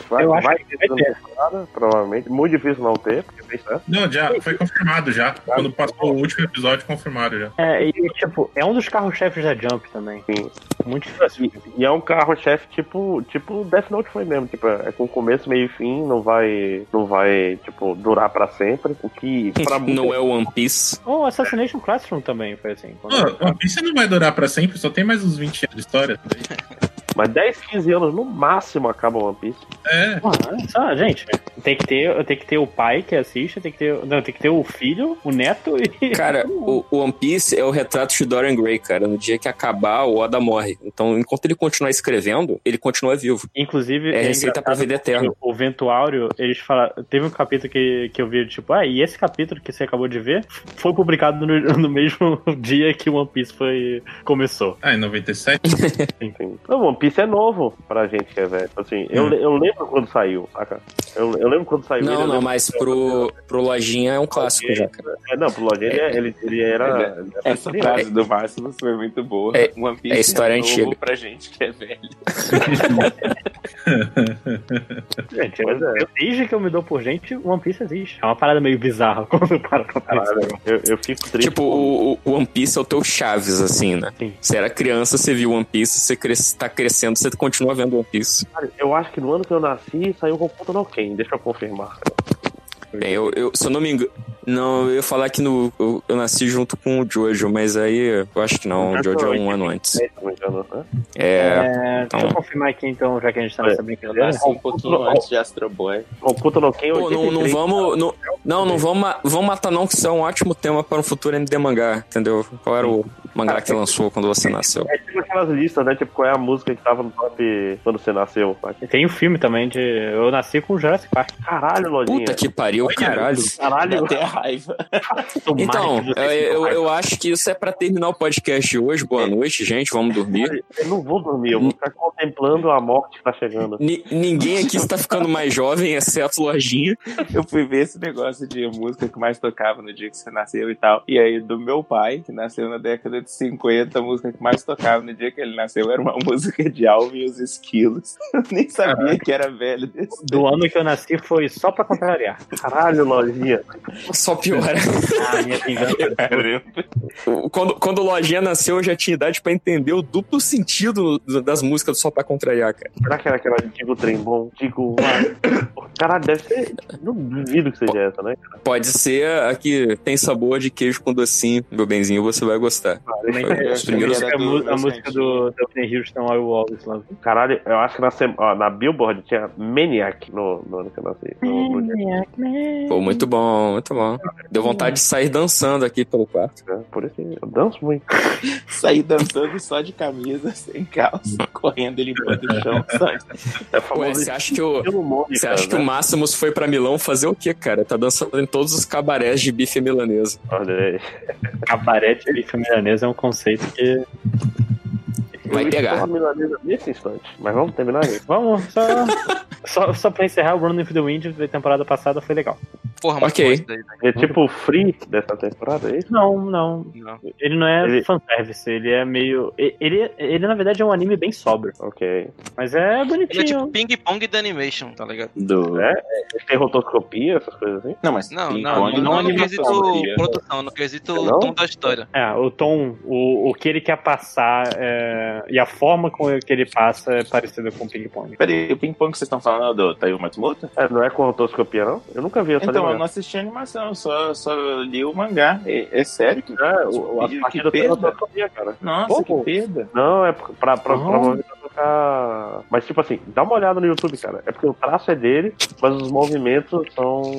[SPEAKER 1] Vai,
[SPEAKER 2] Eu acho
[SPEAKER 1] vai
[SPEAKER 2] vai ter.
[SPEAKER 1] temporada, provavelmente. Muito difícil não ter, porque fez tanto.
[SPEAKER 5] Não, já foi confirmado já.
[SPEAKER 6] Tá.
[SPEAKER 5] Quando passou o último episódio, confirmado já.
[SPEAKER 2] É, e tipo, é um dos carros-chefes da Jump também.
[SPEAKER 1] Sim.
[SPEAKER 2] Muito difícil.
[SPEAKER 1] E é um carro-chefe tipo, tipo Death Note foi mesmo, tipo, é com começo, meio e fim, não vai, não vai, tipo, durar pra sempre, o que pra
[SPEAKER 3] Não
[SPEAKER 1] muita-
[SPEAKER 3] é o One Piece.
[SPEAKER 2] Ou oh, Assassination Classroom também foi assim. Quando...
[SPEAKER 5] Mano, One Piece não vai durar pra sempre, só tem mais uns 20 anos de história. tá
[SPEAKER 1] Mas 10, 15 anos no máximo acaba One Piece.
[SPEAKER 5] É,
[SPEAKER 2] Porra, olha só, Ah, gente, tem que, ter, tem que ter o pai que assiste, tem que ter, não, tem que ter o filho, o neto e.
[SPEAKER 3] Cara, o o One Piece é o retrato de Dorian Gray, cara. No dia que acabar, o Oda morre. Então, enquanto ele continuar escrevendo, ele continua vivo.
[SPEAKER 2] Inclusive,
[SPEAKER 3] É receita pra vida eterna.
[SPEAKER 2] O Ventuário, eles falaram. Teve um capítulo que, que eu vi, tipo, ah, e esse capítulo que você acabou de ver foi publicado no, no mesmo dia que o One Piece foi, começou.
[SPEAKER 5] ah, em 97.
[SPEAKER 1] Enfim. O One Piece é novo pra gente que é velho. Assim, eu, le- eu lembro quando saiu, saca? Eu, eu lembro quando saiu ele,
[SPEAKER 3] Hum. Não,
[SPEAKER 1] eu
[SPEAKER 3] não,
[SPEAKER 1] lembro-
[SPEAKER 3] mas pro, pro Lojinha é um clássico já, cara.
[SPEAKER 1] É, não, pro Lojinha ele, é- ele, ele era. ele era
[SPEAKER 4] Essa
[SPEAKER 1] criança.
[SPEAKER 4] frase do Máximo foi muito boa.
[SPEAKER 3] É-
[SPEAKER 4] One Piece
[SPEAKER 3] é história
[SPEAKER 4] novo
[SPEAKER 3] antiga.
[SPEAKER 4] pra gente que é velho.
[SPEAKER 2] Gente,
[SPEAKER 1] Pois
[SPEAKER 2] eu-
[SPEAKER 1] é.
[SPEAKER 2] eu- desde que eu me dou por gente, One Piece existe. É uma parada meio bizarra quando eu paro pra pensar.
[SPEAKER 1] Caralho, eu, eu fico triste.
[SPEAKER 3] Tipo, o, o One Piece é o teu Chaves, assim, né?
[SPEAKER 2] Sim.
[SPEAKER 3] Você era criança, você viu One Piece, você cres... tá crescendo, você continua vendo One Piece.
[SPEAKER 1] Cara, Eu acho que no ano que eu nasci saiu um Hokuto no Ken, deixa eu confirmar.
[SPEAKER 3] Bem, eu, eu- se eu não me engano. Não, eu ia falar que no, eu, eu nasci junto com o Jojo, mas aí eu acho que não. O Jojo é um ano antes.
[SPEAKER 1] Se não me engano, né?
[SPEAKER 3] É.
[SPEAKER 2] Deixa eu confirmar aqui então, já que a gente tá nessa
[SPEAKER 4] Eu
[SPEAKER 2] brincadeira.
[SPEAKER 4] nasci um pouquinho antes de Astro Boy.
[SPEAKER 1] Hokuto no Ken,
[SPEAKER 3] Pô, não, não
[SPEAKER 1] 83,
[SPEAKER 3] vamos. Não, não, não vamos, ma- vamos matar, não, que isso é um ótimo tema para um futuro MD mangá, entendeu? Qual era o
[SPEAKER 1] Ah,
[SPEAKER 3] mangá que lançou quando você nasceu?
[SPEAKER 1] É tipo aquelas listas, né? Tipo, qual é a música que tava no top quando você nasceu?
[SPEAKER 2] Tem o filme também de. Eu nasci com o Jurassic Park.
[SPEAKER 1] Caralho, Lojinha.
[SPEAKER 3] Puta que pariu, caralho.
[SPEAKER 4] Dá
[SPEAKER 1] Caralho.
[SPEAKER 4] até raiva.
[SPEAKER 3] Então,
[SPEAKER 2] Tomara que
[SPEAKER 3] eu,
[SPEAKER 2] você se
[SPEAKER 3] eu,
[SPEAKER 2] raiva.
[SPEAKER 3] eu acho que isso é pra terminar o podcast de hoje. Boa noite, gente. Vamos dormir.
[SPEAKER 1] Eu não vou dormir, eu vou ficar contemplando a morte que tá
[SPEAKER 4] Né?
[SPEAKER 1] chegando.
[SPEAKER 3] Ni- ninguém aqui está ficando mais jovem, exceto Lojinha.
[SPEAKER 4] Eu fui ver esse negócio de música que mais tocava no dia que você nasceu e tal. E aí, do meu pai, que nasceu na década de 50, a música que mais tocava no dia que ele nasceu era uma música de Alvin e os Esquilos. Eu nem sabia que era velho desse.
[SPEAKER 2] Do ano que eu nasci foi só pra contrariar.
[SPEAKER 1] Caralho, Lojinha.
[SPEAKER 3] Só piora.
[SPEAKER 2] Ah, minha vingança.
[SPEAKER 1] é
[SPEAKER 3] Quando, quando o Lojinha nasceu, eu já tinha idade pra entender o duplo sentido do- das músicas do Só Pra Contrariar, cara.
[SPEAKER 1] Será que era aquela de Digo Trem Bom? Digo, vai. Caralho, deve ser. Não duvido que seja essa, né?
[SPEAKER 3] Pode ser a que tem sabor de queijo com docinho, meu benzinho, você vai gostar.
[SPEAKER 1] Ah,
[SPEAKER 3] Foi os primeiros-
[SPEAKER 1] é
[SPEAKER 2] a, mu- a música do Delphine Houston, I Will Always Love. You.
[SPEAKER 1] Caralho, eu acho que na, sema- ó, na Billboard tinha Maniac no, no ano que eu nasci. No,
[SPEAKER 10] Hum.
[SPEAKER 1] no dia.
[SPEAKER 3] Pô, muito bom, muito bom. Deu vontade de sair dançando aqui pelo quarto.
[SPEAKER 1] né? Por isso que eu danço muito.
[SPEAKER 4] Saí dançando só de camisa, sem calça, correndo ele o chão. sabe?
[SPEAKER 1] É
[SPEAKER 3] Ué,
[SPEAKER 1] famoso
[SPEAKER 3] você acha que o,
[SPEAKER 1] estilo Mônica,
[SPEAKER 3] Você acha que o
[SPEAKER 1] né?
[SPEAKER 3] Máximos foi pra Milão fazer o quê, cara? Tá dançando em todos os cabarés de bife milanesa.
[SPEAKER 1] Olha aí.
[SPEAKER 2] Cabaré de bife milanesa é um conceito que.
[SPEAKER 3] Vai
[SPEAKER 1] Eu
[SPEAKER 3] pegar.
[SPEAKER 1] estou a milanesa nesse instante. Mas vamos terminar aí.
[SPEAKER 2] Vamos, tá. só. só, só pra encerrar, o Run with the Wind da temporada passada foi legal.
[SPEAKER 7] Porra, muito
[SPEAKER 3] Ok.
[SPEAKER 7] bom isso daí, velho.
[SPEAKER 4] né?
[SPEAKER 1] É tipo o free dessa temporada, é isso?
[SPEAKER 2] Não, não.
[SPEAKER 7] Não.
[SPEAKER 2] Ele não é
[SPEAKER 1] Ele-
[SPEAKER 2] fanservice, ele é meio. e- Ele, ele, na verdade, é um anime bem sóbrio.
[SPEAKER 1] Ok.
[SPEAKER 2] Mas é
[SPEAKER 7] Ele é tipo
[SPEAKER 2] bonitinho.
[SPEAKER 7] ping-pong da animation, tá ligado?
[SPEAKER 4] Do...
[SPEAKER 1] É? Tem rotoscopia, essas coisas assim?
[SPEAKER 4] Não, mas
[SPEAKER 7] Não,
[SPEAKER 4] King
[SPEAKER 7] não,
[SPEAKER 4] Kong
[SPEAKER 7] não,
[SPEAKER 4] é
[SPEAKER 7] no
[SPEAKER 4] animação,
[SPEAKER 7] quesito
[SPEAKER 4] né?
[SPEAKER 7] produção, no quesito
[SPEAKER 1] Não?
[SPEAKER 7] tom da história.
[SPEAKER 2] É, o tom, o, o que ele quer passar é, e a forma com que ele passa é parecida com o ping-pong.
[SPEAKER 4] Peraí, o ping-pong que vocês estão falando é o do Taiyu Matsumoto?
[SPEAKER 1] É, não é com rotoscopia, não? Eu nunca vi essa
[SPEAKER 4] Então, eu
[SPEAKER 1] animação.
[SPEAKER 4] não assisti a animação, eu só, só li o mangá. É, é sério que.
[SPEAKER 1] É, o, a
[SPEAKER 4] que
[SPEAKER 1] partida tem
[SPEAKER 4] perda.
[SPEAKER 1] rotoscopia, cara.
[SPEAKER 4] Nossa,
[SPEAKER 1] Pô,
[SPEAKER 4] que
[SPEAKER 1] pô.
[SPEAKER 4] perda.
[SPEAKER 1] Não, é pra, pra, pra,
[SPEAKER 2] Não.
[SPEAKER 1] pra tocar. Mas, tipo assim, dá uma olhada no YouTube, cara. É porque o traço é dele, mas os movimentos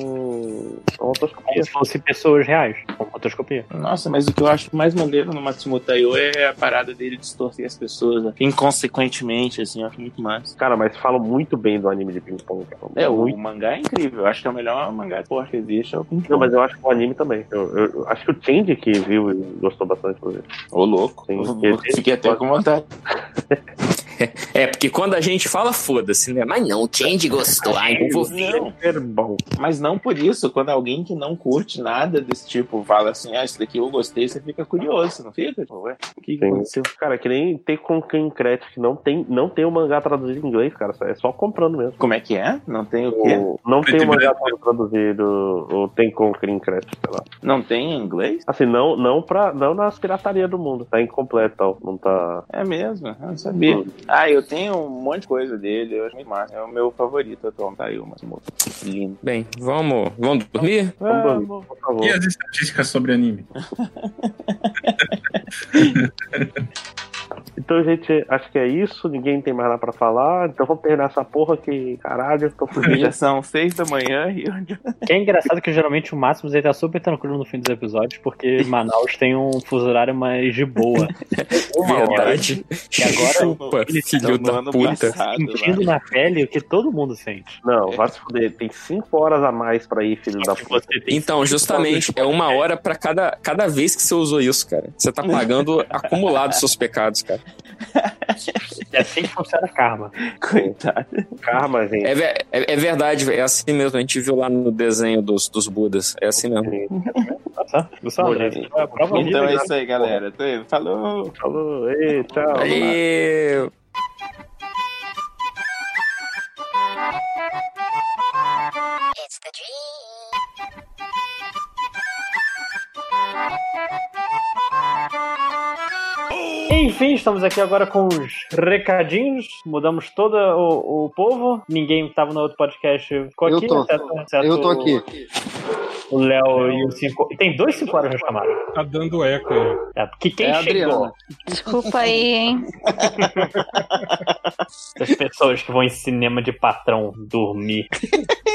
[SPEAKER 1] são. são
[SPEAKER 2] Como
[SPEAKER 1] rotoscopia.
[SPEAKER 2] se fossem pessoas reais, com rotoscopia.
[SPEAKER 4] Nossa, mas o que eu acho mais maneiro no Matsumoto Taiyo é a parada dele distorcer as pessoas, né? inconsequentemente, assim, eu acho muito massa.
[SPEAKER 1] Cara, mas falam muito bem do anime de ping-pong. cara.
[SPEAKER 4] É, o,
[SPEAKER 1] muito.
[SPEAKER 4] mangá é incrível, eu acho que é o melhor mangá de porra que existe é o ping-pong.
[SPEAKER 1] Não, mas eu acho que o anime também. Eu, eu- eu acho que o Change que viu e gostou bastante, inclusive.
[SPEAKER 4] Ô, louco.
[SPEAKER 1] Sim.
[SPEAKER 4] Eu Fiquei até com vontade.
[SPEAKER 3] É, porque quando a gente fala, foda-se, né? Mas não, o Change gostou. Ai, eu vou ver.
[SPEAKER 4] Não,
[SPEAKER 1] É bom.
[SPEAKER 4] mas não por isso. Quando alguém que não curte nada desse tipo fala assim, ah, isso daqui eu gostei, você fica curioso, não fica? Tipo, ué, o que, que
[SPEAKER 1] Sim.
[SPEAKER 4] aconteceu?
[SPEAKER 1] Cara, que nem tem com quem crete que não tem, não tem o mangá traduzido em inglês, cara. É só comprando mesmo.
[SPEAKER 4] Como é que é? Não tem o quê?
[SPEAKER 1] O- não tem
[SPEAKER 5] Preto
[SPEAKER 1] o
[SPEAKER 5] e
[SPEAKER 1] mangá traduzido, ou tem com quem crete, sei lá.
[SPEAKER 4] Não tem em inglês?
[SPEAKER 1] Assim, não, não, pra, não nas pirataria do mundo. Tá incompleto, tal. Não tá.
[SPEAKER 4] É mesmo, eu não sabia. Ah, eu tenho um monte de coisa dele, eu acho muito massa. É o meu favorito atual, tá aí o Matsumoto. Lindo.
[SPEAKER 3] Bem, vamos, vamos dormir?
[SPEAKER 1] Vamos dormir, por favor.
[SPEAKER 5] E as estatísticas sobre anime?
[SPEAKER 1] Então, gente, acho que é isso. Ninguém tem mais nada pra falar. Então vamos terminar essa porra que, caralho, tô fugindo.
[SPEAKER 4] Já são seis da manhã e eu
[SPEAKER 2] Que é engraçado que geralmente o Máximos ele tá super tranquilo no fim dos episódios, porque Manaus tem um fuso horário mais de boa.
[SPEAKER 3] Verdade.
[SPEAKER 2] E agora-
[SPEAKER 3] Chupa, filho
[SPEAKER 4] Então, no
[SPEAKER 3] da
[SPEAKER 4] ano
[SPEAKER 3] puta.
[SPEAKER 4] passado,
[SPEAKER 2] Sentindo na pele o que todo mundo sente.
[SPEAKER 1] Não, vai se fuder. Tem cinco horas a mais pra ir, filho da
[SPEAKER 2] Se
[SPEAKER 1] puta.
[SPEAKER 2] você tem
[SPEAKER 3] Então, justamente, é uma hora pra cada, cada vez que você usou isso, cara. Você tá pagando acumulado seus pecados, cara.
[SPEAKER 2] é assim que funciona karma.
[SPEAKER 4] lá. Coitado.
[SPEAKER 1] Karma, gente.
[SPEAKER 3] É, ver- é- é verdade, é assim mesmo. A gente viu lá no desenho dos, dos Budas. É assim mesmo.
[SPEAKER 2] Tá? Eu sou André,
[SPEAKER 1] Bom, gente.
[SPEAKER 2] é a prova
[SPEAKER 4] Então
[SPEAKER 2] viva.
[SPEAKER 4] é isso aí, galera. Tô indo. Falou!
[SPEAKER 1] Falou, ei, tchau.
[SPEAKER 3] Valeu!
[SPEAKER 2] Enfim, estamos aqui agora com os recadinhos. Mudamos todo o, o povo. Ninguém que tava no outro podcast ficou
[SPEAKER 6] Eu
[SPEAKER 2] aqui.
[SPEAKER 6] tô.
[SPEAKER 2] exceto- exceto
[SPEAKER 6] Eu tô aqui.
[SPEAKER 2] O Léo e o Cinco. Tem dois Cinco horas na chamada.
[SPEAKER 11] Tá dando eco aí.
[SPEAKER 2] É, porque quem
[SPEAKER 6] É a
[SPEAKER 2] chegou,
[SPEAKER 6] Adriana.
[SPEAKER 12] Desculpa aí, hein?
[SPEAKER 2] as pessoas que vão em cinema de patrão dormir.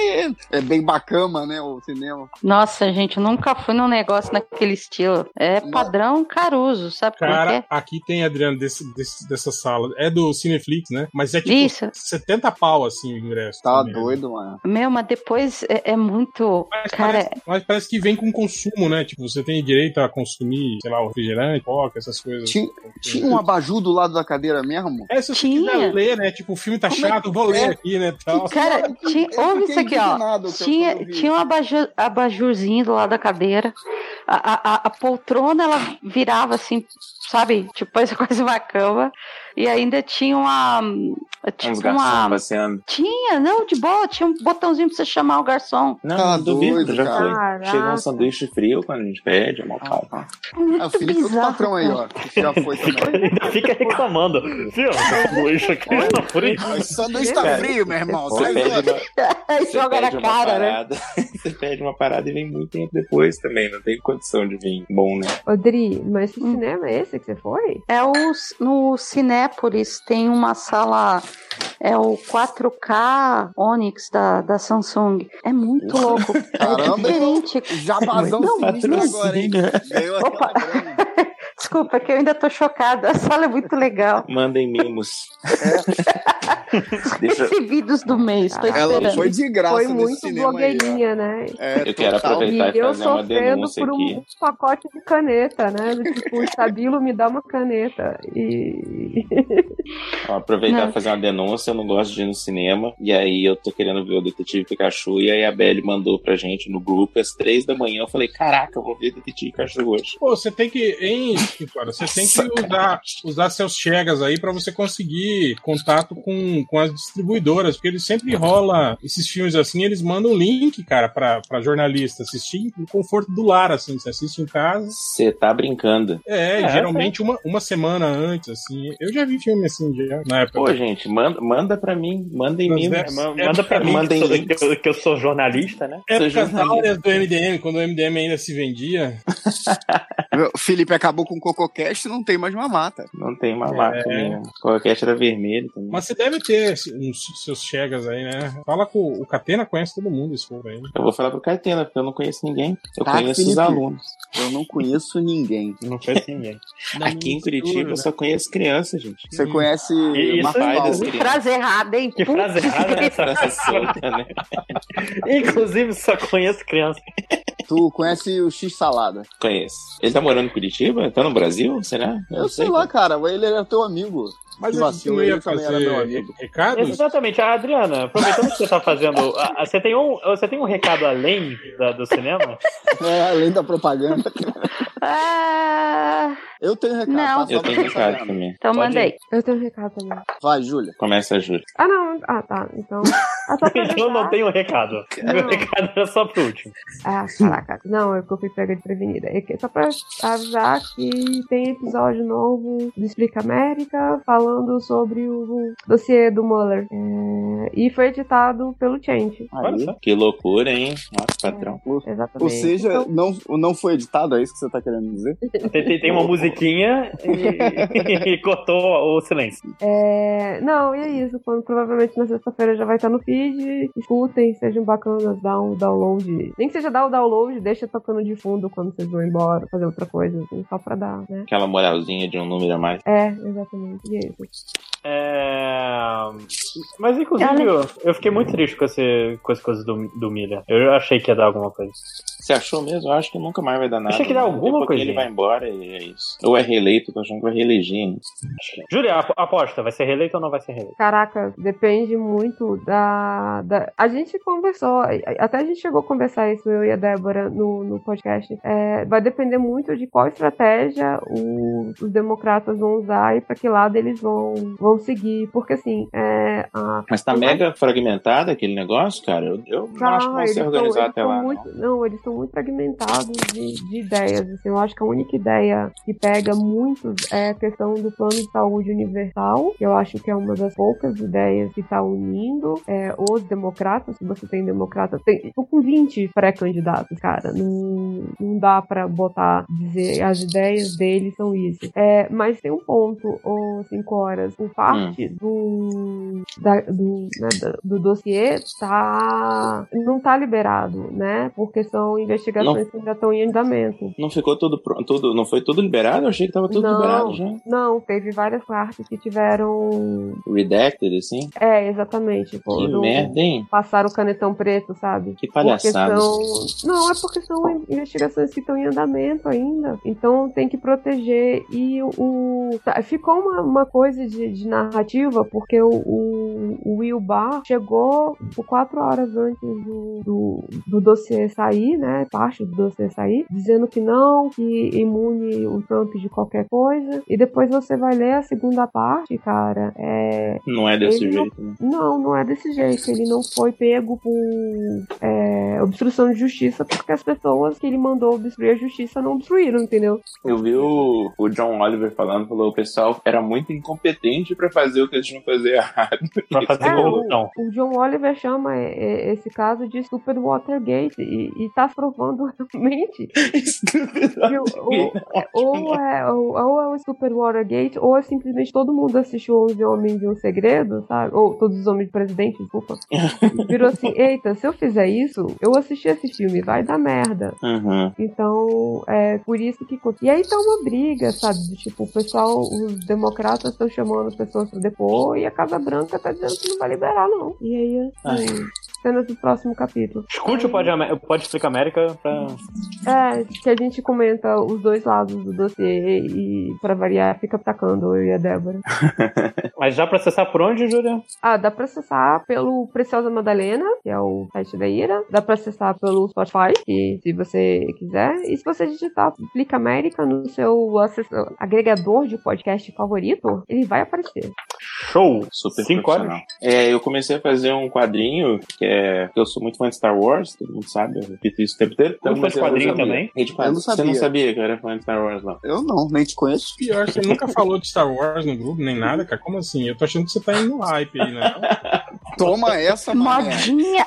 [SPEAKER 6] É bem bacana, né? O cinema.
[SPEAKER 12] Nossa, gente, eu nunca fui num negócio naquele estilo. É padrão Caruso, sabe como é
[SPEAKER 11] Cara,
[SPEAKER 12] que
[SPEAKER 11] aqui tem, Adriano, desse, desse- dessa sala. É do Cineflix, né? Mas é
[SPEAKER 12] é?
[SPEAKER 11] tipo
[SPEAKER 12] Isso.
[SPEAKER 11] 70 pau, assim, o ingresso.
[SPEAKER 6] Tá
[SPEAKER 11] também.
[SPEAKER 6] doido, mano.
[SPEAKER 12] Meu, mas depois é, é muito.
[SPEAKER 11] Mas
[SPEAKER 12] Cara,
[SPEAKER 11] parece, mas parece que vem com consumo, né? Tipo, você tem direito a consumir, sei lá, um refrigerante, coca, essas coisas.
[SPEAKER 6] Tinha, tinha um abajur do lado da cadeira mesmo?
[SPEAKER 11] Uhum. É, se você
[SPEAKER 12] Tinha.
[SPEAKER 11] quiser ler, né? Tipo, o filme tá
[SPEAKER 6] Como é
[SPEAKER 11] chato, vou ler
[SPEAKER 6] é?
[SPEAKER 11] aqui, né? Tal.
[SPEAKER 12] cara, tinha,
[SPEAKER 6] eu
[SPEAKER 12] ouve isso
[SPEAKER 6] fiquei
[SPEAKER 12] aqui, ó.
[SPEAKER 6] indignado que eu-
[SPEAKER 12] Tinha,
[SPEAKER 6] quando eu vi.
[SPEAKER 12] tinha um abajur, abajurzinho do lado da cadeira. A, a- a- a poltrona ela virava assim, sabe? Tipo, parece quase uma cama. E ainda tinha uma. Tipo,
[SPEAKER 4] Uns garçons
[SPEAKER 12] uma.
[SPEAKER 4] passeando.
[SPEAKER 12] Tinha, não, de boa, tinha um botãozinho pra você chamar o garçom.
[SPEAKER 4] Não,
[SPEAKER 6] Tá
[SPEAKER 4] não duvido,
[SPEAKER 6] doido,
[SPEAKER 4] já
[SPEAKER 6] cara.
[SPEAKER 4] foi. Chega um
[SPEAKER 8] Caraca.
[SPEAKER 4] sanduíche frio quando a gente pede, é mó calma.
[SPEAKER 6] Ah, o
[SPEAKER 12] Muito
[SPEAKER 6] Felipe é outro
[SPEAKER 12] bizarro.
[SPEAKER 6] patrão aí,
[SPEAKER 12] cara.
[SPEAKER 6] ó. que Já foi também.
[SPEAKER 2] Ainda fica reclamando. Viu? Isso aqui tá frio.
[SPEAKER 6] O sanduíche tá
[SPEAKER 4] Cara,
[SPEAKER 6] frio, meu irmão.
[SPEAKER 4] Você
[SPEAKER 6] Sai
[SPEAKER 4] pede
[SPEAKER 6] fora.
[SPEAKER 4] uma,
[SPEAKER 12] Aí
[SPEAKER 4] você
[SPEAKER 12] joga
[SPEAKER 4] pede
[SPEAKER 12] na
[SPEAKER 4] uma
[SPEAKER 12] cara, né?
[SPEAKER 4] parada, você pede uma parada e vem muito tempo depois também. Não tem condição de vir bom, né?
[SPEAKER 8] Odri, mas que cinema é esse que você foi?
[SPEAKER 12] Hum. É o, no Cinépolis tem uma sala, é o 4K Onyx da, da Samsung. É muito louco. É
[SPEAKER 6] Caramba. então
[SPEAKER 12] diferente.
[SPEAKER 6] Jabazão
[SPEAKER 12] Não,
[SPEAKER 6] sinistro
[SPEAKER 12] mas-
[SPEAKER 6] agora, hein? assim, né? Ganhou aquela
[SPEAKER 12] Opa.
[SPEAKER 6] grana.
[SPEAKER 12] Desculpa, é que eu ainda tô chocada. A sala é muito legal.
[SPEAKER 4] Mandem mimos.
[SPEAKER 6] É.
[SPEAKER 4] Deixa-
[SPEAKER 12] Recebidos do mês, tô
[SPEAKER 6] Ela
[SPEAKER 12] esperando.
[SPEAKER 6] foi de graça
[SPEAKER 8] Foi
[SPEAKER 6] nesse
[SPEAKER 8] muito
[SPEAKER 6] cinema aí, ó.
[SPEAKER 8] blogueirinha, né?
[SPEAKER 6] É,
[SPEAKER 4] Eu quero
[SPEAKER 6] total.
[SPEAKER 4] aproveitar. Vai
[SPEAKER 8] E eu
[SPEAKER 4] fazer uma
[SPEAKER 8] sofrendo
[SPEAKER 4] denúncia
[SPEAKER 8] por um
[SPEAKER 4] aqui.
[SPEAKER 8] pacote de caneta, né? Do Tipo, o Stabilo me dá uma caneta. E.
[SPEAKER 4] Ó, aproveitar
[SPEAKER 12] Não.
[SPEAKER 4] e fazer uma denúncia, eu não gosto de ir no cinema. E aí eu tô querendo ver o Detetive Pikachu. E aí a Belle mandou pra gente no grupo às três da manhã. Eu falei, caraca, eu vou ver Detetive Pikachu hoje.
[SPEAKER 11] Pô, você tem que, hein, cara, você tem que usar, usar seus chegas aí pra você conseguir contato com, com as distribuidoras, porque eles sempre rola esses filmes assim, eles mandam link, cara, pra, pra jornalista assistir no conforto do lar, assim, você assiste em casa.
[SPEAKER 4] Você tá brincando.
[SPEAKER 11] É,
[SPEAKER 2] É,
[SPEAKER 11] geralmente uma, uma semana antes, assim. Eu já vi filme assim, já, na época.
[SPEAKER 4] Pô, gente, manda, manda pra mim. Manda em
[SPEAKER 11] Mas
[SPEAKER 4] mim.
[SPEAKER 11] é-
[SPEAKER 4] ma-
[SPEAKER 11] é-
[SPEAKER 2] Manda pra mim,
[SPEAKER 4] Mandem
[SPEAKER 2] que, sou,
[SPEAKER 4] links.
[SPEAKER 2] que eu, que eu sou jornalista, né?
[SPEAKER 4] Sou
[SPEAKER 11] Épocas
[SPEAKER 4] jornalista.
[SPEAKER 11] áureas do MDM, quando o MDM ainda se vendia.
[SPEAKER 6] O Felipe acabou com o CocoCast e não tem mais mamata.
[SPEAKER 4] Não tem uma
[SPEAKER 11] É.
[SPEAKER 4] marca mesmo. Qualquer é era vermelho também.
[SPEAKER 11] Mas você deve ter uns seus chegas aí, né? Fala com o Catena, conhece todo mundo esse povo aí.
[SPEAKER 4] Eu vou falar pro Catena, porque eu não conheço ninguém. Eu
[SPEAKER 6] Tá,
[SPEAKER 4] conheço os
[SPEAKER 6] Felipe.
[SPEAKER 4] alunos.
[SPEAKER 6] Eu não conheço ninguém.
[SPEAKER 2] Não fez ninguém.
[SPEAKER 4] Aqui em Curitiba eu só conheço criança, gente.
[SPEAKER 6] Você conhece
[SPEAKER 2] Isso é
[SPEAKER 6] Marfal?
[SPEAKER 4] válido.
[SPEAKER 12] Que frase errada, hein?
[SPEAKER 2] Que frase
[SPEAKER 12] Putz,
[SPEAKER 2] errada é essa?
[SPEAKER 4] Criança solta, né?
[SPEAKER 2] Inclusive, só conheço criança.
[SPEAKER 6] Tu conhece o X Salada?
[SPEAKER 4] Conheço. Ele tá morando em Curitiba? Tá no Brasil? Será?
[SPEAKER 6] Eu sei lá, cara. Ele era teu amigo.
[SPEAKER 11] Mas
[SPEAKER 6] Que
[SPEAKER 11] a gente
[SPEAKER 6] vacilo,
[SPEAKER 11] não ia
[SPEAKER 6] ele também era meu
[SPEAKER 11] fazer
[SPEAKER 6] amigo.
[SPEAKER 11] recados?
[SPEAKER 2] Exatamente, a Adriana, aproveitando que você tá fazendo. a- a- você, tem um, você tem um recado além da- do cinema?
[SPEAKER 6] É, além da propaganda.
[SPEAKER 12] Ah,
[SPEAKER 6] Eu tenho recado.
[SPEAKER 12] Não.
[SPEAKER 6] passa
[SPEAKER 4] Eu
[SPEAKER 6] pra
[SPEAKER 4] tenho
[SPEAKER 6] você,
[SPEAKER 4] recado
[SPEAKER 6] Adriana.
[SPEAKER 4] também.
[SPEAKER 12] então mandei.
[SPEAKER 8] Eu tenho um recado também.
[SPEAKER 6] Vai, Júlia.
[SPEAKER 4] Começa a Júlia.
[SPEAKER 8] Ah, não. Ah, tá. Então. Ah, só pra
[SPEAKER 2] Eu não
[SPEAKER 8] deixar-
[SPEAKER 2] tenho um recado. Meu recado era só pro último.
[SPEAKER 8] Ah, caraca. Não, é porque eu fui pega de prevenida. É que- só pra avisar que tem episódio novo do Explica América falando sobre o dossiê do Mueller. É, E foi editado pelo Change.
[SPEAKER 2] Olha
[SPEAKER 6] Aí.
[SPEAKER 2] só.
[SPEAKER 4] Que loucura, hein? Nossa, patrão.
[SPEAKER 8] Exatamente.
[SPEAKER 6] Ou seja,
[SPEAKER 8] Então,
[SPEAKER 6] não, não foi editado, é isso que você tá querendo dizer?
[SPEAKER 2] Tem, tem- tem uma musiquinha e, e cortou o silêncio.
[SPEAKER 8] é, Não, e é isso. Quando provavelmente na sexta-feira já vai estar no feed. Escutem, sejam bacanas, dá um download. Nem que seja dar o download, deixa tocando de fundo quando vocês vão embora, fazer outra coisa, assim, só pra dar, né?
[SPEAKER 4] Aquela moralzinha de um número a mais.
[SPEAKER 8] É, exatamente. E é isso.
[SPEAKER 2] É, Mas, inclusive, eu, eu fiquei muito triste com, esse, com essa coisa do, do Miller. Eu achei que ia dar alguma coisa.
[SPEAKER 4] Você achou mesmo? Eu acho que nunca mais vai dar nada.
[SPEAKER 2] Achei que dá
[SPEAKER 4] né?
[SPEAKER 2] alguma
[SPEAKER 4] Daqui a pouquinho
[SPEAKER 2] coisinha.
[SPEAKER 4] Ele vai embora e é isso. Ou é reeleito, tô achando que vai reeleger. hein?
[SPEAKER 2] Júlia, ap- aposta, vai ser reeleito ou não vai ser reeleito?
[SPEAKER 8] Caraca, depende muito da, da- A gente conversou, até a gente chegou a conversar isso, eu e a Débora, no, no podcast. É, vai depender muito de qual estratégia o- os democratas vão usar e pra que lado eles vão, vão seguir. Porque, assim, é, é, a
[SPEAKER 4] Mas tá mega fragmentado aquele negócio, cara. Eu, eu não acho
[SPEAKER 2] Ah,
[SPEAKER 4] que vai
[SPEAKER 8] eles
[SPEAKER 4] ser
[SPEAKER 8] tão-
[SPEAKER 4] organizado
[SPEAKER 8] eles
[SPEAKER 4] até
[SPEAKER 8] tão
[SPEAKER 4] lá.
[SPEAKER 8] muito-
[SPEAKER 4] não.
[SPEAKER 8] não, eles estão muito fragmentados de, de ideias. assim. eu acho que a única ideia que pega muitos é a questão do plano de saúde universal, que eu acho que é uma das poucas ideias que está unindo é, os democratas. Se você tem democrata, tem tô com 20 pré-candidatos, cara. Não, não dá pra botar, dizer as ideias deles são isso. É, mas tem um ponto, ou 5 horas,
[SPEAKER 4] Hum.
[SPEAKER 8] o parte do da- do, né, da- do dossiê tá, não tá liberado, né? Porque são investigações que ainda estão em andamento.
[SPEAKER 4] Não ficou tudo pronto, tudo, não foi tudo liberado? Eu achei que tava Tá tudo liberado já.
[SPEAKER 8] não, teve várias partes que tiveram.
[SPEAKER 4] Redacted, assim.
[SPEAKER 8] É, exatamente.
[SPEAKER 4] Que
[SPEAKER 8] foram-
[SPEAKER 4] merda, hein?
[SPEAKER 8] Passaram o canetão preto, sabe?
[SPEAKER 4] Que palhaçada.
[SPEAKER 8] Porque são- Não, é porque são investigações que estão em andamento ainda. Então tem que proteger. E o. tá, Ficou uma, uma coisa de, de narrativa, porque o, o- o Will Barr chegou por quatro horas antes do, do, do dossiê sair, né? Parte do dossiê sair, dizendo que não, que imune o Trump de qualquer coisa. E depois você vai ler a segunda parte, cara. É,
[SPEAKER 4] Não é desse
[SPEAKER 8] ele não
[SPEAKER 4] jeito, né?
[SPEAKER 8] não, não é desse jeito. Ele não foi pego por é, obstrução de justiça porque as pessoas que ele mandou obstruir a justiça não obstruíram, entendeu?
[SPEAKER 4] Eu vi o, o John Oliver falando, falou, o pessoal era muito incompetente pra fazer o que eles tinham que fazer errado.
[SPEAKER 2] Pra fazer
[SPEAKER 8] É,
[SPEAKER 2] corrupção.
[SPEAKER 8] O John Oliver chama é, é, esse caso de Super Watergate e, e tá provando realmente que o, o- ou, é, ou, ou é o Super Watergate ou é simplesmente todo mundo assistiu 11 Homens e um Segredo, sabe? Ou Todos os Homens do Presidente, desculpa. Virou assim, eita, se eu fizer isso, eu assisti esse filme, vai dar merda.
[SPEAKER 4] Uhum.
[SPEAKER 8] Então, é por isso que. E aí tá uma briga, sabe? De, tipo, o pessoal, os democratas estão chamando as pessoas pra depor e a Casa Branca tá dizendo que não vai liberar, não. E aí, assim, cenas do próximo capítulo.
[SPEAKER 2] Escute o Pode, Amé- o Pode Explica América pra.
[SPEAKER 8] É, que a gente comenta os dois lados do dossiê e, pra variar, fica atacando eu e a Débora.
[SPEAKER 2] Mas já pra acessar por onde, Júlia?
[SPEAKER 8] Ah, dá pra acessar pelo Preciosa Madalena, que é o site da Ira. Dá pra acessar pelo Spotify, que se você quiser. E se você digitar Plica América no seu acessa- agregador de podcast favorito, ele vai aparecer.
[SPEAKER 2] Show!
[SPEAKER 4] Super
[SPEAKER 2] Cinco
[SPEAKER 4] profissional.
[SPEAKER 2] horas?
[SPEAKER 4] É, eu comecei a fazer um quadrinho, que é. que Eu sou muito fã de Star Wars, todo mundo sabe, eu repito isso o tempo inteiro.
[SPEAKER 2] Muito fã de
[SPEAKER 4] comecei a fazer
[SPEAKER 2] quadrinho
[SPEAKER 4] um-
[SPEAKER 2] também?
[SPEAKER 4] E, tipo,
[SPEAKER 6] Eu não
[SPEAKER 4] Você não
[SPEAKER 6] sabia.
[SPEAKER 4] sabia que eu era fã de Star Wars, não.
[SPEAKER 6] Eu não, nem te conheço.
[SPEAKER 11] Pior, você nunca falou de Star Wars no grupo, nem nada, cara. Como assim? Eu tô achando que você tá indo no hype aí, né?
[SPEAKER 6] Toma essa, mané.
[SPEAKER 9] Modinha!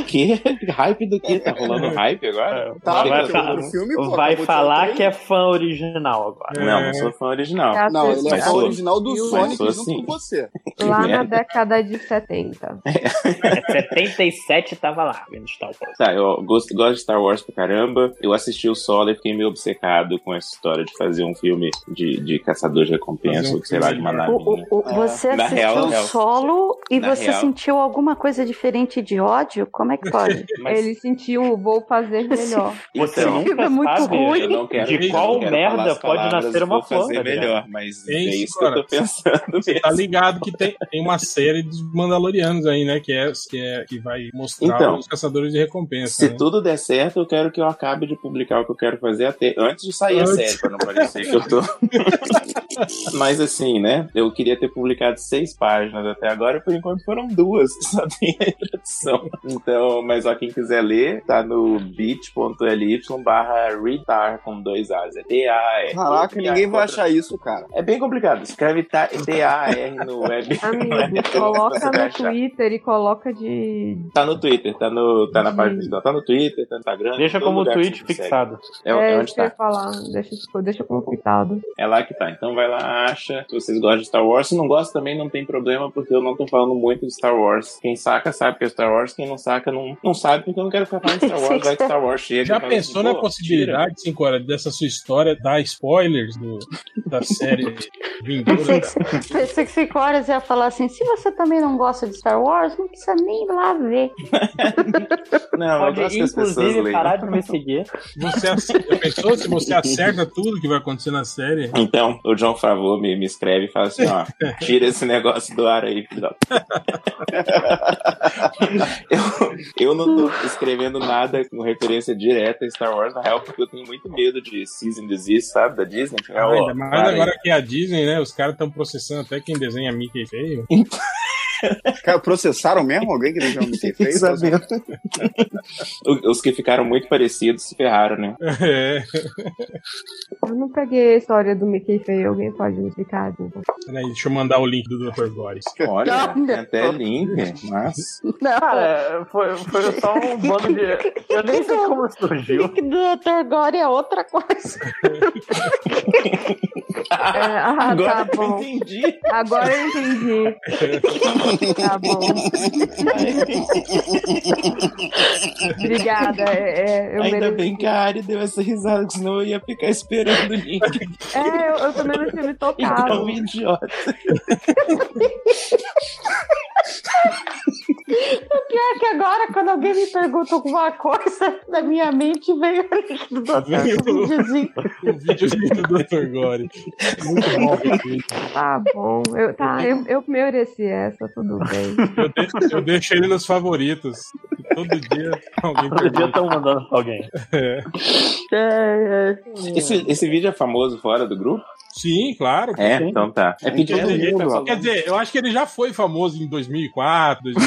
[SPEAKER 4] O quê? Hype do quê? Tá rolando hype agora?
[SPEAKER 6] Tá,
[SPEAKER 2] É, Vai
[SPEAKER 6] porque
[SPEAKER 2] falar-
[SPEAKER 6] outro filme, pô,
[SPEAKER 2] Vai
[SPEAKER 6] acabou de
[SPEAKER 2] falar
[SPEAKER 6] sair.
[SPEAKER 2] que é fã original agora.
[SPEAKER 4] Não, não sou fã original.
[SPEAKER 2] Tá,
[SPEAKER 6] Não, ele é
[SPEAKER 4] Mas
[SPEAKER 6] fã
[SPEAKER 4] sou.
[SPEAKER 6] original do
[SPEAKER 8] Mas
[SPEAKER 6] Sonic
[SPEAKER 4] sou
[SPEAKER 6] junto
[SPEAKER 4] sim.
[SPEAKER 6] com você.
[SPEAKER 8] Lá na
[SPEAKER 4] assim. merda.
[SPEAKER 8] década de 70.
[SPEAKER 2] É, 77 tava lá, vendo Star Wars.
[SPEAKER 4] Tá, eu gosto, gosto de Star Wars pra caramba. Eu assisti o solo e fiquei meio obcecado com essa história de fazer um filme de, de caçador de recompensa,
[SPEAKER 11] Fazer um
[SPEAKER 4] ou sei lá, de uma
[SPEAKER 11] filme
[SPEAKER 13] O-
[SPEAKER 4] navinha.
[SPEAKER 13] o- o-
[SPEAKER 8] É.
[SPEAKER 13] você
[SPEAKER 4] Na
[SPEAKER 13] assistiu
[SPEAKER 4] real, real.
[SPEAKER 13] solo e
[SPEAKER 4] Na
[SPEAKER 13] você
[SPEAKER 4] real.
[SPEAKER 13] sentiu alguma coisa diferente de ódio? Como é que pode?
[SPEAKER 4] Mas-
[SPEAKER 8] Ele sentiu, vou fazer melhor.
[SPEAKER 2] Você
[SPEAKER 4] Então,
[SPEAKER 2] nunca
[SPEAKER 13] filme é muito
[SPEAKER 2] sabe
[SPEAKER 13] ruim.
[SPEAKER 4] eu não quero,
[SPEAKER 2] de
[SPEAKER 4] eu não
[SPEAKER 2] qual
[SPEAKER 4] quero
[SPEAKER 2] merda
[SPEAKER 4] falar as
[SPEAKER 2] pode
[SPEAKER 4] palavras,
[SPEAKER 2] nascer uma
[SPEAKER 4] vou fazer
[SPEAKER 2] flor, Adriano?
[SPEAKER 4] melhor, mas
[SPEAKER 11] É
[SPEAKER 4] é
[SPEAKER 11] isso,
[SPEAKER 4] isso que eu
[SPEAKER 11] cara.
[SPEAKER 4] tô pensando
[SPEAKER 11] Você tá
[SPEAKER 4] mesmo.
[SPEAKER 11] ligado que tem, tem uma série dos Mandalorianos aí, né? Que, é, que, é, que vai mostrar
[SPEAKER 4] Então,
[SPEAKER 11] os caçadores de recompensa.
[SPEAKER 4] Se
[SPEAKER 2] Uhum.
[SPEAKER 11] Né?
[SPEAKER 4] tudo der certo, eu quero que eu acabe de publicar o que eu quero fazer até antes de sair
[SPEAKER 11] Antes.
[SPEAKER 4] a série, pra não parecer que eu tô. Mas assim, né? Eu queria ter publicado seis páginas até agora, por enquanto foram duas, que só tem a introdução. Então, mas ó, quem quiser ler, tá no bit.ly barra retar com dois A's. É D-A-R.
[SPEAKER 6] Caraca, ninguém vai achar isso, cara.
[SPEAKER 4] É bem complicado. Escreve ta- D-A-R no web.
[SPEAKER 8] Amigo,
[SPEAKER 4] Você
[SPEAKER 8] coloca
[SPEAKER 4] vai
[SPEAKER 8] no
[SPEAKER 4] achar.
[SPEAKER 8] Twitter e coloca de.
[SPEAKER 4] Tá no Twitter, tá, no, tá na página
[SPEAKER 8] Sim.
[SPEAKER 4] digital, tá no Twitter, tá no Instagram.
[SPEAKER 2] Uhum. Deixa
[SPEAKER 4] em todo
[SPEAKER 2] como
[SPEAKER 4] lugar que
[SPEAKER 2] tweet
[SPEAKER 4] você consegue.
[SPEAKER 2] fixado.
[SPEAKER 4] É, é onde
[SPEAKER 8] isso que eu
[SPEAKER 4] tá.
[SPEAKER 8] ia falar. Deixa, deixa um complicado.
[SPEAKER 4] É lá que tá. Então vai lá, acha. Se vocês gostam de Star Wars, se não gostam também, não tem problema, porque eu não tô falando muito de Star Wars. Quem saca sabe que é Star Wars, quem não saca não, não sabe, porque eu não quero ficar falando de Star Wars, vai que Star Wars chega. e
[SPEAKER 11] Já
[SPEAKER 4] fala
[SPEAKER 11] pensou
[SPEAKER 4] assim,
[SPEAKER 11] na
[SPEAKER 4] "Pô,
[SPEAKER 11] possibilidade, 5 horas, dessa sua história dar spoilers do- da série
[SPEAKER 13] Pensei
[SPEAKER 11] Vindoura?
[SPEAKER 13] que, você- pensei que cinco horas ia falar assim: se você também não gosta de Star Wars, não precisa nem ir lá ver.
[SPEAKER 4] tira?" Não, eu gosto
[SPEAKER 2] Pode,
[SPEAKER 4] que as pessoas
[SPEAKER 2] inclusive,
[SPEAKER 4] leiam.
[SPEAKER 2] parar de me seguir.
[SPEAKER 11] Você ace- Já pensou se você acerta tudo que vai acontecer na série?
[SPEAKER 4] Então, o John Favreau me, me escreve e fala assim, ó, tira esse negócio do ar aí, filho da puta. eu, eu não tô escrevendo nada com referência direta a Star Wars, na real, porque eu tenho muito medo de Season Disease, sabe, da Disney. que é, ó,
[SPEAKER 11] Ainda mais
[SPEAKER 4] para aí. Então.
[SPEAKER 11] agora que é a Disney, né? Os caras estão processando até quem desenha Mickey feio.
[SPEAKER 6] Cara, processaram mesmo alguém que deixou um ser
[SPEAKER 4] é
[SPEAKER 6] feio?
[SPEAKER 4] O- Os que ficaram muito parecidos se ferraram, né?
[SPEAKER 11] É.
[SPEAKER 8] Eu não peguei a história do Mickey feio, alguém pode me explicar? gente?
[SPEAKER 11] Peraí, Né, deixa eu mandar o link do Dr. Boris.
[SPEAKER 4] Olha,
[SPEAKER 13] Não,
[SPEAKER 4] tem até
[SPEAKER 13] não.
[SPEAKER 4] link, mas.
[SPEAKER 13] Não.
[SPEAKER 8] é,
[SPEAKER 2] Cara, É, foi, foi só um bando de. Eu nem sei como surgiu.
[SPEAKER 13] Link do Dr. Gore é outra coisa.
[SPEAKER 8] É, ah,
[SPEAKER 4] Agora
[SPEAKER 8] tá
[SPEAKER 4] eu
[SPEAKER 8] bom.
[SPEAKER 4] entendi.
[SPEAKER 8] Agora eu entendi. Tá bom. Obrigada. é, é, eu
[SPEAKER 4] Ainda
[SPEAKER 8] mereci.
[SPEAKER 4] bem que a Ari deu essa risada, que senão eu ia ficar esperando o link
[SPEAKER 8] É, eu, eu também não tinha me
[SPEAKER 4] igual
[SPEAKER 8] tocado.
[SPEAKER 4] um idiota.
[SPEAKER 12] é
[SPEAKER 13] Pior que agora, quando alguém me pergunta alguma coisa, na minha mente veio o link do Dr. videozinho.
[SPEAKER 11] O vídeo do Dr. Gore. Muito bom esse vídeo.
[SPEAKER 8] Tá bom. Eu, tá, eu, eu mereci essa, tudo bem.
[SPEAKER 11] Eu deixo, eu deixo ele nos favoritos. Todo dia alguém
[SPEAKER 2] Todo dia
[SPEAKER 11] pergunta.
[SPEAKER 2] estão mandando pra alguém.
[SPEAKER 11] É.
[SPEAKER 4] Esse, esse vídeo é famoso fora do grupo?
[SPEAKER 11] Sim, claro.
[SPEAKER 4] É,
[SPEAKER 2] Sim.
[SPEAKER 4] então tá. É porque
[SPEAKER 11] Todo
[SPEAKER 4] todo
[SPEAKER 11] dia tá-
[SPEAKER 4] mundo
[SPEAKER 11] Quer dizer, eu acho que ele já foi famoso em 2004, 2015.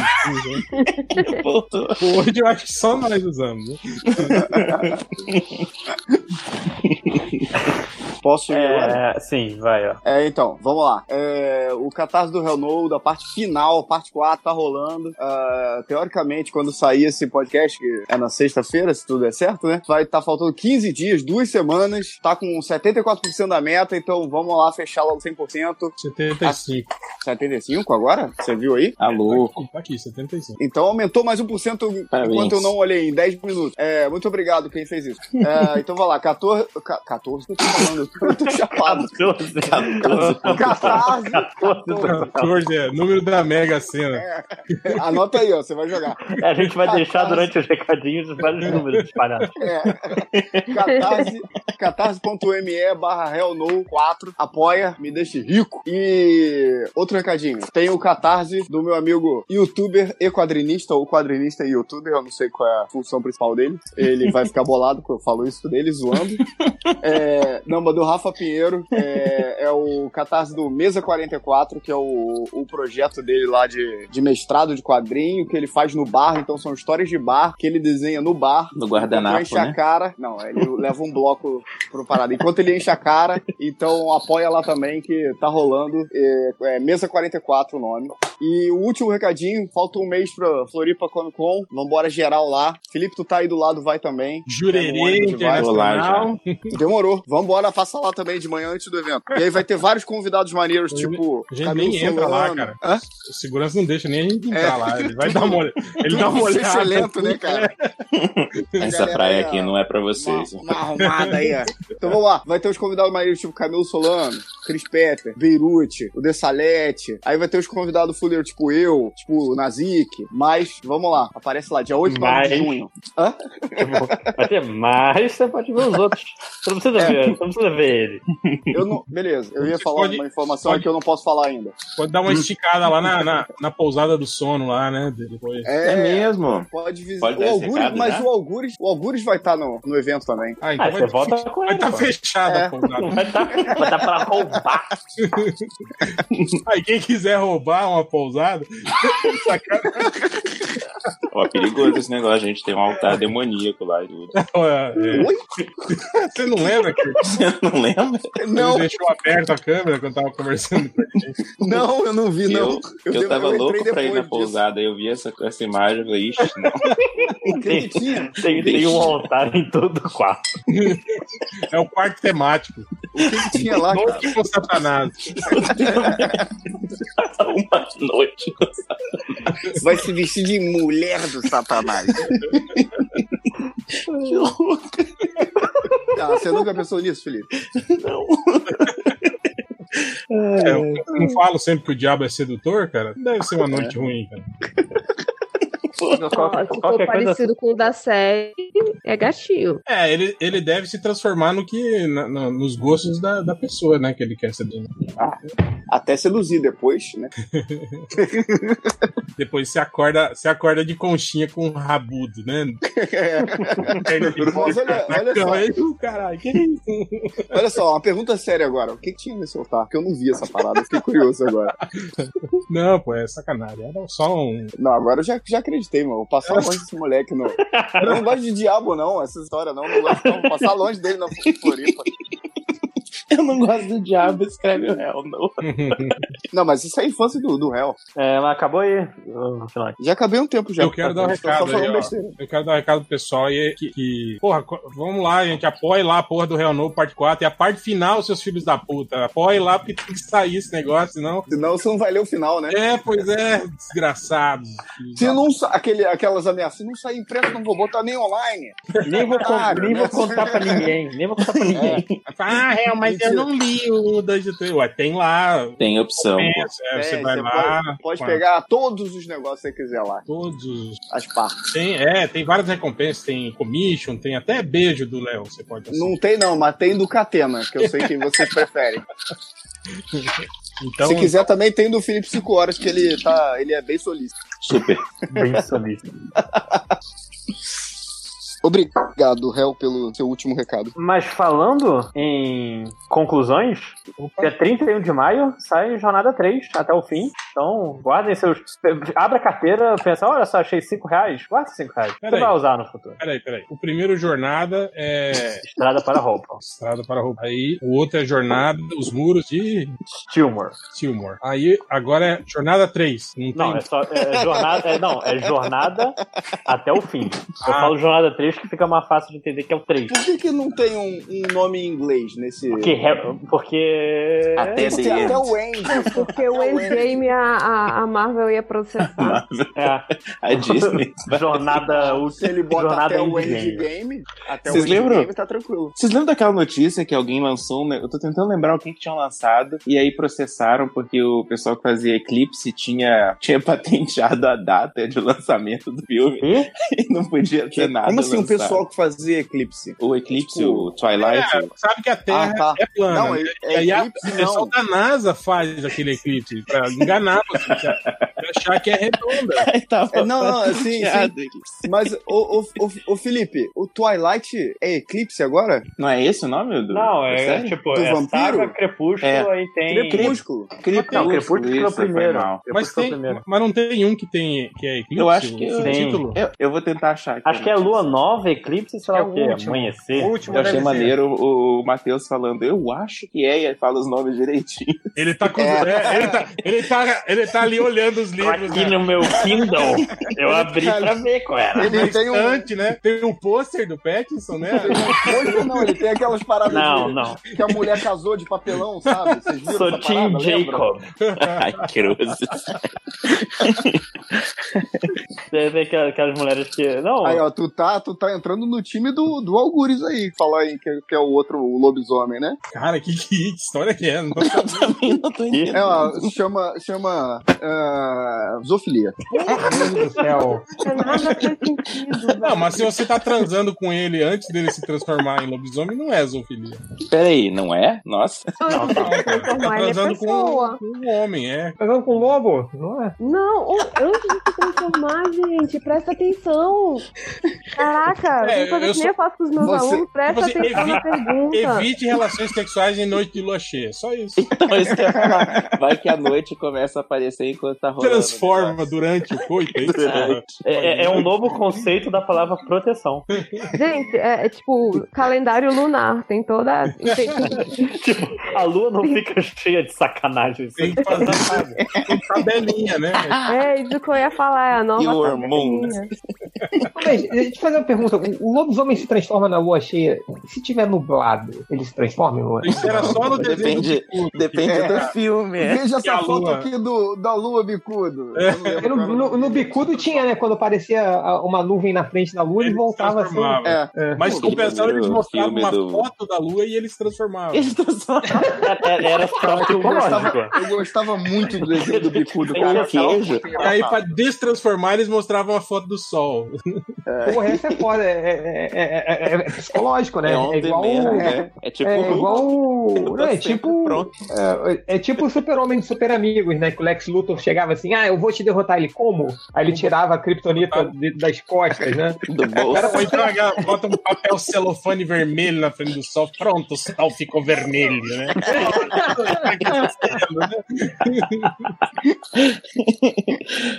[SPEAKER 11] né?
[SPEAKER 4] voltou.
[SPEAKER 11] Hoje eu acho que só nós usamos. né?
[SPEAKER 6] Posso ir agora?
[SPEAKER 2] É, sim, vai, ó.
[SPEAKER 6] É, então, vamos lá. É, o Catarse do Hell No, da parte final, parte 4, tá rolando. Ah, teoricamente, quando sair esse podcast, que é na sexta-feira, se tudo é certo, né? Vai estar faltando 15 dias, duas semanas. Tá com 74% da meta, então vamos lá fechar logo 100%.
[SPEAKER 11] 75.
[SPEAKER 6] 75 agora? Você viu aí?
[SPEAKER 4] Alô,
[SPEAKER 11] Tá aqui, 75.
[SPEAKER 6] Então aumentou mais 1%
[SPEAKER 4] Parabéns.
[SPEAKER 6] enquanto eu não olhei em 10 minutos. É, muito obrigado quem fez isso. É, então vai lá, 14. ca- 14? Eu tô falando, eu tô chapado. 14.
[SPEAKER 11] 14 é número da Mega Sena.
[SPEAKER 6] Anota aí, ó, você vai jogar.
[SPEAKER 2] É, A gente vai deixar durante os recadinhos vários números espalhados.
[SPEAKER 6] É. Catarse- catarse.me barra hellno4 apoia, me deixe rico e outro recadinho, tem o Catarse do meu amigo youtuber e quadrinista ou quadrinista e youtuber, eu não sei qual é a função principal dele, ele vai ficar bolado porque eu falo isso dele, zoando é, não, mas do Rafa Pinheiro é, é o Catarse do Mesa 44, que é o, o projeto dele lá de, de mestrado de quadrinho que ele faz no bar, então são histórias de bar que ele desenha no bar
[SPEAKER 4] no
[SPEAKER 6] Enquanto
[SPEAKER 4] guardanapo,
[SPEAKER 6] Então enche a
[SPEAKER 4] né?
[SPEAKER 6] cara. Não, ele leva um bloco pro parada. Enquanto ele enche a cara, então apoia lá também que tá rolando. É, é Mesa 44 o nome. E o último recadinho, falta um mês pra Floripa Comic Con. Vambora geral lá. Felipe, tu tá aí do lado, vai também. Pega um
[SPEAKER 11] Jurerê
[SPEAKER 6] ônibus e vai.
[SPEAKER 11] Internacional.
[SPEAKER 6] Demorou. Vambora, passa lá também de manhã antes do evento. E aí vai ter vários convidados maneiros,
[SPEAKER 11] A
[SPEAKER 6] tipo.
[SPEAKER 11] gente
[SPEAKER 6] Camilo
[SPEAKER 11] nem entra lá,
[SPEAKER 6] Solano.
[SPEAKER 11] cara.
[SPEAKER 6] Hã?
[SPEAKER 11] O segurança não deixa nem a gente entrar
[SPEAKER 6] É.
[SPEAKER 11] lá. Ele vai dar uma olhada. Ele dá uma
[SPEAKER 6] Você é
[SPEAKER 11] olhada.
[SPEAKER 6] lento, né, cara?
[SPEAKER 4] Essa praia aqui não é pra
[SPEAKER 6] Uma,
[SPEAKER 4] vocês.
[SPEAKER 6] uma arrumada aí, ó. Então vamos lá. Vai ter os convidados maneiros, tipo Camilo Solano, Chris Petter, Beirute, o De Salete. Aí vai ter os convidados fuleiros, tipo eu, tipo o Nazik. Mas, vamos lá. Aparece lá, dia 8 e 9 de
[SPEAKER 2] Mas-
[SPEAKER 6] junho.
[SPEAKER 2] Vai ter mais, você pode ver os outros. Você não precisa ver, você não precisa ver ele.
[SPEAKER 6] É. Eu não... Beleza, eu ia
[SPEAKER 11] Você
[SPEAKER 6] falar
[SPEAKER 11] pode-
[SPEAKER 6] uma informação
[SPEAKER 11] pode-
[SPEAKER 6] que eu não posso falar ainda. Hum.
[SPEAKER 11] Pode dar uma esticada lá na, na, na pousada do sono lá, né? Depois.
[SPEAKER 4] É, mesmo.
[SPEAKER 6] Pode visitar.
[SPEAKER 4] Pode dar
[SPEAKER 6] o
[SPEAKER 4] esse
[SPEAKER 6] Algures,
[SPEAKER 4] recado,
[SPEAKER 6] mas
[SPEAKER 4] né?
[SPEAKER 6] o Algures, o Algures vai estar no, no evento também.
[SPEAKER 11] Ah, então
[SPEAKER 2] Ah,
[SPEAKER 11] vai,
[SPEAKER 2] você volta com
[SPEAKER 11] vai
[SPEAKER 2] ele.
[SPEAKER 11] tá
[SPEAKER 2] pô.
[SPEAKER 11] fechada
[SPEAKER 6] É.
[SPEAKER 11] a pousada.
[SPEAKER 2] Vai estar vai tá pra roubar.
[SPEAKER 11] Aí quem quiser roubar uma pousada,
[SPEAKER 4] Ó, perigoso esse negócio, gente. Tem um altar demoníaco lá e tudo.
[SPEAKER 11] ó, é.
[SPEAKER 6] Oi?
[SPEAKER 11] você não lembra que
[SPEAKER 4] Você não lembra?
[SPEAKER 11] ele
[SPEAKER 6] Não,
[SPEAKER 11] deixou aberta a câmera quando tava conversando com ele?
[SPEAKER 6] não, eu não vi, não.
[SPEAKER 4] Eu, eu,
[SPEAKER 6] de-
[SPEAKER 4] tava
[SPEAKER 6] entrei
[SPEAKER 4] louco pra
[SPEAKER 6] depois
[SPEAKER 4] ir na
[SPEAKER 6] disso.
[SPEAKER 4] pousada. Eu vi essa, essa imagem e falei, ixi, não.
[SPEAKER 2] Tem, tem, tem um altar em todo o quarto.
[SPEAKER 11] É o quarto temático.
[SPEAKER 6] O que, que tinha lá? cara?
[SPEAKER 11] Noite com Satanás.
[SPEAKER 4] Uma noite.
[SPEAKER 6] Vai se vestir de mulher do satanás.
[SPEAKER 4] Que horror,
[SPEAKER 6] Ah, você nunca pensou nisso, Felipe?
[SPEAKER 4] não.
[SPEAKER 11] É, eu não falo sempre que o diabo é sedutor, cara. Deve ser uma noite ruim, cara.
[SPEAKER 8] Ó, se
[SPEAKER 10] é
[SPEAKER 8] for parecido com o da série, é gatinho.
[SPEAKER 11] É, ele, ele deve se transformar no que, na- na- nos gostos da, da pessoa, né? Que ele quer seduzir.
[SPEAKER 6] Ah, Até seduzir depois, né?
[SPEAKER 11] Depois você acorda, você acorda de conchinha com um rabudo, né?
[SPEAKER 6] É. Mas olha, olha só.
[SPEAKER 11] caralho, que isso?
[SPEAKER 6] Olha só, uma pergunta séria agora. O que que tinha nesse altar? Porque eu não vi essa parada, fiquei curioso agora.
[SPEAKER 11] Não, pô, é sacanagem. Era só um. É
[SPEAKER 6] Não, agora eu já, já acreditei, mano. Vou passar longe desse moleque, não. Eu não gosto de diabo, não, essa história, não. Não gosto, não. Vou passar longe dele na Floripa.
[SPEAKER 4] Eu não gosto do diabo, escreve o réu, não.
[SPEAKER 6] Não, mas isso é a infância do, do réu.
[SPEAKER 2] É, mas acabou aí.
[SPEAKER 6] Já acabei um tempo já.
[SPEAKER 11] Eu quero dar
[SPEAKER 6] Só-
[SPEAKER 11] um
[SPEAKER 6] só
[SPEAKER 11] recado aí,
[SPEAKER 6] falando
[SPEAKER 11] ó.
[SPEAKER 6] besteira.
[SPEAKER 11] Eu quero dar um recado pro pessoal aí que, que- Porra, co- vamos lá, gente. Apoie lá a porra do Real Novo, parte 4. E a parte final, seus filhos da puta. Apoie lá porque tem que sair esse negócio, senão.
[SPEAKER 6] Senão você não vai ler o final, né?
[SPEAKER 11] É, pois é, desgraçados.
[SPEAKER 6] Se não sa- aquele, aquelas ameaças, se não sair impresso, não vou botar nem online.
[SPEAKER 2] Nem vou, con-
[SPEAKER 6] Otário,
[SPEAKER 2] nem
[SPEAKER 6] né? É.
[SPEAKER 2] vou contar pra ninguém. Nem vou contar pra ninguém.
[SPEAKER 11] Ah, Real, mas eu não li o 1, 2 e 3. Ué, tem lá.
[SPEAKER 4] Tem opção.
[SPEAKER 11] É,
[SPEAKER 6] É,
[SPEAKER 11] você vai lá.
[SPEAKER 6] pode, pode
[SPEAKER 11] com a-
[SPEAKER 6] pegar todos os negócios que você quiser lá.
[SPEAKER 11] Ah, Todos os.
[SPEAKER 6] As partes.
[SPEAKER 11] Tem, é, tem várias recompensas, tem commission, tem até beijo do Léo, você pode assim.
[SPEAKER 6] Não tem, não, mas tem do Catena, que eu sei que vocês preferem.
[SPEAKER 11] Então,
[SPEAKER 6] Se quiser, também tem do Felipe Cinco Horas, que ele, tá, ele é bem solícito.
[SPEAKER 4] Super.
[SPEAKER 2] Bem solista.
[SPEAKER 6] Obrigado, Réu, pelo seu último recado.
[SPEAKER 2] Mas falando em conclusões, dia 31 de maio sai Jornada 3 até o fim. Então, guardem seus. Abra a carteira, pensa, olha só, achei 5 reais. Guarda 5 reais. Você
[SPEAKER 11] Peraí.
[SPEAKER 2] vai usar no futuro.
[SPEAKER 11] peraí, peraí. O primeiro jornada é
[SPEAKER 2] Estrada para roupa.
[SPEAKER 11] Estrada para roubar. Aí o outro é Jornada, os muros de
[SPEAKER 2] Stilmore.
[SPEAKER 11] Silmore. Aí agora é Jornada 3. Não,
[SPEAKER 2] Não,
[SPEAKER 11] tem...
[SPEAKER 2] é só. É, é jornada, é- não, é jornada até o fim. Eu
[SPEAKER 11] Ah.
[SPEAKER 2] falo jornada 3 que fica mais fácil de entender que é o 3.
[SPEAKER 6] Por que, que não tem um, um nome em inglês nesse.
[SPEAKER 2] Porque. re- É, porque...
[SPEAKER 4] Até
[SPEAKER 6] Tem
[SPEAKER 4] the
[SPEAKER 6] até
[SPEAKER 4] end.
[SPEAKER 6] o End.
[SPEAKER 8] Porque o Endgame a, a, a Marvel ia
[SPEAKER 11] Tá,
[SPEAKER 8] processar.
[SPEAKER 2] É,
[SPEAKER 4] A Disney.
[SPEAKER 2] jornada
[SPEAKER 6] Se
[SPEAKER 2] última.
[SPEAKER 6] ele bota
[SPEAKER 2] jornada
[SPEAKER 6] até o
[SPEAKER 2] endgame.
[SPEAKER 6] Endgame, até
[SPEAKER 4] Vocês
[SPEAKER 6] o Endgame
[SPEAKER 4] lembram?
[SPEAKER 6] tá tranquilo.
[SPEAKER 4] Vocês lembram daquela notícia que alguém lançou? um ne- Eu tô tentando lembrar o que que tinham lançado. E aí processaram porque o pessoal que fazia Eclipse tinha, tinha patenteado a data de lançamento do filme.
[SPEAKER 2] Quê?
[SPEAKER 4] E não podia ter nada.
[SPEAKER 6] Como assim o
[SPEAKER 4] lançado.
[SPEAKER 6] pessoal que fazia Eclipse?
[SPEAKER 4] O Eclipse,
[SPEAKER 6] Tipo,
[SPEAKER 4] o Twilight.
[SPEAKER 11] É, sabe que a Terra
[SPEAKER 6] Ah, tá.
[SPEAKER 11] é plana.
[SPEAKER 6] Não, é,
[SPEAKER 11] E
[SPEAKER 6] é
[SPEAKER 11] aí a- o
[SPEAKER 6] Eclipse
[SPEAKER 11] pessoal
[SPEAKER 6] não.
[SPEAKER 11] da NASA faz aquele eclipse pra enganar você, pra pra achar que é redonda.
[SPEAKER 4] Tava
[SPEAKER 6] É, não, não, assim, sim.
[SPEAKER 4] patenteado o Eclipse.
[SPEAKER 6] Mas, ô, ô, ô, ô, Felipe, o Twilight é Eclipse agora?
[SPEAKER 4] Não é esse o nome? Do...
[SPEAKER 2] Não, é
[SPEAKER 4] Sério?
[SPEAKER 2] tipo,
[SPEAKER 6] Do
[SPEAKER 2] é
[SPEAKER 6] vampiro?
[SPEAKER 2] saga, crepúsculo,
[SPEAKER 4] É.
[SPEAKER 2] aí tem.
[SPEAKER 6] Crepúsculo.
[SPEAKER 2] Não, Crepúsculo que é o
[SPEAKER 4] isso, foi
[SPEAKER 2] primeiro.
[SPEAKER 4] mal.
[SPEAKER 11] Mas,
[SPEAKER 2] Crepúsculo é o
[SPEAKER 11] tem,
[SPEAKER 2] primeiro.
[SPEAKER 11] mas não tem um que, tem, que é eclipse?
[SPEAKER 4] Eu acho que-
[SPEAKER 11] o título?
[SPEAKER 4] Eu, eu vou tentar achar. aqui.
[SPEAKER 2] Acho que é Lua Nova, Eclipse, sei lá
[SPEAKER 11] É
[SPEAKER 2] o
[SPEAKER 11] o
[SPEAKER 2] quê,
[SPEAKER 11] último.
[SPEAKER 2] amanhecer.
[SPEAKER 11] último
[SPEAKER 4] Eu achei
[SPEAKER 11] deve ser.
[SPEAKER 4] maneiro o, o Matheus falando, eu acho que é, e ele fala os nomes direitinho.
[SPEAKER 11] Ele tá, com-
[SPEAKER 6] É.
[SPEAKER 11] é, ele, tá, ele, tá, ele tá ali olhando os
[SPEAKER 2] Tô
[SPEAKER 11] livros.
[SPEAKER 2] aqui
[SPEAKER 11] né?
[SPEAKER 2] no meu Kindle, eu abri pra ver qual era.
[SPEAKER 6] Ele tem um.
[SPEAKER 11] Estante, né? Tem um pôster do Pattinson, né?
[SPEAKER 6] Hoje não, ele tem aquelas paradas
[SPEAKER 2] Não,
[SPEAKER 6] de-
[SPEAKER 2] não.
[SPEAKER 6] que a mulher casou de papelão, sabe? Vocês viram
[SPEAKER 2] Sou
[SPEAKER 6] essa
[SPEAKER 2] Tim
[SPEAKER 6] parada, lembra?
[SPEAKER 2] Jacob.
[SPEAKER 4] Ai, cruzes.
[SPEAKER 2] Deve ter aquelas- aquelas mulheres que. Não,
[SPEAKER 6] Aí, ó, tu tá, tu tá entrando no time do, do Algures aí, que fala aí, que, que é o outro o lobisomem, né?
[SPEAKER 11] Cara, que, que história que é? Não tô
[SPEAKER 4] Também não tô entendendo.
[SPEAKER 6] É, ó, chama, chama ah, zoofilia.
[SPEAKER 11] do céu.
[SPEAKER 8] Nada faz sentido. né? velho.
[SPEAKER 11] Não, mas se você tá transando com ele antes dele se transformar em lobisomem, não é zoofilia.
[SPEAKER 4] Peraí, não é? Nossa.
[SPEAKER 8] Não, ele não pode se transformar, ele é
[SPEAKER 11] tá, transando com,
[SPEAKER 8] pessoa.
[SPEAKER 11] com um homem, é.
[SPEAKER 2] pegando com o lobo, não é?
[SPEAKER 8] Não, o- antes de se transformar, gente, presta atenção. Caraca,
[SPEAKER 11] É,
[SPEAKER 8] uma coisa que Ah, nem
[SPEAKER 11] eu sou-
[SPEAKER 8] eu faço com os meus
[SPEAKER 6] Você-
[SPEAKER 8] alunos, presta
[SPEAKER 11] você
[SPEAKER 8] atenção na
[SPEAKER 11] evi-
[SPEAKER 8] pergunta.
[SPEAKER 11] Evite relações sexuais em noite de lua cheia. Só isso.
[SPEAKER 4] Então, isso que eu ia falar. Vai que a noite começa a aparecer enquanto tá rolando.
[SPEAKER 11] Transforma durante o coito. é isso?
[SPEAKER 2] É, é um novo conceito da palavra proteção.
[SPEAKER 8] Gente, é, é tipo calendário lunar, tem toda. tem-
[SPEAKER 2] tipo, a lua não fica cheia de sacanagem. assim.
[SPEAKER 11] Tem que fazer nada. Tem tabelinha, né?
[SPEAKER 8] é isso que eu ia falar, é a nova.
[SPEAKER 4] E o
[SPEAKER 8] tabelinha.
[SPEAKER 4] hormônio.
[SPEAKER 14] Mas, deixa eu te fazer uma pergunta. O lobisomem se transforma na lua cheia? Se tiver nublado, ele se transforma em lua?
[SPEAKER 11] Isso era só no desenho
[SPEAKER 4] Depende,
[SPEAKER 11] do Kikudo, que
[SPEAKER 4] depende do
[SPEAKER 11] era-
[SPEAKER 4] filme. é.
[SPEAKER 6] Veja
[SPEAKER 11] E a
[SPEAKER 6] essa foto
[SPEAKER 11] lua?
[SPEAKER 6] aqui do, da lua bicudo.
[SPEAKER 7] É.
[SPEAKER 6] Eu
[SPEAKER 14] Porque No,
[SPEAKER 6] não lembro qual era o
[SPEAKER 14] no,
[SPEAKER 6] nome
[SPEAKER 14] no
[SPEAKER 6] dele.
[SPEAKER 14] bicudo tinha, né? Quando aparecia a- uma nuvem na frente da lua, ele,
[SPEAKER 11] Ele se
[SPEAKER 14] voltava assim.
[SPEAKER 11] transformava.
[SPEAKER 6] É.
[SPEAKER 11] Mas
[SPEAKER 4] O
[SPEAKER 11] compensando, eles
[SPEAKER 4] primeiro
[SPEAKER 11] mostravam
[SPEAKER 4] filme
[SPEAKER 11] uma
[SPEAKER 4] do-
[SPEAKER 11] foto da lua e ele se transformava.
[SPEAKER 4] Ele transforma.
[SPEAKER 2] Era, É, era próprio
[SPEAKER 6] gostava, eu gostava muito do desenho do bicudo,
[SPEAKER 2] um
[SPEAKER 6] cara.
[SPEAKER 11] E aí, pra destransformar, eles mostravam a foto do sol.
[SPEAKER 14] Porra, essa é foda. É, é- é- é- é psicológico, né?
[SPEAKER 11] É on
[SPEAKER 14] É igual.
[SPEAKER 11] demand,
[SPEAKER 14] É,
[SPEAKER 11] né? É tipo-
[SPEAKER 14] é igual.
[SPEAKER 11] Tá
[SPEAKER 14] Não, é
[SPEAKER 11] sempre
[SPEAKER 14] tipo. É, é tipo o super-homem dos super amigos, né? Que o Lex Luthor chegava assim, ah, eu vou te derrotar ele como? Aí ele tirava a kriptonita de- das costas, né?
[SPEAKER 4] Do
[SPEAKER 11] Cara, foi tragar, bota um papel celofane vermelho na frente do sol, pronto, o sol ficou vermelho, né?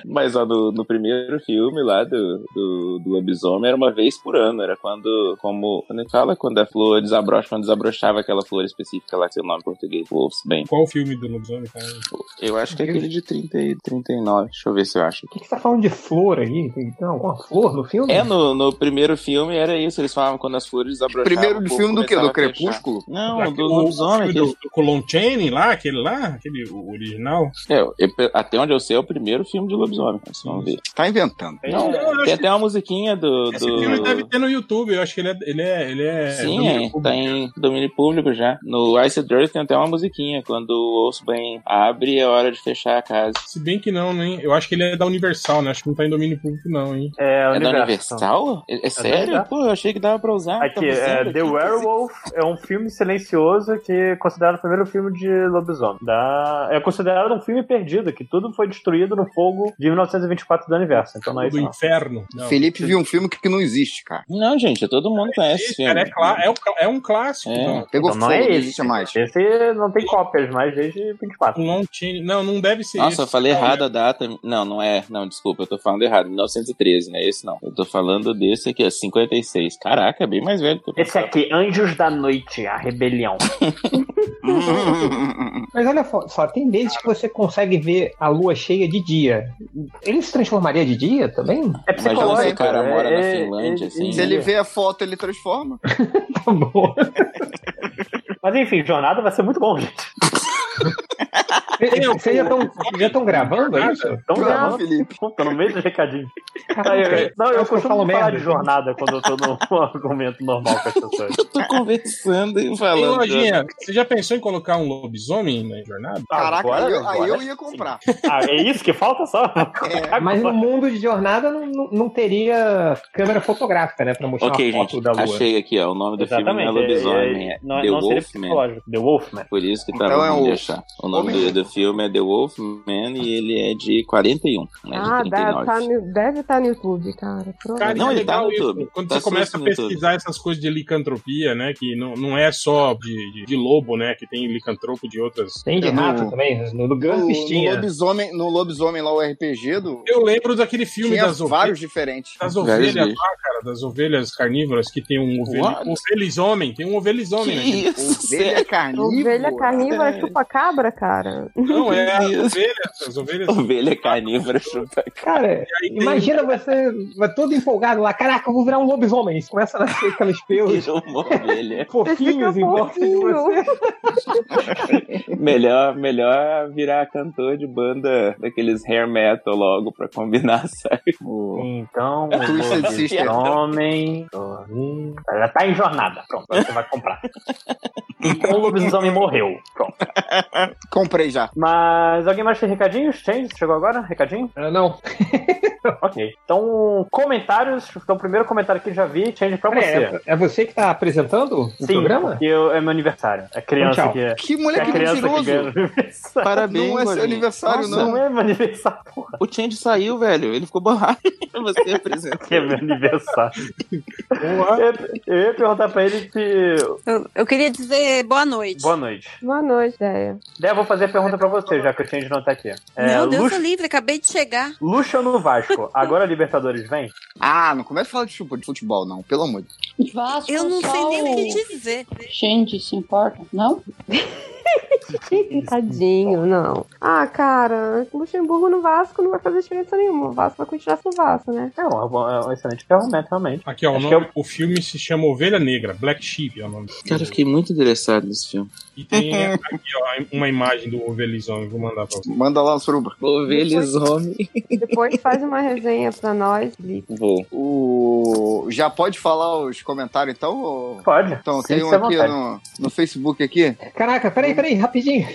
[SPEAKER 4] Mas ó, no, no primeiro filme lá do, do, do lobisomem era uma vez por ano, era quando, como, quando ele fala quando a flor desabrocha, quando desabrochava aquela flor específica lá, que sei o nome em português, Wolves, bem.
[SPEAKER 11] Qual o filme do lobisomem, cara?
[SPEAKER 4] Eu acho que é aquele de 30 e 39, deixa eu ver se eu acho.
[SPEAKER 14] Você tá falando de flor aí? Então, alguma flor no filme?
[SPEAKER 4] É, no, no primeiro filme era isso, eles falavam quando as flores desabrochavam.
[SPEAKER 11] Primeiro
[SPEAKER 4] o
[SPEAKER 11] de
[SPEAKER 4] povo
[SPEAKER 11] filme do quê?
[SPEAKER 4] começava
[SPEAKER 11] Do
[SPEAKER 4] a fechar.
[SPEAKER 11] Crepúsculo?
[SPEAKER 4] Não, do
[SPEAKER 11] O-
[SPEAKER 4] lobisomem.
[SPEAKER 11] o
[SPEAKER 4] aquele-
[SPEAKER 11] filme Do, do Colon Chaney lá, aquele lá, aquele o original.
[SPEAKER 4] É, eu- eu- até onde eu sei é o primeiro filme de lobisomem, mas vamos ver.
[SPEAKER 6] Tá inventando.
[SPEAKER 4] Não,
[SPEAKER 11] É, Eu acho
[SPEAKER 4] tem
[SPEAKER 11] que-
[SPEAKER 4] até uma musiquinha do...
[SPEAKER 11] Esse
[SPEAKER 4] do-
[SPEAKER 11] filme deve ter no YouTube, eu acho que ele é. Ele é, ele é
[SPEAKER 4] Sim,
[SPEAKER 11] domínio
[SPEAKER 4] é,
[SPEAKER 11] público.
[SPEAKER 4] tem domínio público já. No Ice Dirt tem até uma musiquinha. Quando o osso bem abre, é hora de fechar a casa.
[SPEAKER 11] Se bem que não, né? Eu acho que ele é da Universal, né? Acho que não tá em domínio público, não, hein?
[SPEAKER 4] É da Universal? É, é sério?
[SPEAKER 2] Universal.
[SPEAKER 4] Pô, eu achei que dava pra usar. tá
[SPEAKER 2] Aqui, é, The Werewolf é um filme silencioso que é considerado o primeiro filme de lobisomem. Da... É considerado um filme perdido, que tudo foi destruído no fogo de 1924 do universo. Então não é isso.
[SPEAKER 11] Do
[SPEAKER 2] não.
[SPEAKER 11] inferno. Não.
[SPEAKER 6] Felipe viu um filme que não existe, cara.
[SPEAKER 4] Não, gente, todo mundo conhece esse filme.
[SPEAKER 11] Cara, é, clá- é um, clá- é um clássico.
[SPEAKER 4] É.
[SPEAKER 11] então.
[SPEAKER 6] Pegou
[SPEAKER 2] Então não é
[SPEAKER 6] fogo, não
[SPEAKER 2] esse.
[SPEAKER 6] existe mais.
[SPEAKER 2] Esse não tem cópias mais desde 24.
[SPEAKER 11] Não tinha. Não, não deve ser
[SPEAKER 4] Nossa, eu
[SPEAKER 11] esse.
[SPEAKER 4] falei
[SPEAKER 11] Não,
[SPEAKER 4] errado
[SPEAKER 11] né?
[SPEAKER 4] a data. Não, não é. Não, desculpa, eu tô falando errado. 1913, não é esse não. Eu tô falando desse aqui, ó, 56. Caraca, é bem mais velho que eu
[SPEAKER 2] Esse aqui, Anjos da Noite, a Rebelião.
[SPEAKER 14] Mas olha fo- só, tem vezes que você consegue ver a lua cheia de dia. Ele se transformaria de dia também?
[SPEAKER 2] É
[SPEAKER 4] Imagina se o cara
[SPEAKER 2] é-
[SPEAKER 4] mora na
[SPEAKER 2] é-
[SPEAKER 4] Finlândia,
[SPEAKER 2] é-
[SPEAKER 4] assim.
[SPEAKER 6] né? Se né? ele vê a foto, ele transforma.
[SPEAKER 2] Mas enfim, jornada vai ser muito bom, gente.
[SPEAKER 14] Vocês já estão já tão gravando é isso?
[SPEAKER 2] Então,
[SPEAKER 6] Não,
[SPEAKER 2] gravando,
[SPEAKER 6] Felipe.
[SPEAKER 2] Puta, no meio do recadinho. Aí, eu- não, eu
[SPEAKER 14] Acho que eu
[SPEAKER 2] costumo falar
[SPEAKER 14] falo merda.
[SPEAKER 2] de jornada quando eu tô num argumento normal com as pessoas.
[SPEAKER 4] Tô conversando e
[SPEAKER 11] Ei,
[SPEAKER 4] falando.
[SPEAKER 11] Lojinha, você já pensou em colocar um lobisomem na jornada?
[SPEAKER 6] Caraca,
[SPEAKER 2] Tá, Agora-
[SPEAKER 6] aí eu, aí eu
[SPEAKER 2] agora
[SPEAKER 6] ia comprar.
[SPEAKER 2] Ah, é isso que falta só?
[SPEAKER 14] Mas no mundo de jornada não, não, não teria câmera fotográfica, né? Pra mostrar
[SPEAKER 4] Ok,
[SPEAKER 14] a foto
[SPEAKER 4] gente,
[SPEAKER 14] da lua.
[SPEAKER 4] achei aqui, ó. O nome do filme não é Lobisomem, é,
[SPEAKER 2] não,
[SPEAKER 4] The
[SPEAKER 2] não seria
[SPEAKER 4] Wolfman.
[SPEAKER 2] psicológico. The Wolfman.
[SPEAKER 4] Por isso que tava
[SPEAKER 6] Então é
[SPEAKER 4] vamos
[SPEAKER 6] o-
[SPEAKER 4] deixar. O nome
[SPEAKER 6] Homem-
[SPEAKER 4] do, do filme é The Wolfman e ele é de 41, né?
[SPEAKER 8] Ah,
[SPEAKER 4] de
[SPEAKER 8] deve
[SPEAKER 4] 39.
[SPEAKER 8] tá no- deve estar no YouTube, cara. Pronto.
[SPEAKER 11] Cara,
[SPEAKER 4] Não,
[SPEAKER 11] é
[SPEAKER 4] ele tá
[SPEAKER 11] legal
[SPEAKER 4] no
[SPEAKER 11] isso.
[SPEAKER 4] YouTube.
[SPEAKER 11] Quando
[SPEAKER 4] Tá
[SPEAKER 11] você começa a
[SPEAKER 4] assistindo no
[SPEAKER 11] pesquisar essas coisas de licantropia, né? Que não, não é só de, de- de lobo, né? Que tem licantropo de outras.
[SPEAKER 14] Tem de
[SPEAKER 6] No-
[SPEAKER 14] rato também, no, no
[SPEAKER 6] No,
[SPEAKER 14] Guns
[SPEAKER 6] no,
[SPEAKER 14] tinha.
[SPEAKER 6] lobisomem, no lobisomem lá, o RPG do.
[SPEAKER 11] Eu lembro daquele filme
[SPEAKER 6] Tinha
[SPEAKER 11] das
[SPEAKER 6] vários
[SPEAKER 11] ovelhas.
[SPEAKER 6] diferentes.
[SPEAKER 11] Das
[SPEAKER 4] Vários
[SPEAKER 11] ovelhas
[SPEAKER 4] bichos.
[SPEAKER 11] lá, cara, das ovelhas carnívoras que tem um ovelha,
[SPEAKER 4] What?
[SPEAKER 11] um ovelhizomem, tem um
[SPEAKER 4] Que
[SPEAKER 11] ovelhizomem, né?
[SPEAKER 4] isso,
[SPEAKER 6] Ovelha
[SPEAKER 4] sério?
[SPEAKER 6] carnívora.
[SPEAKER 8] Ovelha carnívora chupa cabra, cara.
[SPEAKER 11] Não, é as
[SPEAKER 4] Isso.
[SPEAKER 11] ovelhas, as ovelhas.
[SPEAKER 4] Ovelha carnívora chupa.
[SPEAKER 14] Cara,
[SPEAKER 11] aí tem-
[SPEAKER 14] imagina você vai todo empolgado lá, caraca, eu vou virar um lobisomem. Isso começa a nascer aqueles pelos
[SPEAKER 4] Virou uma ovelha.
[SPEAKER 14] fofinhos em volta de você.
[SPEAKER 4] Melhor, melhor virar cantor de banda daqueles hair metal logo pra combinar, sabe?
[SPEAKER 14] Hum.
[SPEAKER 2] Então,
[SPEAKER 11] É
[SPEAKER 6] É Twisted Sister.
[SPEAKER 2] homem. Ela tá em jornada. Pronto, você vai comprar. Então o lobisomem morreu. Pronto.
[SPEAKER 6] Comprei já.
[SPEAKER 2] Mas alguém mais tem recadinhos? Change, chegou agora? Recadinho?
[SPEAKER 14] Ah, não,
[SPEAKER 2] Ok. Então, comentários. Então, o primeiro comentário que eu já vi, Change pra
[SPEAKER 14] Pera aí,
[SPEAKER 2] você.
[SPEAKER 14] é, é você que tá apresentando o
[SPEAKER 2] Sim,
[SPEAKER 14] programa?
[SPEAKER 2] porque eu, é meu aniversário. É criança
[SPEAKER 14] Então, tchau.
[SPEAKER 2] que é.
[SPEAKER 6] Que
[SPEAKER 2] é a
[SPEAKER 6] moleque
[SPEAKER 2] criança que
[SPEAKER 6] mentiroso.
[SPEAKER 2] ganha no aniversário.
[SPEAKER 4] Parabéns,
[SPEAKER 6] não é seu
[SPEAKER 4] Lojinha.
[SPEAKER 6] aniversário,
[SPEAKER 4] Nossa,
[SPEAKER 2] Não
[SPEAKER 6] não.
[SPEAKER 2] é meu aniversário, porra.
[SPEAKER 4] O Change saiu, velho. Ele ficou borrado. Você apresentou.
[SPEAKER 2] Que é meu aniversário.
[SPEAKER 11] Boa.
[SPEAKER 2] Eu, eu ia perguntar pra ele se.
[SPEAKER 15] Eu, eu queria dizer boa noite.
[SPEAKER 2] Boa noite.
[SPEAKER 8] Boa noite, ideia.
[SPEAKER 2] Daí eu vou fazer a pergunta pra você, já que o Change não tá aqui. É,
[SPEAKER 15] Meu Deus,
[SPEAKER 2] Lux-
[SPEAKER 15] eu livre, acabei de chegar.
[SPEAKER 2] Luxa no Vasco. Agora a Libertadores vem?
[SPEAKER 6] Ah, não começa a falar de chupa de futebol, não. Pelo amor de Deus.
[SPEAKER 13] Vasco,
[SPEAKER 15] Eu não sei
[SPEAKER 13] só
[SPEAKER 15] nem o que dizer.
[SPEAKER 13] Gente, se importa, não?
[SPEAKER 8] Tadinho, não. Ah, cara, Luxemburgo no Vasco não vai fazer diferença nenhuma. O Vasco vai continuar sendo Vasco, né?
[SPEAKER 2] É um, é um- é um excelente ferramenta, realmente.
[SPEAKER 11] Aqui, ó, o,
[SPEAKER 2] Acho
[SPEAKER 11] nome-
[SPEAKER 2] que
[SPEAKER 11] o filme se chama Ovelha Negra, Black Sheep é o nome. do filme.
[SPEAKER 4] Cara, eu fiquei muito interessado nesse filme.
[SPEAKER 11] E tem é, aqui, ó, uma imagem do ovelhizomem, vou mandar pra você.
[SPEAKER 6] Manda lá, Suruba.
[SPEAKER 4] Ovelhas homem.
[SPEAKER 8] Depois faz uma resenha pra nós, Felipe.
[SPEAKER 4] Vou.
[SPEAKER 6] O... Já pode falar os comentários, então? ô?
[SPEAKER 2] Pode.
[SPEAKER 6] Então,
[SPEAKER 2] Sim,
[SPEAKER 6] tem um
[SPEAKER 2] fica à
[SPEAKER 6] aqui
[SPEAKER 2] vontade.
[SPEAKER 6] no, no Facebook aqui.
[SPEAKER 14] Caraca, peraí, peraí, rapidinho.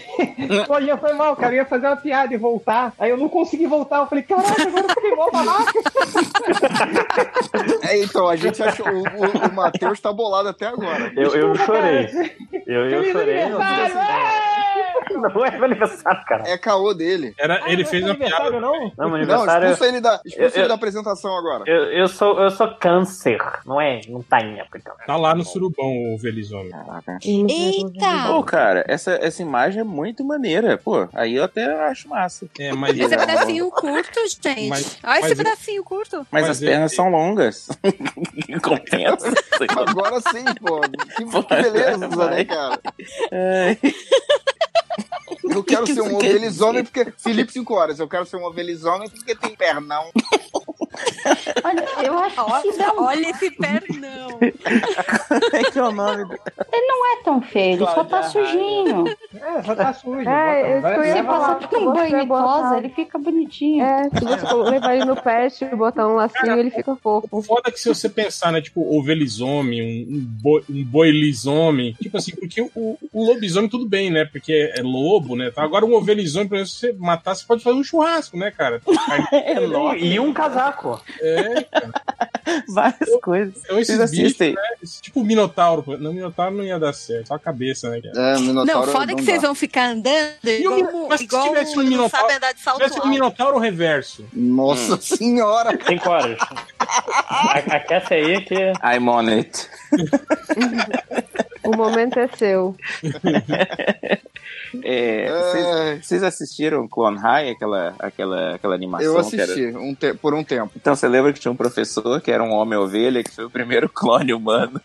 [SPEAKER 14] Lojinha, foi mal, cara. Eu ia fazer uma piada e voltar. Aí eu não consegui voltar. Eu falei, caraca, agora eu fiquei mó babaca.
[SPEAKER 16] É, então, a gente achou. O, o, o Matheus tá bolado até agora.
[SPEAKER 2] Eu, eu chorei. Eu, eu
[SPEAKER 16] Feliz
[SPEAKER 2] chorei. meu
[SPEAKER 16] aniversário!
[SPEAKER 2] Deus. Não é meu aniversário, cara.
[SPEAKER 16] É caô dele.
[SPEAKER 11] Era,
[SPEAKER 2] ele fez uma piada.
[SPEAKER 14] Não,
[SPEAKER 2] meu aniversário- é-
[SPEAKER 16] expulsa ele da, expulsa
[SPEAKER 2] Eu-
[SPEAKER 16] ele
[SPEAKER 2] eu-
[SPEAKER 16] da apresentação agora.
[SPEAKER 2] Eu, eu sou, eu sou câncer, não é? Não tá em época, então.
[SPEAKER 11] Tá lá no surubão o Velizone.
[SPEAKER 4] Caraca.
[SPEAKER 15] Eita!
[SPEAKER 4] Pô, cara, essa, essa imagem é muito maneira. Pô, aí eu até acho massa.
[SPEAKER 11] É,
[SPEAKER 15] Mas é pedacinho curto, gente.
[SPEAKER 4] Mas-
[SPEAKER 15] Olha esse
[SPEAKER 4] mas-
[SPEAKER 15] pedacinho curto.
[SPEAKER 4] Mas é- as
[SPEAKER 11] é-
[SPEAKER 4] pernas são longas. Compensa.
[SPEAKER 11] é,
[SPEAKER 16] Agora sim, pô. Que, que beleza, né, cara? Eu quero ser um ovelizômetro porque. Felipe 5 horas, eu quero ser um ovelizômetro porque tem pernão.
[SPEAKER 13] Olha, eu acho que dá um...
[SPEAKER 15] Olha esse pernão.
[SPEAKER 4] É que é o nome do...
[SPEAKER 13] Ele não é tão feio, ele só tá sujinho.
[SPEAKER 14] É, só tá sujo.
[SPEAKER 8] É, isso que eu
[SPEAKER 13] Se
[SPEAKER 8] ia falar.
[SPEAKER 13] passar por um banho
[SPEAKER 8] Você
[SPEAKER 13] e
[SPEAKER 8] botar-
[SPEAKER 13] tosa, ele fica bonitinho.
[SPEAKER 8] É, se você colo- levar ele no pet e botar um lacinho, ele fica fofo.
[SPEAKER 11] O foda é que se você pensar, né, tipo, ovelizome, um, um, boi, um boilisome, tipo assim, porque o, o lobisomem tudo bem, né, porque é, é lobo, né, tá? agora um ovelizome, por exemplo, se você matar, você pode fazer um churrasco, né, cara?
[SPEAKER 4] É
[SPEAKER 2] E um casaco.
[SPEAKER 11] É,
[SPEAKER 4] Várias coisas.
[SPEAKER 11] Então esses
[SPEAKER 4] Vocês
[SPEAKER 11] bichos,
[SPEAKER 4] assistem.
[SPEAKER 11] né, esse- tipo o Minotauro, pô. não, o Minotauro não ia dar certo, só a cabeça, né, cara?
[SPEAKER 16] É, o
[SPEAKER 15] Não, foda que vocês vão ficar andando
[SPEAKER 11] um-
[SPEAKER 15] igual,
[SPEAKER 11] mas se
[SPEAKER 15] igual
[SPEAKER 11] tivesse um
[SPEAKER 15] não
[SPEAKER 11] minotauro-
[SPEAKER 15] sabe andar de salto
[SPEAKER 11] Parece um
[SPEAKER 15] alto.
[SPEAKER 11] Minotauro reverso.
[SPEAKER 16] Nossa
[SPEAKER 4] Hum.
[SPEAKER 16] senhora!
[SPEAKER 2] Cinco horas. A- Aquece aí é que.
[SPEAKER 4] I'm on it.
[SPEAKER 8] O momento é seu.
[SPEAKER 11] Então,
[SPEAKER 4] É, vocês, vocês assistiram Clone High, aquela, aquela, aquela animação?
[SPEAKER 16] Eu
[SPEAKER 4] que era-
[SPEAKER 16] assisti um te- por um tempo.
[SPEAKER 4] Então você lembra que tinha um professor que era um homem ovelha, que foi o primeiro clone humano.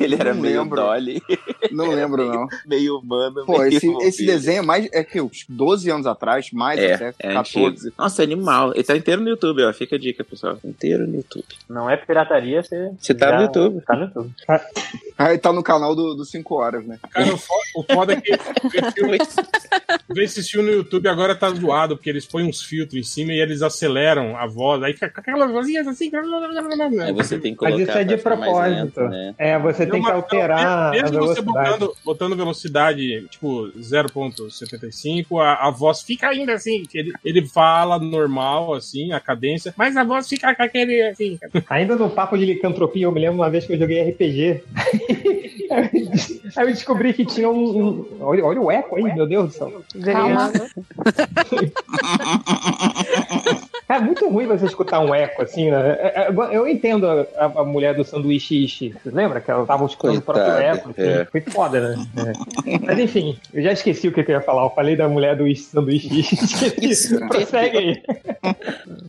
[SPEAKER 4] Ele era
[SPEAKER 16] Não
[SPEAKER 4] meio
[SPEAKER 16] lembro.
[SPEAKER 4] Dolly.
[SPEAKER 16] Não lembro, não.
[SPEAKER 4] Meio humano,
[SPEAKER 16] Pô,
[SPEAKER 4] meio
[SPEAKER 16] esse, esse
[SPEAKER 4] ovelha.
[SPEAKER 16] desenho é mais. É que uns 12 anos atrás, mais
[SPEAKER 4] É,
[SPEAKER 16] até
[SPEAKER 4] é
[SPEAKER 16] 14.
[SPEAKER 4] antigo. Nossa, é animal. Ele tá inteiro no YouTube, ó. Fica a dica, pessoal. Inteiro no YouTube.
[SPEAKER 2] Não é pirataria, você.
[SPEAKER 4] Você tá
[SPEAKER 2] já-
[SPEAKER 4] no YouTube.
[SPEAKER 2] Tá no YouTube.
[SPEAKER 16] Aí tá no canal do 5 horas, né?
[SPEAKER 11] Cara, o fo- o foda é que ver filme- ver esses filmes no YouTube agora tá zoado, porque eles põem uns filtros em cima e eles aceleram a voz, aí fica com aquelas vozinhas assim. blá, blá, blá, blá, blá.
[SPEAKER 4] Aí você tem que
[SPEAKER 11] Mas
[SPEAKER 4] colocar
[SPEAKER 11] isso é de
[SPEAKER 4] pra ficar mais
[SPEAKER 11] propósito.
[SPEAKER 4] lento, né?
[SPEAKER 14] É, você tem que
[SPEAKER 11] Mas,
[SPEAKER 14] alterar
[SPEAKER 11] mesmo
[SPEAKER 14] a
[SPEAKER 11] você
[SPEAKER 14] velocidade.
[SPEAKER 11] botando, botando velocidade tipo 0.75, a, a voz fica ainda assim. que Ele, ele fala normal, assim, a cadência, mas a voz fica com aquele assim.
[SPEAKER 14] Ainda no papo de licantropia, eu me lembro uma vez que eu joguei RPG. Aí eu descobri que tinha um. um- Olha, olha o eco aí, meu Deus do céu.
[SPEAKER 13] Calma.
[SPEAKER 14] É muito ruim você escutar um eco assim, né? É, é, Eu entendo a, a- a mulher do sanduíche Ishi. Lembra que ela tava escutando o próprio
[SPEAKER 4] Coitada,
[SPEAKER 14] eco? assim.
[SPEAKER 4] é.
[SPEAKER 14] Foi foda, né? É. Mas enfim, eu já esqueci o que que eu ia falar. Eu falei da mulher do ishi- sanduíche Ishi. Prossegue aí.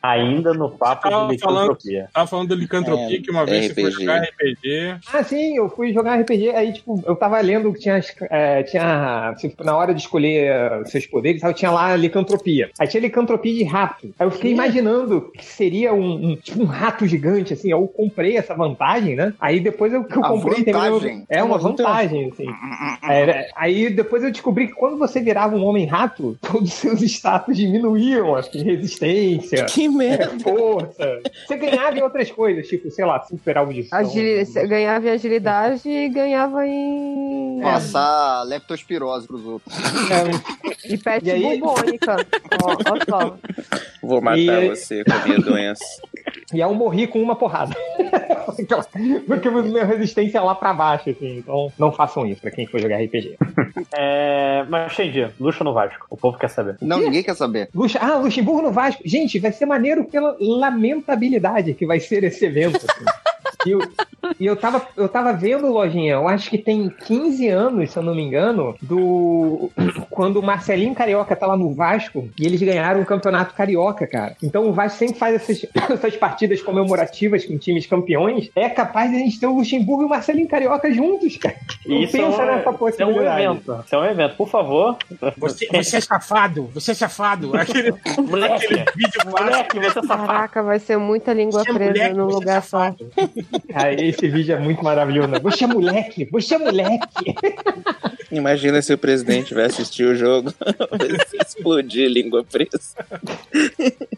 [SPEAKER 2] Ainda no papo
[SPEAKER 11] Tava
[SPEAKER 2] de
[SPEAKER 11] falando,
[SPEAKER 2] licantropia.
[SPEAKER 11] tava falando da licantropia
[SPEAKER 14] É,
[SPEAKER 11] que uma vez você foi
[SPEAKER 4] RPG.
[SPEAKER 11] jogar RPG.
[SPEAKER 14] Ah, sim, eu fui jogar RPG, aí, tipo, eu tava lendo que tinha, as- é, tinha tipo, na hora de escolher eh, seus poderes, aí tinha lá a licantropia. Aí tinha licantropia de rato. Aí eu fiquei imaginando que seria um, um- tipo, um rato gigante, assim, aí eu comprei essa vantagem, né? Aí depois eu, que eu
[SPEAKER 16] A
[SPEAKER 14] comprei... terminou-
[SPEAKER 16] vantagem.
[SPEAKER 14] É uma vantagem, assim. Era- aí depois eu descobri que quando você virava um homem-rato, todos os seus status diminuíam, assim, resistência... é,
[SPEAKER 4] Que merda!
[SPEAKER 14] Força! Você ganhava em outras coisas, tipo, sei lá, super audição...
[SPEAKER 8] Agili... você Ganhava em agilidade e ganhava
[SPEAKER 11] É,
[SPEAKER 8] em.
[SPEAKER 16] Passar leptospirose pros outros.
[SPEAKER 8] É. E peste
[SPEAKER 14] E aí-
[SPEAKER 8] bubônica. Ó, ó só.
[SPEAKER 4] Vou matar
[SPEAKER 14] E-
[SPEAKER 4] você com a minha doença.
[SPEAKER 14] E aí eu morri com uma porrada. Porque minha resistência é lá pra baixo, assim. Então, não façam isso pra quem for jogar RPG.
[SPEAKER 2] É, mas Xandia, Luxo no Vasco. O povo quer saber.
[SPEAKER 16] Não, ninguém quer saber.
[SPEAKER 14] Luxa... Ah, Luxemburgo no Vasco. Gente, vai ser maneiro pela lamentabilidade que vai ser esse evento. assim. E eu, e eu tava, eu tava vendo, Lojinha, eu acho que tem 15 anos, se eu não me engano, do. Quando o Marcelinho Carioca tá lá no Vasco e eles ganharam o campeonato carioca, cara. Então o Vasco sempre faz essas, essas partidas comemorativas com times campeões. É capaz de a gente ter o Luxemburgo e o Marcelinho Carioca juntos, cara. Não
[SPEAKER 2] Isso é um-
[SPEAKER 14] pensa nessa
[SPEAKER 2] isso é um
[SPEAKER 14] possibilidade.
[SPEAKER 2] evento. Isso é um evento. Por favor.
[SPEAKER 11] Você, você é safado, você é safado. Aquele,
[SPEAKER 2] Moleque.
[SPEAKER 11] aquele vídeo
[SPEAKER 2] Moleque, você é safado.
[SPEAKER 8] Caraca, vai ser muita língua
[SPEAKER 11] Você é
[SPEAKER 8] presa
[SPEAKER 11] moleque,
[SPEAKER 8] num
[SPEAKER 11] você é
[SPEAKER 8] lugar só.
[SPEAKER 14] Cara, esse vídeo é muito maravilhoso. né? Você é moleque, você é moleque.
[SPEAKER 4] Imagina se o presidente vai assistir o jogo, vai se explodir língua presa.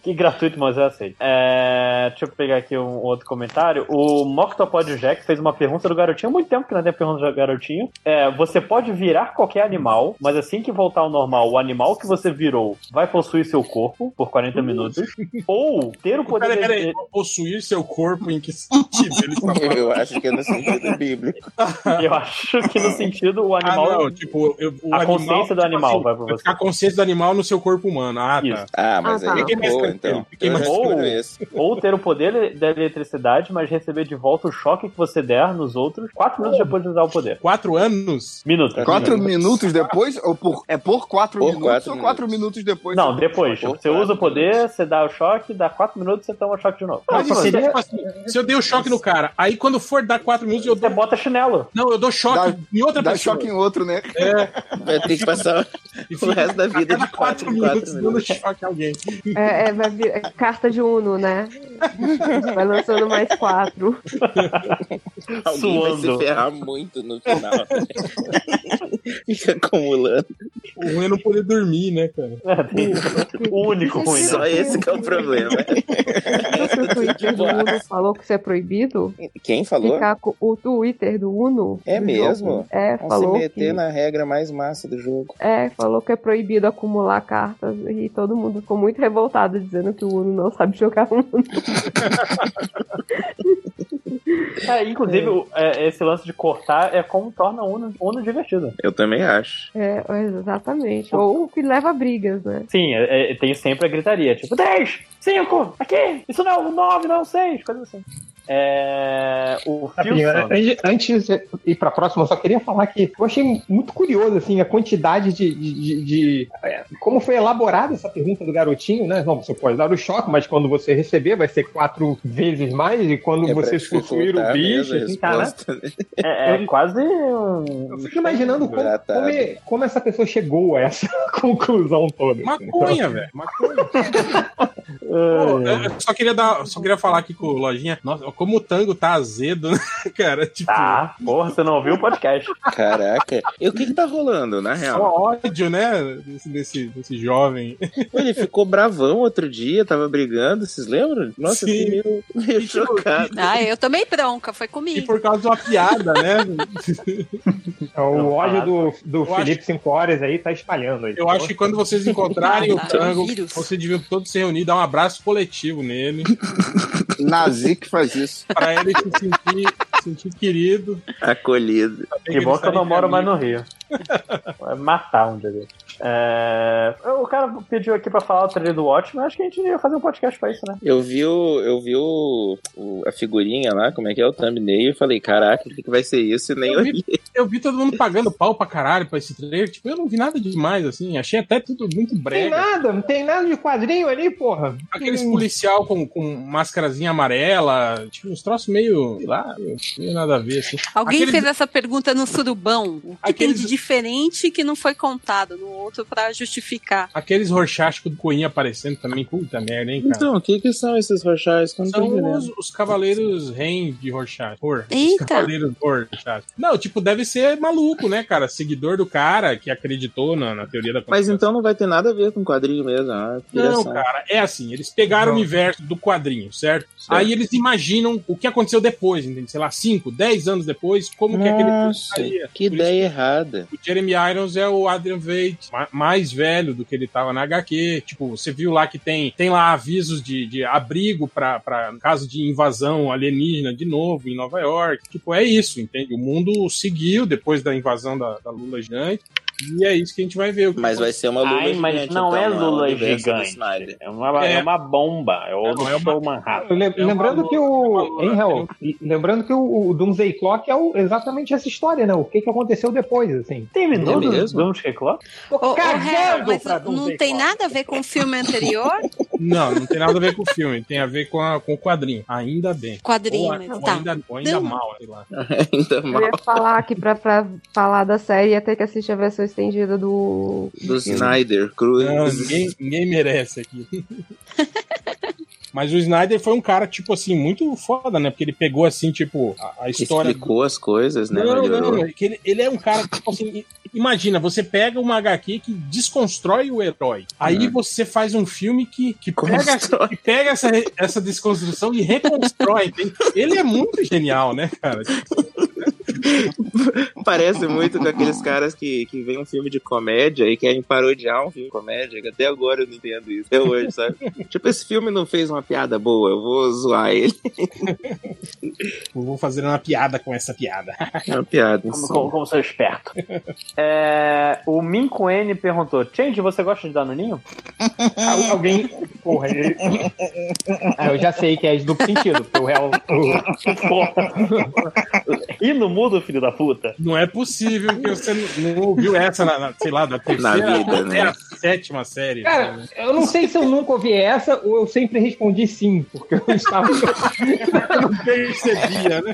[SPEAKER 2] Que gratuito, mas eu aceito. É, deixa eu pegar aqui um outro comentário. O Moctopod Jack fez uma pergunta do garotinho. Há muito tempo que não tem pergunta do garotinho. É, você pode virar qualquer animal, mas assim que voltar ao normal, o animal que você virou vai possuir seu corpo por 40 minutos. Ou ter o poder.
[SPEAKER 11] Peraí,
[SPEAKER 2] de-
[SPEAKER 11] peraí. Possuir seu corpo em que sentido ele está falando?
[SPEAKER 4] Eu acho que é no sentido bíblico.
[SPEAKER 2] Eu acho que no sentido o animal.
[SPEAKER 11] Ah, não, tipo, eu- o
[SPEAKER 2] a
[SPEAKER 11] animal-
[SPEAKER 2] consciência do
[SPEAKER 11] tipo
[SPEAKER 2] animal
[SPEAKER 11] assim,
[SPEAKER 2] vai pra você.
[SPEAKER 11] A consciência do animal no seu corpo humano. Ah, tá.
[SPEAKER 4] Ah,
[SPEAKER 2] mas Ah, aí tá.
[SPEAKER 11] Fiquei mais
[SPEAKER 2] boa,
[SPEAKER 11] tranquilo,
[SPEAKER 2] então.
[SPEAKER 11] fiquei mais
[SPEAKER 2] Ou-
[SPEAKER 11] tranquilo.
[SPEAKER 2] Ou ter o poder da eletricidade, mas receber de volta o choque que você der nos outros quatro minutos depois de usar o poder.
[SPEAKER 11] Quatro anos?
[SPEAKER 2] Minutos.
[SPEAKER 6] Quatro minutos depois? Ou por, é por quatro
[SPEAKER 2] Por
[SPEAKER 6] minutos
[SPEAKER 2] quatro
[SPEAKER 6] ou quatro minutos, depois?
[SPEAKER 2] Não, depois.
[SPEAKER 6] Por
[SPEAKER 2] você
[SPEAKER 6] quatro
[SPEAKER 2] usa o poder, você dá o choque, dá quatro minutos, você toma o choque de novo.
[SPEAKER 11] Mas
[SPEAKER 2] Não,
[SPEAKER 11] isso seria,
[SPEAKER 2] você-
[SPEAKER 11] tipo assim, se eu dei o choque no cara, aí quando for dar quatro minutos, eu dou... Você
[SPEAKER 2] bota chinelo.
[SPEAKER 11] Não, eu dou choque em outra
[SPEAKER 6] dá
[SPEAKER 11] pessoa.
[SPEAKER 6] choque em outro, né?
[SPEAKER 11] É.
[SPEAKER 4] Vai ter que passar um o resto da vida de quatro, em quatro
[SPEAKER 11] minutos dando
[SPEAKER 4] minutos.
[SPEAKER 11] choque a alguém.
[SPEAKER 8] É, é, vai vir, é carta de Uno, né? Vai lançando mais quatro.
[SPEAKER 4] Alguém vai se
[SPEAKER 8] Suando.
[SPEAKER 4] ferrar muito no final. Fica acumulando.
[SPEAKER 11] O ruim é não poder dormir, né, cara?
[SPEAKER 2] É, o único
[SPEAKER 8] ruim, né?
[SPEAKER 4] Só esse que é o problema.
[SPEAKER 8] O Twitter do Uno falou que isso é proibido.
[SPEAKER 4] Quem falou?
[SPEAKER 8] Ficar com o Twitter do Uno.
[SPEAKER 4] É
[SPEAKER 8] do
[SPEAKER 4] mesmo?
[SPEAKER 8] jogo. É,
[SPEAKER 4] Vão
[SPEAKER 8] falou.
[SPEAKER 4] se meter
[SPEAKER 8] que-
[SPEAKER 4] na regra mais massa do jogo.
[SPEAKER 8] É, falou que é proibido acumular cartas e todo mundo ficou muito revoltado dizendo que o Uno não sabe jogar Uno.
[SPEAKER 2] É, inclusive, o- é, esse lance de cortar é como torna o Uno, Uno divertido.
[SPEAKER 4] Eu também acho.
[SPEAKER 8] É, exatamente. Ou que leva a brigas, né?
[SPEAKER 2] Sim, é- é- tem sempre a gritaria, tipo, 10, 5, aqui, isso não, 9, não, 6, coisa assim. É, o
[SPEAKER 14] Rapidinho,
[SPEAKER 2] Filson-
[SPEAKER 14] antes- Antes de ir pra próxima, eu só queria falar que eu achei muito curioso, assim, a quantidade de. de- de- de- é, como foi elaborada essa pergunta do garotinho, né? Não, você pode dar o choque, mas quando você receber, vai ser quatro vezes mais, e quando
[SPEAKER 2] É pra
[SPEAKER 14] vocês possuir o
[SPEAKER 2] dificultar
[SPEAKER 14] bicho.
[SPEAKER 2] mesmo a
[SPEAKER 14] Assim, cara,
[SPEAKER 8] Tá.
[SPEAKER 2] resposta,
[SPEAKER 14] né?
[SPEAKER 2] é, é quase um
[SPEAKER 14] eu fico imaginando como, como, é- como essa pessoa chegou a essa conclusão toda.
[SPEAKER 11] Maconha,
[SPEAKER 14] Então-
[SPEAKER 11] velho.
[SPEAKER 2] É.
[SPEAKER 11] Pô, eu eu só queria dar, eu só queria falar aqui com o Lojinha. Nossa, como o tango tá azedo, né, cara? Tipo...
[SPEAKER 2] Tá, porra, você não ouviu o podcast.
[SPEAKER 4] Caraca. E o que que tá rolando, na real?
[SPEAKER 11] Só ódio, né? Desse, desse, desse jovem.
[SPEAKER 4] Ele ficou bravão outro dia, tava brigando, vocês lembram? Nossa, eu
[SPEAKER 11] Sim.
[SPEAKER 4] fiquei meio, meio chocado.
[SPEAKER 15] Ah, eu tomei bronca, foi
[SPEAKER 11] E
[SPEAKER 15] comigo.
[SPEAKER 11] por causa de uma piada, né?
[SPEAKER 14] É o ódio do,
[SPEAKER 11] Eu
[SPEAKER 14] do
[SPEAKER 11] acho-
[SPEAKER 14] Felipe 5 horas aí tá espalhando. aí.
[SPEAKER 11] Eu acho que quando vocês encontrarem o
[SPEAKER 14] Ah,
[SPEAKER 11] tango,
[SPEAKER 14] vírus.
[SPEAKER 11] vocês deviam todos se reunir, dar um abraço coletivo nele.
[SPEAKER 6] Nazi que faz isso.
[SPEAKER 11] Pra ele se sentir, sentir querido.
[SPEAKER 4] Acolhido.
[SPEAKER 2] Que bom que eu não moro mais no Rio. Vai matar um dele. É, o cara pediu aqui pra falar o trailer do Watchmen, acho que a gente ia fazer um podcast pra isso, né?
[SPEAKER 4] Eu vi, o, eu vi o, o- a figurinha lá, como é que é o thumbnail, e falei, caraca, o que, que vai ser isso? E nem
[SPEAKER 11] Eu vi,
[SPEAKER 4] olhei.
[SPEAKER 11] eu vi todo mundo pagando pau pra caralho pra esse trailer. Tipo, eu não vi nada demais, assim. Achei até tudo muito
[SPEAKER 14] Tem
[SPEAKER 11] brega.
[SPEAKER 14] nada, não tem nada de quadrinho ali, porra.
[SPEAKER 11] Aqueles
[SPEAKER 14] Hum.
[SPEAKER 11] policial com, com máscarazinha amarela, tipo, uns troços meio, sei lá, meio nada a ver, assim.
[SPEAKER 15] Alguém
[SPEAKER 11] Aqueles-
[SPEAKER 15] fez essa pergunta no surubão. O que tem de diferente que não foi contado no outro pra justificar?
[SPEAKER 11] Aqueles rochásticos do Coinha aparecendo também, puta merda, hein, cara.
[SPEAKER 4] Então, o que, que são esses rochais? Como
[SPEAKER 11] São Então, os, os cavaleiros reis de Rorschach. Hor,
[SPEAKER 15] Eita.
[SPEAKER 11] Os cavaleiros Rorschach. Não, tipo, deve ser maluco, né, cara? Seguidor do cara que acreditou na, na teoria da
[SPEAKER 4] Mas então não vai ter nada a ver com quadrinho mesmo. Ah, que
[SPEAKER 11] Não,
[SPEAKER 4] engraçado.
[SPEAKER 11] cara, é assim, eles pegaram o universo do quadrinho, certo? Aí eles imaginam o que aconteceu depois, entende? Sei lá, 5, 10 anos depois, como que aquele filme
[SPEAKER 4] Nossa,
[SPEAKER 11] estaria.
[SPEAKER 4] que ideia errada.
[SPEAKER 11] O Jeremy Irons é o Adrian Veidt, ma- mais velho do que ele tava na HQ. Tipo, você viu lá que tem, tem lá avisos de, de abrigo pra, pra caso de invasão alienígena de novo em Nova York. Tipo, é isso, entende? O mundo seguiu depois da invasão da, da Lula gigante. E é isso que a gente vai ver. o que
[SPEAKER 4] Mas vai
[SPEAKER 11] acontece.
[SPEAKER 4] ser uma Lula então,
[SPEAKER 2] Ai, mas não é
[SPEAKER 4] um
[SPEAKER 2] Lula gigante. É uma, é.
[SPEAKER 11] É.
[SPEAKER 2] uma bomba. É o do show Manhattan.
[SPEAKER 14] Lem- lembrando, que
[SPEAKER 11] é
[SPEAKER 14] o, hein, Raul? lembrando que o o Doomsday Clock é o- exatamente essa história, né? O que, que aconteceu depois, assim.
[SPEAKER 2] Terminou
[SPEAKER 14] É
[SPEAKER 2] do
[SPEAKER 14] mesmo?
[SPEAKER 2] Doomsday Clock?
[SPEAKER 15] Ô, ô,
[SPEAKER 14] cagando
[SPEAKER 15] Hera, mas
[SPEAKER 14] pra
[SPEAKER 15] não
[SPEAKER 14] Doomsday
[SPEAKER 15] tem nada a ver com o filme anterior?
[SPEAKER 11] Não, não tem nada a ver com o filme, tem a ver com, a- com o quadrinho. Ainda bem.
[SPEAKER 15] Quadrinho,
[SPEAKER 11] ou, a-
[SPEAKER 15] mas
[SPEAKER 11] ou
[SPEAKER 15] tá.
[SPEAKER 11] ainda, ou ainda
[SPEAKER 15] Não.
[SPEAKER 11] mal, sei lá.
[SPEAKER 4] ainda
[SPEAKER 8] Eu ia falar que pra, pra falar da série ia ter que assistir a versão estendida do.
[SPEAKER 4] Do Snyder, Cruz.
[SPEAKER 11] Não, ninguém, ninguém merece aqui. Mas o Snyder foi um cara, tipo assim, muito foda, né? Porque ele pegou, assim, tipo, a, a história.
[SPEAKER 4] Explicou as coisas, né?
[SPEAKER 11] Não,
[SPEAKER 4] Melhorou.
[SPEAKER 11] não, é que ele, ele é um cara, tipo assim, Imagina, você pega uma HQ que desconstrói o herói. Aí
[SPEAKER 4] Uhum.
[SPEAKER 17] Hum.
[SPEAKER 11] você faz um filme que, que pega,
[SPEAKER 4] assim?
[SPEAKER 17] Constrói.
[SPEAKER 11] que pega essa, re- essa desconstrução e reconstrói. entende? Ele é muito genial, né, cara?
[SPEAKER 4] Parece muito com aqueles caras que, que veem um filme de comédia e querem parodiar um filme de comédia, que até agora eu não entendo isso, até hoje, sabe? tipo, esse filme não fez uma piada boa, eu vou zoar ele.
[SPEAKER 11] Eu assim, vou fazer uma piada com essa piada.
[SPEAKER 4] É uma piada.
[SPEAKER 2] Como, como, como sou esperto. É, o Minko N perguntou: Change, você gosta de danoninho?
[SPEAKER 14] Al- Alguém.
[SPEAKER 2] Porra, ele...
[SPEAKER 14] Ah, eu já sei que é de duplo sentido, porque o réu.
[SPEAKER 2] E no mudo, filho da puta?
[SPEAKER 11] Não é possível que você não, não ouviu essa, na, na- sei lá, da terceira
[SPEAKER 14] vida,
[SPEAKER 11] até
[SPEAKER 14] né?
[SPEAKER 11] a sétima série. né?
[SPEAKER 14] Cara, eu não sei se eu nunca ouvi essa ou eu sempre respondi sim, porque eu estava.
[SPEAKER 11] não percebia, né?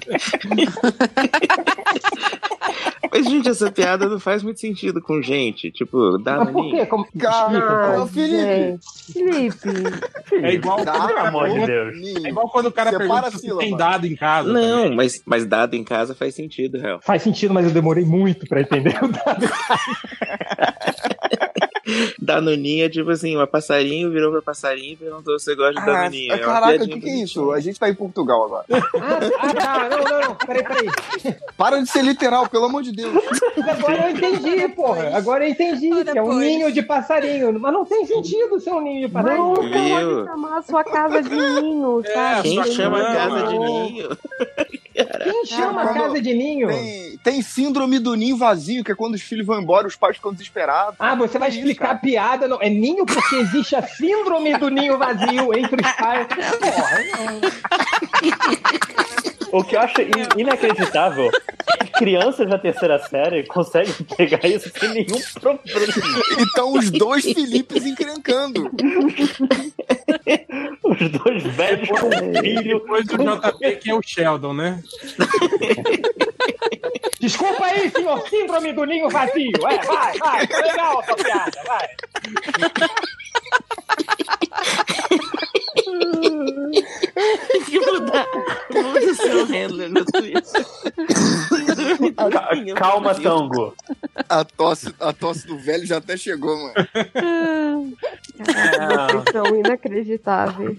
[SPEAKER 4] Mas, gente, essa piada não faz muito sentido com gente. Tipo, dá
[SPEAKER 14] Mas por quê? Como... Cara,
[SPEAKER 4] Ô, Felipe.
[SPEAKER 14] Felipe.
[SPEAKER 11] É igual
[SPEAKER 14] Cara,
[SPEAKER 11] quando- É igual quando o cara
[SPEAKER 14] Separa
[SPEAKER 11] pergunta
[SPEAKER 14] a
[SPEAKER 11] se
[SPEAKER 14] sílaba.
[SPEAKER 11] tem dado em casa.
[SPEAKER 4] Não, mas, mas dado em casa faz sentido, real.
[SPEAKER 14] Faz sentido, mas eu demorei muito pra entender.
[SPEAKER 4] Danoninha é tipo assim, uma passarinho virou pra passarinho e perguntou se você gosta de Danoninha.
[SPEAKER 6] Ah,
[SPEAKER 4] É uma
[SPEAKER 6] caraca, o
[SPEAKER 4] piadinha
[SPEAKER 6] que, que é isso? A gente tá em Portugal agora.
[SPEAKER 14] Ah, não, não, não. Peraí, peraí.
[SPEAKER 6] Para de ser literal, pelo amor de Deus.
[SPEAKER 14] Agora eu entendi, porra. Agora eu entendi que é um ninho de passarinho. Mas não tem sentido ser um ninho de passarinho.
[SPEAKER 8] Nunca
[SPEAKER 4] Meu.
[SPEAKER 8] pode chamar a sua casa de ninho,
[SPEAKER 11] É,
[SPEAKER 8] sabe?
[SPEAKER 4] Quem É, chama a casa de
[SPEAKER 6] ninho?
[SPEAKER 14] Quem
[SPEAKER 8] chama
[SPEAKER 14] a casa de ninho?
[SPEAKER 6] Tem, tem síndrome do ninho vazio, que é quando os filhos vão embora os pais ficam desesperados.
[SPEAKER 14] Ah, você vai explicar a piada. Não. É ninho porque existe a síndrome do ninho vazio entre os pais. Porra, não.
[SPEAKER 2] O que eu acho in- inacreditável é que crianças da terceira série conseguem pegar isso sem nenhum problema.
[SPEAKER 6] Então os dois Filipes encrencando.
[SPEAKER 2] Os dois velhos com filho.
[SPEAKER 11] Depois do JP, que é o Sheldon, né?
[SPEAKER 14] Desculpa aí, senhor síndrome do ninho vazio. É, vai, vai. Foi legal a sua piada, vai.
[SPEAKER 12] Tem que mudar. Muda o seu handler no Twitter.
[SPEAKER 2] Calma, Tango.
[SPEAKER 6] A tosse, a tosse do velho já até chegou, mano.
[SPEAKER 8] Vocês são inacreditáveis.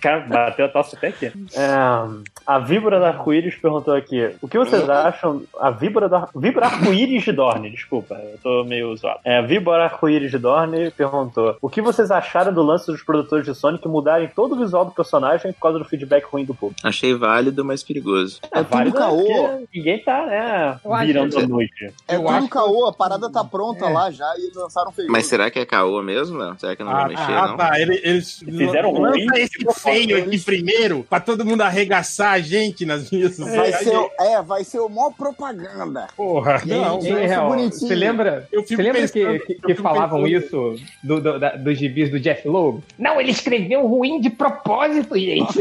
[SPEAKER 2] Cara, bateu a tosse até aqui. É, a víbora da arco-íris perguntou aqui: o que vocês acham? A víbora da víbora arco-íris de Dorne, desculpa, eu tô meio zoado. É, a víbora arco-íris de Dorne perguntou: o que vocês acharam do lance dos produtores de Sonic mudarem todo o visual do personagem por causa do feedback ruim do público?
[SPEAKER 4] Achei válido, mas perigoso.
[SPEAKER 2] É válido, né? Porque Ninguém tá, né?
[SPEAKER 6] Eu acho
[SPEAKER 2] Virando
[SPEAKER 6] que-
[SPEAKER 2] a noite.
[SPEAKER 6] um É tudo caô, a parada tá
[SPEAKER 14] É.
[SPEAKER 6] pronta lá já e lançaram feio.
[SPEAKER 4] Mas será que é caô mesmo, Léo? Será
[SPEAKER 11] Ah, tá,
[SPEAKER 4] que não vai mexer, não?
[SPEAKER 11] eles
[SPEAKER 4] Fizeram ruim.
[SPEAKER 11] Lança esse feio aqui primeiro, pra todo mundo arregaçar a gente nas minhas
[SPEAKER 6] Vai ser, o- é, vai ser o maior propaganda.
[SPEAKER 11] Porra,
[SPEAKER 14] Ei, ei, é Real, Você lembra,
[SPEAKER 11] Eu
[SPEAKER 14] você
[SPEAKER 11] fico
[SPEAKER 14] lembra que,
[SPEAKER 11] pensando-
[SPEAKER 14] que-
[SPEAKER 11] eu
[SPEAKER 14] que
[SPEAKER 11] fico
[SPEAKER 14] falavam
[SPEAKER 11] pensando-
[SPEAKER 14] isso do, do- da- dos gibis do Jeff Loeb? Não, ele escreveu ruim de propósito, gente.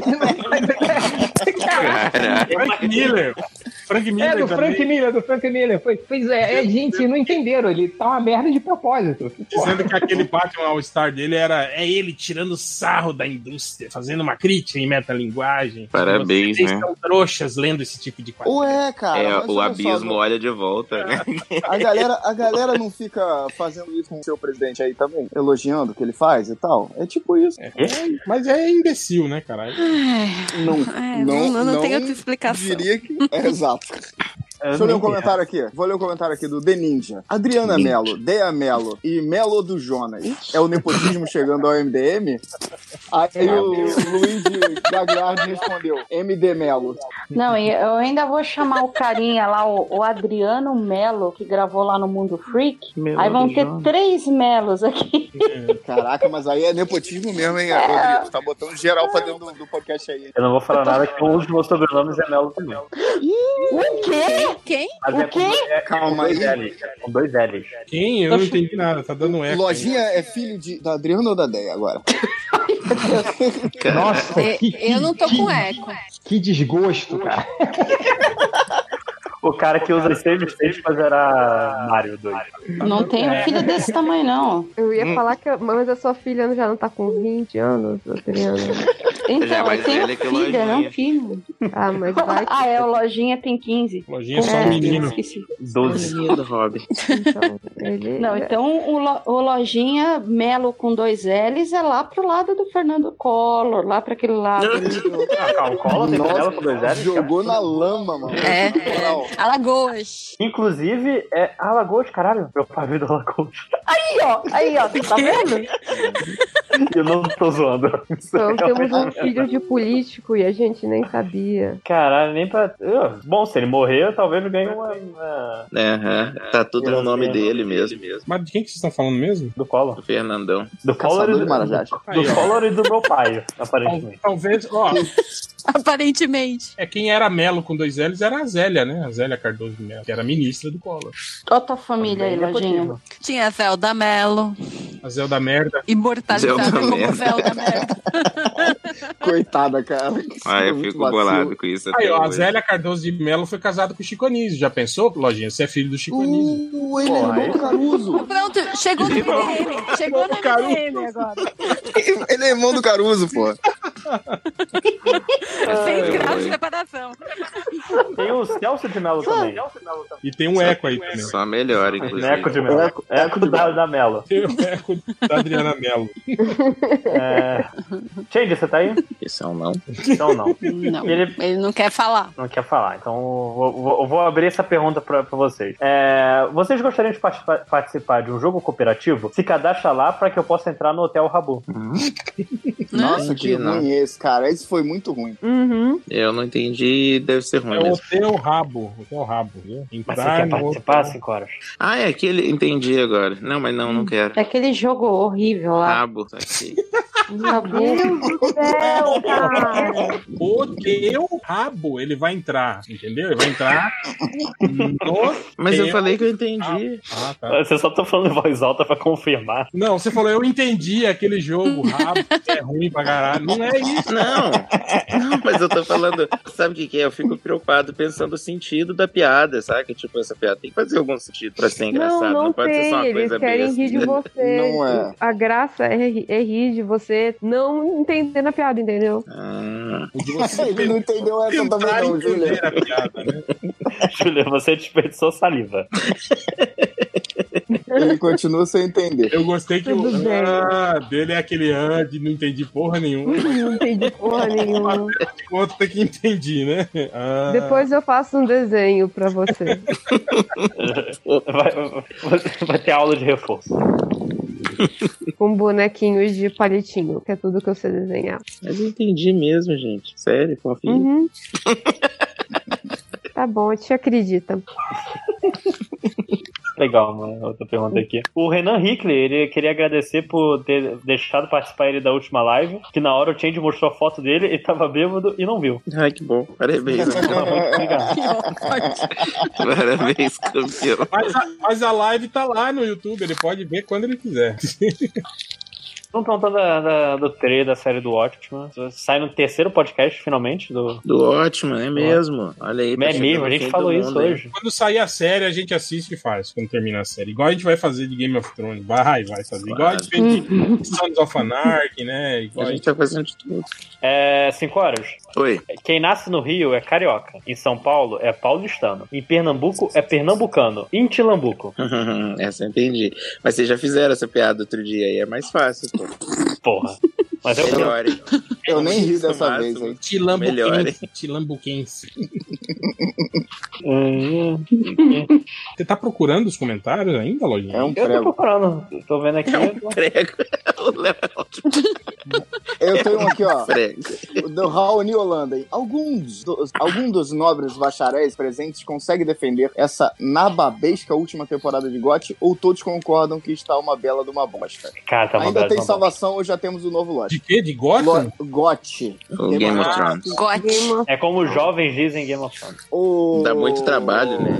[SPEAKER 11] Frank Miller. Frank Miller
[SPEAKER 14] É do
[SPEAKER 11] também.
[SPEAKER 14] Frank Miller, do Frank Miller. Foi, pois é, é, gente, não entenderam. Ele tá uma merda de propósito.
[SPEAKER 11] Dizendo que aquele Batman All-Star dele era é ele tirando sarro da indústria, fazendo uma crítica em metalinguagem.
[SPEAKER 4] Parabéns,
[SPEAKER 11] Vocês
[SPEAKER 4] né?
[SPEAKER 11] são trouxas lendo esse tipo de quadrinho.
[SPEAKER 6] Ué, cara.
[SPEAKER 4] é,
[SPEAKER 6] mas
[SPEAKER 4] o
[SPEAKER 6] olha
[SPEAKER 4] abismo
[SPEAKER 6] só,
[SPEAKER 4] olha de volta, né?
[SPEAKER 11] É.
[SPEAKER 6] A galera, a galera não fica fazendo isso com o seu presidente aí também, elogiando o que ele faz e tal. É tipo isso.
[SPEAKER 11] Mas é imbecil, né, cara?
[SPEAKER 6] Não,
[SPEAKER 15] É,
[SPEAKER 6] não,
[SPEAKER 15] não- não tem outra
[SPEAKER 6] explicação. Diria que. É, exato. Deixa eu ler um comentário aqui. Vou ler um comentário aqui do The Ninja. Adriana
[SPEAKER 4] Ninja.
[SPEAKER 6] Melo, Dea Melo e Melo do Jonas. É o nepotismo chegando ao MDM? Aí
[SPEAKER 12] Meu
[SPEAKER 6] o
[SPEAKER 12] Deus.
[SPEAKER 6] Luiz Gagliardi respondeu: MD Melo.
[SPEAKER 12] Não, e eu ainda vou chamar o carinha lá, o, o Adriano Melo, que gravou lá no Mundo Freak.
[SPEAKER 6] Melo
[SPEAKER 12] aí vão ter
[SPEAKER 6] Adriano.
[SPEAKER 12] três Melos aqui.
[SPEAKER 6] Caraca, mas aí é nepotismo mesmo, hein, Rodrigo? Tá botando geral pra dentro do, do podcast aí.
[SPEAKER 2] Eu não vou falar nada que um dos meus sobrenomes é Melo também.
[SPEAKER 12] O quê?
[SPEAKER 15] Quem?
[SPEAKER 2] Mas é com dois- é
[SPEAKER 6] Calma aí.
[SPEAKER 2] Com dois L's. é Com dois L's.
[SPEAKER 11] Quem? Eu não entendi nada, tá dando eco.
[SPEAKER 6] Lojinha é filho de, da Adriana ou da Deia agora?
[SPEAKER 14] Nossa,
[SPEAKER 12] É,
[SPEAKER 15] Eu É, não tô com eco.
[SPEAKER 14] que desgosto, cara.
[SPEAKER 2] O cara que usa save state pra zerar Mario 2.
[SPEAKER 12] Não tenho
[SPEAKER 8] É.
[SPEAKER 12] filho desse tamanho, não.
[SPEAKER 8] Eu ia
[SPEAKER 12] Hum.
[SPEAKER 8] falar que. eu- Mas a sua filha já não tá com 20 anos, Adriana?
[SPEAKER 12] Então,
[SPEAKER 8] Já é mais
[SPEAKER 12] eu tenho
[SPEAKER 8] velha que o
[SPEAKER 12] filha,
[SPEAKER 8] Lojinha.
[SPEAKER 12] não filho.
[SPEAKER 8] Ah, mas vai.
[SPEAKER 12] Ah, é, o Lojinha tem 15.
[SPEAKER 11] Lojinha
[SPEAKER 12] é só um
[SPEAKER 11] menino.
[SPEAKER 12] Esqueci.
[SPEAKER 2] 12.
[SPEAKER 4] do Robin. é
[SPEAKER 12] Não, então o, Lo- o Lojinha Melo com dois L's é lá pro lado do Fernando Collor, lá pra aquele lado.
[SPEAKER 2] Ah, tá, O Collor tem
[SPEAKER 12] Nossa,
[SPEAKER 2] panela com dois L's. Jogou
[SPEAKER 16] na lama, mano.
[SPEAKER 12] É,
[SPEAKER 15] Alagoas.
[SPEAKER 2] Inclusive, é Alagoas, caralho. Meu pai veio do Alagoas.
[SPEAKER 12] Aí, ó, aí, ó, tá vendo?
[SPEAKER 2] Eu não tô zoando. é
[SPEAKER 8] Então, temos um filho de político e a gente nem sabia.
[SPEAKER 2] Caralho, nem pra. Eu- Bom, se ele morrer, eu talvez ganhe uma. uma-
[SPEAKER 4] É, aham. tá tudo no nome dele mesmo.
[SPEAKER 11] Mas de quem que vocês estão falando mesmo?
[SPEAKER 2] Do Collor.
[SPEAKER 4] Do Fernandão.
[SPEAKER 2] Do Collor e do, do, Collor e do meu pai, aparentemente.
[SPEAKER 11] Talvez, ó.
[SPEAKER 15] Aparentemente.
[SPEAKER 11] É quem era Melo com dois L's era a Zélia, né? A Zélia Cardoso de Melo, que era ministra do Collor.
[SPEAKER 12] Olha tua família aí, Lojinha.
[SPEAKER 15] Tinha Zelda Mello.
[SPEAKER 11] A Zelda Merda.
[SPEAKER 15] Imortalizada
[SPEAKER 4] Zelda
[SPEAKER 15] como
[SPEAKER 4] Mello.
[SPEAKER 15] Zelda Mello.
[SPEAKER 16] Coitada, cara.
[SPEAKER 4] Ah, eu
[SPEAKER 16] Muito
[SPEAKER 4] fico
[SPEAKER 16] vacilo.
[SPEAKER 4] bolado com isso até
[SPEAKER 11] Aí, ó, a
[SPEAKER 4] hoje.
[SPEAKER 11] Zélia Cardoso de Melo foi casada com o Chico Anísio. Já pensou, Lojinha? Você é filho do Chico Anísio.
[SPEAKER 16] ele
[SPEAKER 11] Porra,
[SPEAKER 16] é irmão
[SPEAKER 11] aí-
[SPEAKER 16] do Caruso.
[SPEAKER 15] Pronto, chegou no MDM. Chegou no MDM agora.
[SPEAKER 16] Ele é irmão do Caruso, pô.
[SPEAKER 15] Sem grau
[SPEAKER 12] é
[SPEAKER 15] de separação.
[SPEAKER 2] Tem o Celso de Melo também.
[SPEAKER 11] E tem um eco aí também. um
[SPEAKER 4] Só melhor, inclusive.
[SPEAKER 2] Eco de Melo. Eco, da, da Melo.
[SPEAKER 11] Tem o eco da Adriana Melo.
[SPEAKER 2] É... Change, você tá aí?
[SPEAKER 4] Isso é um não.
[SPEAKER 2] Então não.
[SPEAKER 15] Não,
[SPEAKER 2] Ele-
[SPEAKER 15] ele não quer falar.
[SPEAKER 2] Não quer falar, então eu vou, vou- eu vou abrir essa pergunta pra, pra vocês. É, vocês gostariam de participa- participar de um jogo cooperativo? Se cadastra lá pra que eu possa entrar no Hotel Rabu.
[SPEAKER 16] Nossa, que
[SPEAKER 4] Não.
[SPEAKER 16] ruim esse, cara. Esse foi muito ruim.
[SPEAKER 8] Uhum.
[SPEAKER 4] Eu não entendi, deve ser ruim
[SPEAKER 11] É o
[SPEAKER 4] mesmo.
[SPEAKER 11] teu rabo. O teu rabo, viu? Entrar
[SPEAKER 4] quer
[SPEAKER 11] no
[SPEAKER 4] participar,
[SPEAKER 11] outro- Hum.
[SPEAKER 2] cinco horas?
[SPEAKER 4] Ah, é aquele. Entendi agora. Não, mas não, não quero.
[SPEAKER 12] É aquele jogo horrível lá.
[SPEAKER 4] Rabo, tá aqui.
[SPEAKER 12] Meu Deus do céu, cara.
[SPEAKER 11] O teu rabo, ele vai entrar, entendeu? Ele vai entrar.
[SPEAKER 4] Mas eu falei que eu
[SPEAKER 11] entendi. Ah, tá.
[SPEAKER 2] Você só tá falando em voz alta pra confirmar.
[SPEAKER 11] Não, você falou, eu entendi aquele jogo, rabo, é ruim pra caralho. Não é isso.
[SPEAKER 4] Não. Não, mas eu tô falando, sabe o que, que é? Eu fico preocupado pensando o sentido da piada, sabe? Tipo, essa piada tem que fazer algum sentido pra ser é engraçado.
[SPEAKER 8] não,
[SPEAKER 4] Não,
[SPEAKER 8] não,
[SPEAKER 4] pode ser só
[SPEAKER 8] tem. Eles
[SPEAKER 4] uma coisa
[SPEAKER 8] querem
[SPEAKER 4] besta.
[SPEAKER 8] rir de você.
[SPEAKER 4] Não é.
[SPEAKER 8] A graça é, ri- é rir de você não entendendo a piada, entendeu?
[SPEAKER 2] Ah.
[SPEAKER 6] É
[SPEAKER 16] Ele não entendeu essa também,
[SPEAKER 6] um
[SPEAKER 16] não, Júlia.
[SPEAKER 2] Julia, né? você desperdiçou saliva.
[SPEAKER 16] Ele continua sem entender.
[SPEAKER 11] Eu gostei que
[SPEAKER 16] Tudo
[SPEAKER 11] o
[SPEAKER 16] bem.
[SPEAKER 11] ah, dele é aquele ah, de não entendi porra nenhuma.
[SPEAKER 8] Não entendi porra nenhuma.
[SPEAKER 11] Outro tem que entendi, né? Ah.
[SPEAKER 8] Depois eu faço um desenho pra você.
[SPEAKER 2] Vai, vai- vai ter aula de reforço.
[SPEAKER 8] com bonequinhos de palitinho, que é tudo que eu sei desenhar.
[SPEAKER 4] Mas eu entendi mesmo, gente. Sério, confia.
[SPEAKER 8] Uhum. tá bom, a gente acredita.
[SPEAKER 2] Legal, mano. Outra pergunta aqui. O Renan Hickley, ele queria agradecer por ter deixado participar ele da última live, que na hora o Change mostrou a foto dele, ele tava bêbado e não viu.
[SPEAKER 4] Ai, que bom. Parabéns. Parabéns, campeão.
[SPEAKER 11] Mas
[SPEAKER 2] ah,
[SPEAKER 11] a, mas a live tá lá no YouTube, ele pode ver quando ele quiser.
[SPEAKER 2] Estão perguntando da, da- do trailer da série do Watchmen. Sai no terceiro podcast, finalmente, do...
[SPEAKER 4] Do ótimo, é mesmo. Olha aí. tá
[SPEAKER 2] É mesmo,
[SPEAKER 4] chegando
[SPEAKER 2] a
[SPEAKER 4] o
[SPEAKER 2] gente
[SPEAKER 4] fim
[SPEAKER 2] falou
[SPEAKER 4] do
[SPEAKER 2] isso
[SPEAKER 4] mundo, hein?
[SPEAKER 2] hoje.
[SPEAKER 11] né? Quando sair a série, a gente assiste e faz, quando terminar a série. Igual a gente vai fazer de Game of Thrones. Vai, vai fazer. Igual a gente fez
[SPEAKER 8] Hum.
[SPEAKER 11] de Sons of Anarchy, né? Igual
[SPEAKER 4] A gente tá fazendo de tudo.
[SPEAKER 2] É, cinco horas.
[SPEAKER 4] Oi.
[SPEAKER 2] Quem nasce no Rio é carioca. Em São Paulo é paulistano. Em Pernambuco é pernambucano. Em Tilambuco.
[SPEAKER 4] essa eu entendi. Mas vocês já fizeram essa piada outro dia aí, é mais fácil, pô.
[SPEAKER 2] Porra. Mas eu-
[SPEAKER 4] Melhorem.
[SPEAKER 16] Eu nem ri
[SPEAKER 4] Isso,
[SPEAKER 16] dessa
[SPEAKER 4] máximo.
[SPEAKER 16] vez, hein?
[SPEAKER 4] Melhorem.
[SPEAKER 11] Tilambuquense. Tilambuquense. Você tá procurando os comentários ainda, Lojinha? É
[SPEAKER 16] um
[SPEAKER 2] Eu tô procurando. Tô vendo aqui.
[SPEAKER 11] um
[SPEAKER 16] Eu tenho um aqui, ó.
[SPEAKER 4] Prego.
[SPEAKER 16] Do Raoni Holanda. hein? Alguns dos, algum dos nobres bacharéis presentes consegue defender essa nababesca última temporada de GOT ou todos concordam que está uma bela de uma bosta?
[SPEAKER 2] Cara, tá uma
[SPEAKER 16] Ainda
[SPEAKER 2] bela de
[SPEAKER 16] tem
[SPEAKER 2] uma
[SPEAKER 16] salvação ou já temos o novo lote?
[SPEAKER 11] De quê? De Gotham?
[SPEAKER 16] GOT.
[SPEAKER 4] O Game of Thrones.
[SPEAKER 15] Gote.
[SPEAKER 2] É como os jovens dizem em Game of Thrones.
[SPEAKER 16] O...
[SPEAKER 4] Dá muito trabalho, né?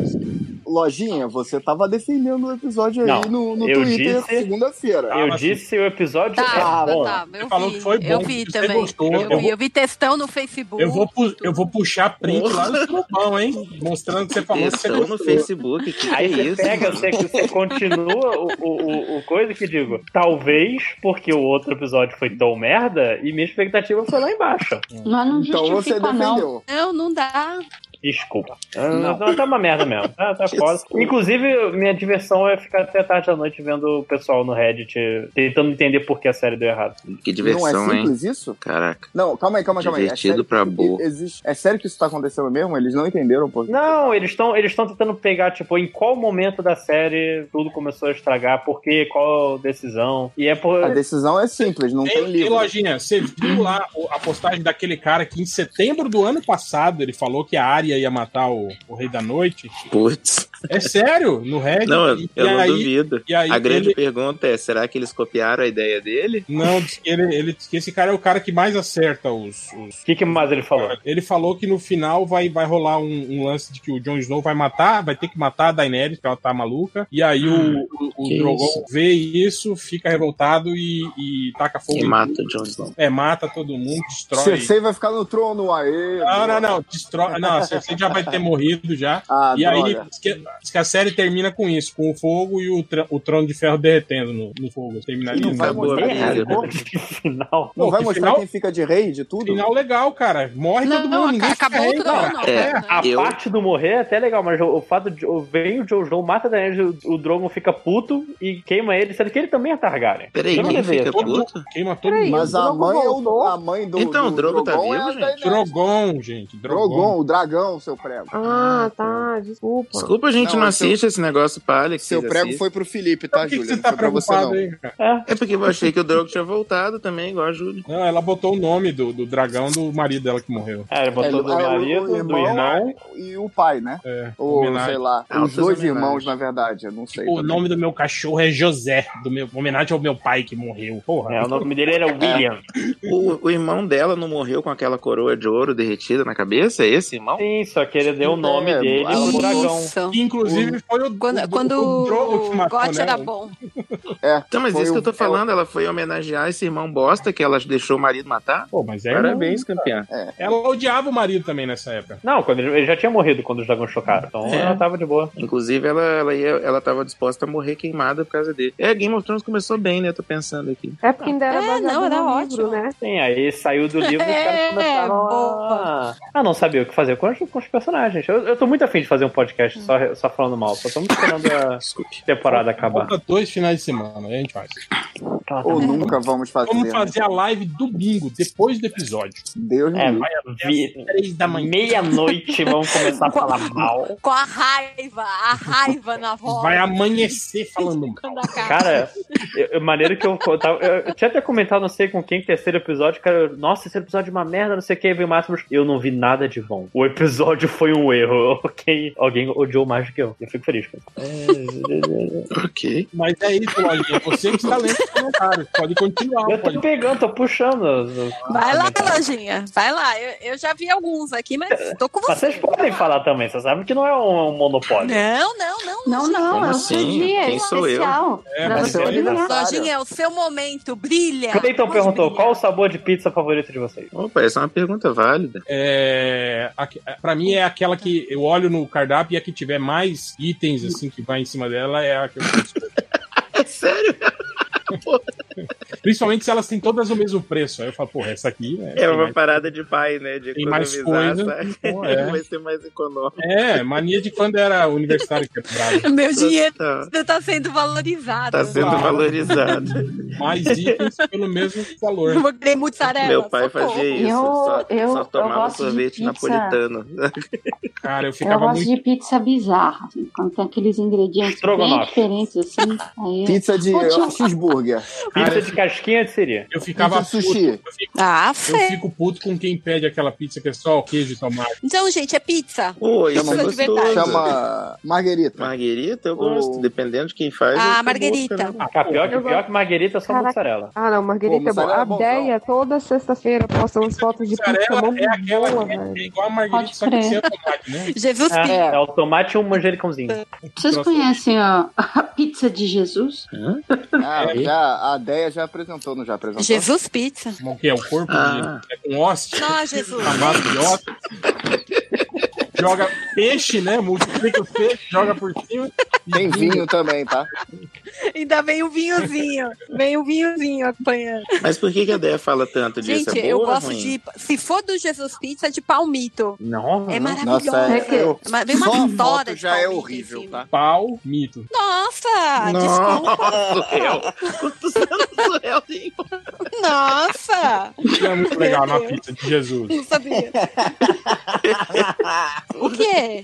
[SPEAKER 16] O Lojinha, você tava defendendo o episódio aí
[SPEAKER 2] Não,
[SPEAKER 16] no, no
[SPEAKER 2] eu
[SPEAKER 16] Twitter
[SPEAKER 2] disse-
[SPEAKER 16] segunda-feira.
[SPEAKER 2] Eu
[SPEAKER 4] assim.
[SPEAKER 2] disse o episódio
[SPEAKER 15] Tá,
[SPEAKER 2] é bom.
[SPEAKER 15] tá, eu
[SPEAKER 11] falou
[SPEAKER 15] vi.
[SPEAKER 11] que foi
[SPEAKER 15] eu
[SPEAKER 11] bom,
[SPEAKER 15] vi
[SPEAKER 11] que você
[SPEAKER 15] também.
[SPEAKER 11] gostou.
[SPEAKER 15] eu, vi, eu vi textão no Facebook.
[SPEAKER 11] Eu vou, pu- eu vou puxar print lá no grupão, hein? Mostrando que você falou que você
[SPEAKER 4] Estou no
[SPEAKER 11] gostou.
[SPEAKER 4] Facebook, que
[SPEAKER 2] Aí
[SPEAKER 4] que
[SPEAKER 2] você
[SPEAKER 4] é isso,
[SPEAKER 2] pega,
[SPEAKER 4] mano?
[SPEAKER 2] você, você continua o, o, o- o coisa que digo. Talvez porque o outro episódio foi tão merda e minha expectativa foi lá embaixo.
[SPEAKER 4] Hum.
[SPEAKER 12] Mas não
[SPEAKER 2] Então você
[SPEAKER 12] justifica, não.
[SPEAKER 2] defendeu.
[SPEAKER 15] Não, não dá.
[SPEAKER 2] Desculpa.
[SPEAKER 15] Não.
[SPEAKER 2] Não. tá uma merda mesmo. Tá, tá foda. Inclusive, minha diversão é ficar até tarde da noite vendo o pessoal no Reddit tentando entender por que a série deu errado.
[SPEAKER 4] Que diversão,
[SPEAKER 16] Não é
[SPEAKER 4] hein?
[SPEAKER 16] simples isso?
[SPEAKER 4] Caraca.
[SPEAKER 16] Não, calma aí, calma aí, calma aí. É
[SPEAKER 4] Divertido
[SPEAKER 16] sério
[SPEAKER 4] pra
[SPEAKER 16] que-
[SPEAKER 4] burro.
[SPEAKER 16] existe- É sério que isso tá acontecendo mesmo? Eles não entenderam, pô.
[SPEAKER 2] Não, eles estão eles tão tentando pegar, tipo, em qual momento da série tudo começou a estragar, por quê, qual decisão. E é por.
[SPEAKER 16] A decisão é simples, não tem
[SPEAKER 11] Ei, ei,
[SPEAKER 16] livro.
[SPEAKER 11] Lojinha, você viu lá o- a postagem daquele cara que em setembro do ano passado ele falou que a Arya ia matar o, o Rei da Noite?
[SPEAKER 4] Putz.
[SPEAKER 11] É sério, no Reddit.
[SPEAKER 4] Não, eu,
[SPEAKER 11] E-
[SPEAKER 4] eu
[SPEAKER 11] e
[SPEAKER 4] não
[SPEAKER 11] aí-
[SPEAKER 4] duvido.
[SPEAKER 11] e aí
[SPEAKER 4] a grande
[SPEAKER 11] ele-
[SPEAKER 4] pergunta é: será que eles copiaram a ideia dele?
[SPEAKER 11] Não, diz que ele, ele diz que esse cara é o cara que mais acerta os. O
[SPEAKER 2] que, mais ele falou?
[SPEAKER 11] Ele falou que no final vai, vai rolar um, um lance de que o Jon Snow vai matar, vai ter que matar a Daenerys, que ela tá maluca. E aí o, o, o
[SPEAKER 4] Que
[SPEAKER 11] Drogon
[SPEAKER 4] isso.
[SPEAKER 11] vê isso, fica revoltado e, e taca fogo.
[SPEAKER 4] E
[SPEAKER 11] em
[SPEAKER 4] mata
[SPEAKER 11] tudo.
[SPEAKER 4] o Jon Snow.
[SPEAKER 11] É, mata todo mundo, destrói.
[SPEAKER 16] Cersei vai ficar no trono, aê.
[SPEAKER 11] Não, não, não. Destrói. Não, a Cersei já vai ter morrido já.
[SPEAKER 16] Ah,
[SPEAKER 11] e aí
[SPEAKER 16] droga.
[SPEAKER 11] diz que, diz que a série termina com isso, com o fogo e o, tr- o trono de ferro derretendo no, no fogo. Terminaria
[SPEAKER 16] Não vai mostrar quem
[SPEAKER 4] É, né?
[SPEAKER 16] ficou?
[SPEAKER 2] final.
[SPEAKER 16] Não vai
[SPEAKER 11] que
[SPEAKER 16] mostrar
[SPEAKER 11] final-
[SPEAKER 16] quem fica de rei de tudo?
[SPEAKER 11] Final legal, cara. Morre todo mundo. ninguém fica rei, cara.
[SPEAKER 2] a parte do morrer é até legal, mas o, o fato de o- vem o Jojo, mata a Daenerys, o, o Drogon fica puto e queima ele, sendo que ele também é Targaryen.
[SPEAKER 4] Peraí,
[SPEAKER 2] Eu não
[SPEAKER 4] quem
[SPEAKER 2] deveria
[SPEAKER 4] fica
[SPEAKER 2] ter.
[SPEAKER 4] puto?
[SPEAKER 11] Queima todo
[SPEAKER 16] Peraí,
[SPEAKER 11] mundo.
[SPEAKER 16] Mas a mãe, é o, a mãe do.
[SPEAKER 4] Então,
[SPEAKER 16] do
[SPEAKER 4] o Drogo tá
[SPEAKER 16] Drogon é
[SPEAKER 4] vivo,
[SPEAKER 16] a
[SPEAKER 4] gente?
[SPEAKER 16] Daenerys.
[SPEAKER 11] Drogon, gente. Drogon.
[SPEAKER 16] Drogon, o dragão, seu prego.
[SPEAKER 8] Ah, tá, desculpa.
[SPEAKER 4] Desculpa, a gente não,
[SPEAKER 16] Não, seu-
[SPEAKER 4] assiste esse negócio pra Alex.
[SPEAKER 16] Seu
[SPEAKER 4] vocês
[SPEAKER 16] prego
[SPEAKER 4] assistem.
[SPEAKER 16] foi pro Felipe, tá, Júlia? Não foi pra você, não.
[SPEAKER 4] É porque eu achei que o Drogo tinha voltado também, igual a Júlia.
[SPEAKER 11] Não, ela botou o nome do, do dragão do marido dela que morreu.
[SPEAKER 2] É, ele
[SPEAKER 16] É, o- o irmão e o pai, né?
[SPEAKER 11] É,
[SPEAKER 16] Ou,
[SPEAKER 11] homenagem.
[SPEAKER 16] sei lá, os
[SPEAKER 11] Altas
[SPEAKER 16] dois
[SPEAKER 11] homenagens.
[SPEAKER 16] irmãos, na verdade, eu não sei.
[SPEAKER 11] O
[SPEAKER 16] também.
[SPEAKER 11] nome do meu cachorro é José, do meu, homenagem ao meu pai que morreu. Porra.
[SPEAKER 2] É, o nome dele era William.
[SPEAKER 4] O, o irmão dela não morreu com aquela coroa de ouro derretida na cabeça? É esse irmão?
[SPEAKER 2] Sim, só que ele deu o
[SPEAKER 4] É,
[SPEAKER 16] É,
[SPEAKER 2] nome dele pro dragão.
[SPEAKER 15] Nossa.
[SPEAKER 11] Inclusive, foi o
[SPEAKER 15] Quando, quando
[SPEAKER 4] o Drogo que
[SPEAKER 15] o
[SPEAKER 4] matou,
[SPEAKER 15] Gotti
[SPEAKER 4] né?
[SPEAKER 15] era bom.
[SPEAKER 16] É,
[SPEAKER 4] Então, mas
[SPEAKER 16] foi
[SPEAKER 4] isso que
[SPEAKER 16] o-
[SPEAKER 4] eu tô falando, ela foi homenagear esse irmão bosta que ela deixou o marido matar? É.
[SPEAKER 11] Pô, mas é
[SPEAKER 4] Parabéns,
[SPEAKER 11] irmão,
[SPEAKER 4] campeã.
[SPEAKER 11] Ela odiava o marido também nessa época.
[SPEAKER 2] Não, quando ele, ele já tinha morrido quando os dragões chocaram, então
[SPEAKER 4] É.
[SPEAKER 2] ela tava de boa.
[SPEAKER 4] Inclusive, ela, ela, ia, ela tava disposta a morrer queimada por causa dele. É, Game of Thrones começou bem, né? Eu tô pensando aqui.
[SPEAKER 8] É porque ainda era
[SPEAKER 15] É,
[SPEAKER 8] baseado
[SPEAKER 15] não, era
[SPEAKER 8] no
[SPEAKER 15] ótimo.
[SPEAKER 8] livro, né?
[SPEAKER 2] Sim, assim, aí saiu do livro e os caras
[SPEAKER 15] É,
[SPEAKER 2] começaram a... Ah, não sabia o que fazer com os, com os personagens. Eu, eu tô muito afim de fazer um podcast só, só falando mal, só tô me esperando a temporada acabar.
[SPEAKER 11] Falta dois finais de semana, aí a gente faz.
[SPEAKER 2] Tá.
[SPEAKER 16] Ou nunca vamos fazer.
[SPEAKER 11] Vamos
[SPEAKER 16] né?
[SPEAKER 11] fazer a live domingo, depois do episódio.
[SPEAKER 16] Deus
[SPEAKER 2] É,
[SPEAKER 16] me livre.
[SPEAKER 2] vai vir meia-noite, vamos começar a falar mal.
[SPEAKER 15] Com a raiva, a raiva na voz.
[SPEAKER 11] Vai amanhecer falando mal.
[SPEAKER 15] Quando acaba.
[SPEAKER 2] Cara, eu, eu- maneiro que eu, eu tava- eu, eu tinha até comentado, não sei com quem, terceiro episódio, cara, eu, nossa, esse episódio é uma merda, não sei o que, veio o Máximos. Eu não vi nada de bom. O episódio foi um erro. Alguém, alguém odiou mais do que eu. Eu fico feliz com isso.
[SPEAKER 4] ok.
[SPEAKER 11] Mas é isso, Lojinha. Você que está lendo os comentários. Pode continuar.
[SPEAKER 2] Eu tô
[SPEAKER 11] pode-
[SPEAKER 2] pegando, tô puxando.
[SPEAKER 15] Vai lá, lojinha. Vai lá. Eu, eu já vi alguns aqui, mas tô com
[SPEAKER 2] Mas
[SPEAKER 15] você.
[SPEAKER 2] Vocês podem falar também, vocês sabem que não é um, um monopólio.
[SPEAKER 15] Não, não, não.
[SPEAKER 12] Não, não,
[SPEAKER 2] Como
[SPEAKER 12] é um
[SPEAKER 2] assim?
[SPEAKER 12] dia
[SPEAKER 2] Quem sou eu?
[SPEAKER 12] especial.
[SPEAKER 2] É, mas
[SPEAKER 12] Pra
[SPEAKER 2] é
[SPEAKER 12] você.
[SPEAKER 15] Lojinha, é o seu momento. Brilha.
[SPEAKER 2] Cleiton perguntou: qual o sabor de pizza favorito de vocês?
[SPEAKER 4] Opa, essa é uma pergunta válida.
[SPEAKER 11] É, aqui- pra mim é aquela que eu olho no cardápio e a que tiver mais itens assim que vai em cima dela é a que eu
[SPEAKER 4] É Sério?
[SPEAKER 11] Principalmente se elas têm todas o mesmo preço. Aí eu falo, porra, essa aqui né,
[SPEAKER 4] É
[SPEAKER 11] tem
[SPEAKER 4] uma
[SPEAKER 11] mais-
[SPEAKER 4] parada de pai, né? De
[SPEAKER 11] Tem mais coisa.
[SPEAKER 4] economizar, sabe?
[SPEAKER 11] Pô, é.
[SPEAKER 4] Vai ser mais econômico.
[SPEAKER 11] É, mania de quando era universitário quebrado.
[SPEAKER 15] Meu dinheiro
[SPEAKER 4] Tá,
[SPEAKER 15] tá sendo valorizado.
[SPEAKER 4] tá sendo valorizado.
[SPEAKER 11] Mais itens pelo mesmo valor.
[SPEAKER 15] Eu vou querer mussarela.
[SPEAKER 4] Meu pai
[SPEAKER 15] socorro.
[SPEAKER 4] fazia É isso, só,
[SPEAKER 12] eu-
[SPEAKER 4] só
[SPEAKER 12] eu
[SPEAKER 4] tomava
[SPEAKER 12] gosto de
[SPEAKER 4] sorvete
[SPEAKER 12] pizza.
[SPEAKER 4] napolitano.
[SPEAKER 11] Cara, eu
[SPEAKER 12] Eu
[SPEAKER 11] ficava
[SPEAKER 12] gosto
[SPEAKER 11] muito.
[SPEAKER 12] de pizza bizarra, assim, quando tem aqueles ingredientes bem
[SPEAKER 11] Estrogonofe.
[SPEAKER 12] diferentes, assim. Aí...
[SPEAKER 16] Pizza de
[SPEAKER 12] Pô, tinha um-
[SPEAKER 16] cheeseburger.
[SPEAKER 2] Pizza de casquinha de seria.
[SPEAKER 11] Eu ficava
[SPEAKER 16] Pizza de sushi.
[SPEAKER 11] puto. Eu fico,
[SPEAKER 15] Ah,
[SPEAKER 11] eu
[SPEAKER 15] fé.
[SPEAKER 11] fico puto com quem pede aquela pizza que é só queijo e tomate.
[SPEAKER 15] Então, gente, é pizza.
[SPEAKER 4] Oi, isso
[SPEAKER 15] Pizza
[SPEAKER 4] é
[SPEAKER 15] de verdade.
[SPEAKER 4] gostoso.
[SPEAKER 16] Chama Marguerita.
[SPEAKER 4] Marguerita, eu gosto. Dependendo de quem faz.
[SPEAKER 15] Ah,
[SPEAKER 4] eu- né?
[SPEAKER 15] Marguerita.
[SPEAKER 2] Ah, pior que,
[SPEAKER 8] Eu
[SPEAKER 2] pior que marguerita é só
[SPEAKER 8] Caraca.
[SPEAKER 2] mussarela.
[SPEAKER 8] Ah, não, Marguerita
[SPEAKER 2] Pô,
[SPEAKER 8] é boa.
[SPEAKER 2] mussarela
[SPEAKER 8] A
[SPEAKER 2] é bom,
[SPEAKER 8] ideia, toda sexta-feira, postam as fotos de pizza.
[SPEAKER 11] Mussarela
[SPEAKER 8] mó
[SPEAKER 11] é aquela
[SPEAKER 8] boa,
[SPEAKER 11] que
[SPEAKER 8] velho.
[SPEAKER 11] é igual a Marguerita, só que
[SPEAKER 8] crer.
[SPEAKER 11] sem a tomate.
[SPEAKER 2] né?
[SPEAKER 15] Jesus
[SPEAKER 2] é,
[SPEAKER 15] Cristo.
[SPEAKER 2] é o tomate e um manjericãozinho.
[SPEAKER 12] Vocês conhecem a, a pizza de Jesus?
[SPEAKER 16] Ah, já, a Deia já apresentou, não já apresentou?
[SPEAKER 15] Jesus Pizza.
[SPEAKER 11] O que é o corpo
[SPEAKER 16] Ah.
[SPEAKER 11] de, é com hóstia?
[SPEAKER 15] Não, Jesus.
[SPEAKER 11] Camada de hóstia. Joga peixe, né? Multiplica o peixe, joga por cima.
[SPEAKER 16] Tem vinho também, tá?
[SPEAKER 15] Ainda vem um vinhozinho. Vem um vinhozinho acompanhando.
[SPEAKER 4] Mas por que, que a Deia fala tanto disso?
[SPEAKER 15] Gente,
[SPEAKER 4] É boa
[SPEAKER 15] eu
[SPEAKER 4] ou
[SPEAKER 15] gosto
[SPEAKER 4] ruim?
[SPEAKER 15] de. Se for do Jesus Pizza, é de palmito.
[SPEAKER 11] Não,
[SPEAKER 15] É
[SPEAKER 4] não.
[SPEAKER 15] maravilhoso.
[SPEAKER 4] Nossa, é- eu-
[SPEAKER 15] Mas Vem uma
[SPEAKER 4] só a
[SPEAKER 15] vitória.
[SPEAKER 4] foto
[SPEAKER 15] de
[SPEAKER 4] já é
[SPEAKER 15] palmito em
[SPEAKER 4] horrível,
[SPEAKER 16] tá?
[SPEAKER 15] cima.
[SPEAKER 11] Pau, mito.
[SPEAKER 15] Nossa! Ah, Desculpa! Nossa!
[SPEAKER 11] Isso não é muito legal
[SPEAKER 15] Meu
[SPEAKER 11] na pizza de Jesus.
[SPEAKER 15] Não sabia. o quê?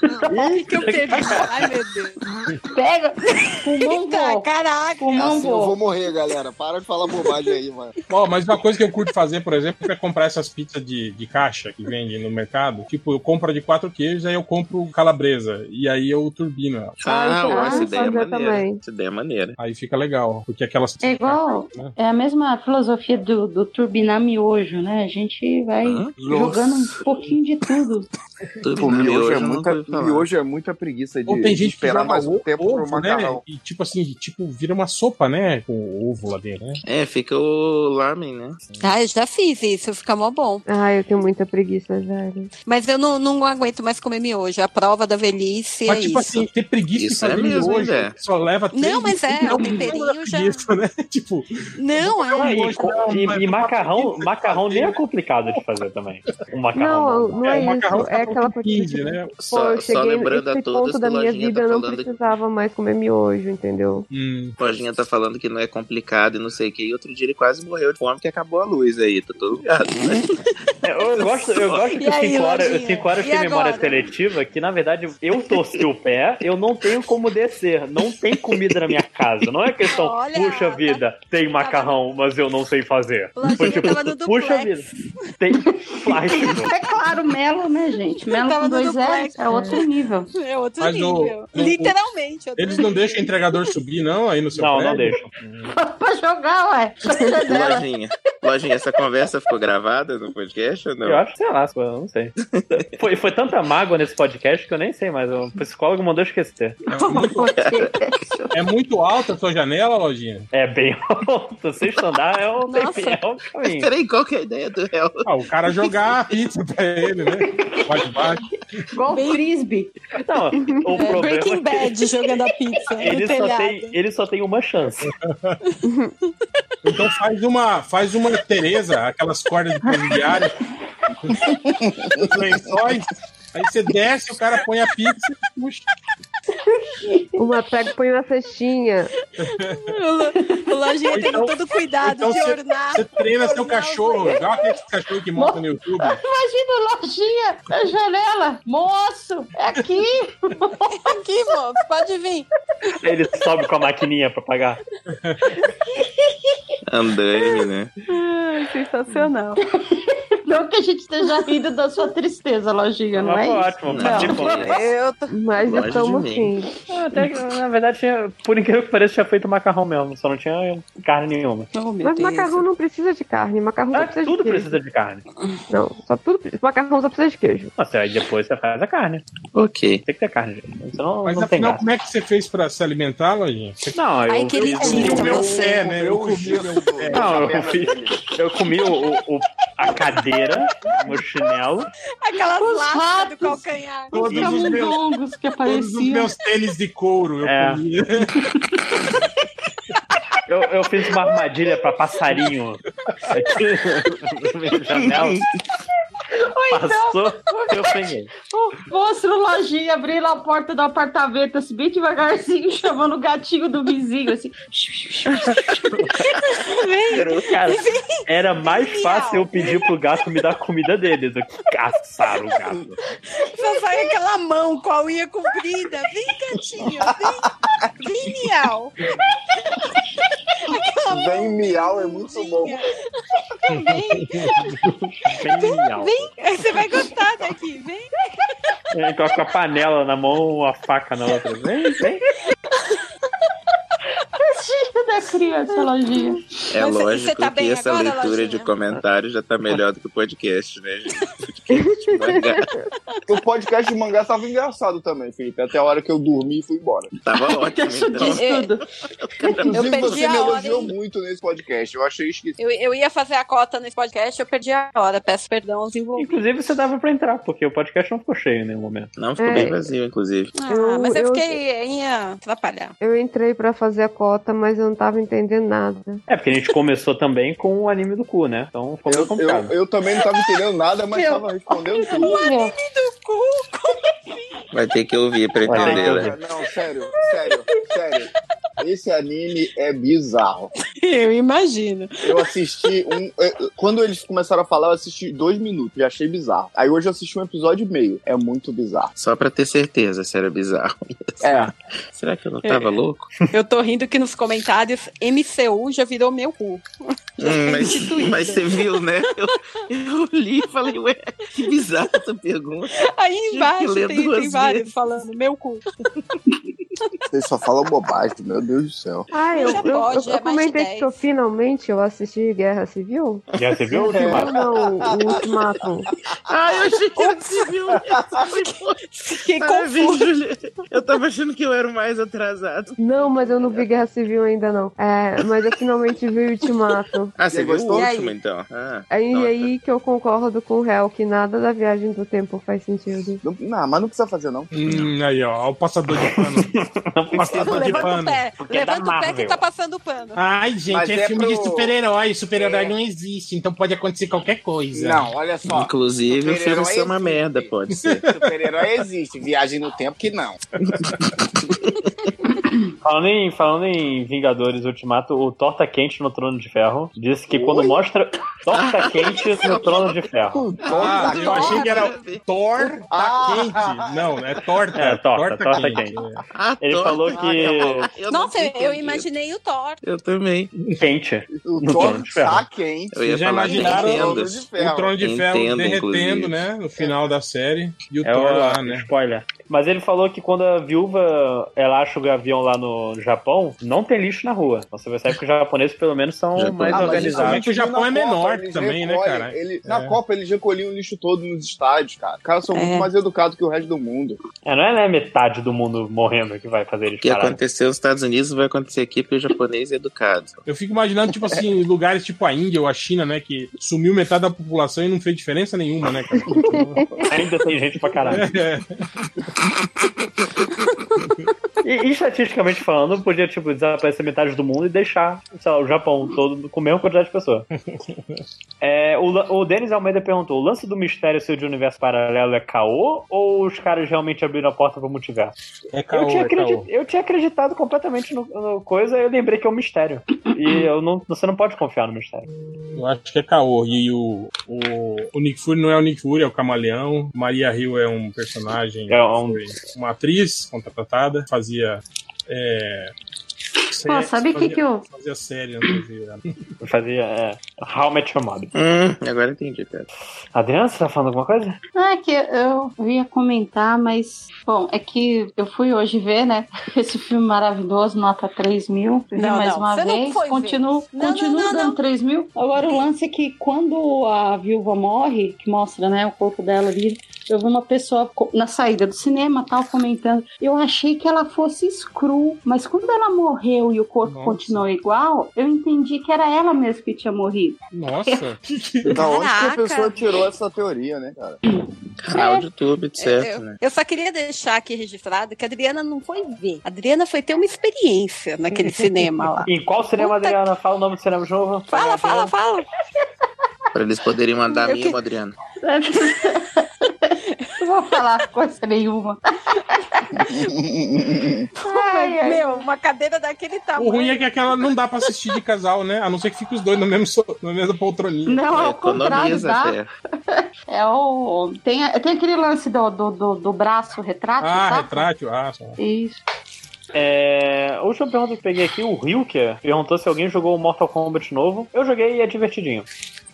[SPEAKER 15] O que, que eu perdi? Ai, meu Deus.
[SPEAKER 12] Pega! Pulmão
[SPEAKER 15] Eita, caraca!
[SPEAKER 16] assim eu vou morrer, galera. Para de falar bobagem aí, mano.
[SPEAKER 11] Ó, mas uma coisa que eu curto fazer, por exemplo, é comprar essas pizzas de, de caixa que vende no mercado. Tipo, eu compro a de quatro queijos, aí eu compro calabresa. E aí eu turbino ela.
[SPEAKER 4] Ah,
[SPEAKER 15] então
[SPEAKER 4] ó, essa
[SPEAKER 12] Ah,
[SPEAKER 4] ideia é
[SPEAKER 12] fazer
[SPEAKER 4] maneira.
[SPEAKER 12] também.
[SPEAKER 4] Essa ideia é maneira.
[SPEAKER 11] Aí fica legal, porque aquelas. né?
[SPEAKER 12] É igual,
[SPEAKER 2] né?
[SPEAKER 12] é a mesma filosofia do, do turbinar miojo, né? A gente vai jogando um pouquinho de tudo.
[SPEAKER 16] Pô, miojo,
[SPEAKER 4] miojo,
[SPEAKER 16] é
[SPEAKER 4] eu
[SPEAKER 16] muita,
[SPEAKER 4] nunca ouvi falar.
[SPEAKER 16] miojo é muita preguiça de,
[SPEAKER 11] Ou tem
[SPEAKER 16] de
[SPEAKER 11] gente que
[SPEAKER 16] esperar
[SPEAKER 11] joga
[SPEAKER 16] mais um
[SPEAKER 11] ovo,
[SPEAKER 16] tempo pro
[SPEAKER 11] ovo, né?
[SPEAKER 16] macarrão.
[SPEAKER 11] E tipo assim, tipo, vira uma sopa, né? Com ovo lá dentro, né?
[SPEAKER 4] É, fica o lamen, né?
[SPEAKER 15] Ah, eu já fiz isso, fica mó bom.
[SPEAKER 8] Ah, eu tenho muita preguiça, velho.
[SPEAKER 15] Mas eu não, não aguento mais comer miojo. A prova da velhice
[SPEAKER 11] Mas
[SPEAKER 15] é
[SPEAKER 11] tipo
[SPEAKER 15] isso.
[SPEAKER 11] assim, ter preguiça
[SPEAKER 4] Isso
[SPEAKER 11] de fazer
[SPEAKER 4] é mesmo,
[SPEAKER 11] miojo
[SPEAKER 4] né?
[SPEAKER 11] só leva três
[SPEAKER 15] Não, mas é,
[SPEAKER 11] minutos,
[SPEAKER 15] o temperinho já-
[SPEAKER 11] preguiça, né? Tipo,
[SPEAKER 15] Não, é.
[SPEAKER 2] É, e,
[SPEAKER 11] Poxa, não,
[SPEAKER 2] e-
[SPEAKER 11] mas
[SPEAKER 2] e
[SPEAKER 11] eu
[SPEAKER 2] macarrão, macarrão nem é complicado de fazer também. O macarrão.
[SPEAKER 8] Não, não é,
[SPEAKER 11] É, o macarrão
[SPEAKER 8] isso. É
[SPEAKER 11] tá
[SPEAKER 8] aquela
[SPEAKER 11] com
[SPEAKER 8] coisa.
[SPEAKER 11] 15,
[SPEAKER 8] tipo,
[SPEAKER 11] né?
[SPEAKER 8] Pô,
[SPEAKER 4] né? Só-
[SPEAKER 8] eu
[SPEAKER 4] só
[SPEAKER 8] cheguei
[SPEAKER 4] lembrando a
[SPEAKER 8] nesse
[SPEAKER 4] todos
[SPEAKER 8] ponto
[SPEAKER 4] que
[SPEAKER 8] da minha
[SPEAKER 4] Lojinha
[SPEAKER 8] vida,
[SPEAKER 4] tá
[SPEAKER 8] eu não
[SPEAKER 4] falando que-
[SPEAKER 8] precisava mais comer miojo, entendeu?
[SPEAKER 4] Lojinha tá falando que não é complicado e não sei o que. E outro dia ele quase morreu de fome porque acabou a luz aí. Tá todo ligado. né?
[SPEAKER 2] É, Eu gosto, eu gosto
[SPEAKER 15] E
[SPEAKER 2] que o
[SPEAKER 15] aí,
[SPEAKER 2] 5 horas,
[SPEAKER 15] Lojinha?
[SPEAKER 2] cinco horas
[SPEAKER 15] E
[SPEAKER 2] tem memória
[SPEAKER 15] agora?
[SPEAKER 2] seletiva, é que na verdade eu torci o pé, eu não tenho como descer, não tem comida na minha casa. Não é questão,
[SPEAKER 15] Olha,
[SPEAKER 2] puxa vida, tem macarrão, mas eu não sei fazer.
[SPEAKER 15] Lojinha
[SPEAKER 2] Foi tipo,
[SPEAKER 15] tava no duplex.
[SPEAKER 2] puxa vida, tem flash.
[SPEAKER 12] É claro, Melo, né, gente? Melo
[SPEAKER 15] Tava
[SPEAKER 12] com
[SPEAKER 15] no
[SPEAKER 12] dois
[SPEAKER 15] duplex.
[SPEAKER 12] L's é outro nível.
[SPEAKER 15] É outro
[SPEAKER 11] Mas o-
[SPEAKER 15] nível.
[SPEAKER 11] o-
[SPEAKER 15] Literalmente. outro
[SPEAKER 11] Eles não
[SPEAKER 15] nível.
[SPEAKER 11] deixam o entregador subir, não, aí no seu
[SPEAKER 2] Não, não
[SPEAKER 11] prédio?
[SPEAKER 2] deixa.
[SPEAKER 12] pra jogar, ué.
[SPEAKER 4] é
[SPEAKER 12] Precisa dela.
[SPEAKER 4] Lojinha. Lojinha, essa conversa ficou gravada no podcast ou não?
[SPEAKER 2] Eu acho, sei lá, eu não sei. Foi, foi tanta mágoa nesse podcast que eu nem sei, mas o psicólogo mandou esquecer.
[SPEAKER 11] É muito, é muito alta a sua janela, lojinha?
[SPEAKER 2] É bem alto, sexto andar é um,
[SPEAKER 4] Nossa.
[SPEAKER 2] tempinho, é um caminho.
[SPEAKER 4] Peraí, qual que é a ideia do réu?
[SPEAKER 11] Ah, o cara jogar a pizza pra ele, né? Vai de baixo.
[SPEAKER 12] Igual frisbee.
[SPEAKER 2] Não, o
[SPEAKER 15] É,
[SPEAKER 2] problema é
[SPEAKER 15] Breaking
[SPEAKER 2] que
[SPEAKER 15] Bad jogando a pizza no
[SPEAKER 2] ele só,
[SPEAKER 15] telhado.
[SPEAKER 2] tem, ele só tem uma chance.
[SPEAKER 11] Então faz uma, faz uma Tereza, aquelas cordas de presidiário, os lençóis. Aí você desce, o cara põe a pizza e puxa.
[SPEAKER 8] Uma pega e põe na cestinha.
[SPEAKER 15] O lojinha tem
[SPEAKER 11] Então-
[SPEAKER 15] todo cuidado
[SPEAKER 11] Então
[SPEAKER 15] de
[SPEAKER 11] você,
[SPEAKER 15] ornar.
[SPEAKER 11] você treina seu
[SPEAKER 15] ornar
[SPEAKER 11] cachorro, igual aquele cachorro que monta no YouTube.
[SPEAKER 12] Imagina lojinha, a janela. Moço, é aqui.
[SPEAKER 15] Aqui, moço, pode vir.
[SPEAKER 2] Ele sobe com a maquininha pra pagar.
[SPEAKER 4] Andame, né?
[SPEAKER 15] sensacional.
[SPEAKER 12] Não que a gente esteja rindo da sua tristeza, lojinha, não
[SPEAKER 2] Mas tipo,
[SPEAKER 12] é
[SPEAKER 2] foi
[SPEAKER 12] isso?
[SPEAKER 2] ótimo,
[SPEAKER 4] Não.
[SPEAKER 2] participou.
[SPEAKER 15] Eu tô...
[SPEAKER 8] Mas
[SPEAKER 4] Longe
[SPEAKER 8] já estamos
[SPEAKER 4] de
[SPEAKER 8] sim.
[SPEAKER 4] mim.
[SPEAKER 2] Ah, Até que, na verdade, tinha- por incrível que pareça, tinha feito macarrão mesmo, só não tinha carne nenhuma.
[SPEAKER 15] Oh, meu
[SPEAKER 8] Mas
[SPEAKER 15] Deus.
[SPEAKER 8] macarrão não precisa de carne. Macarrão só
[SPEAKER 2] Ah,
[SPEAKER 8] precisa
[SPEAKER 2] tudo
[SPEAKER 8] de queijo.
[SPEAKER 2] precisa de carne.
[SPEAKER 8] Não, só tudo. Macarrão só precisa de queijo.
[SPEAKER 2] Nossa, aí depois você faz a carne.
[SPEAKER 4] Ok.
[SPEAKER 2] Tem que ter carne, gente. Senão
[SPEAKER 11] Mas
[SPEAKER 2] não tem
[SPEAKER 11] afinal,
[SPEAKER 2] graça.
[SPEAKER 11] como é que você fez pra se alimentar, Lojinha? Você
[SPEAKER 2] Não, eu
[SPEAKER 15] Ai, que
[SPEAKER 2] fiz um-
[SPEAKER 15] lindo
[SPEAKER 11] comeu o
[SPEAKER 15] você.
[SPEAKER 11] pé, né? Eu comi o meu pé.
[SPEAKER 2] Não, eu fiz. Eu comi o, o- o- a cadeira, o chinelo.
[SPEAKER 15] Aquelas
[SPEAKER 12] Os
[SPEAKER 15] latas do
[SPEAKER 12] ratos.
[SPEAKER 15] calcanhar.
[SPEAKER 11] Todos os meus
[SPEAKER 12] camundongos que
[SPEAKER 11] Todos os
[SPEAKER 12] apareciam.
[SPEAKER 11] meus tênis de couro eu
[SPEAKER 2] É.
[SPEAKER 11] comi.
[SPEAKER 2] Eu, eu fiz uma armadilha pra passarinho aqui no meu janela.
[SPEAKER 12] Ou então,
[SPEAKER 2] Passou, eu peguei.
[SPEAKER 12] o monstro lojinha abrindo a porta do apartamento, assim, bem devagarzinho, chamando o gatinho do vizinho, assim.
[SPEAKER 2] Cara, era mais fácil eu pedir pro gato me dar comida dele do que caçar o gato.
[SPEAKER 15] Só sai aquela mão com a unha comprida. Vem, gatinho, vem. Vem, miau. Aquela
[SPEAKER 16] Vem miau, é muito bom.
[SPEAKER 15] mãozinha. Vem,
[SPEAKER 2] Bem legal.
[SPEAKER 15] vem. É, Você vai gostar daqui, vem.
[SPEAKER 2] Ele coloca a panela na mão, a faca na outra. Vem, vem.
[SPEAKER 15] tipo
[SPEAKER 12] Tadinho da
[SPEAKER 13] é criança, lojinha.
[SPEAKER 4] É
[SPEAKER 13] Mas você-
[SPEAKER 4] lógico
[SPEAKER 13] você tá
[SPEAKER 4] que
[SPEAKER 13] bem
[SPEAKER 4] essa
[SPEAKER 13] agora,
[SPEAKER 4] leitura de
[SPEAKER 13] Lojinha?
[SPEAKER 4] comentários já tá melhor do que o podcast, né? gente?
[SPEAKER 16] o podcast de mangá tava engraçado também, Felipe. Até a hora que eu dormi e fui embora.
[SPEAKER 4] Tava ótimo,
[SPEAKER 16] então.
[SPEAKER 15] tudo. Eu
[SPEAKER 16] Inclusive,
[SPEAKER 15] perdi
[SPEAKER 16] você
[SPEAKER 15] a
[SPEAKER 16] me
[SPEAKER 15] ordem.
[SPEAKER 16] elogiou muito nesse podcast. Eu achei esquisito.
[SPEAKER 15] Eu, eu ia fazer a cota nesse podcast, eu perdi a hora. Peço perdão aos envolvidos.
[SPEAKER 2] Inclusive, você dava pra entrar, porque o podcast não ficou cheio em nenhum momento.
[SPEAKER 4] Não,
[SPEAKER 8] ficou É. bem
[SPEAKER 4] vazio, inclusive.
[SPEAKER 15] Ah,
[SPEAKER 8] Eu-
[SPEAKER 15] mas eu,
[SPEAKER 8] eu-
[SPEAKER 15] fiquei em ah, atrapalhar.
[SPEAKER 8] Eu entrei pra fazer a cota, mas eu não tava entendendo nada.
[SPEAKER 2] É, porque a gente começou também com o anime do cu, né? Então ficou meio complicado.
[SPEAKER 16] Eu também não tava entendendo nada, mas
[SPEAKER 15] Meu.
[SPEAKER 16] tava respondendo tudo.
[SPEAKER 15] O anime do cu, como
[SPEAKER 4] Vai ter que ouvir pra
[SPEAKER 16] Não,
[SPEAKER 4] entender,
[SPEAKER 16] não,
[SPEAKER 4] né?
[SPEAKER 16] não, sério, sério, sério. Esse anime é bizarro.
[SPEAKER 15] Eu imagino.
[SPEAKER 16] Eu assisti um. eh, Quando eles começaram a falar, eu assisti dois minutos e achei bizarro. Aí hoje eu assisti um episódio e meio. É muito bizarro.
[SPEAKER 4] Só pra ter certeza se era bizarro.
[SPEAKER 16] É.
[SPEAKER 4] Será que eu não tava
[SPEAKER 15] É.
[SPEAKER 4] louco?
[SPEAKER 15] Eu tô rindo que nos comentários MCU já virou meu cu.
[SPEAKER 4] Hum, mas, mas você viu, né? Eu, eu li e falei, ué, que bizarro essa pergunta.
[SPEAKER 15] Aí
[SPEAKER 4] que
[SPEAKER 15] embaixo
[SPEAKER 4] ler
[SPEAKER 15] tem, tem
[SPEAKER 4] duas
[SPEAKER 15] vários
[SPEAKER 4] vezes.
[SPEAKER 15] falando meu cu.
[SPEAKER 16] Vocês só falam bobagem, meu Deus do céu.
[SPEAKER 8] Ah, eu,
[SPEAKER 15] Já
[SPEAKER 8] eu, eu-
[SPEAKER 15] pode,
[SPEAKER 8] eu
[SPEAKER 15] é mais de
[SPEAKER 8] comentei
[SPEAKER 15] 10.
[SPEAKER 8] que eu finalmente eu assisti Guerra Civil.
[SPEAKER 2] Já você viu o
[SPEAKER 8] Não,
[SPEAKER 2] Ultimato?
[SPEAKER 8] É, não, o Ultimato.
[SPEAKER 4] Ah, eu achei que era civil mesmo.
[SPEAKER 15] Fiquei
[SPEAKER 4] Parabéns, Juliana. Eu tava achando que eu era o mais atrasado.
[SPEAKER 8] Não, mas eu não vi Guerra Civil ainda, não. É, mas eu finalmente vi o Ultimato.
[SPEAKER 4] Ah, você
[SPEAKER 8] E
[SPEAKER 4] viu
[SPEAKER 8] gostou?
[SPEAKER 4] o
[SPEAKER 8] E aí?
[SPEAKER 4] último, então? Ah,
[SPEAKER 8] Aí,
[SPEAKER 4] nossa.
[SPEAKER 8] aí
[SPEAKER 16] então.
[SPEAKER 8] que eu concordo com o réu, que nada da viagem do tempo faz sentido.
[SPEAKER 16] Não, mas não precisa fazer, não.
[SPEAKER 11] Hum, aí, ó, o passador de pano. passador de
[SPEAKER 15] Levanta o
[SPEAKER 11] pano.
[SPEAKER 15] pé.
[SPEAKER 11] Porque é da
[SPEAKER 15] Levanta o pé que
[SPEAKER 11] Marvel.
[SPEAKER 15] tá passando pano.
[SPEAKER 11] Ai, gente,
[SPEAKER 15] Mas
[SPEAKER 11] é,
[SPEAKER 15] é
[SPEAKER 11] filme de
[SPEAKER 15] pro-
[SPEAKER 11] super-herói. Super-herói
[SPEAKER 15] É.
[SPEAKER 11] não existe, então pode acontecer qualquer coisa.
[SPEAKER 16] Não, olha só.
[SPEAKER 4] Inclusive, o filme
[SPEAKER 16] Super-herói é
[SPEAKER 4] ser uma merda, pode ser.
[SPEAKER 16] Super-herói existe, viagem no tempo que não.
[SPEAKER 2] Falando em, falando em Vingadores Ultimato, o Torta Quente no Trono de Ferro disse que quando mostra Torta Quente no Trono de Ferro.
[SPEAKER 11] Ah, eu achei que era torta
[SPEAKER 16] Ah!
[SPEAKER 11] quente. Não, é torta.
[SPEAKER 2] É, torta, torta,
[SPEAKER 11] quente.
[SPEAKER 2] quente. Ele falou
[SPEAKER 4] Ah,
[SPEAKER 2] que.
[SPEAKER 15] Nossa, eu, eu imaginei o Thor.
[SPEAKER 4] Eu também.
[SPEAKER 2] Quente.
[SPEAKER 16] O
[SPEAKER 2] No Trono de Ferro.
[SPEAKER 16] Tá quente.
[SPEAKER 4] Eu ia
[SPEAKER 11] Vocês já
[SPEAKER 4] falar
[SPEAKER 11] imaginaram
[SPEAKER 4] Nintendo.
[SPEAKER 11] o Trono de Ferro
[SPEAKER 4] Nintendo,
[SPEAKER 11] derretendo,
[SPEAKER 4] inclusive.
[SPEAKER 11] né? No final da série. E o
[SPEAKER 2] É
[SPEAKER 11] Thor
[SPEAKER 2] o-
[SPEAKER 11] lá, né?
[SPEAKER 2] Spoiler. Mas ele falou que quando a viúva ela acha o gavião lá no Japão, não tem lixo na rua. Então você percebe que os japoneses, pelo menos, são mais
[SPEAKER 16] Ah, mas
[SPEAKER 2] organizados.
[SPEAKER 16] isso eu
[SPEAKER 2] é
[SPEAKER 16] vi na Copa, eles
[SPEAKER 2] né,
[SPEAKER 16] recolhem, né, ele- Na Copa eles recolhiam o lixo todo nos estádios, cara. Os caras são
[SPEAKER 2] É.
[SPEAKER 16] muito mais educados que o resto do mundo.
[SPEAKER 2] É, não é né, metade do mundo morrendo que vai fazer eles
[SPEAKER 4] O que é
[SPEAKER 2] pararem.
[SPEAKER 4] aconteceu nos Estados Unidos vai acontecer aqui porque o japonês é educado.
[SPEAKER 11] Eu fico imaginando, tipo assim, lugares tipo a Índia ou a China, né? Que sumiu metade da população e não fez diferença nenhuma, né, cara? É.
[SPEAKER 2] Ainda tem gente pra caralho. E, e, estatisticamente falando, podia tipo, desaparecer metade do mundo e deixar sei lá, o Japão todo com a mesma quantidade de pessoas. É, o, Lan- o Denis Almeida perguntou: o lance do mistério ser de universo paralelo é caô ou os caras realmente abriram a porta pro multiverso?
[SPEAKER 11] É
[SPEAKER 2] eu,
[SPEAKER 11] caô,
[SPEAKER 2] tinha
[SPEAKER 11] é caô.
[SPEAKER 2] acredi- eu tinha acreditado completamente no, no coisa eu lembrei que é um mistério. E eu não, você não pode confiar no mistério.
[SPEAKER 11] Eu acho que é caô. E o, o, o Nick Fury não é o Nick Fury, é o Camaleão. Maria Hill é um personagem.
[SPEAKER 2] É um-
[SPEAKER 11] foi uma atriz contratada, fazia. É,
[SPEAKER 12] Pô, sabe o que,
[SPEAKER 11] fazia-
[SPEAKER 12] que eu.
[SPEAKER 11] Fazia série na TV. né?
[SPEAKER 2] Eu fazia é, How I Met Your Mother.
[SPEAKER 4] Hum, agora entendi, cara.
[SPEAKER 2] Adriana, você tá falando alguma coisa?
[SPEAKER 12] Ah, é que eu ia comentar, mas. Bom, é que eu fui hoje ver, né? Esse filme maravilhoso, nota 3 mil. Vi
[SPEAKER 15] Não,
[SPEAKER 12] mais
[SPEAKER 15] não,
[SPEAKER 12] uma
[SPEAKER 15] você não
[SPEAKER 12] vez.
[SPEAKER 15] foi ver.
[SPEAKER 12] Continuo,
[SPEAKER 15] Não, não,
[SPEAKER 12] continuo
[SPEAKER 15] não,
[SPEAKER 12] dando
[SPEAKER 15] não.
[SPEAKER 12] 3 mil. Agora o lance é que quando a viúva morre, que mostra, né, o corpo dela ali. Eu vi uma pessoa co- na saída do cinema, tal, comentando. Eu achei que ela fosse Screw, mas quando ela morreu e o corpo
[SPEAKER 11] Nossa.
[SPEAKER 12] continuou igual, eu entendi que era ela mesmo que tinha morrido.
[SPEAKER 11] Nossa!
[SPEAKER 2] Tá
[SPEAKER 16] Da onde que a
[SPEAKER 15] Caraca.
[SPEAKER 16] pessoa tirou essa teoria, né, cara?
[SPEAKER 4] Ah, o YouTube, etc.
[SPEAKER 15] É, eu,
[SPEAKER 4] né?
[SPEAKER 15] eu só queria deixar aqui registrado que a Adriana não foi ver. A Adriana foi ter uma experiência naquele cinema lá.
[SPEAKER 2] Em qual cinema, Adriana? Fala o nome do cinema de novo.
[SPEAKER 15] Fala, fala, fala.
[SPEAKER 4] Pra eles poderem mandar
[SPEAKER 12] Eu
[SPEAKER 4] mimo,
[SPEAKER 12] que-
[SPEAKER 4] Adriano.
[SPEAKER 12] Não vou falar coisa nenhuma.
[SPEAKER 15] Ai, Meu, uma cadeira daquele tamanho.
[SPEAKER 11] O ruim é que aquela não dá pra assistir de casal, né? A não ser que fique os dois na mesma, so- na mesma poltroninha.
[SPEAKER 12] Não, ao contrário, dá. É o... tem, a- tem aquele lance do, do, do, do braço retrátil,
[SPEAKER 11] Ah,
[SPEAKER 12] tá?
[SPEAKER 11] retrátil, ah, só.
[SPEAKER 12] Isso.
[SPEAKER 2] É, a última pergunta que peguei aqui, o Rilke perguntou se alguém jogou o Mortal Kombat novo. Eu joguei e é divertidinho.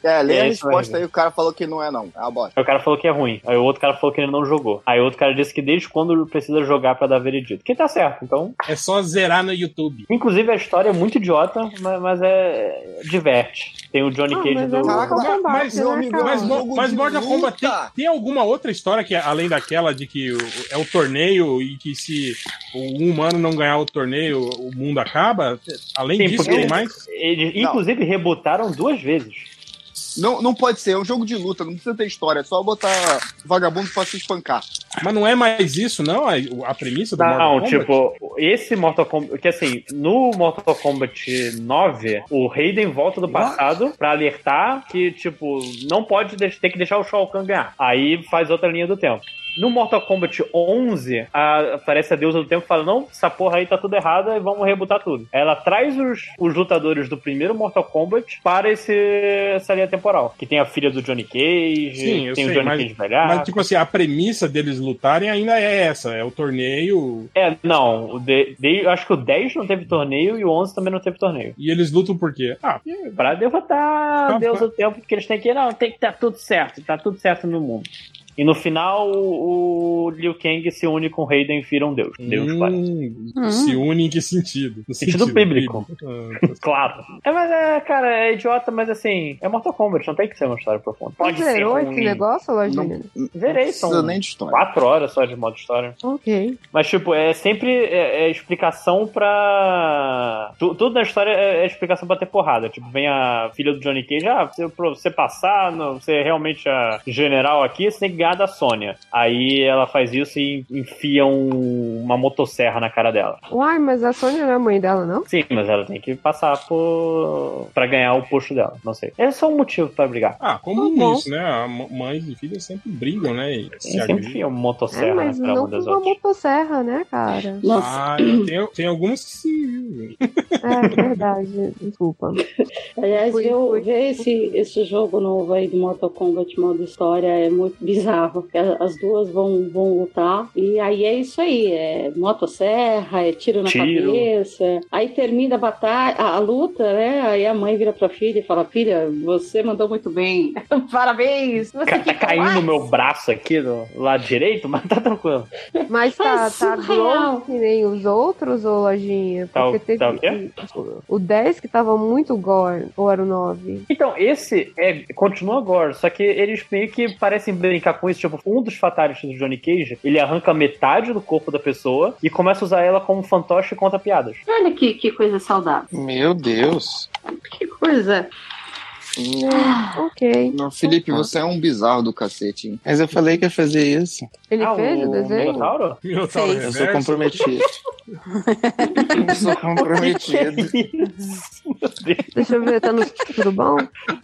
[SPEAKER 16] É, lê
[SPEAKER 2] É
[SPEAKER 16] a
[SPEAKER 2] isso
[SPEAKER 16] resposta
[SPEAKER 2] aí.
[SPEAKER 16] aí, o cara falou que não é, não. É uma bosta.
[SPEAKER 2] Aí o cara falou que é ruim. Aí o outro cara falou que ele não jogou. Aí o outro cara disse que desde quando precisa jogar pra dar veredito. Que tá certo, então.
[SPEAKER 11] É só zerar no YouTube.
[SPEAKER 2] Inclusive a história é muito idiota, mas, mas é. diverte. Tem o Johnny
[SPEAKER 11] Ah,
[SPEAKER 2] Cage
[SPEAKER 11] mas
[SPEAKER 2] do.
[SPEAKER 11] é Mortal Caraca, Kombat, mas- né, meu amigo, cara? mas Mo- mas Mortal Kombat tem- Tem alguma outra história que, é além daquela de que o- é o torneio e que se um humano não ganhar o torneio, o mundo acaba? Além
[SPEAKER 2] Sim,
[SPEAKER 11] disso,
[SPEAKER 2] porque
[SPEAKER 11] tem mais?
[SPEAKER 2] Eles, é inclusive, rebutaram duas vezes.
[SPEAKER 16] Não, não pode ser, é um jogo de luta, não precisa ter história, é só botar vagabundo pra se espancar.
[SPEAKER 11] Mas não é mais isso, não? A, a premissa do
[SPEAKER 2] Não,
[SPEAKER 11] Mortal Kombat?
[SPEAKER 2] tipo, esse Mortal Kombat. Que assim, no Mortal Kombat 9, o Raiden volta do passado pra alertar que, tipo, não pode deix- ter que deixar o Shao Kahn ganhar. Aí faz outra linha do tempo. No Mortal Kombat 11, a- aparece a deusa do tempo e fala: Não, essa porra aí tá tudo errada e vamos rebutar tudo. Ela traz os, os lutadores do primeiro Mortal Kombat para esse, essa linha temporal. Que tem a filha do Johnny Cage,
[SPEAKER 11] Sim, eu
[SPEAKER 2] tem o
[SPEAKER 11] sei,
[SPEAKER 2] Johnny
[SPEAKER 11] mas,
[SPEAKER 2] Cage velhaco.
[SPEAKER 11] mas, tipo assim, a premissa deles lutarem ainda é essa, é o torneio...
[SPEAKER 2] É, não, o de, de- acho que o 10 não teve torneio e o 11 também não teve torneio.
[SPEAKER 11] E eles lutam por quê? Ah,
[SPEAKER 2] pra derrotar Deus do tempo, porque eles têm que, não, tem que estar tudo certo, tá tudo certo no mundo. E no final, o, o Liu Kang se une com o Raiden e viram Deus. Deus
[SPEAKER 11] Hum,
[SPEAKER 2] pai.
[SPEAKER 11] Se unem em que sentido? No
[SPEAKER 2] Sentido bíblico. Claro. É, mas é, cara, é idiota, mas assim, é Mortal Kombat, não tem que ser uma história profunda. Pode ser. um
[SPEAKER 8] Zerou
[SPEAKER 2] ruim.
[SPEAKER 8] esse negócio, Lojinha?
[SPEAKER 2] Zerei, são quatro horas só de modo história.
[SPEAKER 8] Ok.
[SPEAKER 2] Mas, tipo, é sempre é, é explicação pra. Tu- tudo na história é, é explicação pra ter porrada. Tipo, vem a filha do Johnny Cage, ah, você, pra você passar, não, você é realmente a general aqui, você tem que ganhar da Sônia. Aí ela faz isso e enfia um- uma motosserra na cara dela.
[SPEAKER 8] Uai, mas a Sônia não é a mãe dela, não?
[SPEAKER 2] Sim, mas ela tem que passar por. pra ganhar o posto dela, não sei. É só um motivo pra brigar.
[SPEAKER 11] Ah, como
[SPEAKER 2] Tá bom.
[SPEAKER 11] isso, né? A m- mães e filhas sempre brigam, né? E se
[SPEAKER 2] sempre
[SPEAKER 11] agridem. Hum,
[SPEAKER 2] enfiam motosserra
[SPEAKER 8] é, mas
[SPEAKER 2] na cara
[SPEAKER 8] não
[SPEAKER 2] uma
[SPEAKER 8] com
[SPEAKER 2] das
[SPEAKER 8] uma
[SPEAKER 2] outras.
[SPEAKER 8] motosserra, né, cara?
[SPEAKER 11] Ah, eu- tem, tem algumas que sim.
[SPEAKER 8] É verdade, desculpa.
[SPEAKER 12] Aliás,
[SPEAKER 8] Fui,
[SPEAKER 12] eu ver esse, esse jogo novo aí do Mortal Kombat modo história é muito bizarro. porque a- As duas vão, vão lutar e aí é isso aí, é motosserra, é tiro na
[SPEAKER 13] Tiro.
[SPEAKER 12] cabeça. Aí termina a batalha, a, a luta, né? Aí a mãe vira pra filha e fala: "Filha, você mandou muito bem. Parabéns. Você
[SPEAKER 2] Ca- Tá caindo meu braço aqui do lado direito, mas tá tranquilo.
[SPEAKER 8] Mas tá, tá
[SPEAKER 12] surreal.
[SPEAKER 8] glow que nem os outros, ô Lojinha?
[SPEAKER 2] Tá,
[SPEAKER 8] Porque
[SPEAKER 2] o-
[SPEAKER 8] teve
[SPEAKER 2] tá o quê?
[SPEAKER 8] o 10 que tava muito gore, ou era o 9?
[SPEAKER 2] Então, esse é, continua agora, só que eles meio que parecem brincar com isso. Tipo, um dos fatalities do Johnny Cage, ele arranca metade do corpo da pessoa e começa a usar ela como fantoche e conta piadas.
[SPEAKER 12] "Ah, Olha que, que coisa saudável.
[SPEAKER 16] Meu Deus.
[SPEAKER 12] Que coisa. Ah,
[SPEAKER 8] ok.
[SPEAKER 16] Não, Felipe, você é um bizarro do cacete, hein? Mas eu falei que ia fazer isso.
[SPEAKER 8] Ele
[SPEAKER 2] Ah,
[SPEAKER 8] fez o desenho?
[SPEAKER 2] Minotauro?
[SPEAKER 11] Minotauro
[SPEAKER 16] Eu sou
[SPEAKER 11] reverso.
[SPEAKER 16] comprometido. eu sou comprometido.
[SPEAKER 8] Deixa eu ver, tá no tudo bom?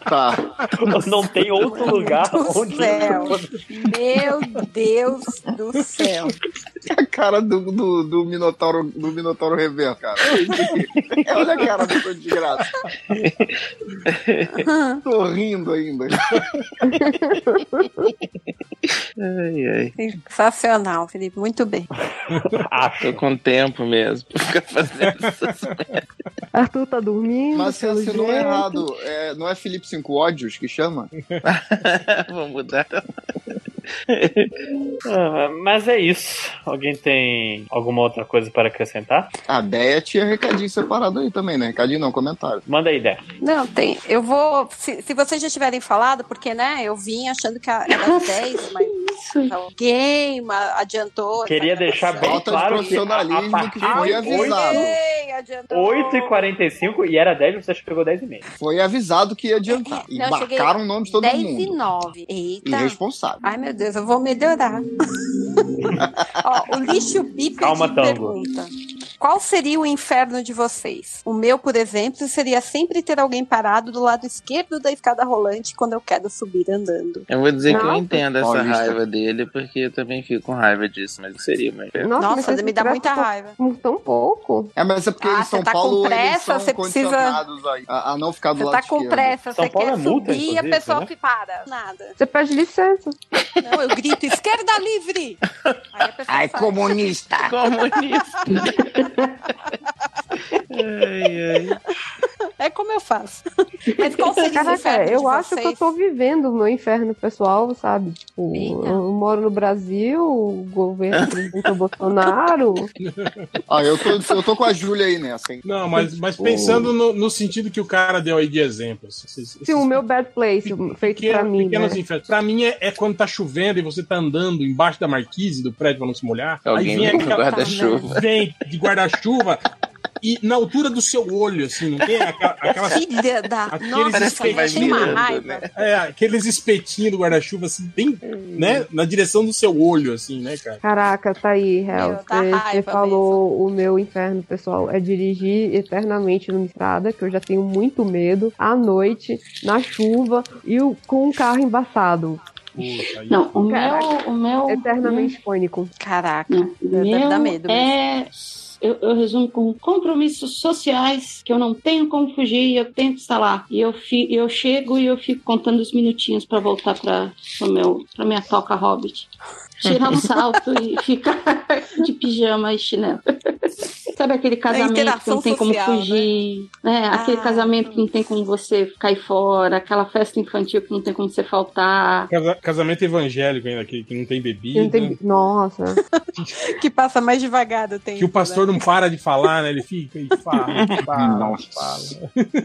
[SPEAKER 16] Tá.
[SPEAKER 2] Não tem
[SPEAKER 8] é
[SPEAKER 2] outro lugar onde.
[SPEAKER 15] céu. Meu Deus do céu.
[SPEAKER 16] A cara do, do, do Minotauro do Minotauro Rever, cara. Olha a cara do de graça. Tô rindo ainda.
[SPEAKER 4] Ai, ai.
[SPEAKER 15] Sensacional, Felipe. Muito bem.
[SPEAKER 4] Ah, Tô com tempo mesmo pra ficar fazendo essas
[SPEAKER 8] Arthur tá dormindo.
[SPEAKER 16] Mas você
[SPEAKER 8] pelo
[SPEAKER 16] assinou
[SPEAKER 8] jeito.
[SPEAKER 16] errado. É, não é Felipe Cinco Ódios que chama?
[SPEAKER 4] Vou mudar.
[SPEAKER 2] Ah, mas é isso. Alguém tem alguma outra coisa para acrescentar?
[SPEAKER 16] A ideia tinha recadinho separado aí também, né? Recadinho não, comentário.
[SPEAKER 2] Manda aí, ideia.
[SPEAKER 15] Não, tem. Eu vou. Se, se vocês já tiverem falado, porque, né, eu vim achando que a- era 10, mas alguém ma- adiantou. tá.
[SPEAKER 2] Queria deixar bem
[SPEAKER 15] Falta de
[SPEAKER 2] claro que a, a
[SPEAKER 15] profissionalismo
[SPEAKER 2] partir
[SPEAKER 15] que foi
[SPEAKER 2] de
[SPEAKER 15] avisado.
[SPEAKER 2] 8h45 e era 10, você pegou 10 e meio.
[SPEAKER 16] Foi avisado que ia adiantar. E
[SPEAKER 15] Não, eu cheguei
[SPEAKER 16] marcaram o nome de todo
[SPEAKER 15] 10
[SPEAKER 16] mundo.
[SPEAKER 15] e 9. Eita.
[SPEAKER 16] Irresponsável.
[SPEAKER 15] Ai, meu Deus, eu vou melhorar. Ó, o lixo bípedo
[SPEAKER 2] Calma, Tango.
[SPEAKER 15] pergunta. Qual seria o inferno de vocês? O meu, por exemplo, seria sempre ter alguém parado do lado esquerdo da escada rolante quando eu quero subir andando.
[SPEAKER 4] Eu vou dizer que eu
[SPEAKER 15] Nossa.
[SPEAKER 4] entendo essa
[SPEAKER 15] Paulista.
[SPEAKER 4] raiva dele, porque eu também fico com raiva disso, mas o que seria, mas. é
[SPEAKER 15] Nossa,
[SPEAKER 8] mas
[SPEAKER 15] me dá
[SPEAKER 8] esse
[SPEAKER 15] muita
[SPEAKER 8] gráfico
[SPEAKER 15] raiva.
[SPEAKER 8] Por tão pouco.
[SPEAKER 16] É, mas é porque
[SPEAKER 15] Ah,
[SPEAKER 16] em São
[SPEAKER 15] você tá com
[SPEAKER 16] Paulo eles
[SPEAKER 15] pressa,
[SPEAKER 16] são
[SPEAKER 15] você precisa-
[SPEAKER 16] condicionados a- a, a não ficar do
[SPEAKER 15] Você
[SPEAKER 16] lado
[SPEAKER 15] tá com
[SPEAKER 16] esquerdo.
[SPEAKER 15] pressa, você
[SPEAKER 2] é
[SPEAKER 6] é
[SPEAKER 15] quer subir e a pessoa
[SPEAKER 16] né?
[SPEAKER 15] que para. Nada.
[SPEAKER 8] Você pede licença.
[SPEAKER 15] Não, eu grito, esquerda livre! Aí a pessoa
[SPEAKER 16] Ai,
[SPEAKER 15] sai.
[SPEAKER 16] comunista.
[SPEAKER 15] Comunista. É como eu faço. Mas qual seria o
[SPEAKER 8] Caraca,
[SPEAKER 15] inferno de
[SPEAKER 8] eu acho
[SPEAKER 15] vocês?
[SPEAKER 8] que eu tô vivendo o meu inferno pessoal, sabe? Tipo,
[SPEAKER 15] Eita.
[SPEAKER 8] eu moro no Brasil, o governo do Bolsonaro.
[SPEAKER 16] Ah, eu tô, eu tô com a Júlia aí nessa, hein?
[SPEAKER 11] Não, mas, mas pensando no, no sentido que o cara deu aí de exemplo. assim, Esses,
[SPEAKER 8] Sim, o meu bad place feito pra mim. um Né?
[SPEAKER 11] pequenos infernos. Pra mim é, é quando tá chovendo e você tá andando embaixo da marquise do prédio pra não se molhar.
[SPEAKER 4] Alguém vem com guarda-chuva.
[SPEAKER 11] Vem de guarda-chuva e na altura do seu olho, assim, não tem aquela. aquela
[SPEAKER 15] Filha da.
[SPEAKER 11] aqueles
[SPEAKER 15] Nossa, eu achei uma raiva.
[SPEAKER 11] É, aqueles espetinhos do guarda-chuva, assim, bem, né? Na direção do seu olho, assim, né, cara?
[SPEAKER 8] Caraca, tá aí, Hel.
[SPEAKER 15] dá
[SPEAKER 8] Você- Você
[SPEAKER 15] raiva
[SPEAKER 8] falou o meu inferno, pessoal, é dirigir eternamente numa estrada, que eu já tenho muito medo, à noite, na chuva e o- com o carro embaçado.
[SPEAKER 12] Não, o meu, o meu.
[SPEAKER 8] Eternamente pânico.
[SPEAKER 15] Caraca,
[SPEAKER 12] meu
[SPEAKER 15] deve dar medo mesmo.
[SPEAKER 12] É. Eu, eu resumo com compromissos sociais que eu não tenho como fugir e eu tento estar lá. E eu, fi, eu chego e eu fico contando os minutinhos para voltar para pra minha toca hobbit. Tirar o salto e ficar de pijama e chinelo. Sabe aquele casamento que
[SPEAKER 15] É interação
[SPEAKER 12] não tem como
[SPEAKER 15] social, Ah,
[SPEAKER 12] fugir? né? Aquele casamento que não tem como você cair fora, aquela festa infantil que não tem como você faltar.
[SPEAKER 11] Casa- casamento evangélico ainda, que, que não tem bebida.
[SPEAKER 8] Nossa.
[SPEAKER 15] que passa mais devagar do tempo.
[SPEAKER 11] Que o pastor não para de falar, né? Ele fica e fala, fala, fala.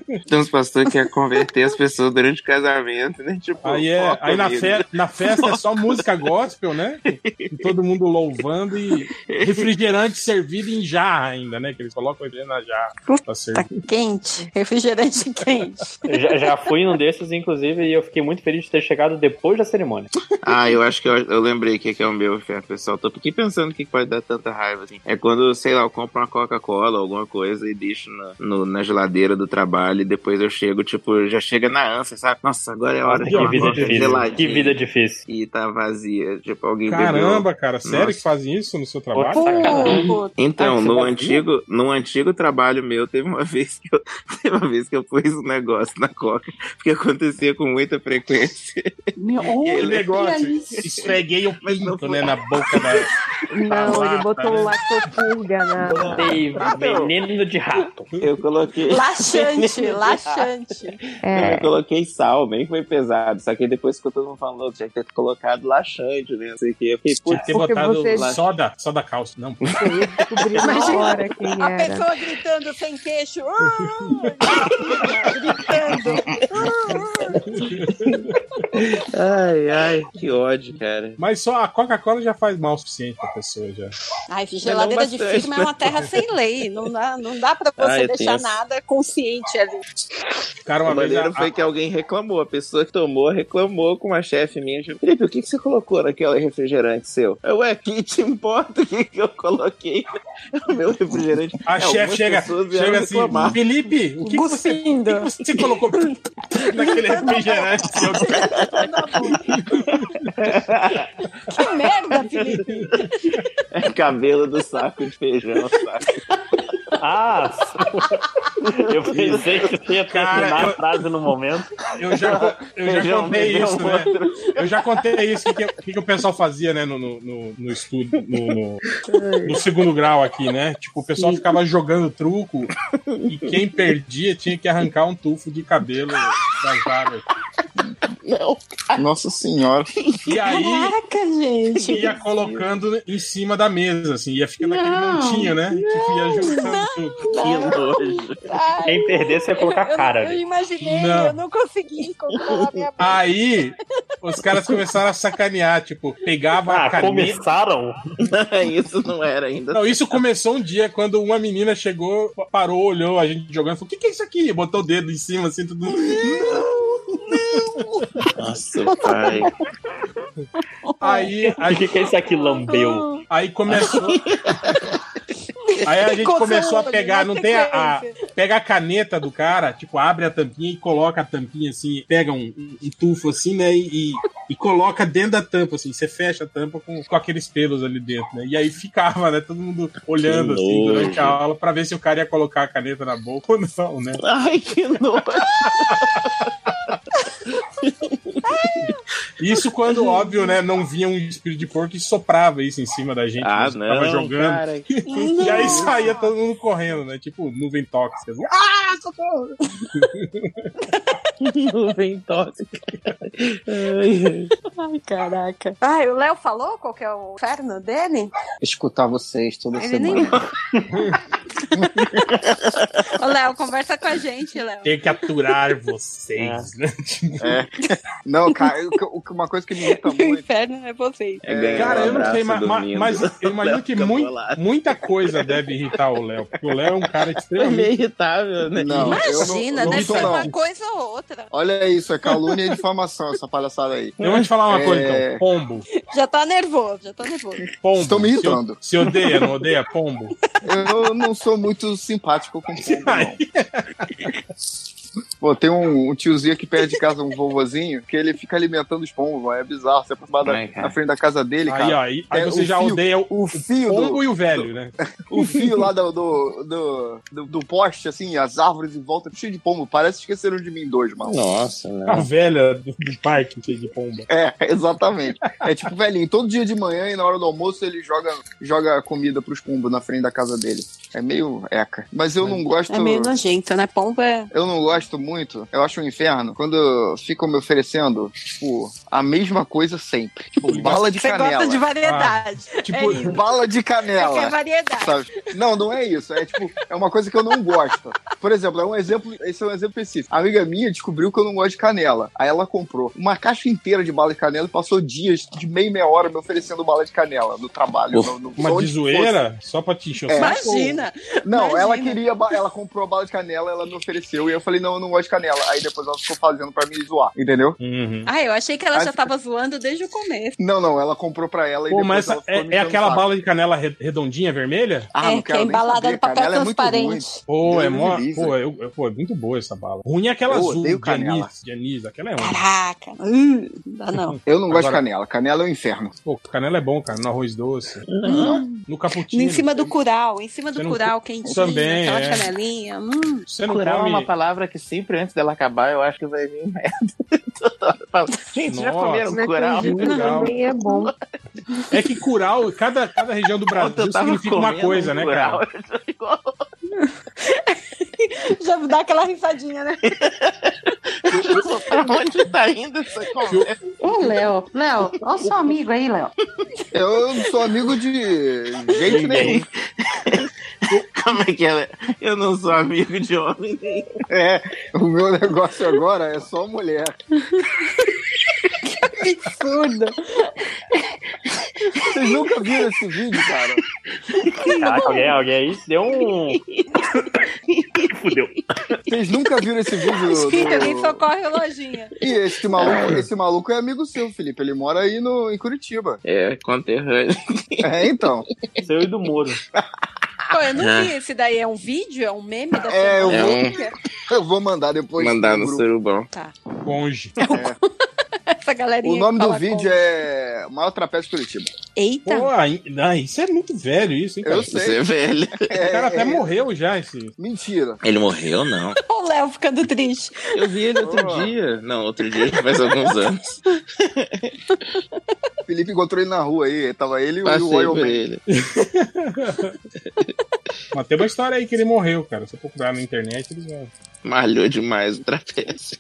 [SPEAKER 4] Então os pastores querem converter as pessoas durante o casamento, né? Tipo,
[SPEAKER 11] Aí, é,
[SPEAKER 4] foca,
[SPEAKER 11] aí na,
[SPEAKER 4] amigo.
[SPEAKER 11] fe- na festa é só música gospel, né? E todo mundo louvando e refrigerante servido em jarra ainda, né? Que eles colocam ele na jarra.
[SPEAKER 4] Tá
[SPEAKER 11] Pra servir.
[SPEAKER 15] Quente, refrigerante quente.
[SPEAKER 2] Eu já, já fui num desses, inclusive, e eu fiquei muito feliz de ter chegado depois da cerimônia.
[SPEAKER 4] Ah, eu acho que eu, eu lembrei o que, que é o meu inferno, pessoal. Tô aqui pensando o que que pode dar tanta raiva, assim. É quando, sei lá, eu compro uma Coca-Cola ou alguma coisa e deixo na, no- na geladeira do trabalho e depois eu chego, tipo, já chega na ânsia, sabe? Nossa, agora é a hora de
[SPEAKER 2] que
[SPEAKER 4] uma
[SPEAKER 2] vida
[SPEAKER 4] Coca
[SPEAKER 2] difícil. Que
[SPEAKER 4] geladinha.
[SPEAKER 2] vida difícil.
[SPEAKER 4] E tá vazia. Tipo, alguém
[SPEAKER 11] Caramba,
[SPEAKER 4] bebeu.
[SPEAKER 11] cara, sério
[SPEAKER 4] Nossa.
[SPEAKER 11] que fazem isso no seu trabalho?
[SPEAKER 4] Pô,
[SPEAKER 11] Sacanagem.
[SPEAKER 15] pô.
[SPEAKER 4] Então,
[SPEAKER 11] Ah, você
[SPEAKER 4] no
[SPEAKER 11] fazia?
[SPEAKER 4] antigo, no antigo trabalho meu, teve uma vez que eu teve uma vez que eu pus um negócio na Coca, porque acontecia com muita frequência.
[SPEAKER 12] Meu,
[SPEAKER 11] Que
[SPEAKER 12] olha,
[SPEAKER 11] negócio.
[SPEAKER 12] que delícia.
[SPEAKER 11] Esfreguei o pinto, né, na boca da. da
[SPEAKER 8] Não, ele
[SPEAKER 11] lata,
[SPEAKER 8] botou
[SPEAKER 11] né?
[SPEAKER 8] um lactopurga na.
[SPEAKER 2] Dei
[SPEAKER 11] Ah,
[SPEAKER 2] veneno de rato.
[SPEAKER 4] Eu coloquei
[SPEAKER 15] Laxante, laxante.
[SPEAKER 8] É.
[SPEAKER 4] Eu coloquei sal, bem que foi pesado. Só que depois ficou todo mundo falando, tinha que ter colocado laxante, né? Não sei o que. Eu fiquei,
[SPEAKER 11] Tinha
[SPEAKER 4] putz,
[SPEAKER 11] que ter
[SPEAKER 8] Porque
[SPEAKER 11] botado
[SPEAKER 8] você-
[SPEAKER 11] soda, soda calça. Não,
[SPEAKER 8] Descobri na hora quem
[SPEAKER 15] A
[SPEAKER 8] era.
[SPEAKER 15] pessoa gritando sem queixo. gritando.
[SPEAKER 4] ai, ai, que ódio, cara.
[SPEAKER 11] Mas só a Coca-Cola já faz mal o suficiente pra pessoa já.
[SPEAKER 15] Ai, geladeira
[SPEAKER 4] Mas
[SPEAKER 15] de
[SPEAKER 4] não bastante,
[SPEAKER 8] né?
[SPEAKER 15] firma é uma terra sem lei. Não dá, não dá pra você
[SPEAKER 4] Ah, é
[SPEAKER 15] deixar
[SPEAKER 4] tenso.
[SPEAKER 15] nada consciente ali.
[SPEAKER 11] Cara, uma
[SPEAKER 4] o
[SPEAKER 11] vez
[SPEAKER 4] maneiro
[SPEAKER 11] a-
[SPEAKER 4] foi que alguém reclamou. A pessoa que tomou reclamou com uma chefe minha. Tipo, Felipe, o que, que você colocou naquele refrigerante seu? Eu, ué, que te importa o que, que eu coloquei no meu refrigerante?
[SPEAKER 11] a
[SPEAKER 4] É,
[SPEAKER 11] chefe
[SPEAKER 4] algumas
[SPEAKER 11] chega,
[SPEAKER 4] pessoas vieram
[SPEAKER 11] chega assim,
[SPEAKER 4] reclamar.
[SPEAKER 11] Felipe, o que, que você, o que que você colocou naquele refrigerante? seu?"
[SPEAKER 15] Que merda, Felipe.
[SPEAKER 4] É cabelo do saco de feijão, sabe?
[SPEAKER 2] Ah, eu pensei que você ia terminar
[SPEAKER 11] Cara, eu-
[SPEAKER 2] a frase no momento.
[SPEAKER 11] Eu já, co- eu já
[SPEAKER 2] é um
[SPEAKER 4] Feijão,
[SPEAKER 11] contei
[SPEAKER 4] feijão,
[SPEAKER 11] isso, né? Eu já contei isso, o que, que, o que que o pessoal fazia, né, no, no, no, no estudo, no, no- no segundo grau aqui, né? Tipo, o pessoal ficava jogando truco e quem perdia tinha que arrancar um tufo de cabelo das áreas.
[SPEAKER 16] Nossa senhora.
[SPEAKER 11] E aí,
[SPEAKER 15] Caraca, gente.
[SPEAKER 11] ia colocando em cima da mesa, assim, ia ficando aquele
[SPEAKER 12] Não,
[SPEAKER 11] montinho, né? que ia juntando tudo.
[SPEAKER 4] Que nojo.
[SPEAKER 15] Ai,
[SPEAKER 2] Quem perder, você ia colocar a cara.
[SPEAKER 15] Eu
[SPEAKER 2] ali.
[SPEAKER 15] imaginei,
[SPEAKER 11] Não.
[SPEAKER 15] eu não consegui controlar minha
[SPEAKER 11] Aí, os caras começaram a sacanear, tipo, pegava a
[SPEAKER 2] Ah,
[SPEAKER 11] caneta.
[SPEAKER 2] começaram?
[SPEAKER 4] Isso não era ainda.
[SPEAKER 11] Não, isso começou um dia quando uma menina chegou, parou, olhou a gente jogando, falou: O que, que é isso aqui? Botou o dedo em cima, assim, tudo.
[SPEAKER 4] Nossa, pai.
[SPEAKER 11] Aí,
[SPEAKER 2] O
[SPEAKER 11] aí,
[SPEAKER 2] que, que é isso aqui, lambeu?
[SPEAKER 11] aí começou. Aí a gente
[SPEAKER 15] Coçando
[SPEAKER 11] começou a
[SPEAKER 15] ali,
[SPEAKER 11] pegar,
[SPEAKER 15] na
[SPEAKER 11] não tem a, a-
[SPEAKER 15] sequência.
[SPEAKER 11] Pega a caneta do cara, tipo, abre a tampinha e coloca a tampinha assim, pega um, um- um tufo assim, né? E, e- e coloca dentro da tampa, assim, você fecha a tampa com, com aqueles pelos ali dentro, né? E aí ficava, né? Todo mundo olhando
[SPEAKER 4] Que
[SPEAKER 11] assim durante
[SPEAKER 4] nojo.
[SPEAKER 11] a aula pra ver se o cara ia colocar a caneta na boca ou não, né?
[SPEAKER 4] Ah. Ai, que nojo.
[SPEAKER 11] Isso quando, óbvio, né, não vinha um espírito de porco e soprava isso em cima da gente.
[SPEAKER 4] Ah,
[SPEAKER 11] quando você tava
[SPEAKER 4] não,
[SPEAKER 11] jogando.
[SPEAKER 4] cara.
[SPEAKER 11] e aí saía todo mundo correndo, né? Tipo, nuvem tóxica. Ah, socorro!
[SPEAKER 4] Nuvem tóxica. Ai,
[SPEAKER 15] Ai, caraca. Ai, o Léo falou qual que é o inferno dele?
[SPEAKER 6] Escutar vocês toda
[SPEAKER 15] Ele
[SPEAKER 6] semana.
[SPEAKER 15] nem- Ô, Léo, conversa com a gente, Léo.
[SPEAKER 11] Tem que aturar vocês,
[SPEAKER 2] É.
[SPEAKER 11] né?
[SPEAKER 16] É.
[SPEAKER 6] Não, cara, eu- eu- uma coisa que me irrita
[SPEAKER 15] O inferno é vocês.
[SPEAKER 11] cara, eu não sei, ma- ma-
[SPEAKER 4] dormindo.
[SPEAKER 11] mas, eu imagino que mui- muita coisa deve irritar o Léo. Porque o Léo é um cara extremamente.
[SPEAKER 4] irritável,
[SPEAKER 11] né?
[SPEAKER 6] Não,
[SPEAKER 15] Imagina,
[SPEAKER 6] eu não,
[SPEAKER 15] deve
[SPEAKER 6] sou,
[SPEAKER 15] ser
[SPEAKER 6] não.
[SPEAKER 15] uma coisa ou outra.
[SPEAKER 6] Olha isso, é calúnia e difamação essa palhaçada aí.
[SPEAKER 11] Eu vou te falar uma
[SPEAKER 6] É,
[SPEAKER 11] coisa, então. Pombo.
[SPEAKER 15] Já tá nervoso, já tá nervoso.
[SPEAKER 11] Pombo.
[SPEAKER 6] Estão me
[SPEAKER 11] Se-
[SPEAKER 6] irritando.
[SPEAKER 11] Se odeia, não odeia? Pombo.
[SPEAKER 6] Eu não sou muito simpático com pombo, não. Pô, tem um, um tiozinho aqui perto de casa, um vovozinho, que ele fica alimentando os pombos, é bizarro. Você aproximar da,
[SPEAKER 11] Ai, cara.
[SPEAKER 6] na frente da casa dele,
[SPEAKER 11] Aí,
[SPEAKER 6] cara.
[SPEAKER 11] ó, aí- aí
[SPEAKER 6] é,
[SPEAKER 11] você
[SPEAKER 6] o
[SPEAKER 11] já
[SPEAKER 6] fio-
[SPEAKER 11] odeia o,
[SPEAKER 6] o fio
[SPEAKER 11] pombo
[SPEAKER 6] do-
[SPEAKER 11] e o velho, né?
[SPEAKER 6] O fio lá do, do, do, do- do poste, assim, as árvores em volta, cheio de pombo. Parece que esqueceram de mim dois, mano.
[SPEAKER 4] Nossa, né?
[SPEAKER 11] A velha do, do parque cheia de pomba.
[SPEAKER 6] É, exatamente. É tipo velhinho, todo dia de manhã e na hora do almoço ele joga, joga comida pros pombos na frente da casa dele. É meio eca. Mas eu não gosto.
[SPEAKER 15] É meio nojento, né? Pomba é.
[SPEAKER 6] Eu não gosto muito, eu acho um inferno quando ficam me oferecendo, tipo, a mesma coisa sempre. Tipo, bala de
[SPEAKER 15] Você
[SPEAKER 6] canela.
[SPEAKER 15] gosta de variedade.
[SPEAKER 11] Ah,
[SPEAKER 6] Tipo,
[SPEAKER 15] é isso.
[SPEAKER 6] bala de
[SPEAKER 15] Você quer
[SPEAKER 6] canela.
[SPEAKER 15] variedade.
[SPEAKER 6] sabe? Não, não é isso. É tipo, é uma coisa que eu não gosto. Por exemplo, é um exemplo, esse é um exemplo específico. A amiga minha descobriu que eu não gosto de canela. Aí ela comprou uma caixa inteira de bala de canela e passou dias de meia meia hora me oferecendo bala de canela no trabalho. no- no-
[SPEAKER 11] Uma de
[SPEAKER 6] onde
[SPEAKER 11] zoeira, só pra te encher o
[SPEAKER 6] É.
[SPEAKER 11] saco.
[SPEAKER 6] não,
[SPEAKER 11] Imagina.
[SPEAKER 6] ela queria, ba- ela comprou a bala de canela, ela me ofereceu e eu falei, não, eu não gosto de canela. Aí depois ela ficou fazendo pra me zoar, entendeu?
[SPEAKER 11] Uhum.
[SPEAKER 15] Ah, eu achei que ela já
[SPEAKER 6] Acho-
[SPEAKER 15] tava zoando desde o começo.
[SPEAKER 6] Não, não, ela comprou pra ela e
[SPEAKER 11] Pô,
[SPEAKER 6] depois
[SPEAKER 11] mas
[SPEAKER 6] ela
[SPEAKER 11] essa-
[SPEAKER 6] ficou me
[SPEAKER 11] é, é
[SPEAKER 6] enchendo o
[SPEAKER 11] aquela
[SPEAKER 6] saco.
[SPEAKER 11] bala de canela re- redondinha, vermelha?
[SPEAKER 6] Ah, não É, que quero é nem embalada saber, no papel canela é muito transparente. ruim.
[SPEAKER 11] Pô, é
[SPEAKER 6] Deus
[SPEAKER 11] mó,
[SPEAKER 6] me livre.
[SPEAKER 11] pô, eu- eu- pô, é muito boa essa bala. Ruim é aquela
[SPEAKER 6] Eu
[SPEAKER 11] azul,
[SPEAKER 6] odeio
[SPEAKER 11] de
[SPEAKER 6] canela.
[SPEAKER 11] anis, de anis, aquela é ruim.
[SPEAKER 15] Caraca. Hum, não dá não.
[SPEAKER 6] Eu não gosto
[SPEAKER 11] Agora-
[SPEAKER 6] de canela, canela é um inferno.
[SPEAKER 11] Pô, canela é bom, cara, no arroz doce.
[SPEAKER 15] Hum.
[SPEAKER 11] No cappuccino.
[SPEAKER 15] Em cima do curau, em cima
[SPEAKER 11] Você
[SPEAKER 15] do
[SPEAKER 11] não-
[SPEAKER 15] curau quentinho,
[SPEAKER 11] Também,
[SPEAKER 15] aquela
[SPEAKER 11] é.
[SPEAKER 15] canelinha. Hum.
[SPEAKER 11] Você
[SPEAKER 4] Curar é uma palavra que sempre antes dela acabar eu acho que vai vir merda. Toda hora eu falo, Gente, já
[SPEAKER 11] Nossa.
[SPEAKER 4] comeram um
[SPEAKER 11] Não é
[SPEAKER 4] cural?
[SPEAKER 11] que eu digo,
[SPEAKER 4] Cural.
[SPEAKER 11] também é bom. É que curau, cada, cada região do Brasil
[SPEAKER 4] eu tava
[SPEAKER 11] significa uma
[SPEAKER 4] comendo
[SPEAKER 11] coisa, né,
[SPEAKER 4] curau.
[SPEAKER 11] cara?
[SPEAKER 15] Já dá aquela risadinha, né?
[SPEAKER 4] Onde tá indo essa conversa?
[SPEAKER 12] Ô, Léo, Léo, olha o seu amigo aí, Léo.
[SPEAKER 6] Eu não sou amigo de gente nenhum.
[SPEAKER 4] Como é que ela? Eu não sou amigo de homem nenhum.
[SPEAKER 6] É, o meu negócio agora é só mulher.
[SPEAKER 15] que absurdo!
[SPEAKER 6] Vocês nunca viram esse vídeo, cara?
[SPEAKER 11] né?
[SPEAKER 2] Caraca, alguém, alguém aí deu um. Fudeu.
[SPEAKER 6] Vocês nunca viram esse vídeo do...
[SPEAKER 15] Gente, alguém socorre o lojinha.
[SPEAKER 6] E esse maluco, esse maluco é amigo seu, Felipe. Ele mora aí no, em Curitiba.
[SPEAKER 4] É, conterrâneo.
[SPEAKER 6] É, então.
[SPEAKER 2] Seu e do Moro.
[SPEAKER 15] Pô, eu não
[SPEAKER 4] É.
[SPEAKER 15] vi esse daí. É um vídeo? É um meme da
[SPEAKER 6] É, eu
[SPEAKER 15] semana?
[SPEAKER 4] vou-
[SPEAKER 15] O que que é?
[SPEAKER 6] Eu vou mandar depois.
[SPEAKER 4] Mandar no
[SPEAKER 6] grupo.
[SPEAKER 4] surubão.
[SPEAKER 15] Tá.
[SPEAKER 11] Conge.
[SPEAKER 15] Essa galerinha.
[SPEAKER 6] O nome
[SPEAKER 15] que
[SPEAKER 6] do
[SPEAKER 15] fala
[SPEAKER 6] vídeo
[SPEAKER 15] como.
[SPEAKER 6] é Maior Trapézio de Curitiba.
[SPEAKER 15] Eita!
[SPEAKER 11] Pô, ai- não, isso é muito velho, isso, hein, cara?
[SPEAKER 6] Eu sei. Você é
[SPEAKER 4] velho.
[SPEAKER 11] O cara até
[SPEAKER 6] É.
[SPEAKER 11] morreu já, esse.
[SPEAKER 6] Mentira.
[SPEAKER 4] Ele morreu, não.
[SPEAKER 15] O Léo ficando triste.
[SPEAKER 4] Eu vi ele outro dia. Não, outro dia faz alguns anos.
[SPEAKER 6] Felipe encontrou ele na rua aí. Tava ele e o- e
[SPEAKER 4] Passei
[SPEAKER 6] o Oil
[SPEAKER 4] por
[SPEAKER 6] Man.
[SPEAKER 4] ele.
[SPEAKER 11] Mas tem uma história aí que ele morreu, cara. Se eu procurar na internet, eles vão.
[SPEAKER 4] Malhou demais o trapézio.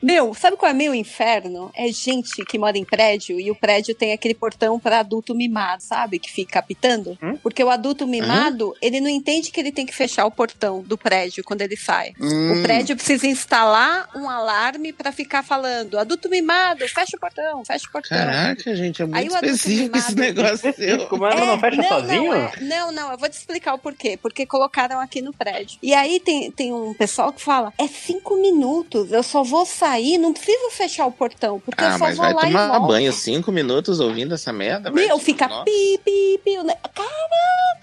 [SPEAKER 15] Meu, sabe qual é meu inferno? É gente que mora em prédio e o prédio tem aquele portão para adulto mimado, sabe? Que fica apitando.
[SPEAKER 4] Hum?
[SPEAKER 15] Porque o adulto mimado, ele não entende que ele tem que fechar o portão do prédio quando ele sai.
[SPEAKER 6] Hum.
[SPEAKER 15] O prédio precisa instalar um alarme para ficar falando: adulto mimado, fecha o portão, fecha o portão.
[SPEAKER 4] Caraca, gente, é
[SPEAKER 15] Aí
[SPEAKER 4] muito
[SPEAKER 15] o adulto
[SPEAKER 4] específico esse
[SPEAKER 15] mimado-
[SPEAKER 4] negócio seu.
[SPEAKER 2] Como ela não fecha sozinho?
[SPEAKER 15] Não, é- não, não, eu vou te explicar o porquê. Porque colocaram aqui no prédio. E aí tem, tem um pessoal que fala: é cinco minutos, eu só vou sair, não preciso fechar o portão, porque eu
[SPEAKER 4] Ah,
[SPEAKER 15] só
[SPEAKER 4] mas
[SPEAKER 15] vou
[SPEAKER 4] vai
[SPEAKER 15] lá e
[SPEAKER 4] tomar
[SPEAKER 15] volto.
[SPEAKER 4] banho cinco minutos ouvindo essa merda, vai.
[SPEAKER 15] Meu, fica
[SPEAKER 4] Nossa.
[SPEAKER 15] pi, pi, pi. o ne- Caraca!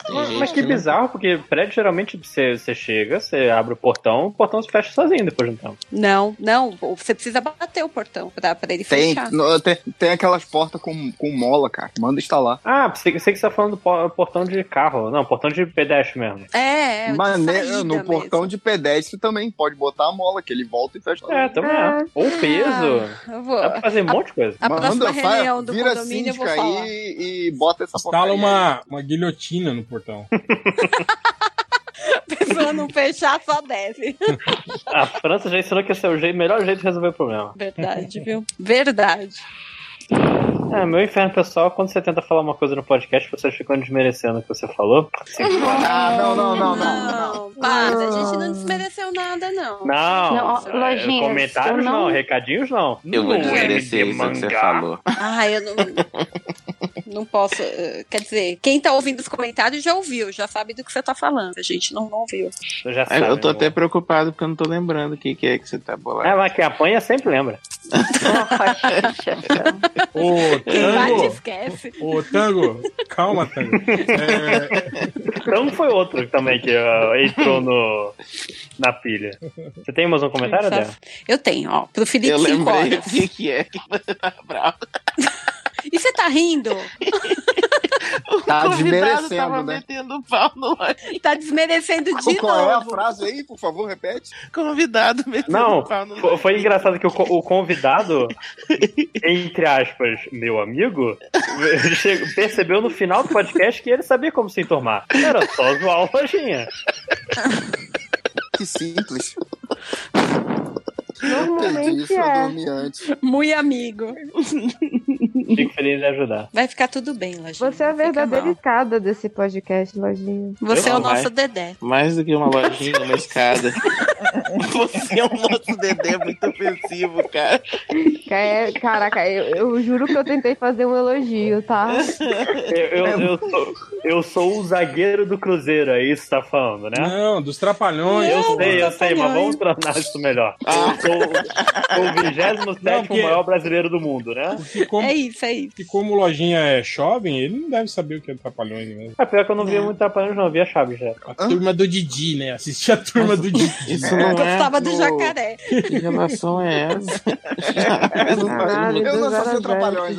[SPEAKER 4] Tem gente
[SPEAKER 2] Mas que
[SPEAKER 4] não-
[SPEAKER 2] bizarro, porque prédio geralmente você, você chega, você abre o portão, o portão se fecha sozinho depois de um tempo.
[SPEAKER 15] Não, não, você precisa bater o portão pra, pra ele
[SPEAKER 6] Tem,
[SPEAKER 15] fechar.
[SPEAKER 6] no- tem, tem aquelas portas com, com mola, cara. Manda instalar.
[SPEAKER 2] Ah, sei, sei que você tá falando do po- portão de carro. Não, portão de pedestre mesmo.
[SPEAKER 15] É, é. de
[SPEAKER 6] Mas né,
[SPEAKER 15] saída
[SPEAKER 6] no
[SPEAKER 16] ah,
[SPEAKER 15] mesmo.
[SPEAKER 6] portão de pedestre também pode botar a mola, que ele volta e fecha.
[SPEAKER 2] É, também é. Ou peso.
[SPEAKER 15] Ah, eu vou.
[SPEAKER 2] Dá pra fazer um monte de coisa.
[SPEAKER 15] A próxima
[SPEAKER 11] Amanda, vai,
[SPEAKER 15] reunião do
[SPEAKER 11] vira
[SPEAKER 15] condomínio eu vou
[SPEAKER 11] síndica
[SPEAKER 15] falar.
[SPEAKER 16] E, e bota essa
[SPEAKER 11] Instala uma, uma guilhotina no portão.
[SPEAKER 15] A pessoa não fechar, só deve.
[SPEAKER 2] A França já ensinou que esse é o jeito- melhor jeito de resolver o problema.
[SPEAKER 15] Verdade, viu? Verdade.
[SPEAKER 2] É, meu inferno pessoal, quando você tenta falar uma coisa no podcast, vocês ficam desmerecendo o que você falou.
[SPEAKER 16] Ah, não, não, não, não.
[SPEAKER 15] Não, para, a gente não desmereceu nada, não.
[SPEAKER 2] Não, é,
[SPEAKER 15] lojinha, eu
[SPEAKER 2] comentários não...
[SPEAKER 15] não-
[SPEAKER 2] recadinhos não. é
[SPEAKER 4] Eu vou
[SPEAKER 2] No
[SPEAKER 4] desmerecer
[SPEAKER 2] MD
[SPEAKER 4] isso que você
[SPEAKER 2] Mangá.
[SPEAKER 4] falou.
[SPEAKER 15] Ah, eu não. Não posso. eh, Quer dizer, quem tá ouvindo os comentários já ouviu, já sabe do que você tá falando. A gente não ouviu.
[SPEAKER 2] Eu já
[SPEAKER 4] É,
[SPEAKER 2] sabe,
[SPEAKER 4] eu tô
[SPEAKER 2] né?
[SPEAKER 4] até preocupado porque eu não tô lembrando o que, que é que você tá bolado.
[SPEAKER 2] É, mas quem apanha sempre lembra.
[SPEAKER 11] Ô, Tango,
[SPEAKER 15] esquece.
[SPEAKER 11] ô, Tango, calma, Tango. É.
[SPEAKER 2] Então foi outro também que ó, entrou no, na pilha. Você tem mais um comentário, Adé?
[SPEAKER 15] Eu tenho, ó. Pro Felipe
[SPEAKER 2] Eu
[SPEAKER 15] 5
[SPEAKER 2] lembrei
[SPEAKER 15] horas.
[SPEAKER 2] o
[SPEAKER 4] que, é que
[SPEAKER 15] você tá bravo. E você tá rindo?
[SPEAKER 16] Tá
[SPEAKER 15] convidado
[SPEAKER 16] desmerecendo,
[SPEAKER 15] tava
[SPEAKER 16] né?
[SPEAKER 15] Metendo pau no Tá desmerecendo de
[SPEAKER 16] Qual
[SPEAKER 15] novo.
[SPEAKER 16] é a frase aí, por favor, repete?
[SPEAKER 4] Convidado metendo
[SPEAKER 2] Não, fo- foi engraçado que o, co- o convidado, entre aspas, meu amigo, chegou- percebeu no final do podcast que ele sabia como se enturmar. Era só zoar o lojinha.
[SPEAKER 16] Que simples.
[SPEAKER 15] Normalmente
[SPEAKER 16] isso, eu
[SPEAKER 15] é.
[SPEAKER 16] dormi antes.
[SPEAKER 15] Muito amigo.
[SPEAKER 2] Fico feliz de ajudar.
[SPEAKER 15] Vai ficar tudo bem, Lojinha.
[SPEAKER 8] Você é a verdadeira
[SPEAKER 15] mal.
[SPEAKER 8] escada desse podcast, Lojinha.
[SPEAKER 15] Você é o
[SPEAKER 4] Não, vai.
[SPEAKER 15] nosso Dedé.
[SPEAKER 4] Mais do que uma lojinha, uma escada. Você é o nosso Dedé muito ofensivo, cara.
[SPEAKER 8] Ca- é- Caraca, eu, eu juro que eu tentei fazer um elogio, tá?
[SPEAKER 2] Eu, eu, eu sou, eu sou o zagueiro do Cruzeiro, é isso que tá falando, né?
[SPEAKER 11] Não, dos trapalhões.
[SPEAKER 2] Eu
[SPEAKER 11] pô.
[SPEAKER 2] sei, eu sei, mas vamos tornar isso melhor. Eu sou o- o 27
[SPEAKER 11] Não, porque-
[SPEAKER 2] maior brasileiro do mundo, né?
[SPEAKER 11] como-
[SPEAKER 15] É isso, é isso.
[SPEAKER 11] E como o Lojinha é jovem, ele não deve saber o que é Trapalhões mesmo.
[SPEAKER 2] É pior que eu não vi muito Trapalhões, não, eu vi a Chaves né? já.
[SPEAKER 11] A turma do Didi, né? Assisti a turma do Didi.
[SPEAKER 4] Isso não é
[SPEAKER 15] Gostava do
[SPEAKER 4] no-
[SPEAKER 15] jacaré.
[SPEAKER 4] Que relação é essa?
[SPEAKER 16] Eu não assisti Trapalhões,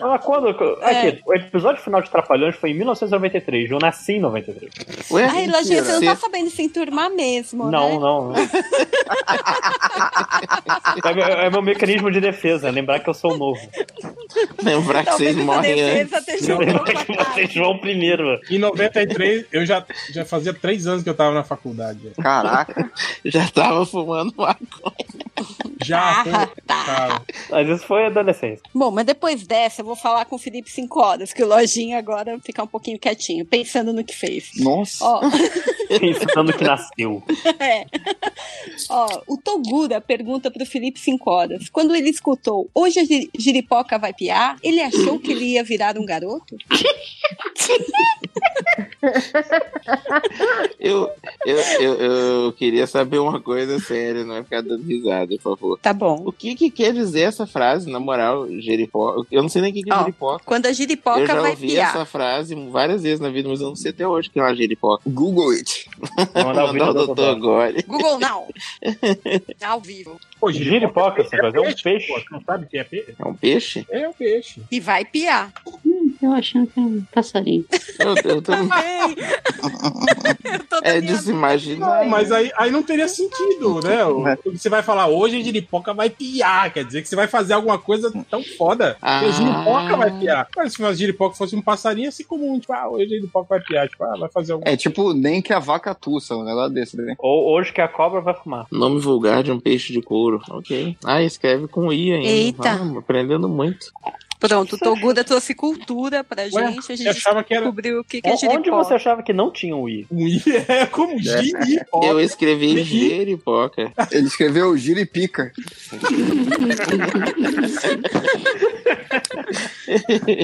[SPEAKER 2] Ah, quando?
[SPEAKER 15] É.
[SPEAKER 2] Aqui, o episódio final de Trapalhões foi em 1993. Eu nasci em 93.
[SPEAKER 15] Ai, Lojinha, você não tá sabendo se enturmar mesmo,
[SPEAKER 2] Não,
[SPEAKER 15] né?
[SPEAKER 2] não. é, meu, é meu mecanismo de defesa, lembrar que eu sou novo.
[SPEAKER 4] Lembrar
[SPEAKER 11] que Talvez vocês essa morrem defesa antes. esteja um pouco
[SPEAKER 2] Lembrar que vocês vão primeiro.
[SPEAKER 11] Em 93, eu já, já fazia três anos que eu tava na faculdade.
[SPEAKER 16] Caraca.
[SPEAKER 4] Já tava fumando maconha.
[SPEAKER 11] Já, pô, cara.
[SPEAKER 2] Mas isso foi adolescência.
[SPEAKER 15] Bom, mas depois dessa eu vou falar com o Felipe 5 horas, que o Lojinha agora fica um pouquinho quietinho, pensando no que fez.
[SPEAKER 16] Nossa.
[SPEAKER 15] Ó,
[SPEAKER 2] Pensando que nasceu.
[SPEAKER 15] É. Ó, o Togura pergunta pro Felipe 5 horas. Quando ele escutou Hoje a gi- giripoca vai piar, ele achou que ele ia virar um garoto?
[SPEAKER 4] Eu, eu, eu, eu queria saber uma coisa séria, não é ficar dando risada, por favor.
[SPEAKER 15] Tá bom.
[SPEAKER 4] O que, que quer dizer essa frase, na moral, geripoca? Eu não sei nem o que, que é
[SPEAKER 15] Ó,
[SPEAKER 4] geripoca.
[SPEAKER 15] Quando a
[SPEAKER 4] Eu
[SPEAKER 15] giripoca
[SPEAKER 4] já
[SPEAKER 15] vai
[SPEAKER 4] ouvi
[SPEAKER 15] piar.
[SPEAKER 4] essa frase várias vezes na vida, mas eu não sei até hoje o que é uma geripoca.
[SPEAKER 16] Google it.
[SPEAKER 2] Vou mandar o vídeo
[SPEAKER 4] o
[SPEAKER 2] do
[SPEAKER 4] doutor
[SPEAKER 2] doutor.
[SPEAKER 4] Gori.
[SPEAKER 15] Google não. Tá Ao vivo.
[SPEAKER 11] Pô,
[SPEAKER 2] Giripoca, você vai ver um peixe.
[SPEAKER 11] Não sabe o que é peixe?
[SPEAKER 4] É um peixe?
[SPEAKER 11] É um peixe.
[SPEAKER 15] E vai piar.
[SPEAKER 12] Eu achando que é um passarinho.
[SPEAKER 4] Eu, eu tô... é de se imaginar.
[SPEAKER 11] Não, mas aí, aí não teria sentido, né? O- o que Você vai falar hoje a giripoca vai piar, quer dizer que você vai fazer alguma coisa tão foda que a giripoca vai piar. Mas se a giripoca fosse um passarinho assim comum, tipo, ah, hoje a giripoca vai piar, tipo, ah, vai fazer alguma
[SPEAKER 16] É tipo, nem que a vaca tussa, um negócio desse, né?
[SPEAKER 2] Ou hoje que a cobra vai fumar.
[SPEAKER 4] Nome vulgar de um peixe de couro. Ok. Ah, escreve com I ainda.
[SPEAKER 15] Eita.
[SPEAKER 4] Ah, aprendendo muito.
[SPEAKER 15] Pronto, o Togura trouxe cultura pra gente. A gente
[SPEAKER 11] achava que era-
[SPEAKER 15] descobriu o que, que é
[SPEAKER 2] O- Onde
[SPEAKER 15] giripoca.
[SPEAKER 2] você achava que não tinha um I?
[SPEAKER 11] Um I é como
[SPEAKER 18] É.
[SPEAKER 11] giripoca.
[SPEAKER 4] Eu escrevi giripoca.
[SPEAKER 16] Ele escreveu giripica.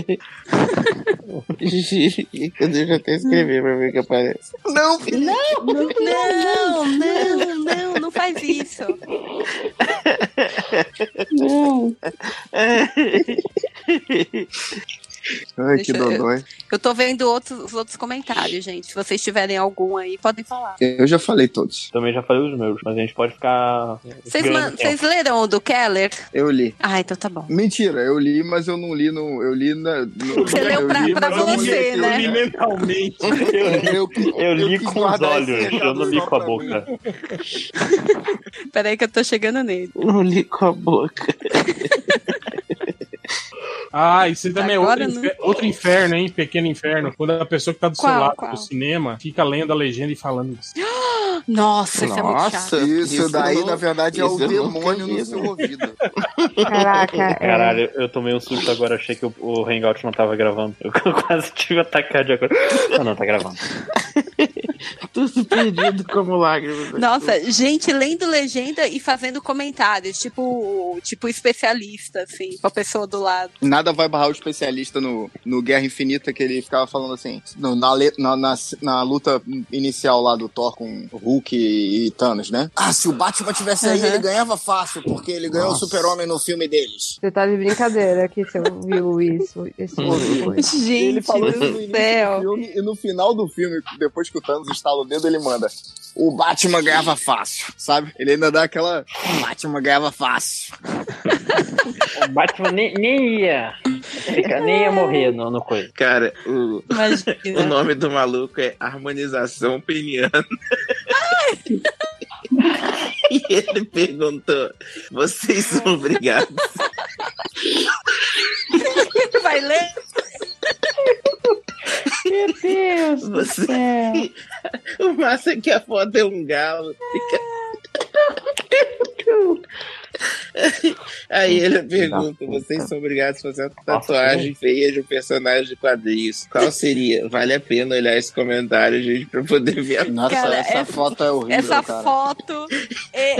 [SPEAKER 4] Girica, deixa eu até escrever pra ver o que aparece.
[SPEAKER 16] Não,
[SPEAKER 15] Não, não, não, não, não faz isso.
[SPEAKER 12] Não.
[SPEAKER 6] Ai, que
[SPEAKER 15] Deixa eu-
[SPEAKER 6] dodói.
[SPEAKER 15] Eu tô vendo outros, os outros comentários, gente. Se vocês tiverem algum aí, podem falar.
[SPEAKER 6] Eu já falei todos.
[SPEAKER 2] Também já falei os meus, mas a gente pode ficar.
[SPEAKER 15] Vocês,
[SPEAKER 2] ganhando
[SPEAKER 15] man-
[SPEAKER 2] tempo.
[SPEAKER 15] vocês leram o do Keller?
[SPEAKER 6] Eu li.
[SPEAKER 15] Ah, então tá bom.
[SPEAKER 6] Mentira, eu li, mas eu não li no. Eu li na. no-
[SPEAKER 15] Você leu
[SPEAKER 6] eu
[SPEAKER 15] pra-
[SPEAKER 6] li,
[SPEAKER 15] pra
[SPEAKER 6] mas eu não
[SPEAKER 15] você,
[SPEAKER 6] li- eu
[SPEAKER 15] né?
[SPEAKER 6] li
[SPEAKER 2] mentalmente.
[SPEAKER 6] Eu,
[SPEAKER 2] Eu li
[SPEAKER 6] quis
[SPEAKER 2] com os
[SPEAKER 6] guardar esse
[SPEAKER 2] olhos, eu não li
[SPEAKER 6] recado
[SPEAKER 2] com a
[SPEAKER 6] só pra
[SPEAKER 2] boca.
[SPEAKER 15] Peraí que eu tô chegando nele.
[SPEAKER 11] Não li um com a boca. Ah, isso também
[SPEAKER 15] Agora
[SPEAKER 11] é outro,
[SPEAKER 15] não.
[SPEAKER 11] infer- outro inferno, hein? Pequeno inferno. Quando a pessoa que tá do
[SPEAKER 15] Qual,
[SPEAKER 11] seu lado
[SPEAKER 15] qual?
[SPEAKER 11] do cinema fica lendo a legenda e falando isso.
[SPEAKER 15] Nossa, isso é muito chato.
[SPEAKER 11] Nossa,
[SPEAKER 6] Isso,
[SPEAKER 11] isso
[SPEAKER 6] daí,
[SPEAKER 11] eu não-
[SPEAKER 6] na verdade, é o
[SPEAKER 11] isso eu nunca
[SPEAKER 6] demônio no seu ouvido.
[SPEAKER 8] Caraca, é.
[SPEAKER 2] Caralho, eu tomei um susto agora, achei que o, o Hangout não tava gravando. Eu quase tive um ataque cardíaco. Ah, não, tá gravando.
[SPEAKER 18] Tudo perdido como lágrimas.
[SPEAKER 15] Nossa, gente lendo legenda e fazendo comentários, tipo, tipo especialista, assim, com a pessoa do lado.
[SPEAKER 6] Nada vai barrar o especialista no, no Guerra Infinita que ele ficava falando assim, no- na, le- na, na, na luta inicial lá do Thor com Hulk e Thanos, né? Ah, se o Batman tivesse aí,
[SPEAKER 16] Uhum.
[SPEAKER 6] ele ganhava fácil, porque ele ganhou o super-homem no filme deles.
[SPEAKER 8] Você tá de brincadeira que você ouviu isso. Esse
[SPEAKER 15] Gente
[SPEAKER 6] ele falou isso no início do filme, e no final do filme, depois que o Thanos estala o dedo, ele manda. O Batman ganhava fácil, sabe? Ele ainda dá aquela. O Batman ganhava fácil.
[SPEAKER 2] O Batman nem, nem ia. Fica- nem ia morrer no, no coisa.
[SPEAKER 4] Cara, o,
[SPEAKER 15] Imagina.
[SPEAKER 4] o nome do maluco é Harmonização Peniana. e ele perguntou: vocês são obrigados?
[SPEAKER 15] Vai ler?
[SPEAKER 4] Meu Deus! Você... o massa é que a foto é um galo. Aí ele pergunta: vocês são obrigados a fazer uma tatuagem feia de um personagem de quadrinhos. Qual seria? Vale a pena olhar esse comentário, gente, pra poder ver a
[SPEAKER 6] Nossa,
[SPEAKER 15] Cara,
[SPEAKER 6] essa
[SPEAKER 15] é-
[SPEAKER 6] foto é horrível,
[SPEAKER 15] Essa
[SPEAKER 6] cara.
[SPEAKER 15] foto é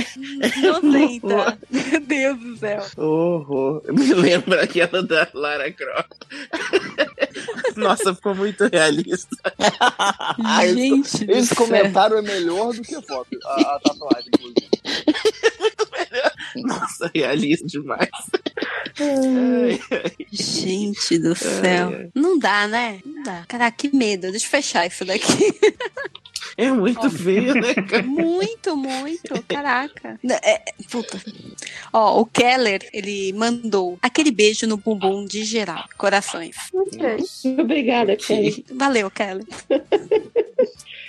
[SPEAKER 15] nojenta. Meu Deus do céu.
[SPEAKER 4] Horror. Me lembra aquela da Lara Croft. Nossa, ficou muito realista.
[SPEAKER 15] Gente,
[SPEAKER 6] esse comentário é melhor do que a foto, a, a tatuagem, inclusive.
[SPEAKER 4] Nossa, é realista demais.
[SPEAKER 15] Gente do céu. Não dá, né? Não dá. Caraca, que medo. Deixa eu fechar isso daqui.
[SPEAKER 4] É muito feio, né, cara?
[SPEAKER 15] Muito, muito. Caraca. Não, é- é- puta. Ó, o Keller, ele mandou aquele beijo no bumbum de geral. Corações.
[SPEAKER 12] Obrigada, Kelly.
[SPEAKER 15] Valeu, Keller.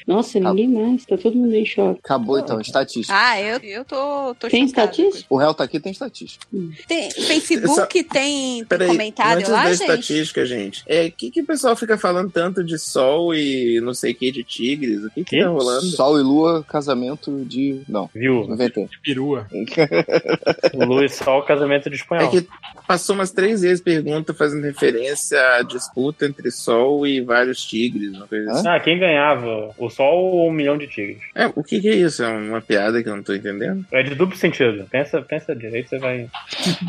[SPEAKER 12] Nossa, ninguém mais. Tá todo mundo em choque.
[SPEAKER 6] Acabou então, estatística.
[SPEAKER 15] Ah, eu, eu tô, tô
[SPEAKER 12] Tem
[SPEAKER 15] chocada.
[SPEAKER 12] estatística? Hum.
[SPEAKER 6] O réu tá aqui, tem estatística.
[SPEAKER 15] Tem Facebook, tem, tem comentário
[SPEAKER 4] antes
[SPEAKER 15] lá,
[SPEAKER 4] da
[SPEAKER 15] gente?
[SPEAKER 4] estatística, gente, é o que, que o pessoal fica falando tanto de sol e não sei o que, de tigres? O que, que tá rolando?
[SPEAKER 6] Sol e lua, casamento de. Não.
[SPEAKER 2] Viu?
[SPEAKER 6] Inventei.
[SPEAKER 11] Perua.
[SPEAKER 2] Luiz, só o casamento de espanhol.
[SPEAKER 4] É que passou umas três vezes pergunta fazendo referência à disputa entre sol e vários tigres, uma coisa assim.
[SPEAKER 2] Ah, quem ganhava? O sol ou um milhão de tigres?
[SPEAKER 4] É, o que, que é isso? É uma piada que eu não tô entendendo?
[SPEAKER 2] É de duplo sentido. Pensa, pensa direito, você vai,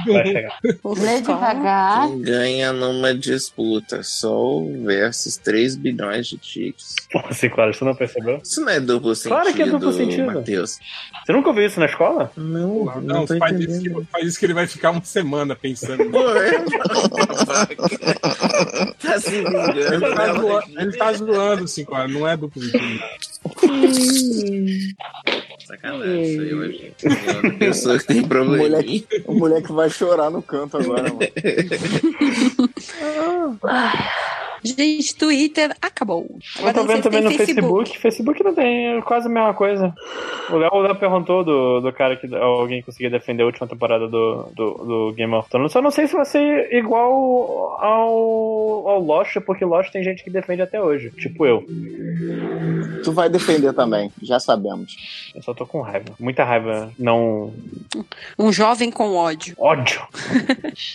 [SPEAKER 2] vai chegar.
[SPEAKER 12] Lê devagar.
[SPEAKER 4] Quem ganha numa disputa? Sol versus 3 bilhões de tigres.
[SPEAKER 2] Nossa, claro, você não percebeu?
[SPEAKER 4] Isso não é duplo sentido.
[SPEAKER 2] Claro que é duplo sentido.
[SPEAKER 4] Matheus.
[SPEAKER 2] Você nunca ouviu isso na escola?
[SPEAKER 4] Não,
[SPEAKER 11] Não, faz, isso que, faz isso que ele vai ficar uma semana pensando.
[SPEAKER 4] Pô, é. Tá se vingando,
[SPEAKER 11] Ele tá,
[SPEAKER 4] né,
[SPEAKER 11] zoa- ele tá zoando, assim, cara. Não é duplo sentido.
[SPEAKER 4] Sacanagem, isso aí hoje. Uma pessoa que tem problema.
[SPEAKER 6] O É. moleque vai chorar no canto agora, mano.
[SPEAKER 15] Ah. Gente, Twitter acabou.
[SPEAKER 2] Eu tô
[SPEAKER 15] não sei
[SPEAKER 2] vendo
[SPEAKER 15] se
[SPEAKER 2] também
[SPEAKER 15] tem
[SPEAKER 2] no Facebook. Facebook. não tem, é quase a mesma coisa. O Léo, o Léo perguntou do, do cara que alguém conseguia defender a última temporada do, do, do Game of Thrones. Só não sei se vai ser igual ao, ao Lost, porque Lost tem gente que defende até hoje. Tipo eu.
[SPEAKER 6] Tu vai defender também, já sabemos.
[SPEAKER 2] Eu só tô com raiva. Muita raiva. Não.
[SPEAKER 15] Um jovem com ódio.
[SPEAKER 2] Ódio.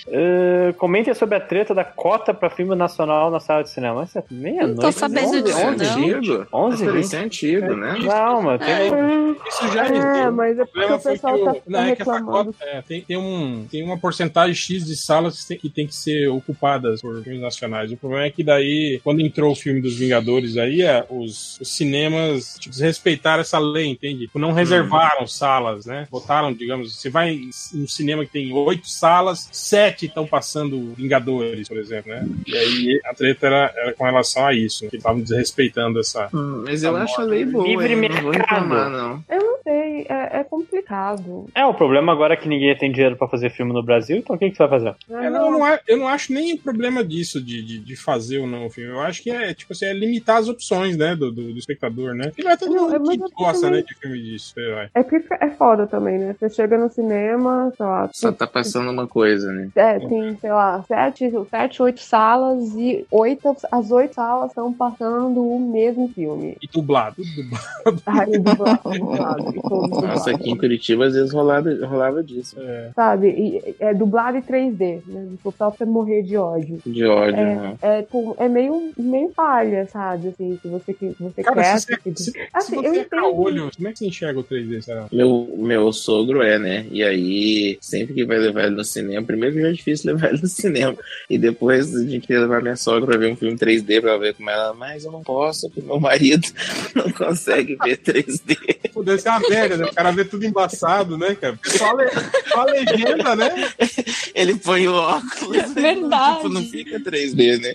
[SPEAKER 2] Eh, comentem sobre a treta da cota pra filme nacional na sala horário de cinema? Isso é meia-noite.
[SPEAKER 15] Não tô sabendo
[SPEAKER 2] onze-
[SPEAKER 15] disso,
[SPEAKER 2] onze
[SPEAKER 15] não.
[SPEAKER 2] vinte? Onze vinte?
[SPEAKER 4] Esse serviço é antigo, né?
[SPEAKER 2] Não, mas
[SPEAKER 10] É.
[SPEAKER 2] tem...
[SPEAKER 11] Isso já
[SPEAKER 8] É,
[SPEAKER 11] existe.
[SPEAKER 8] mas é
[SPEAKER 11] O
[SPEAKER 8] porque
[SPEAKER 11] problema
[SPEAKER 8] o
[SPEAKER 11] foi que
[SPEAKER 8] pessoal tá,
[SPEAKER 11] o-
[SPEAKER 8] tá
[SPEAKER 11] não, é que essa
[SPEAKER 8] reclamando.
[SPEAKER 11] cota- é, tem, tem, um, tem uma porcentagem X de salas que tem, que tem que ser ocupadas por filmes nacionais. O problema é que daí, quando entrou o filme dos Vingadores aí, é, os, os cinemas tipo, desrespeitaram essa lei, entende? Tipo, Não
[SPEAKER 4] Uhum.
[SPEAKER 11] reservaram salas, né? Botaram, digamos, você vai em um cinema que tem oito salas, sete estão passando Vingadores, por exemplo, né? E aí a treta era, era com relação a isso, que estavam desrespeitando essa...
[SPEAKER 4] Hum, Mas eu acho é a lei boa,
[SPEAKER 11] Livre
[SPEAKER 4] hein? Não vou
[SPEAKER 11] mercado.
[SPEAKER 4] reclamar, não.
[SPEAKER 8] Eu não sei, é, é complicado.
[SPEAKER 2] É, o problema agora é que ninguém tem dinheiro pra fazer filme no Brasil, então o que, que você vai fazer?
[SPEAKER 8] Ah,
[SPEAKER 11] É, não, eu, não, a- eu não acho nem problema disso, de, de, de fazer ou não o filme. Eu acho que é, tipo assim, é limitar as opções, né, do, do, do espectador, né? Porque não é todo
[SPEAKER 8] Não,
[SPEAKER 11] mundo
[SPEAKER 8] é, mas
[SPEAKER 11] que
[SPEAKER 8] eu
[SPEAKER 11] gosta,
[SPEAKER 8] também-
[SPEAKER 11] né, de filme de super-herói.
[SPEAKER 8] É porque é foda também, né? Você chega no cinema, sei lá.
[SPEAKER 4] Só tá passando uma coisa, né?
[SPEAKER 8] É, tem, sei lá, sete, sete, oito salas e oito, as oito salas estão passando o mesmo filme.
[SPEAKER 11] E dublado. Tudo dublado.
[SPEAKER 8] Ai, dublado, dublado, e todo
[SPEAKER 4] Nossa,
[SPEAKER 8] dublado.
[SPEAKER 4] aqui em Curitiba às vezes rolava, rolava disso.
[SPEAKER 8] Sabe? E- é dublado em 3D, né? Tipo, só pra você morrer de ódio.
[SPEAKER 4] De ódio,
[SPEAKER 8] É,
[SPEAKER 4] né?
[SPEAKER 8] é, tipo, é meio, meio palha, sabe? Assim, se você, que- se você
[SPEAKER 11] Cara,
[SPEAKER 8] quer.
[SPEAKER 11] se você,
[SPEAKER 8] tipo-
[SPEAKER 11] se, se
[SPEAKER 8] assim, eu
[SPEAKER 11] você
[SPEAKER 8] entendo.
[SPEAKER 11] entrar o olho, como é que você enxerga o 3D, será?
[SPEAKER 4] Meu, meu sogro é, né? E aí, sempre que vai levar ele no cinema, primeiro que já é difícil levar ele no cinema. E depois a gente ia levar minha sogra pra ver um filme 3D pra ver como ela, mas eu não posso, porque meu marido não consegue ver 3D.
[SPEAKER 11] Pô, ser uma merda, né? O cara vê tudo embaçado, né, cara? Porque Só a, le- só a legenda, né?
[SPEAKER 4] Ele põe o óculos.
[SPEAKER 15] Verdade.
[SPEAKER 4] Tipo, não fica 3D, né?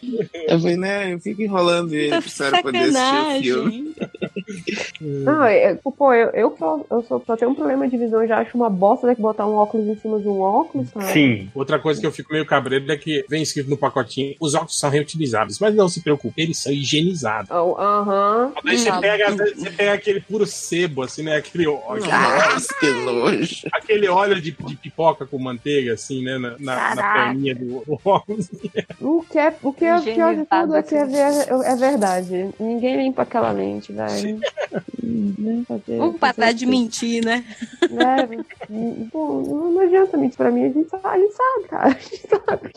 [SPEAKER 4] Eu falei, né? Eu fico enrolando ele
[SPEAKER 8] Tá
[SPEAKER 4] pra senhora poder assistir o filme.
[SPEAKER 8] Não, é, pô, eu, eu, só- eu só, só tenho um problema de visão, eu já acho uma bosta, né? Que botar um óculos em cima de um óculos, sabe?
[SPEAKER 11] Outra coisa que eu fico meio cabreiro é que vem escrito no pacotinho, os óculos são reutilizáveis. Mas não se preocupe, eles são higienizados.
[SPEAKER 8] Oh, Aham.
[SPEAKER 11] Aí você
[SPEAKER 8] Sabe?
[SPEAKER 11] pega, às vezes, você pega aquele puro sebo, assim, né? Aquele óleo.
[SPEAKER 4] Nossa, que nojo.
[SPEAKER 11] Aquele óleo de, de pipoca com manteiga, assim, né? Na, na, na
[SPEAKER 8] Caraca.
[SPEAKER 11] perninha do do óculos.
[SPEAKER 8] O que é, o que é pior de tudo é que é, ver- é verdade. Ninguém limpa aquela lente, velho.
[SPEAKER 15] Vamos parar Um de mentir, né?
[SPEAKER 8] É, pô, não não adianta mentir pra mim, a gente sabe, a gente sabe cara. A gente sabe.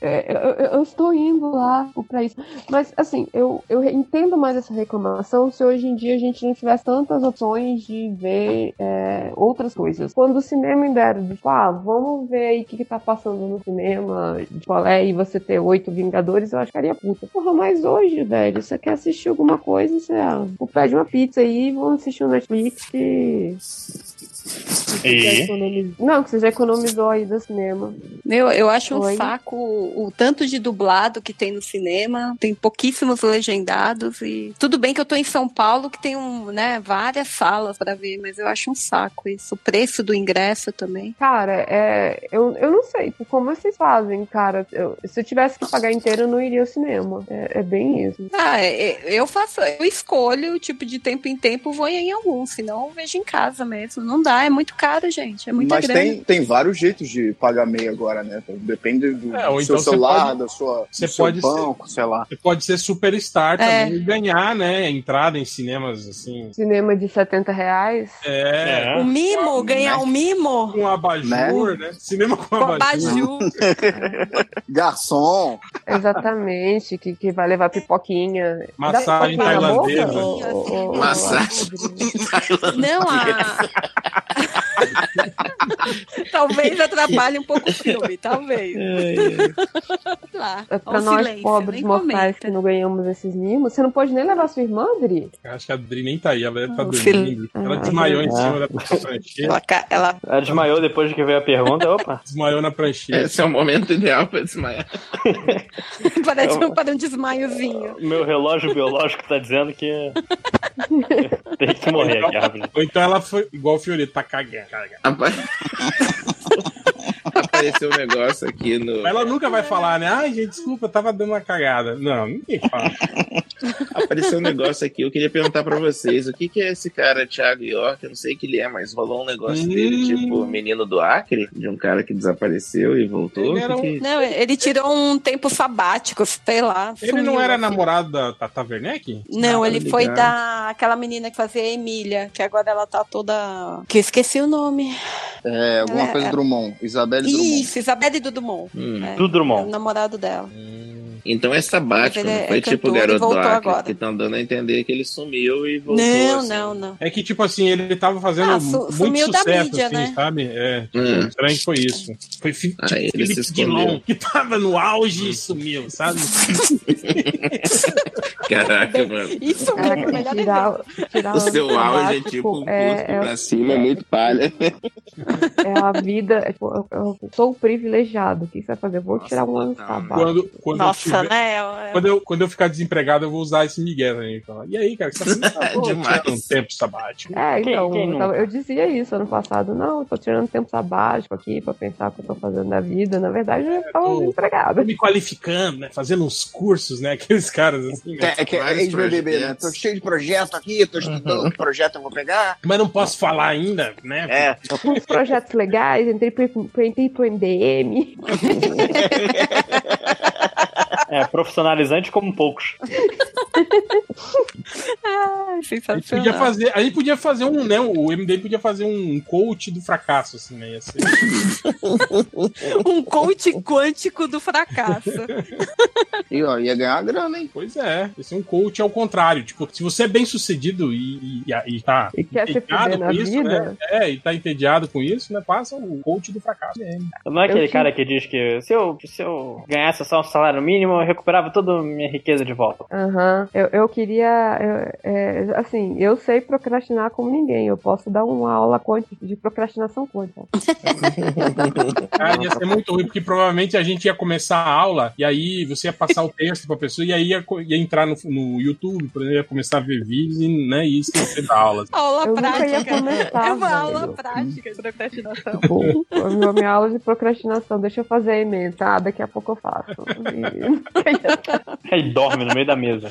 [SPEAKER 8] É, eu, eu- eu estou indo lá pra isso. Mas, assim, eu, eu entendo mais essa reclamação se hoje em dia a gente não tivesse tantas opções de ver é, outras coisas. Quando o cinema ainda era de, tipo, ah, vamos ver aí o que, que tá passando no cinema, de qual é, e você ter oito Vingadores, eu acharia puta. Porra, mas hoje, velho, você quer assistir alguma coisa, você ah, pede uma pizza aí, vamos assistir um Netflix que já economiz- Não, que você já economizou aí do cinema.
[SPEAKER 15] Meu, eu acho um
[SPEAKER 8] Oi?
[SPEAKER 15] saco o, o tanto de dublado que tem no cinema, tem pouquíssimos legendados e tudo bem que eu tô em São Paulo que tem um, né, várias salas pra ver, mas eu acho um saco isso, o preço do ingresso também.
[SPEAKER 8] Cara, é, eu, eu não sei tipo, como vocês fazem, cara. Eu- se eu tivesse que pagar inteiro, eu não iria ao cinema. É, é bem isso.
[SPEAKER 15] Ah, é- é- eu faço, eu escolho, tipo, de tempo em tempo vou em algum, senão eu vejo em casa mesmo. Não dá, é muito caro, gente, é muita
[SPEAKER 6] Mas
[SPEAKER 15] grana.
[SPEAKER 6] tem, tem vários jeitos de pagar meia agora, né? Depende do
[SPEAKER 11] É, ou
[SPEAKER 6] seu
[SPEAKER 11] então você
[SPEAKER 6] celular,
[SPEAKER 11] pode-
[SPEAKER 6] da sua,
[SPEAKER 11] Você
[SPEAKER 6] do seu
[SPEAKER 11] pode ser-
[SPEAKER 6] banco, sei lá.
[SPEAKER 11] Você pode ser superstar
[SPEAKER 8] É.
[SPEAKER 11] também e ganhar, né? Entrada em cinemas, assim.
[SPEAKER 8] Cinema de 70 reais.
[SPEAKER 11] É. Um
[SPEAKER 15] O mimo, ganhar o mimo.
[SPEAKER 11] Com abajur, né? Cinema com abajur.
[SPEAKER 6] Garçom.
[SPEAKER 8] Exatamente, que, que vai levar pipoquinha.
[SPEAKER 11] Massagem
[SPEAKER 8] Dá pipoquinha na boca?
[SPEAKER 11] tailandesa.
[SPEAKER 8] Ô, ô, ô,
[SPEAKER 4] Massagem tailandesa.
[SPEAKER 15] Não, a... talvez atrapalhe um pouco o filme, talvez. Sei lá,
[SPEAKER 8] É
[SPEAKER 15] Ó,
[SPEAKER 8] pra
[SPEAKER 15] o
[SPEAKER 8] nós
[SPEAKER 15] silêncio,
[SPEAKER 8] pobres
[SPEAKER 15] nem
[SPEAKER 8] mortais
[SPEAKER 15] comenta.
[SPEAKER 8] que não ganhamos esses mimos. Você não pode nem levar sua irmã, Adri?
[SPEAKER 11] Acho que a Adri nem tá aí, ela tá
[SPEAKER 2] filho.
[SPEAKER 11] dormindo. Ela desmaiou em
[SPEAKER 2] Ah.
[SPEAKER 11] cima da prancheta.
[SPEAKER 15] Ela, ela...
[SPEAKER 2] Ela desmaiou depois que veio a pergunta, opa.
[SPEAKER 11] Desmaiou na prancheta.
[SPEAKER 4] Esse é o momento ideal pra desmaiar.
[SPEAKER 15] Parece um, para um desmaiozinho.
[SPEAKER 2] Meu relógio biológico tá dizendo que tem que morrer aqui, rapaz.
[SPEAKER 11] Ou então ela foi igual o Fiorito, tá cagando. cagando.
[SPEAKER 4] Apareceu um negócio aqui no.
[SPEAKER 11] Ela nunca vai falar, né? Ai, gente, desculpa, eu tava dando uma cagada. Não, ninguém fala.
[SPEAKER 4] Apareceu um negócio aqui, eu queria perguntar pra vocês: o que, que é esse cara, Thiago York? Eu não sei o que ele é, mas rolou um negócio
[SPEAKER 11] Hum.
[SPEAKER 4] dele, tipo, menino do Acre, de um cara que desapareceu e voltou. O que que-
[SPEAKER 15] Não, ele tirou um tempo sabático, sei lá.
[SPEAKER 11] Ele
[SPEAKER 15] sumiu,
[SPEAKER 11] não era
[SPEAKER 15] assim.
[SPEAKER 11] namorado da Tata Werneck?
[SPEAKER 15] Não,
[SPEAKER 11] Ah,
[SPEAKER 15] ele
[SPEAKER 11] tá
[SPEAKER 15] foi
[SPEAKER 11] ligado.
[SPEAKER 15] da aquela menina que fazia a Emília, que agora ela tá toda. Que eu esqueci o nome.
[SPEAKER 6] É, alguma
[SPEAKER 15] É.
[SPEAKER 6] coisa Drummond. Isabelle Drummond.
[SPEAKER 15] Isso, Isabelle Dudumon.
[SPEAKER 6] Hum.
[SPEAKER 15] É,
[SPEAKER 6] Dudumon.
[SPEAKER 15] é o namorado dela.
[SPEAKER 18] Então essa Batman
[SPEAKER 15] Ele é-
[SPEAKER 18] não foi
[SPEAKER 15] é
[SPEAKER 18] tipo o
[SPEAKER 15] cantor e
[SPEAKER 18] garoto do
[SPEAKER 15] voltou
[SPEAKER 18] Acre,
[SPEAKER 15] agora.
[SPEAKER 18] que estão dando a entender que ele sumiu e voltou.
[SPEAKER 15] Não,
[SPEAKER 18] assim.
[SPEAKER 15] não, não.
[SPEAKER 11] É que, tipo assim, ele tava fazendo
[SPEAKER 15] Ah, su-
[SPEAKER 11] muito
[SPEAKER 15] sumiu da
[SPEAKER 11] sucesso,
[SPEAKER 15] mídia,
[SPEAKER 11] assim,
[SPEAKER 15] né?
[SPEAKER 11] sabe? É,
[SPEAKER 18] Hum.
[SPEAKER 11] o estranho foi isso. Foi fi- tipo,
[SPEAKER 18] ele
[SPEAKER 11] Felipe
[SPEAKER 18] se escondeu.
[SPEAKER 11] Dilon, que tava no auge e sumiu, sabe? assim.
[SPEAKER 18] Caraca, mano.
[SPEAKER 15] Isso
[SPEAKER 8] mesmo, melhor tirar, tirar
[SPEAKER 18] O seu auge é
[SPEAKER 8] Vasco,
[SPEAKER 18] tipo um
[SPEAKER 8] é-
[SPEAKER 18] custo
[SPEAKER 8] é-
[SPEAKER 18] pra cima, é muito palha.
[SPEAKER 8] É a vida. é, tipo, eu, eu sou um privilegiado. O que você vai fazer? Eu vou tirar um ano sabático.
[SPEAKER 11] Quando, quando
[SPEAKER 8] Nossa,
[SPEAKER 11] eu tiver-
[SPEAKER 15] né?
[SPEAKER 11] Quando eu, quando eu ficar desempregado, eu vou usar esse Miguel aí. falar, E aí, cara, que você tá Pô,
[SPEAKER 18] Demais.
[SPEAKER 11] tira um tempo sabático.
[SPEAKER 8] É, então, eu, tava- eu dizia isso ano passado. Não, eu tô tirando tempo sabático aqui pra pensar o que eu tô fazendo na vida. Na verdade, eu tava
[SPEAKER 11] tô-
[SPEAKER 8] desempregado.
[SPEAKER 11] Me qualificando, né? Fazendo uns cursos, né? Aqueles caras assim. né?
[SPEAKER 16] É, que é
[SPEAKER 11] Vários
[SPEAKER 16] ex-BBB, né?
[SPEAKER 11] projetos. Uhum.
[SPEAKER 16] Tô cheio de projeto aqui, tô estudando que projeto eu vou pegar.
[SPEAKER 11] Mas não posso falar ainda, né? É.
[SPEAKER 8] Uns projetos legais, entrei pro, pro- entrei pro MDM.
[SPEAKER 2] É, profissionalizante como poucos.
[SPEAKER 15] Ai,
[SPEAKER 11] A gente, podia fazer, a gente podia fazer um, né? O MD podia fazer um coach do fracasso, assim, né? Ia ser-
[SPEAKER 15] Um coach quântico do fracasso.
[SPEAKER 11] E ó, ia ganhar grana, hein? Pois é. Esse é um coach ao contrário. Tipo, se você é bem sucedido e, e, e tá e
[SPEAKER 8] quer se fuder na
[SPEAKER 11] com isso,
[SPEAKER 8] vida?
[SPEAKER 11] né? É, e tá entediado com isso, né? Passa o coach do fracasso.
[SPEAKER 2] Não é aquele
[SPEAKER 11] Eu te-
[SPEAKER 2] cara que diz que se eu, se eu ganhasse só um salário mínimo, eu recuperava toda a minha riqueza de volta.
[SPEAKER 8] Aham. Eu, eu queria. eu- é, assim, eu sei procrastinar como ninguém. Eu posso dar uma aula quântica de procrastinação quântica.
[SPEAKER 11] Cara, ia ser muito ruim, porque provavelmente a gente ia começar a aula e aí você ia passar o texto pra pessoa e aí ia, co- ia entrar no, no YouTube, por exemplo, ia começar a ver vídeos e, né, e esquecer da aula.
[SPEAKER 15] Aula
[SPEAKER 8] Eu nunca ia
[SPEAKER 15] prática.
[SPEAKER 8] começar,
[SPEAKER 15] é uma
[SPEAKER 8] velho.
[SPEAKER 15] aula prática de procrastinação.
[SPEAKER 8] A minha, minha aula de procrastinação, deixa eu fazer a emenda, tá? Daqui a pouco eu faço.
[SPEAKER 2] Aí dorme no meio da mesa.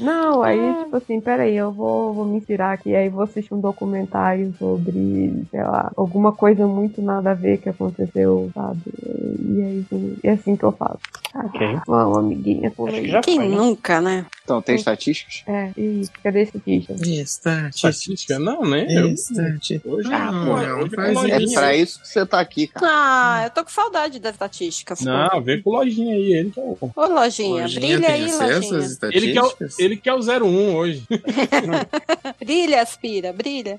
[SPEAKER 8] Não, aí, tipo assim, peraí, eu vou, vou me tirar aqui, aí vou assistir um documentário sobre, sei lá, alguma coisa muito nada a ver que aconteceu, sabe? E é isso, é assim que eu faço.
[SPEAKER 2] Ok.
[SPEAKER 8] Vamos, amiguinha, pula aí.
[SPEAKER 15] nunca, né?
[SPEAKER 16] Então, tem estatísticas?
[SPEAKER 8] É, isso, cadê esse bicho?
[SPEAKER 11] Estatística? Não, né?
[SPEAKER 16] Estatística.
[SPEAKER 11] Hoje
[SPEAKER 16] Ah,
[SPEAKER 11] não,
[SPEAKER 16] pô,
[SPEAKER 11] né? Hoje
[SPEAKER 16] faz
[SPEAKER 11] não
[SPEAKER 16] isso. É pra isso que você tá aqui, cara.
[SPEAKER 15] Ah, eu tô com saudade das estatísticas.
[SPEAKER 11] Não, vem com o Lojinha aí, ele que é o...
[SPEAKER 15] Ô, lojinha, brilha aí, lojinha.
[SPEAKER 11] Ele que é o, ele que é o 01 hoje.
[SPEAKER 15] Brilha, aspira, brilha.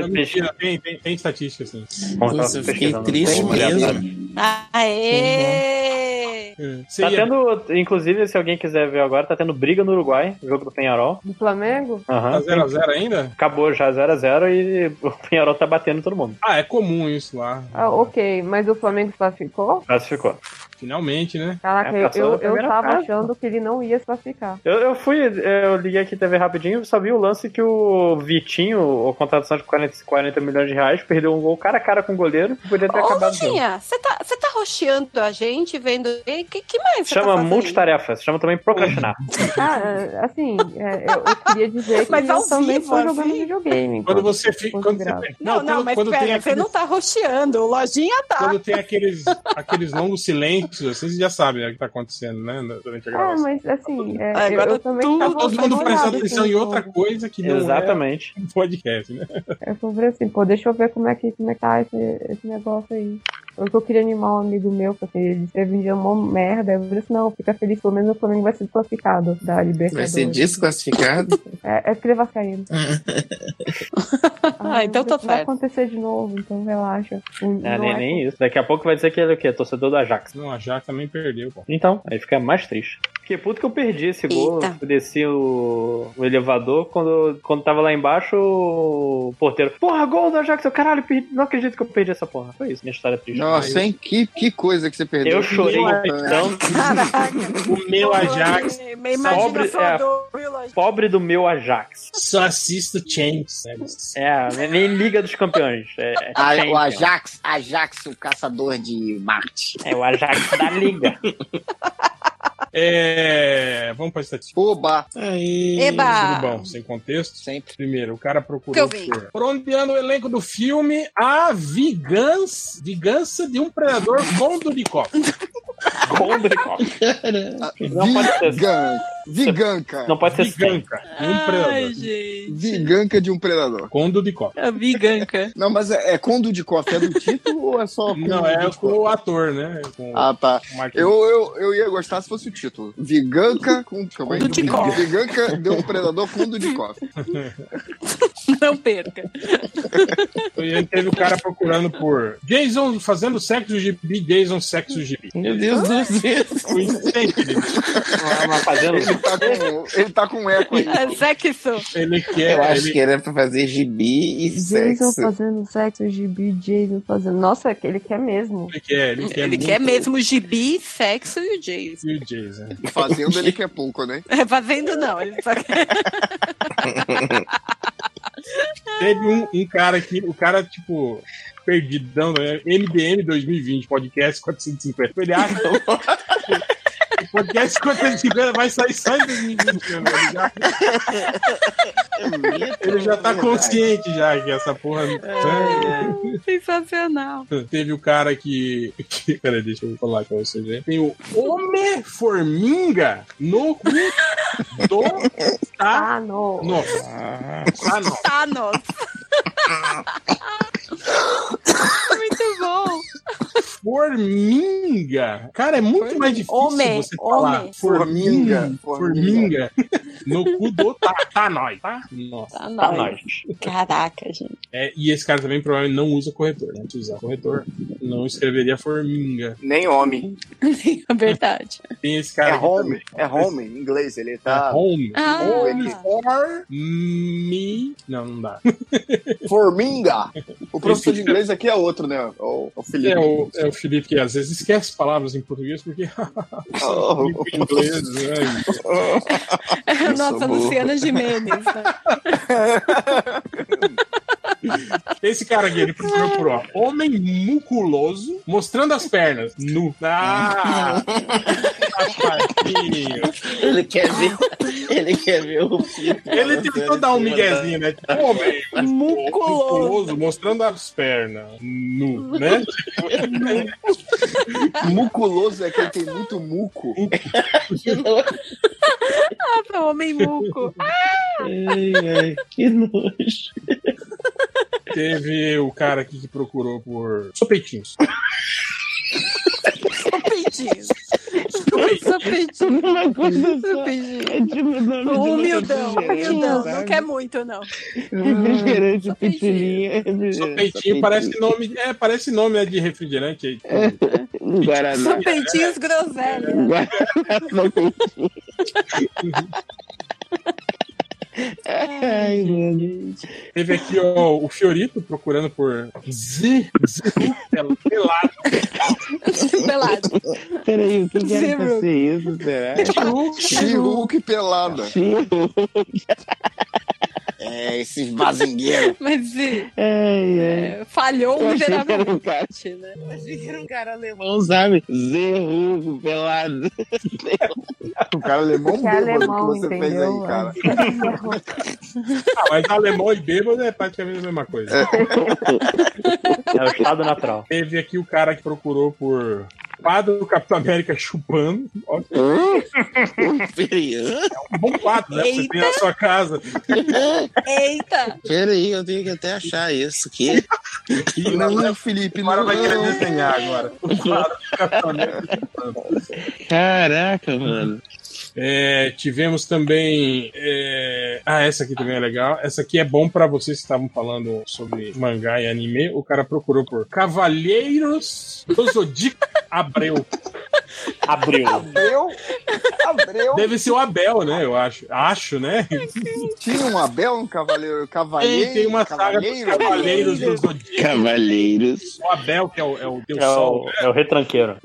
[SPEAKER 11] Não, mentira, tem, tem, tem estatística, sim.
[SPEAKER 2] Nossa, eu fiquei triste mesmo.
[SPEAKER 15] Aê!
[SPEAKER 11] É.
[SPEAKER 2] Tá tendo, inclusive, se alguém quiser ver agora, tá tendo briga no Uruguai, jogo do Penharol.
[SPEAKER 8] Do Flamengo?
[SPEAKER 2] Aham.
[SPEAKER 11] Tá 0 a 0 ainda?
[SPEAKER 2] Acabou já 0x0 e o Penharol tá batendo todo mundo.
[SPEAKER 11] Ah, é comum isso lá.
[SPEAKER 8] Ah, ok, mas o Flamengo se classificou?
[SPEAKER 2] Classificou. É,
[SPEAKER 11] Finalmente, né?
[SPEAKER 8] Caraca, eu, eu, eu tava achando que ele não ia se classificar.
[SPEAKER 2] Eu, eu fui, eu liguei aqui TV rapidinho e só vi o lance que o Vitinho, o contratação de 40, 40 milhões de reais, perdeu um gol cara a cara com o goleiro e podia ter
[SPEAKER 15] Ô,
[SPEAKER 2] acabado o jogo.
[SPEAKER 15] lojinha, você tá, você tá roxeando a gente, vendo. O que, que mais você
[SPEAKER 2] Chama
[SPEAKER 15] tá fazendo?
[SPEAKER 2] multitarefa, se chama também procrastinar.
[SPEAKER 8] Ah, assim, é, eu, eu queria dizer que
[SPEAKER 15] Mas
[SPEAKER 8] eu
[SPEAKER 15] ao
[SPEAKER 8] também
[SPEAKER 15] vivo, assim?
[SPEAKER 8] tô
[SPEAKER 15] ao
[SPEAKER 8] jogando
[SPEAKER 15] vivo.
[SPEAKER 8] videogame.
[SPEAKER 11] Quando você fica. Quando você...
[SPEAKER 15] Não, não, mas pera,
[SPEAKER 11] tem
[SPEAKER 15] você
[SPEAKER 11] aqueles,
[SPEAKER 15] não tá roxeando, o lojinha tá.
[SPEAKER 11] quando tem aqueles, aqueles longos silêncios, assim, vocês já sabem né, o que tá acontecendo, né? Durante a
[SPEAKER 8] É,
[SPEAKER 15] Ah,
[SPEAKER 11] gravação.
[SPEAKER 8] mas assim, é, eu-
[SPEAKER 11] Agora
[SPEAKER 8] eu também tava
[SPEAKER 11] Todo mundo prestando
[SPEAKER 8] apavorada,
[SPEAKER 11] atenção
[SPEAKER 8] assim,
[SPEAKER 11] em outra coisa que não
[SPEAKER 2] Exatamente.
[SPEAKER 11] é um podcast, né?
[SPEAKER 8] Eu só falei assim, pô, deixa eu ver como é que, como é que tá esse, esse negócio aí. Porque eu queria animar um amigo meu, porque ele teve um dia mó merda. Eu falei assim, não, fica feliz, pelo menos o Flamengo vai ser desclassificado da
[SPEAKER 11] é
[SPEAKER 18] Vai
[SPEAKER 8] Libertadores.
[SPEAKER 18] ser desclassificado?
[SPEAKER 8] É, é porque ele vai caindo.
[SPEAKER 15] Ah, então tô
[SPEAKER 8] Vai
[SPEAKER 15] certo.
[SPEAKER 8] acontecer de novo, então relaxa.
[SPEAKER 2] É,
[SPEAKER 8] Não
[SPEAKER 2] nem, nem isso. Daqui a pouco vai dizer que ele é o quê? Torcedor do Ajax.
[SPEAKER 11] Não, o Ajax também perdeu, pô.
[SPEAKER 2] Então, aí fica mais triste. Fiquei puto que eu perdi esse gol. Eu desci o, o elevador. Quando, quando tava lá embaixo, o porteiro. Porra, gol do Ajax. Eu, caralho, perdi- não acredito que eu perdi essa porra. Foi isso, minha história é triste.
[SPEAKER 16] Nossa, hein? Que, que coisa que você perdeu.
[SPEAKER 6] é
[SPEAKER 2] Eu chorei
[SPEAKER 16] então.
[SPEAKER 11] O meu Ajax.
[SPEAKER 2] Pobre, é, pobre do meu Ajax.
[SPEAKER 11] Só assisto Champs.
[SPEAKER 2] É, nem Liga dos Campeões. É, é
[SPEAKER 16] Ah, o
[SPEAKER 2] Champions.
[SPEAKER 16] Ajax, Ajax, o caçador de Marte.
[SPEAKER 2] É o Ajax da Liga.
[SPEAKER 11] É. Vamos pra estatística.
[SPEAKER 16] Oba!
[SPEAKER 11] Aí.
[SPEAKER 16] Eba!
[SPEAKER 11] Tudo bom, sem contexto? Sempre. Primeiro, o cara procurou.
[SPEAKER 16] Que eu vi.
[SPEAKER 11] por- Por onde anda o elenco do filme A Vingança, Vingança de um Predador Gondoricó.
[SPEAKER 2] Pondricó. Não pode ser. assim.
[SPEAKER 6] Viganca. Viganca.
[SPEAKER 2] Não pode ser assim. Viganca.
[SPEAKER 11] Um predador.
[SPEAKER 15] gente. É
[SPEAKER 6] Viganca de um predador.
[SPEAKER 11] Condo de Copa.
[SPEAKER 15] A Viganca.
[SPEAKER 6] Não, mas é, é Condo de Costa, é do título ou é só Condo
[SPEAKER 11] Não, é
[SPEAKER 6] de
[SPEAKER 11] com o ator, né? Com-
[SPEAKER 6] Ah, tá.
[SPEAKER 11] Martin.
[SPEAKER 6] Eu, eu, eu ia gostar se fosse o título. Viganca com. Calma aí.
[SPEAKER 15] Condo de Costa.
[SPEAKER 6] Viganca deu um predador fundo de cofre.
[SPEAKER 15] Não perca.
[SPEAKER 11] E aí teve o cara procurando por Jason fazendo sexo gibi, Jason sexo gibi.
[SPEAKER 4] Meu Deus do céu.
[SPEAKER 6] Ele tá com, ele tá com eco aí.
[SPEAKER 15] É sexo.
[SPEAKER 11] Ele
[SPEAKER 4] quer. Eu acho que era pra fazer gibi e
[SPEAKER 8] Jason
[SPEAKER 4] sexo.
[SPEAKER 8] fazendo sexo, gibi, Jason fazendo. Nossa, é que ele quer mesmo.
[SPEAKER 11] Ele quer, É, ele quer,
[SPEAKER 15] Ele
[SPEAKER 11] muito
[SPEAKER 15] quer mesmo o gibi, sexo e o Jason.
[SPEAKER 11] E o né? Jason.
[SPEAKER 6] Fazendo ele que é pouco, né?
[SPEAKER 15] É, fazendo não, ele só quer.
[SPEAKER 11] Teve um, um cara que, o cara, tipo, perdidão, né? MDM 2020, podcast 450. Ele acha que o podcast 450 vai sair só em 2020, né? Ele já, ele já tá consciente já que essa porra. tá.
[SPEAKER 8] É.
[SPEAKER 15] Sensacional.
[SPEAKER 11] Teve o cara que. que peraí, deixa eu falar com vocês aí. Tem o Homem-Forminga no cu do. Tá?
[SPEAKER 8] Ah, não.
[SPEAKER 11] Nossa. Tá,
[SPEAKER 15] Tá,
[SPEAKER 11] não.
[SPEAKER 15] nossa. Muito bom.
[SPEAKER 11] Forminga. Cara, é muito mais difícil
[SPEAKER 15] Homem,
[SPEAKER 11] você falar
[SPEAKER 15] homem.
[SPEAKER 11] forminga,
[SPEAKER 6] forminga.
[SPEAKER 11] forminga, no cu do tá, tá nós, tá? Nossa.
[SPEAKER 15] Tá,
[SPEAKER 11] Tá
[SPEAKER 15] nós.
[SPEAKER 11] nós.
[SPEAKER 15] Caraca, gente.
[SPEAKER 11] É, e esse cara também provavelmente não usa corretor, né? Se usar corretor, não escreveria forminga.
[SPEAKER 6] Nem homem.
[SPEAKER 15] É verdade.
[SPEAKER 11] Tem esse
[SPEAKER 6] É
[SPEAKER 11] cara aqui
[SPEAKER 6] home.
[SPEAKER 11] também. É
[SPEAKER 6] É home em inglês. Ele tá.
[SPEAKER 11] Home.
[SPEAKER 15] Ah.
[SPEAKER 6] Ou ele
[SPEAKER 11] For me. Não, não dá.
[SPEAKER 6] Forminga. O professor de inglês aqui é outro, né? O, o Felipe.
[SPEAKER 11] É o, é o Felipe que às vezes esquece palavras em português porque.
[SPEAKER 6] Oh.
[SPEAKER 11] Felipe em inglês, né?
[SPEAKER 15] É a nossa Luciana Gimenez. né?
[SPEAKER 11] Esse cara aqui, ele procurou por ó, homem muculoso mostrando as pernas nu. Ah! Rapazinho.
[SPEAKER 4] Ele quer ver. Ele quer ver o filho.
[SPEAKER 11] Ele tentou dar um miguezinho, né? Tipo, homem muculoso mostrando as pernas nu, né?
[SPEAKER 6] Muculoso é que ele tem muito muco.
[SPEAKER 15] Ah, homem muco.
[SPEAKER 4] Que nojo.
[SPEAKER 11] Teve o cara aqui que procurou por sopetinhos.
[SPEAKER 15] Sopeitinho. Sopeitinho.
[SPEAKER 4] Uma coisa só.
[SPEAKER 15] Sopeitinho.
[SPEAKER 4] É tipo o nome de uma
[SPEAKER 15] Humildão,
[SPEAKER 4] refrigerante,
[SPEAKER 15] humildão. Não
[SPEAKER 4] sabe?
[SPEAKER 15] quer muito, não.
[SPEAKER 4] Refrigerante, pitilinha. refrigerante,
[SPEAKER 11] Sopetinho parece nome, é, parece nome né, de refrigerante.
[SPEAKER 4] Guaraná.
[SPEAKER 15] Sopeitinhos groselha.
[SPEAKER 4] Guaraná. Ai, mano.
[SPEAKER 11] Teve aqui ó, o Fiorito procurando por Zi, Zi, pelado.
[SPEAKER 15] Pelado.
[SPEAKER 4] Peraí, o que que era pra
[SPEAKER 15] Zero.
[SPEAKER 4] ser isso, será?
[SPEAKER 6] É tipo Chiruque pelada.
[SPEAKER 4] Tio.
[SPEAKER 6] É, esses bazingueiros.
[SPEAKER 15] Mas e,
[SPEAKER 4] Ai, ai.
[SPEAKER 15] é, falhou
[SPEAKER 4] Eu achei que era um
[SPEAKER 15] miseravelmente, né?
[SPEAKER 4] Achei que era um cara alemão,
[SPEAKER 11] Né?
[SPEAKER 4] sabe? Zerrugo, pelado.
[SPEAKER 6] O cara alemão
[SPEAKER 8] Que é
[SPEAKER 6] bêbado
[SPEAKER 8] alemão,
[SPEAKER 6] que você fez aí,
[SPEAKER 8] entendeu?
[SPEAKER 6] cara.
[SPEAKER 11] Ah, mas alemão e bêbado é praticamente a mesma coisa.
[SPEAKER 2] É o estado natural.
[SPEAKER 11] Teve aqui o cara que procurou por quadro do Capitão América chupando. Ó,
[SPEAKER 4] Peraí, hã?
[SPEAKER 11] um bom quadro, né? Você tem na sua casa.
[SPEAKER 15] Eita!
[SPEAKER 4] Peraí, eu tenho que até achar isso. Que?
[SPEAKER 6] Não, Felipe,
[SPEAKER 11] O
[SPEAKER 6] não.
[SPEAKER 11] cara vai querer desenhar agora. O quadro do Capitão América chupando.
[SPEAKER 4] Caraca, mano.
[SPEAKER 11] É, tivemos também. é, Ah, essa aqui também é legal. Essa aqui é bom pra vocês que estavam falando sobre mangá e anime. O cara procurou por Cavalheiros do Zodíaco Abreu.
[SPEAKER 2] Abriu.
[SPEAKER 14] é,
[SPEAKER 6] Abreu. Abreu.
[SPEAKER 11] Deve ser o Abel, né? Eu acho. Acho, né?
[SPEAKER 6] Tinha um Abel, um cavaleiro. Cavaleiro.
[SPEAKER 11] Tem, tem uma saga dos
[SPEAKER 6] cavaleiro,
[SPEAKER 11] Cavaleiros do Zodíaco.
[SPEAKER 4] Cavaleiros.
[SPEAKER 11] O Abel, que é o, é o Deus
[SPEAKER 2] É
[SPEAKER 11] Sol.
[SPEAKER 2] o, é o retranqueiro.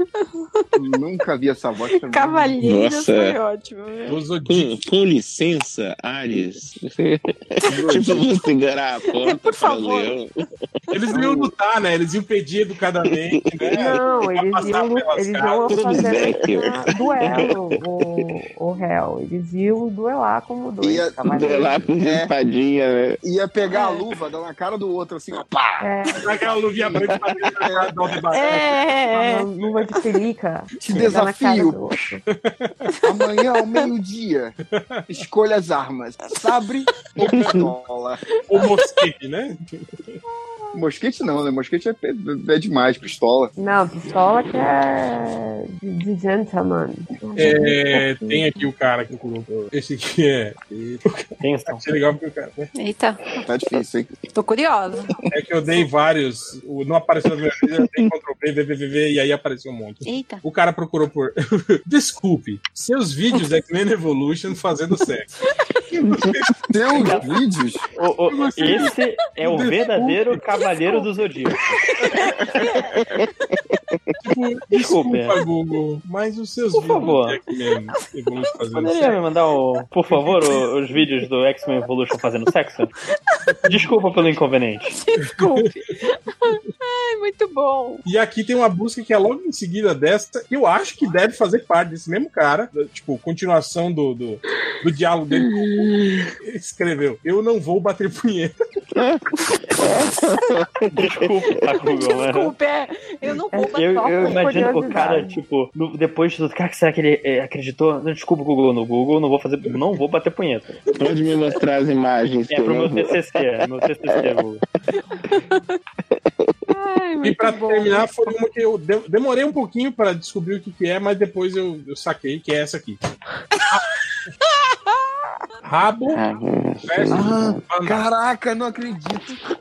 [SPEAKER 6] Nunca vi essa voz também.
[SPEAKER 15] Cavalheiro
[SPEAKER 4] Nossa.
[SPEAKER 15] foi ótimo. né?
[SPEAKER 11] Do Zodíaco.
[SPEAKER 4] Com, com licença, Ares. tipo, você enganar a porta
[SPEAKER 15] Por
[SPEAKER 4] pra
[SPEAKER 15] favor.
[SPEAKER 4] leão.
[SPEAKER 11] Eles não iam lutar, né? Eles iam pedir educadamente, né?
[SPEAKER 8] Não, eles
[SPEAKER 11] Passar
[SPEAKER 8] iam,
[SPEAKER 11] pelas
[SPEAKER 8] eles iam
[SPEAKER 11] casas.
[SPEAKER 4] Tudo
[SPEAKER 8] fazer uma-
[SPEAKER 4] bem.
[SPEAKER 8] duelo, o, o réu. Eles iam duelar como dois.
[SPEAKER 6] Ia-
[SPEAKER 8] cavaleiros.
[SPEAKER 4] Deu lá com
[SPEAKER 6] É.
[SPEAKER 4] espadinha, né?
[SPEAKER 6] Ia pegar a luva, dar na cara do outro, assim, ó, pá.
[SPEAKER 8] É,
[SPEAKER 11] Aquela luvinha branca pra dentro da casa do Aldebaran.
[SPEAKER 8] é,
[SPEAKER 15] É, é, é.
[SPEAKER 8] uma luva de pelica, boca.
[SPEAKER 6] Te
[SPEAKER 8] Jogar na cara do
[SPEAKER 6] um desafio.
[SPEAKER 8] outro.
[SPEAKER 6] Amanhã ao meio-dia. Escolha as armas. Sabre ou pistola.
[SPEAKER 11] Ou mosquete, né?
[SPEAKER 6] Mosquete não, né? Mosquete é, é, é demais, pistola.
[SPEAKER 8] Não, pistola que é de, de gentleman.
[SPEAKER 11] É, tem aqui o cara que colocou. Esse aqui é.
[SPEAKER 2] Atenção.
[SPEAKER 11] é legal porque o cara.
[SPEAKER 15] Eita,
[SPEAKER 6] Tá difícil, hein?
[SPEAKER 15] tô curiosa.
[SPEAKER 11] É que eu dei vários. o- Não apareceu na minha vida, eu dei Ctrl V, V, V, V, V, e aí apareceu um monte.
[SPEAKER 15] Eita.
[SPEAKER 11] O cara procurou por. Desculpe, seus vídeos é da X-Men Evolution fazendo sexo.
[SPEAKER 6] Seus vídeos?
[SPEAKER 2] O- o-
[SPEAKER 11] assim?
[SPEAKER 2] esse é o verdadeiro cavaleiro do Zodíaco. Desculpa. é.
[SPEAKER 11] Desculpa, Google, mas os seus
[SPEAKER 2] Por
[SPEAKER 11] vídeos
[SPEAKER 2] favor.
[SPEAKER 11] da X-Men Evolution fazendo
[SPEAKER 2] Poderia me
[SPEAKER 11] sexo.
[SPEAKER 2] mandar, o, por favor, o- os vídeos do X-Men Evolution fazendo sexo? Desculpa pelo inconveniente.
[SPEAKER 15] Desculpe. Ai, muito bom.
[SPEAKER 11] E aqui tem uma busca que é logo em seguida dessa. Eu acho que deve fazer parte desse mesmo cara. Tipo, continuação do, do, do diálogo dele. com o Google. Ele escreveu: Eu não vou bater punheta.
[SPEAKER 2] Desculpa, Google. né?
[SPEAKER 15] Desculpa, é. Eu não vou
[SPEAKER 2] Eu,
[SPEAKER 15] só
[SPEAKER 2] eu
[SPEAKER 15] por
[SPEAKER 2] imagino que o cara,
[SPEAKER 15] curiosidade.
[SPEAKER 2] tipo, no- depois de tudo, cara, será que ele eh, acreditou? Não, Desculpa, Google, no Google, não vou fazer, não vou bater punheta.
[SPEAKER 4] Pode me mostrar as imagens.
[SPEAKER 2] É pro meu TCC, é meu TCC, Google.
[SPEAKER 11] E pra terminar, foi uma que eu de- demorei um pouquinho pra descobrir o que, que é, mas depois eu, eu saquei que é essa aqui. Rabo. versus banana.
[SPEAKER 6] Caraca, não acredito.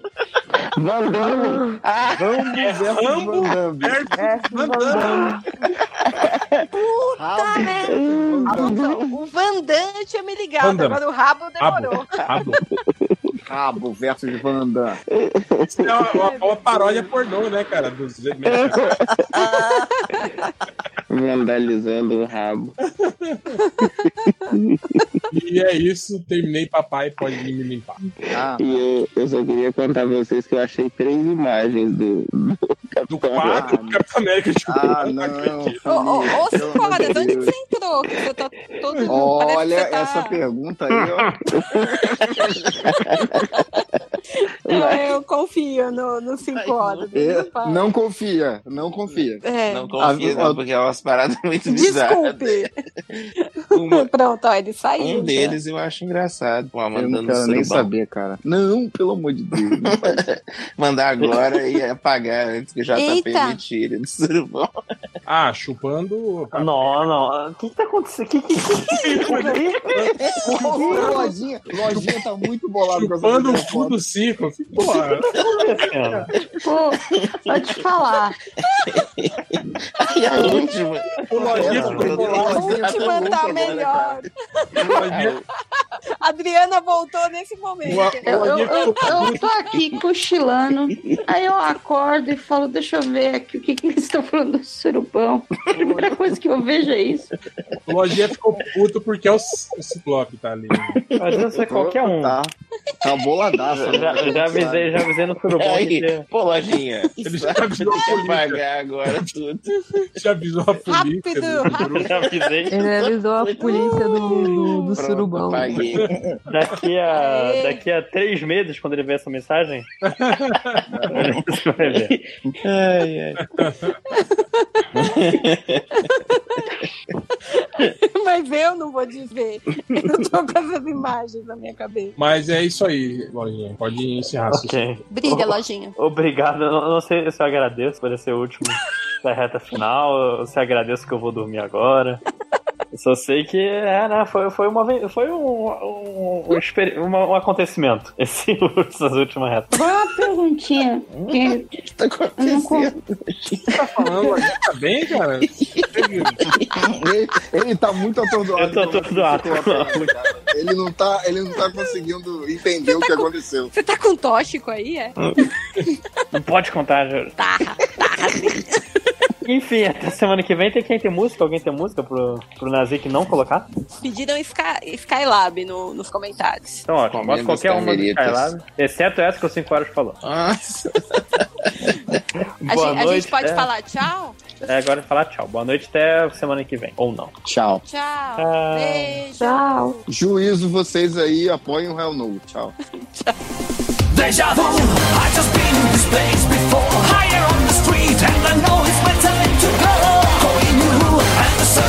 [SPEAKER 4] Van Damme.
[SPEAKER 6] Vamos
[SPEAKER 11] É
[SPEAKER 6] versus
[SPEAKER 11] Rambo
[SPEAKER 6] Van Damme.
[SPEAKER 11] versus Van Damme.
[SPEAKER 15] Tá, né? Puta, o Van Damme tinha me ligado,
[SPEAKER 6] Van Damme.
[SPEAKER 15] agora o rabo demorou.
[SPEAKER 11] Rabo.
[SPEAKER 6] Rabo versus Van Damme.
[SPEAKER 11] Isso é uma, uma- uma paródia pornô, né, cara? Dos...
[SPEAKER 4] Vandalizando o rabo.
[SPEAKER 11] E é isso, terminei, papai, pode me limpar.
[SPEAKER 4] E eu, eu só queria contar pra vocês que eu achei três imagens do, do, Capitão
[SPEAKER 11] quadro do Capitão América de
[SPEAKER 6] Ah,
[SPEAKER 15] Ô, ô,
[SPEAKER 6] não.
[SPEAKER 15] ô,
[SPEAKER 6] Pelo amor
[SPEAKER 15] Cicora,
[SPEAKER 6] de
[SPEAKER 15] de onde que
[SPEAKER 6] Deus.
[SPEAKER 15] você entrou? Que você tá todo...
[SPEAKER 6] Olha
[SPEAKER 15] parece que você tá-
[SPEAKER 6] essa pergunta aí, ó.
[SPEAKER 15] Eu, eu confio no, no cinco horas.
[SPEAKER 6] É,
[SPEAKER 15] não para.
[SPEAKER 6] não confia, não confia.
[SPEAKER 15] É.
[SPEAKER 4] Não confia,
[SPEAKER 6] A- a-
[SPEAKER 4] não, porque é umas paradas muito bizarras.
[SPEAKER 15] Desculpe. Pronto, ó, ele saiu.
[SPEAKER 4] Um deles eu acho engraçado. Pô,
[SPEAKER 6] Eu
[SPEAKER 4] mandando
[SPEAKER 6] não quero nem
[SPEAKER 4] surubão.
[SPEAKER 6] saber, cara. Não, pelo amor de Deus.
[SPEAKER 4] Mandar agora e apagar antes que o JP
[SPEAKER 15] Eita.
[SPEAKER 4] me tire do surubão.
[SPEAKER 11] Ah, chupando.
[SPEAKER 2] Não, não. O que, que tá acontecendo? Que, que,
[SPEAKER 6] Ô, ô, Lojinha, Lojinha tá muito bolado com essa
[SPEAKER 11] Chupando o
[SPEAKER 6] primeira
[SPEAKER 11] cu
[SPEAKER 6] foto.
[SPEAKER 11] do circo. Porra.
[SPEAKER 12] Pô, vou te falar.
[SPEAKER 4] E
[SPEAKER 2] é
[SPEAKER 4] a última.
[SPEAKER 11] O Lojinha
[SPEAKER 4] Essa
[SPEAKER 11] ficou
[SPEAKER 4] eu não
[SPEAKER 11] bolado.
[SPEAKER 4] vou
[SPEAKER 15] Vou
[SPEAKER 4] dar
[SPEAKER 15] te
[SPEAKER 4] pra
[SPEAKER 15] mandar
[SPEAKER 4] outra, né,
[SPEAKER 15] melhor.
[SPEAKER 11] O Lojinha-
[SPEAKER 15] Adriana voltou nesse momento.
[SPEAKER 11] Ua-
[SPEAKER 15] entendeu?
[SPEAKER 12] Eu, eu, eu, eu tô aqui cochilando, aí eu acordo e falo, deixa eu ver aqui o que, que eles estão falando do surubão. A primeira coisa que eu vejo é isso.
[SPEAKER 11] o Lojinha ficou puto porque é o, C- o Ciclope tá ali.
[SPEAKER 2] Às vezes é qualquer um.
[SPEAKER 6] Tá, tá boladaço.
[SPEAKER 2] Já,
[SPEAKER 6] né?
[SPEAKER 2] já avisei, já avisei no Surubom
[SPEAKER 4] Aí,
[SPEAKER 2] que você-
[SPEAKER 4] Pô, Lojinha,
[SPEAKER 11] Ele já
[SPEAKER 4] sabe que
[SPEAKER 11] avisou a
[SPEAKER 4] tem que
[SPEAKER 11] polícia.
[SPEAKER 4] apagar agora tudo.
[SPEAKER 11] Já avisou a polícia.
[SPEAKER 15] Rápido,
[SPEAKER 11] né?
[SPEAKER 15] rápido.
[SPEAKER 2] já avisei.
[SPEAKER 8] Ele avisou a polícia do, do, do
[SPEAKER 4] Pronto,
[SPEAKER 8] surubão.
[SPEAKER 2] tá
[SPEAKER 4] apaguei.
[SPEAKER 2] Daqui a,
[SPEAKER 15] Aê.
[SPEAKER 2] daqui a três meses, quando ele ver essa mensagem, você vai ver.
[SPEAKER 4] Ai, ai.
[SPEAKER 15] Mas eu não vou dizer. Eu tô com essas imagens na minha cabeça.
[SPEAKER 11] Mas é isso aí, Lojinha. Pode encerrar. Cícero.
[SPEAKER 2] Ok.
[SPEAKER 15] Brilha, lojinha.
[SPEAKER 2] Obrigado. Eu Não, não sei se eu agradeço por esse último da reta final, ou se eu agradeço que eu vou dormir agora. Eu só sei que é, né, foi, foi, uma, ve- foi um, um, um experi- uma- um acontecimento, esse, essas últimas retas.
[SPEAKER 12] Só uma perguntinha. Que
[SPEAKER 4] O que tá
[SPEAKER 12] eu não con-
[SPEAKER 4] acontecendo?
[SPEAKER 11] tá falando? Lojinha tá bem, cara?
[SPEAKER 6] Ele, ele tá muito atordoado.
[SPEAKER 2] Eu tô atordoado.
[SPEAKER 6] com o Ciclope, cara. Ele não tá, ele não tá conseguindo entender o que aconteceu.
[SPEAKER 15] Você tá com tóxico aí, é?
[SPEAKER 2] Não pode contar, Júlio.
[SPEAKER 15] Tá,
[SPEAKER 2] Enfim, até semana que vem tem quem tem música, alguém tem música pro, pro Nazik não colocar?
[SPEAKER 15] Pediram Sky, Skylab no, nos comentários.
[SPEAKER 2] Então, ótimo, bota
[SPEAKER 4] Comendo
[SPEAKER 2] qualquer uma do
[SPEAKER 4] carmelitas.
[SPEAKER 2] Skylab, exceto essa que o 5 horas falou.
[SPEAKER 4] Nossa,
[SPEAKER 15] A,
[SPEAKER 2] Boa
[SPEAKER 15] gente, a gente
[SPEAKER 2] noite,
[SPEAKER 15] pode
[SPEAKER 2] é.
[SPEAKER 15] falar tchau?
[SPEAKER 2] É agora falar tchau. Boa noite até semana que vem. Ou não.
[SPEAKER 6] Tchau.
[SPEAKER 15] Tchau.
[SPEAKER 2] Tchau.
[SPEAKER 10] Ah.
[SPEAKER 15] Beijo.
[SPEAKER 8] Tchau.
[SPEAKER 6] Juízo vocês aí, apoiem o Real Novo. Tchau.
[SPEAKER 10] Deja vu, I just been this place before. Higher on the street, and I know it's my time to go. Going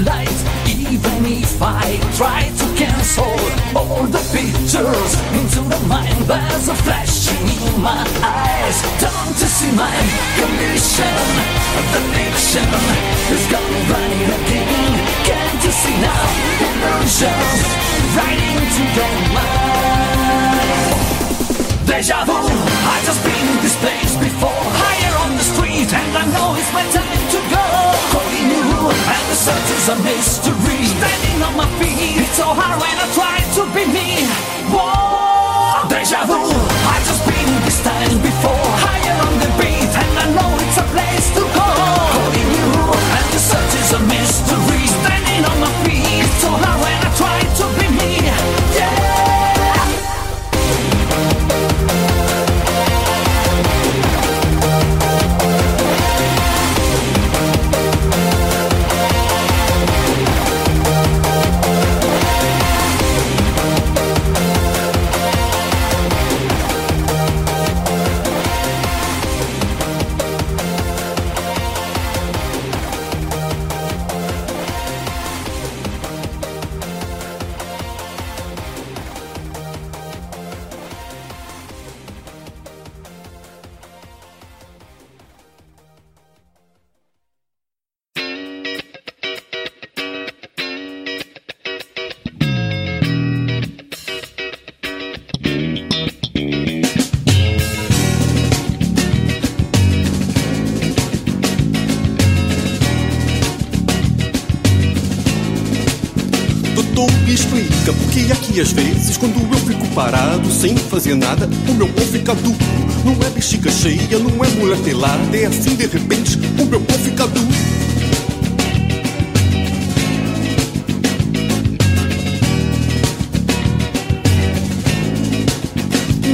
[SPEAKER 10] late, even if I try to cancel all the pictures into the mind. There's a flashing in my eyes. Don't you see my condition? The fiction is gone running again. Can't you see now? Illusions right into your mind. Deja vu, I just been this place before. Higher on the street, and I know it's my time to go. Holding the room, and the search is a mystery. Standing on my feet, it's so hard when I try to be me. Whoa, deja vu, I just been this time before. Higher on the beat, and I know it's a place to go. Holding the room, and the search is a mystery. Standing on my feet, it's so hard when I try to be me. Yeah.
[SPEAKER 19] Doutor, me explica por que aqui às vezes, quando eu fico parado sem fazer nada, o meu pau fica duro. Não é bexiga cheia, não é mulher pelada, é assim de repente, o meu pau fica duro.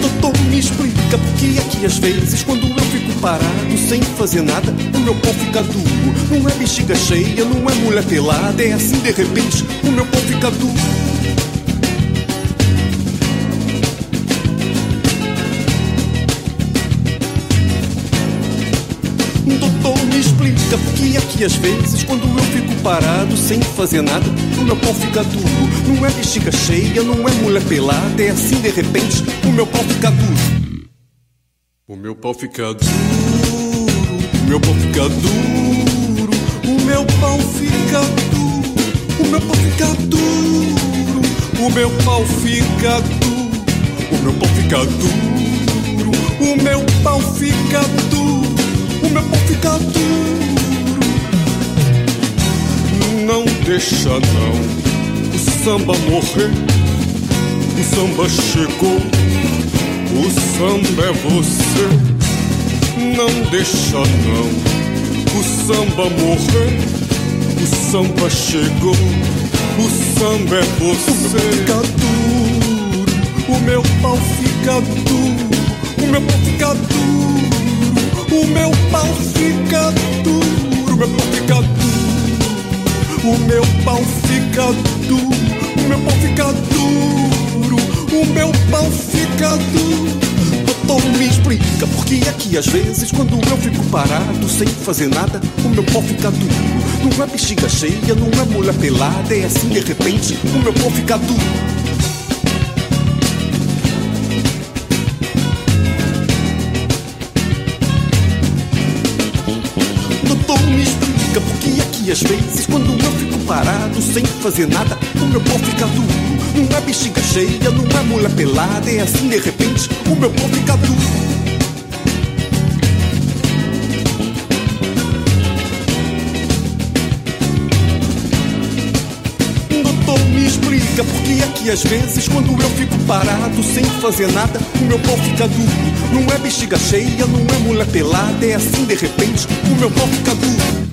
[SPEAKER 19] Doutor, me explica por que aqui às vezes, quando eu fico parado sem fazer nada, o meu pau fica duro. Não é bexiga cheia, não é mulher pelada, é assim de repente, o meu pau fica duro. Doutor, me explica por que aqui às vezes, quando eu fico parado sem fazer nada, o meu pau fica duro. Não é bexiga cheia, não é mulher pelada, é assim de repente, o meu pau fica duro. O meu pau fica duro, o meu pau fica duro, o meu pau fica duro, o meu pau fica duro, o meu pau fica duro, o meu pau fica duro, o meu pau fica duro, o meu pau fica duro. Não deixa não o samba morrer, o samba chegou. O samba é você, não deixa não. O samba morrer, o samba chegou. O samba é você. O meu pau fica duro, o meu pau fica duro, o meu pau fica duro, o meu pau fica duro, o meu pau fica duro, o meu pau fica duro, o meu pau fica duro. Doutor, me explica por que é que às vezes quando eu fico parado sem fazer nada, o meu pau fica duro. Não é bexiga cheia, não é mulher pelada, é assim de repente, o meu pau fica duro. Doutor, me explica por que é que às vezes quando eu fico parado sem fazer nada, o meu pau fica duro. Não é bexiga cheia, não é mulher pelada, é assim de repente o meu pau fica duro. Doutor, me explica por que é que às vezes quando eu fico parado sem fazer nada, o meu pau fica duro. Não é bexiga cheia, não é mulher pelada, é assim de repente o meu pau fica duro.